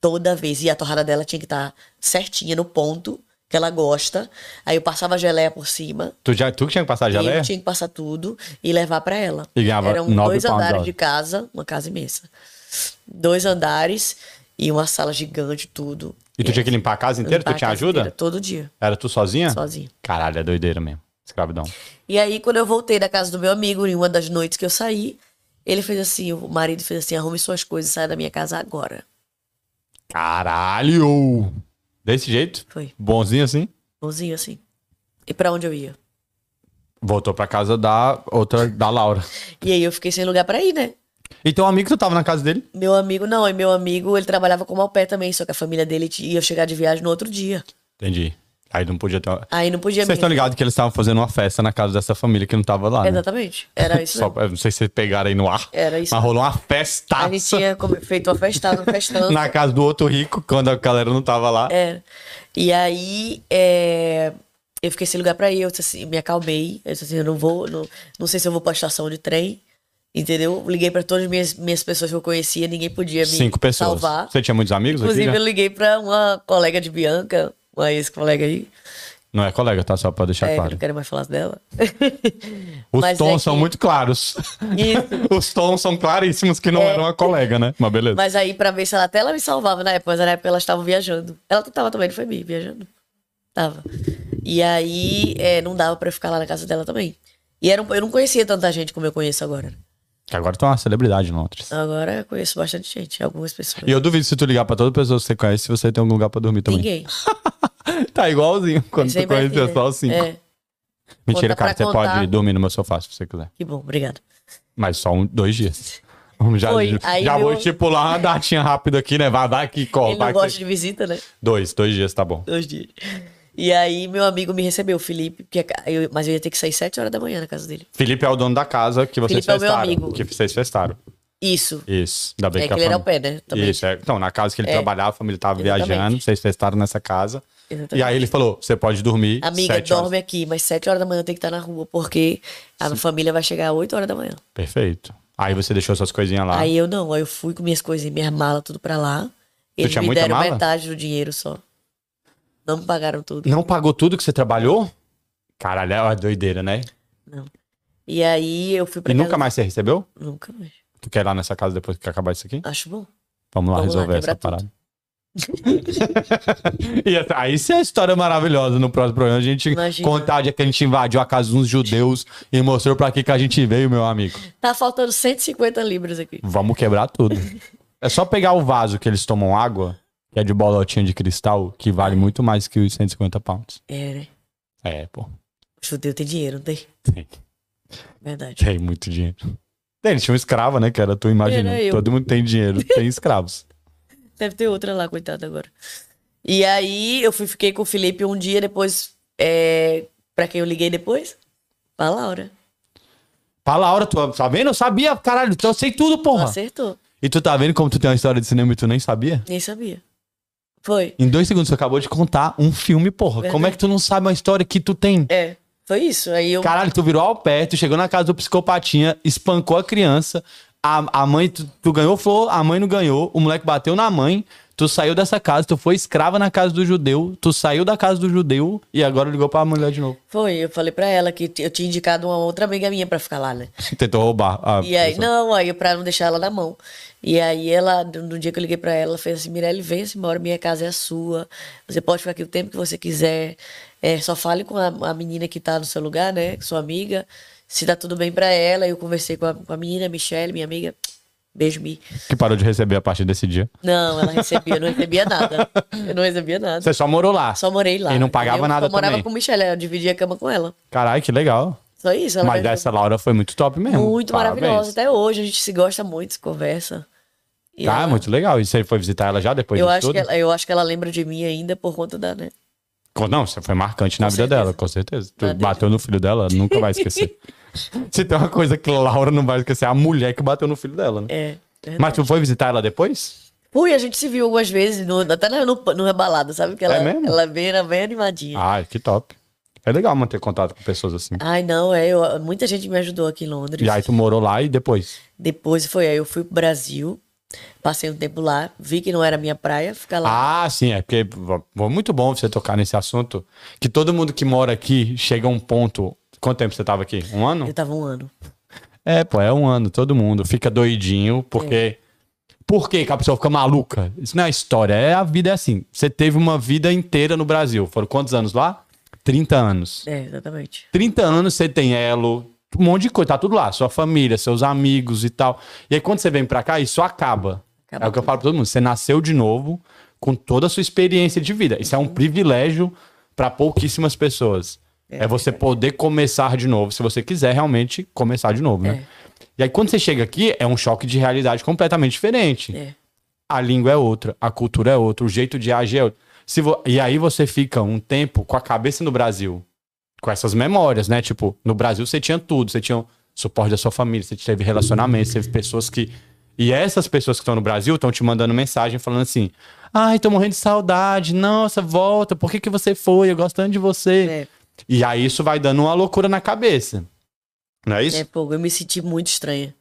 [SPEAKER 2] Toda vez. E a torrada dela tinha que estar certinha, no ponto, que ela gosta. Aí eu passava geleia por cima.
[SPEAKER 1] Tu, já, tu que tinha que passar a é?
[SPEAKER 2] E
[SPEAKER 1] geleia?
[SPEAKER 2] eu tinha que passar tudo e levar pra ela.
[SPEAKER 1] E ganhava
[SPEAKER 2] Eram
[SPEAKER 1] nove
[SPEAKER 2] dois
[SPEAKER 1] pounds
[SPEAKER 2] andares
[SPEAKER 1] de
[SPEAKER 2] de casa, uma casa imensa. Dois andares e uma sala gigante, tudo.
[SPEAKER 1] E tu tinha que limpar a casa inteira?
[SPEAKER 2] Limpar
[SPEAKER 1] tu
[SPEAKER 2] a
[SPEAKER 1] tinha
[SPEAKER 2] casa
[SPEAKER 1] ajuda?
[SPEAKER 2] inteira, todo dia,
[SPEAKER 1] Era tu sozinha?
[SPEAKER 2] sozinha.
[SPEAKER 1] Caralho, é doideira mesmo. Escravidão.
[SPEAKER 2] E aí, quando eu voltei da casa do meu amigo, em uma das noites que eu saí, ele fez assim, o marido fez assim, arrume suas coisas e saia da minha casa agora.
[SPEAKER 1] Caralho! Desse jeito?
[SPEAKER 2] Foi.
[SPEAKER 1] Bonzinho assim?
[SPEAKER 2] Bonzinho assim. E pra onde eu ia?
[SPEAKER 1] Voltou pra casa da outra, da Laura.
[SPEAKER 2] E aí eu fiquei sem lugar pra ir, né?
[SPEAKER 1] E teu amigo, tu tava na casa dele?
[SPEAKER 2] Meu amigo, não, e meu amigo, ele trabalhava como au pair também, só que a família dele t- ia chegar de viagem no outro dia.
[SPEAKER 1] Entendi. Aí não podia ter...
[SPEAKER 2] Aí não podia
[SPEAKER 1] Vocês
[SPEAKER 2] me-
[SPEAKER 1] estão ligados que eles estavam fazendo uma festa na casa dessa família que não tava lá, né?
[SPEAKER 2] Exatamente. Era isso.
[SPEAKER 1] Só,
[SPEAKER 2] mesmo.
[SPEAKER 1] eu não sei se vocês pegaram aí no ar.
[SPEAKER 2] Era isso.
[SPEAKER 1] Mas rolou uma festa
[SPEAKER 2] A gente tinha come- feito uma festada, uma festança.
[SPEAKER 1] na casa do outro rico, quando a galera não tava lá.
[SPEAKER 2] Era. É. E aí, é, eu fiquei sem lugar pra ir, eu disse assim, me acalmei. Eu disse assim, eu não vou, não, não sei se eu vou pra estação de trem, entendeu? Liguei pra todas as minhas, minhas pessoas que eu conhecia, ninguém podia me
[SPEAKER 1] Cinco pessoas.
[SPEAKER 2] salvar.
[SPEAKER 1] Você tinha muitos amigos
[SPEAKER 2] Inclusive,
[SPEAKER 1] aqui? né? já?
[SPEAKER 2] eu liguei pra uma colega de Bianca, uma ex-colega aí,
[SPEAKER 1] Não é colega, tá? Só pra deixar
[SPEAKER 2] é, que eu
[SPEAKER 1] claro.
[SPEAKER 2] não quero mais falar dela.
[SPEAKER 1] Os
[SPEAKER 2] Mas
[SPEAKER 1] tons
[SPEAKER 2] é que-
[SPEAKER 1] são muito claros.
[SPEAKER 2] Isso.
[SPEAKER 1] Os tons são claríssimos que não era uma colega, né? Mas beleza.
[SPEAKER 2] É. Mas aí, pra ver se ela até ela me salvava na época, mas na época elas estavam viajando. Ela tava também, não foi mim, viajando. Tava. E aí, é, não dava pra eu ficar lá na casa dela também. E era um- eu não conhecia tanta gente como eu conheço agora. Então,
[SPEAKER 1] Que Agora tu é uma celebridade em Londres.
[SPEAKER 2] Agora eu conheço bastante gente, algumas pessoas.
[SPEAKER 1] E eu duvido se tu ligar pra toda pessoa que você conhece, se você tem algum lugar pra dormir também.
[SPEAKER 2] Ninguém.
[SPEAKER 1] Tá igualzinho quando
[SPEAKER 2] Sempre
[SPEAKER 1] tu conhece
[SPEAKER 2] assim, né?
[SPEAKER 1] só os cinco.
[SPEAKER 2] É,
[SPEAKER 1] Mentira,
[SPEAKER 2] Conta
[SPEAKER 1] cara, você
[SPEAKER 2] pra contar.
[SPEAKER 1] pode dormir no meu sofá se você quiser.
[SPEAKER 2] que bom, obrigado.
[SPEAKER 1] Mas só um, dois dias. Um, Já,
[SPEAKER 2] Foi, aí
[SPEAKER 1] já
[SPEAKER 2] eu-
[SPEAKER 1] vou estipular uma datinha rápida aqui, né? Vai, vai aqui, corre.
[SPEAKER 2] Ele
[SPEAKER 1] Vai
[SPEAKER 2] não
[SPEAKER 1] que
[SPEAKER 2] gosta
[SPEAKER 1] você-
[SPEAKER 2] de visita, né?
[SPEAKER 1] Dois, dois dias, tá bom.
[SPEAKER 2] Dois dias. E aí, meu amigo me recebeu, o Felipe, porque a ca- eu- mas eu ia ter que sair sete horas da manhã na casa dele.
[SPEAKER 1] Felipe é o dono da casa que vocês
[SPEAKER 2] Felipe é o meu
[SPEAKER 1] festaram.
[SPEAKER 2] amigo.
[SPEAKER 1] Que vocês festaram.
[SPEAKER 2] Isso.
[SPEAKER 1] Isso. Ainda bem que
[SPEAKER 2] É que
[SPEAKER 1] a
[SPEAKER 2] ele era
[SPEAKER 1] fam-
[SPEAKER 2] ao pé, né? Também.
[SPEAKER 1] Isso, é. Então, na casa que ele
[SPEAKER 2] É.
[SPEAKER 1] trabalhava, a família tava
[SPEAKER 2] Exatamente.
[SPEAKER 1] viajando, vocês festaram nessa casa.
[SPEAKER 2] Exatamente.
[SPEAKER 1] E aí ele falou: você pode dormir.
[SPEAKER 2] Amiga,
[SPEAKER 1] sete
[SPEAKER 2] dorme
[SPEAKER 1] horas.
[SPEAKER 2] aqui, mas 7 horas da manhã eu tenho que estar na rua, porque a família vai chegar às 8 horas da manhã.
[SPEAKER 1] Perfeito. Aí você deixou suas coisinhas lá.
[SPEAKER 2] Aí eu não, aí eu fui com minhas coisas, minhas malas, tudo pra lá. Eles
[SPEAKER 1] tinha
[SPEAKER 2] me
[SPEAKER 1] muita
[SPEAKER 2] deram
[SPEAKER 1] mala?
[SPEAKER 2] metade do dinheiro só. Não me pagaram tudo.
[SPEAKER 1] Não pagou tudo que você trabalhou? Caralho, é uma doideira, né?
[SPEAKER 2] Não. E aí eu fui pra
[SPEAKER 1] E
[SPEAKER 2] casa-
[SPEAKER 1] nunca mais você recebeu?
[SPEAKER 2] Nunca mais.
[SPEAKER 1] Tu quer ir lá nessa casa depois que acabar isso aqui?
[SPEAKER 2] Acho bom.
[SPEAKER 1] Vamos lá
[SPEAKER 2] Vamos lá,
[SPEAKER 1] resolver essa
[SPEAKER 2] quebrar
[SPEAKER 1] parada. e essa- aí isso é uma história maravilhosa. No próximo programa a gente
[SPEAKER 2] Imagina.
[SPEAKER 1] contar o dia que a gente invadiu a casa dos judeus e mostrou pra que que a gente veio, meu amigo.
[SPEAKER 2] Tá faltando 150 libras aqui.
[SPEAKER 1] Vamos quebrar tudo. É só pegar o vaso que eles tomam água, que é de bolotinha de cristal, que vale muito mais que os 150 pounds.
[SPEAKER 2] É, né?
[SPEAKER 1] É, pô.
[SPEAKER 2] O judeu tem dinheiro, não tem?
[SPEAKER 1] Tem,
[SPEAKER 2] Verdade.
[SPEAKER 1] tem muito dinheiro. Tem, eles tinham escrava, né, cara? Tu imagina.
[SPEAKER 2] Era eu.
[SPEAKER 1] Todo mundo tem dinheiro, tem escravos.
[SPEAKER 2] Deve ter outra lá, coitada agora. E aí eu fui, fiquei com o Felipe um dia depois. É... Pra quem eu liguei depois? Pra Laura.
[SPEAKER 1] Pra Laura, tu tá vendo? Eu sabia, caralho. então Eu sei tudo, porra.
[SPEAKER 2] Acertou.
[SPEAKER 1] E tu tá vendo como tu tem uma história de cinema e tu nem sabia?
[SPEAKER 2] Nem sabia. Foi.
[SPEAKER 1] Em dois segundos, você acabou de contar um filme, porra. Como é que tu não sabe uma história que tu tem?
[SPEAKER 2] É, foi isso. Aí eu.
[SPEAKER 1] Caralho, tu virou ao pé, tu chegou na casa do psicopatinha, espancou a criança, a, a mãe, tu, tu ganhou flor, a mãe não ganhou, o moleque bateu na mãe, tu saiu dessa casa, tu foi escrava na casa do judeu, tu saiu da casa do judeu e agora ligou pra mulher de novo.
[SPEAKER 2] Foi, eu falei pra ela que t- eu tinha indicado uma outra amiga minha pra ficar lá, né?
[SPEAKER 1] Tentou roubar. a
[SPEAKER 2] E aí,
[SPEAKER 1] pessoa.
[SPEAKER 2] não, aí pra não deixar ela na mão. E aí ela, no no dia que eu liguei pra ela, ela fez assim, Mirelle, vem-se embora, minha casa é sua. Você pode ficar aqui o tempo que você quiser. É, só fale com a, a menina que tá no seu lugar, né? com Sua amiga. Se tá tudo bem pra ela. Eu conversei com a, com a menina, Michelle, minha amiga. Beijo, Mi.
[SPEAKER 1] Que parou de receber a partir desse dia.
[SPEAKER 2] Não, ela recebia, eu não recebia nada. Eu não recebia nada.
[SPEAKER 1] Você só morou lá.
[SPEAKER 2] Só morei lá.
[SPEAKER 1] E não pagava
[SPEAKER 2] entendeu?
[SPEAKER 1] nada
[SPEAKER 2] Só morava
[SPEAKER 1] também.
[SPEAKER 2] com Michelle, eu dividia a cama com ela.
[SPEAKER 1] Caralho, que legal.
[SPEAKER 2] Só isso. Ela
[SPEAKER 1] Mas
[SPEAKER 2] me ajudou.
[SPEAKER 1] essa Laura foi muito top mesmo.
[SPEAKER 2] Muito
[SPEAKER 1] Parabéns.
[SPEAKER 2] maravilhosa. Até hoje a gente se gosta muito, se conversa. E
[SPEAKER 1] Tá,
[SPEAKER 2] ela-
[SPEAKER 1] muito legal. E você foi visitar ela já depois
[SPEAKER 2] eu
[SPEAKER 1] disso
[SPEAKER 2] acho,
[SPEAKER 1] tudo?
[SPEAKER 2] que ela, eu acho que ela lembra de mim ainda por conta da, né?
[SPEAKER 1] Com- Não, você foi marcante na vida
[SPEAKER 2] certeza.
[SPEAKER 1] dela, com certeza. Tu
[SPEAKER 2] Na dele.
[SPEAKER 1] bateu no filho dela, nunca vai esquecer. Se tem uma coisa que Laura não vai esquecer, é a mulher que bateu no filho dela, né?
[SPEAKER 2] É. verdade.
[SPEAKER 1] Mas tu foi visitar ela depois?
[SPEAKER 2] Ui, a gente se viu algumas vezes, no, até na- no, numa balada, sabe? Que ela,
[SPEAKER 1] É mesmo?
[SPEAKER 2] ela bem, era bem animadinha.
[SPEAKER 1] Ah, que top. É legal manter contato com pessoas assim.
[SPEAKER 2] Ai, não, é. eu- muita gente me ajudou aqui em Londres.
[SPEAKER 1] E aí tu morou lá e depois.
[SPEAKER 2] Depois foi aí, eu fui pro Brasil, passei um tempo lá, vi que não era minha praia, ficar lá.
[SPEAKER 1] Ah, sim, é porque v- muito bom você tocar nesse assunto. Que todo mundo que mora aqui chega a um ponto. Quanto tempo você tava aqui? Um ano?
[SPEAKER 2] Eu tava um ano.
[SPEAKER 1] É, pô, é um ano, todo mundo fica doidinho, porque. Por que, que a pessoa fica maluca? Isso não é história, é a vida é assim. Você teve uma vida inteira no Brasil. Foram quantos anos lá? 30 anos.
[SPEAKER 2] É, exatamente.
[SPEAKER 1] 30 anos você tem elo, um monte de coisa, tá tudo lá. Sua família, seus amigos e tal. E aí quando você vem pra cá, isso acaba.
[SPEAKER 2] Acaba
[SPEAKER 1] é o que eu falo pra todo mundo. Você nasceu de novo com toda a sua experiência de vida. Isso é um privilégio pra pouquíssimas pessoas. É, você poder começar de novo, se você quiser realmente começar de novo, né? E aí quando você chega aqui, é um choque de realidade completamente diferente
[SPEAKER 2] É.
[SPEAKER 1] a língua é outra, a cultura é outra, o jeito de agir é outro. Se vo- E aí você fica um tempo com a cabeça no Brasil, com essas memórias, né? Tipo, no Brasil você tinha tudo, você tinha o suporte da sua família, você teve relacionamento, você teve pessoas que. E essas pessoas que estão no Brasil estão te mandando mensagem falando assim: ai, tô morrendo de saudade, nossa, volta, por que, que você foi? Eu gosto tanto de você.
[SPEAKER 2] É.
[SPEAKER 1] E aí isso vai dando uma loucura na cabeça. Não é isso?
[SPEAKER 2] É, pô, eu me senti muito estranha.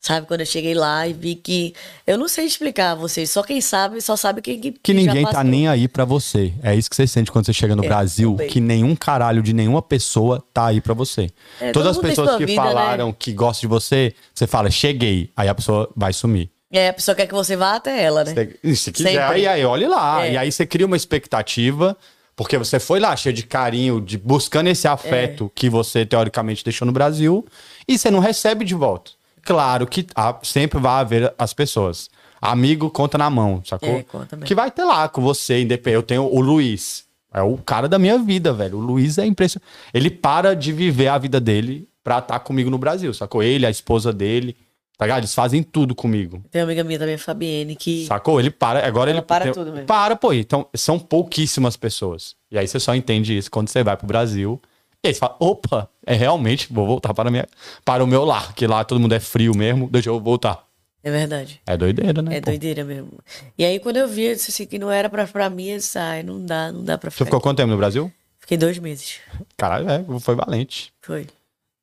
[SPEAKER 2] Sabe, quando eu cheguei lá e vi que. Eu não sei explicar a vocês, só quem sabe, só sabe quem. Que,
[SPEAKER 1] Que
[SPEAKER 2] já
[SPEAKER 1] ninguém tá
[SPEAKER 2] passou.
[SPEAKER 1] nem aí pra você. É isso que você sente quando você chega no
[SPEAKER 2] É,
[SPEAKER 1] Brasil,
[SPEAKER 2] também.
[SPEAKER 1] que nenhum caralho de nenhuma pessoa tá aí pra você.
[SPEAKER 2] É, todo
[SPEAKER 1] Todas as
[SPEAKER 2] mundo tem
[SPEAKER 1] pessoas
[SPEAKER 2] sua
[SPEAKER 1] que
[SPEAKER 2] vida,
[SPEAKER 1] falaram que gostam de você, você fala, cheguei. Aí a pessoa vai sumir.
[SPEAKER 2] É, a pessoa quer que você vá até ela, né?
[SPEAKER 1] Você- e Se quiser,
[SPEAKER 2] Sempre.
[SPEAKER 1] e aí olhe lá.
[SPEAKER 2] É.
[SPEAKER 1] E aí você cria uma expectativa, porque você foi lá cheio de carinho, de buscando esse
[SPEAKER 2] É.
[SPEAKER 1] afeto que você teoricamente deixou no Brasil, e você não recebe de volta. Claro que há- sempre vai haver as pessoas. Amigo conta na mão, sacou?
[SPEAKER 2] É, conta mesmo.
[SPEAKER 1] que vai ter lá com você, independente. Eu tenho o Luiz. É o cara da minha vida, velho. O Luiz é impressionante. Ele para de viver a vida dele pra estar comigo no Brasil, sacou? Ele, a esposa dele, tá ligado? Eles fazem tudo comigo.
[SPEAKER 2] Tem uma amiga minha também, a Fabienne, que.
[SPEAKER 1] Sacou? Ele para. Agora
[SPEAKER 2] Ela
[SPEAKER 1] ele
[SPEAKER 2] para tudo mesmo.
[SPEAKER 1] Para, pô. Então, são pouquíssimas pessoas. E aí você só entende isso quando você vai pro Brasil. E aí você fala, opa, é realmente, vou voltar para, a minha, para o meu lar, que lá todo mundo é frio mesmo, deixa eu voltar.
[SPEAKER 2] É verdade.
[SPEAKER 1] É doideira, né?
[SPEAKER 2] É
[SPEAKER 1] pô?
[SPEAKER 2] doideira mesmo. E aí, quando eu vi, eu disse assim, que não era pra, pra mim, eu disse, ai, não dá, não dá pra
[SPEAKER 1] Você
[SPEAKER 2] ficar.
[SPEAKER 1] ficou quanto tempo no Brasil?
[SPEAKER 2] aqui." Fiquei dois meses.
[SPEAKER 1] Caralho, é, foi valente.
[SPEAKER 2] Foi.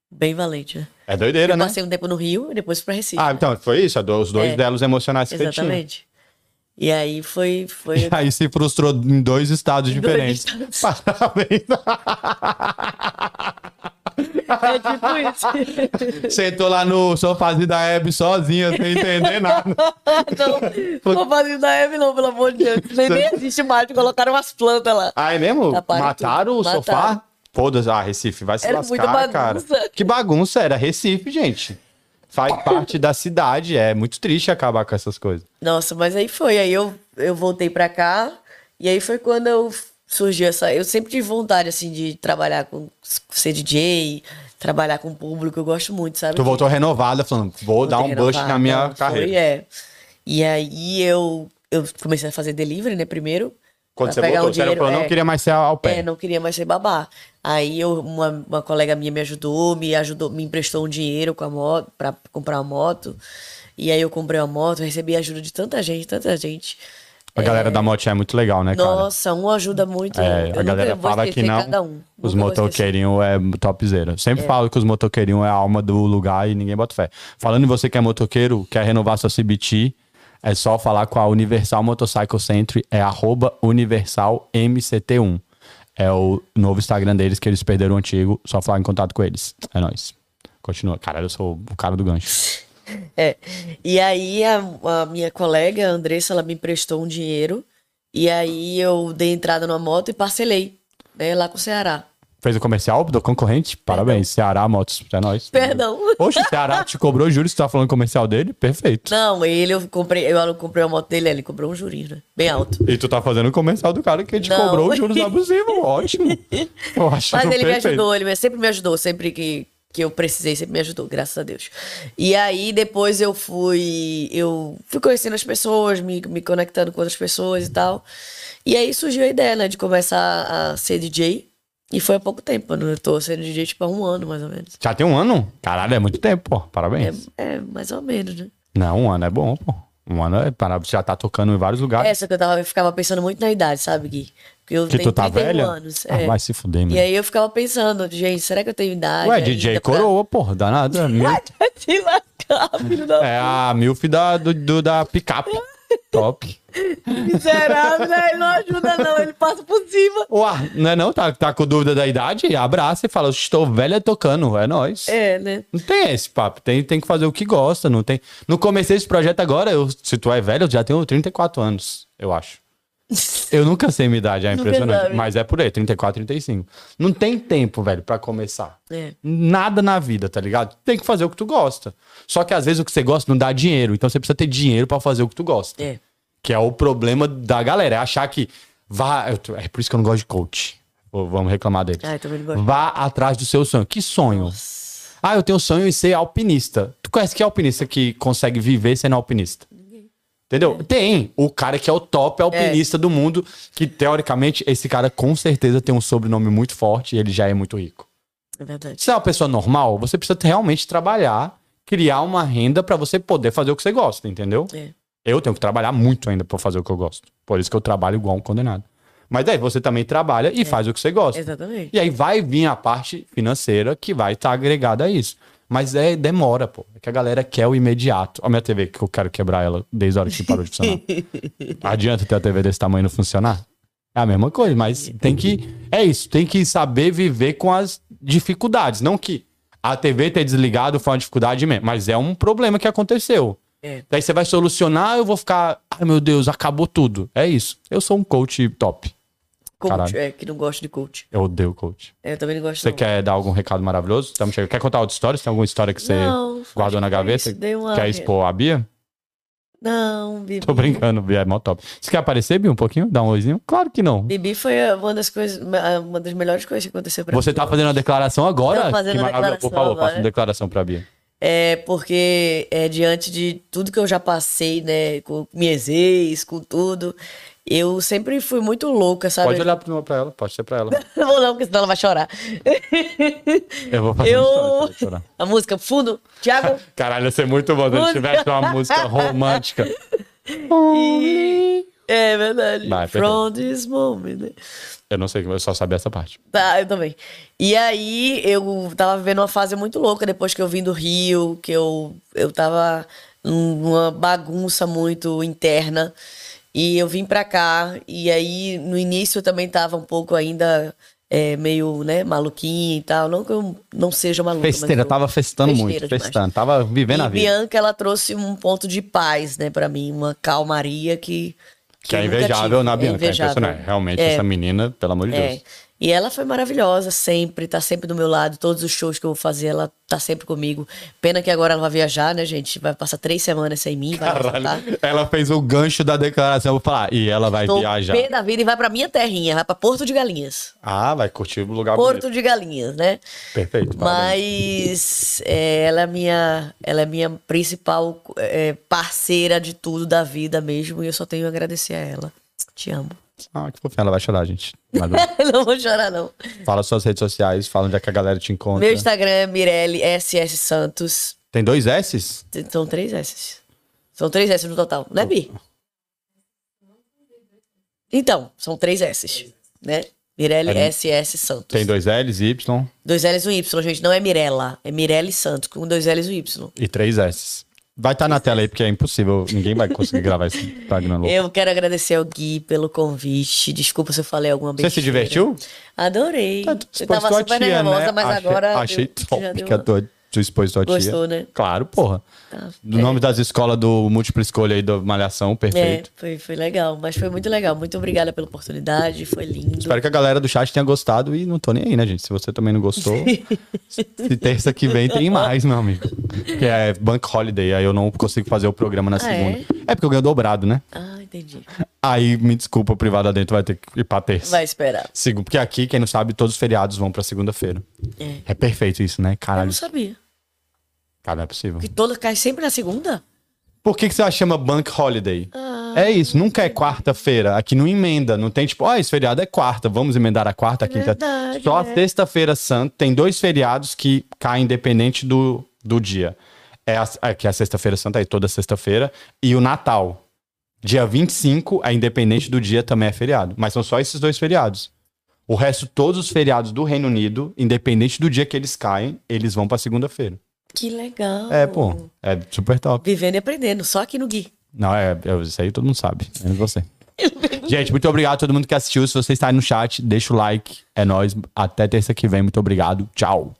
[SPEAKER 2] Bem valente, né?
[SPEAKER 1] É doideira,
[SPEAKER 2] Eu
[SPEAKER 1] né?
[SPEAKER 2] passei um tempo no Rio e depois pra Recife.
[SPEAKER 1] Ah, então, foi isso, é do- os dois
[SPEAKER 2] É.
[SPEAKER 1] delos emocionais que você tinha.
[SPEAKER 2] Exatamente. E aí foi. foi...
[SPEAKER 1] E aí se frustrou em dois estados
[SPEAKER 2] dois
[SPEAKER 1] diferentes.
[SPEAKER 2] estados.
[SPEAKER 1] Parabéns.
[SPEAKER 2] É tipo isso.
[SPEAKER 1] Sentou lá no sofazinho da Hebe sozinha, sem entender nada.
[SPEAKER 2] Não, não fazia da Eve, não, pelo amor de Deus. Nem, nem existe mais, colocaram umas plantas lá.
[SPEAKER 1] Ah, é mesmo?
[SPEAKER 2] Taparam
[SPEAKER 1] Mataram
[SPEAKER 2] Tá tudo.
[SPEAKER 1] o sofá?
[SPEAKER 2] Mataram.
[SPEAKER 1] Foda-se. Ah, Recife, vai se
[SPEAKER 2] Era
[SPEAKER 1] lascar,
[SPEAKER 2] muita bagunça.
[SPEAKER 1] cara. Que bagunça, era Recife, gente. Faz parte da cidade, é muito triste acabar com essas coisas.
[SPEAKER 2] Nossa, mas aí foi. Aí eu, eu voltei pra cá. E aí foi quando eu surgiu essa. Eu sempre tive vontade, assim, de trabalhar com ser DJ, trabalhar com o público. Eu gosto muito, sabe?
[SPEAKER 1] Tu voltou renovada, falando, vou dar um
[SPEAKER 2] bush
[SPEAKER 1] bust na minha carreira.
[SPEAKER 2] é. E aí eu, eu comecei a fazer delivery, né, primeiro.
[SPEAKER 1] Quando
[SPEAKER 2] pra
[SPEAKER 1] você
[SPEAKER 2] pegar
[SPEAKER 1] voltou,
[SPEAKER 2] um
[SPEAKER 1] você era
[SPEAKER 2] dinheiro,
[SPEAKER 1] falando, não
[SPEAKER 2] é.
[SPEAKER 1] queria mais ser ao
[SPEAKER 2] É,
[SPEAKER 1] pé.
[SPEAKER 2] não queria mais ser babá. Aí eu- uma, uma colega minha me ajudou, me ajudou, me emprestou um dinheiro com a moto para comprar uma moto. E aí eu comprei uma moto, recebi a ajuda de tanta gente, tanta gente.
[SPEAKER 1] A galera da Mote é muito legal, né, cara?
[SPEAKER 2] Nossa, um ajuda muito.
[SPEAKER 1] É,
[SPEAKER 2] Eu
[SPEAKER 1] a
[SPEAKER 2] nunca
[SPEAKER 1] galera
[SPEAKER 2] vou
[SPEAKER 1] fala que
[SPEAKER 2] esquecer
[SPEAKER 1] não.
[SPEAKER 2] cada um.
[SPEAKER 1] Os
[SPEAKER 2] Nunca vou esquecer.
[SPEAKER 1] motoqueirinhos é topzera. Sempre falo que os motoqueirinhos é a alma do lugar e ninguém bota fé. Falando em você que é motoqueiro, quer renovar sua CBT, é só falar com a Universal Motorcycle Center, é arroba universalmct1. É o novo Instagram deles que eles perderam o antigo, só falar em contato com eles. É nóis. Continua. Caralho, eu sou o cara do gancho.
[SPEAKER 2] É. E aí a, a minha colega, a Andressa, ela me emprestou um dinheiro. E aí eu dei entrada numa moto e parcelei, né, lá com o Ceará.
[SPEAKER 1] Fez o comercial do concorrente? Parabéns. Ceará Motos. É nóis.
[SPEAKER 2] Perdão.
[SPEAKER 1] Oxe, Ceará te cobrou, juro, você tá falando comercial dele? Perfeito.
[SPEAKER 2] Não, ele eu comprei, eu comprei a moto dele, ele comprou um jurinho, né? Bem alto.
[SPEAKER 1] E tu tá fazendo o comercial do cara que te
[SPEAKER 2] Não.
[SPEAKER 1] cobrou os juros abusivos. Ótimo. Eu acho
[SPEAKER 2] Mas ele me
[SPEAKER 1] Tipo, perfeito.
[SPEAKER 2] ajudou, ele me- sempre me ajudou, sempre que, que eu precisei, sempre me ajudou, graças a Deus. E aí depois eu fui, eu fui conhecendo as pessoas, me, me conectando com outras pessoas e tal. E aí surgiu a ideia, né, de começar a ser DJ. E foi há pouco tempo, né? eu tô sendo DJ tipo há um ano, mais ou menos.
[SPEAKER 1] Já tem um ano? Caralho, é muito tempo, pô. Parabéns.
[SPEAKER 2] É, é, mais ou menos, né?
[SPEAKER 1] Não, um ano é bom, pô. Um ano é para já tá tocando em vários lugares.
[SPEAKER 2] Essa É, que eu, tava, eu ficava pensando muito na idade, sabe, Gui? Porque eu
[SPEAKER 1] que
[SPEAKER 2] tenho
[SPEAKER 1] tu tá
[SPEAKER 2] 31
[SPEAKER 1] velha?
[SPEAKER 2] anos.
[SPEAKER 1] Ah,
[SPEAKER 2] é.
[SPEAKER 1] vai se fuder,
[SPEAKER 2] E
[SPEAKER 1] meu.
[SPEAKER 2] aí eu ficava pensando, gente, será que eu tenho idade?
[SPEAKER 1] Ué,
[SPEAKER 2] ainda tá-
[SPEAKER 1] DJ
[SPEAKER 2] pra-
[SPEAKER 1] coroa, porra, danada. né? Mil...
[SPEAKER 2] Te lascar, filho da
[SPEAKER 1] É a milf da, do, do- da picape. Top.
[SPEAKER 2] miserável, né? ele não ajuda não, ele passa por cima.
[SPEAKER 1] Ué, não é não? Tá, tá com dúvida da idade? Abraça e fala, estou velha tocando, é nóis.
[SPEAKER 2] É, né?
[SPEAKER 1] Não tem esse papo, tem, tem que fazer o que gosta, não tem. Não comecei esse projeto agora, eu, se tu é velho, eu já tenho 34 anos, eu acho. Eu nunca sei minha idade, é
[SPEAKER 2] Nunca
[SPEAKER 1] impressionante,
[SPEAKER 2] sabe.
[SPEAKER 1] mas é por aí, 34, 35. Não tem tempo, velho, pra começar.
[SPEAKER 2] É.
[SPEAKER 1] Nada na vida, tá ligado? Tem que fazer o que tu gosta. Só que às vezes o que você gosta não dá dinheiro, então você precisa ter dinheiro pra fazer o que tu gosta.
[SPEAKER 2] É.
[SPEAKER 1] Que é o problema da galera, é achar que vá, eu tô- é por isso que eu não gosto de coach. Ou Vamos reclamar dele.
[SPEAKER 2] Ah, eu também não gosto.
[SPEAKER 1] Vá atrás do seu sonho. Que sonho? Ah, eu tenho um sonho em ser alpinista. Tu conhece que é alpinista que consegue viver sendo alpinista? Entendeu? Tem. O cara que é o top alpinista do mundo, que teoricamente esse cara com certeza tem um sobrenome muito forte e ele já é muito rico.
[SPEAKER 2] É verdade.
[SPEAKER 1] Se é uma pessoa normal, você precisa realmente trabalhar, criar uma renda pra você poder fazer o que você gosta, entendeu?
[SPEAKER 2] É.
[SPEAKER 1] Eu tenho que trabalhar muito ainda pra fazer o que eu gosto. Por isso que eu trabalho igual um condenado. Mas aí você também trabalha e faz o que você gosta.
[SPEAKER 2] Exatamente.
[SPEAKER 1] E aí vai vir a parte financeira que vai estar agregada a isso. Mas é demora, pô. É que a galera quer o imediato. A minha TV, que eu quero quebrar ela desde a hora que parou de funcionar. Adianta ter a TV desse tamanho e não funcionar? É a mesma coisa, mas tem que. É isso, tem que saber viver com as dificuldades. Não que a TV ter desligado foi uma dificuldade mesmo, mas é um problema que aconteceu.
[SPEAKER 2] É.
[SPEAKER 1] Daí você vai solucionar, eu vou ficar. Ai meu Deus, acabou tudo. É isso. Eu sou um coach top.
[SPEAKER 2] Coach,
[SPEAKER 1] Caralho.
[SPEAKER 2] é, que não gosto de coach.
[SPEAKER 1] Eu odeio coach.
[SPEAKER 2] É, eu também não gosto
[SPEAKER 1] Você
[SPEAKER 2] não.
[SPEAKER 1] quer dar algum recado maravilhoso? Tamo chegando. Quer contar outra história? Você tem alguma história que você
[SPEAKER 2] Não, acho
[SPEAKER 1] guardou na
[SPEAKER 2] que foi
[SPEAKER 1] gaveta?
[SPEAKER 2] isso. Dei uma-
[SPEAKER 1] Quer expor a Bia?
[SPEAKER 2] Não, Bibi.
[SPEAKER 1] Tô brincando, Bia, é mó top. Você quer aparecer, Bia, um pouquinho? Dar um oizinho? Claro que não.
[SPEAKER 2] Bibi foi uma das coisas, uma das melhores coisas que aconteceu pra
[SPEAKER 1] Você
[SPEAKER 2] mim.
[SPEAKER 1] tá fazendo uma declaração agora?
[SPEAKER 2] Tô fazendo
[SPEAKER 1] Que
[SPEAKER 2] uma
[SPEAKER 1] maravilha. Por
[SPEAKER 2] declaração
[SPEAKER 1] favor, faça
[SPEAKER 2] agora.
[SPEAKER 1] uma declaração pra Bia.
[SPEAKER 2] É porque é, diante de tudo que eu já passei, né, com minhas ex, com tudo, eu sempre fui muito louca, sabe?
[SPEAKER 1] Pode olhar pra pra ela, pode ser pra ela.
[SPEAKER 2] Não vou não, porque senão ela vai chorar.
[SPEAKER 1] Eu vou fazer
[SPEAKER 2] Eu-
[SPEAKER 1] uma história. pra ela chorar.
[SPEAKER 2] A música fundo, Thiago.
[SPEAKER 1] Caralho, ia ser muito bom se a gente tivesse uma música romântica. Only-
[SPEAKER 2] É verdade.
[SPEAKER 1] Vai,
[SPEAKER 2] From this moment. né?
[SPEAKER 1] Eu não sei, eu só sabia essa parte.
[SPEAKER 2] Tá, eu também. E aí eu tava vivendo uma fase muito louca depois que eu vim do Rio, que eu, eu tava numa bagunça muito interna. E eu vim pra cá, e aí no início eu também tava um pouco ainda é, meio, né, maluquinha e tal. Não que eu não seja maluca, mas
[SPEAKER 1] Festeira,
[SPEAKER 2] eu-
[SPEAKER 1] tava festando
[SPEAKER 2] Festeira
[SPEAKER 1] muito,
[SPEAKER 2] demais.
[SPEAKER 1] festando. Tava vivendo
[SPEAKER 2] e
[SPEAKER 1] a vida.
[SPEAKER 2] Bianca, ela trouxe um ponto de paz, né, pra mim, uma calmaria que.
[SPEAKER 1] Que é
[SPEAKER 2] eu nunca
[SPEAKER 1] invejável
[SPEAKER 2] tive.
[SPEAKER 1] na Bianca, é,
[SPEAKER 2] invejável.
[SPEAKER 1] impressionante. Realmente,
[SPEAKER 2] É,
[SPEAKER 1] essa menina, pelo amor de
[SPEAKER 2] é.
[SPEAKER 1] Deus.
[SPEAKER 2] E ela foi maravilhosa sempre, tá sempre do meu lado. Todos os shows que eu vou fazer, ela tá sempre comigo. Pena que agora ela vai viajar, né, gente? Vai passar três semanas sem mim, vai tá?
[SPEAKER 1] Caralho,
[SPEAKER 2] voltar.
[SPEAKER 1] ela fez o gancho da declaração, eu vou falar, e ela vai
[SPEAKER 2] Tô
[SPEAKER 1] viajar.
[SPEAKER 2] pé da vida e vai pra minha terrinha, vai pra Porto de Galinhas.
[SPEAKER 1] Ah, vai curtir o lugar bonito.
[SPEAKER 2] Porto de Galinhas, né?
[SPEAKER 1] Perfeito, parabéns.
[SPEAKER 2] Mas é, ela, é minha, ela é minha principal é, parceira de tudo da vida mesmo. E eu só tenho a agradecer a ela. Te amo.
[SPEAKER 1] Ah, que fofinha, ela vai chorar, gente. Mas
[SPEAKER 2] não vou chorar, não.
[SPEAKER 1] fala suas redes sociais, fala onde é que a galera te encontra.
[SPEAKER 2] Meu Instagram é Mirelle SS Santos.
[SPEAKER 1] Tem dois S's?
[SPEAKER 2] São três S. São três S no total, né, Bi? Então, são três S's, né? Mirelle
[SPEAKER 1] É.
[SPEAKER 2] S.S. Santos.
[SPEAKER 1] Tem dois L's, Y
[SPEAKER 2] Dois L's e um Y, gente. Não é Mirella. É Mirelle Santos, com dois L's e um Y.
[SPEAKER 1] e três S's. Vai estar na tela aí, porque é impossível. Ninguém vai conseguir gravar esse Instagram louco.
[SPEAKER 2] Eu quero agradecer ao Gui pelo convite. Desculpa se eu falei alguma
[SPEAKER 1] Você
[SPEAKER 2] besteira.
[SPEAKER 1] se divertiu?
[SPEAKER 2] Adorei.
[SPEAKER 1] Tá, tu
[SPEAKER 2] eu
[SPEAKER 1] expôs
[SPEAKER 2] tava
[SPEAKER 1] tua
[SPEAKER 2] super
[SPEAKER 1] tia,
[SPEAKER 2] nervosa,
[SPEAKER 1] né?
[SPEAKER 2] mas
[SPEAKER 1] achei,
[SPEAKER 2] agora.
[SPEAKER 1] Achei
[SPEAKER 2] deu- já
[SPEAKER 1] top
[SPEAKER 2] deu
[SPEAKER 1] que a
[SPEAKER 2] uma-
[SPEAKER 1] tua, tu expôs tua tia.
[SPEAKER 2] Gostou, né?
[SPEAKER 1] Claro, porra.
[SPEAKER 2] Tá.
[SPEAKER 1] Do nome das escolas do múltipla escolha aí da Malhação,
[SPEAKER 2] É,
[SPEAKER 1] perfeito.
[SPEAKER 2] foi, foi legal, mas foi muito legal. Muito obrigada pela oportunidade, foi lindo.
[SPEAKER 1] Espero que a galera do chat tenha gostado e não tô nem aí, né, gente? Se você também não gostou, se terça que vem tem mais, meu amigo. Que é Bank Holiday, aí eu não consigo fazer o programa na
[SPEAKER 2] é?
[SPEAKER 1] segunda. É? porque eu ganho dobrado, né?
[SPEAKER 2] Ah, entendi.
[SPEAKER 1] Aí, me desculpa, o privado dentro vai ter que ir pra terça.
[SPEAKER 2] Vai esperar.
[SPEAKER 1] Sigo, porque aqui, quem não sabe, todos os feriados vão pra segunda-feira.
[SPEAKER 2] É.
[SPEAKER 1] É perfeito isso, né?
[SPEAKER 2] Eu
[SPEAKER 1] Caralho,
[SPEAKER 2] não sabia.
[SPEAKER 1] cara, não é possível.
[SPEAKER 2] Que toda cai sempre na segunda?
[SPEAKER 1] Por que, que você chama Bank Holiday? é isso, nunca é quarta-feira. Aqui não emenda, não tem tipo, ó, esse feriado é quarta, vamos emendar a quarta, a quinta.
[SPEAKER 2] verdade,
[SPEAKER 1] Só
[SPEAKER 2] né?
[SPEAKER 1] a sexta-feira santa tem dois feriados que caem independente do, do dia. É, a, é que é a sexta-feira santa aí, toda sexta-feira, e o Natal. Dia 25 é independente do dia, também é feriado. Mas são só esses dois feriados. O resto, todos os feriados do Reino Unido, independente do dia que eles caem, eles vão pra segunda-feira.
[SPEAKER 2] Que legal.
[SPEAKER 1] É, pô, é super top.
[SPEAKER 2] Vivendo e aprendendo, só aqui no Gui.
[SPEAKER 1] Não, é, é- isso aí todo mundo sabe, menos você. Gente, muito obrigado a todo mundo que assistiu. Se você está aí no chat, deixa o like. É nóis. Até terça que vem. Muito obrigado. Tchau.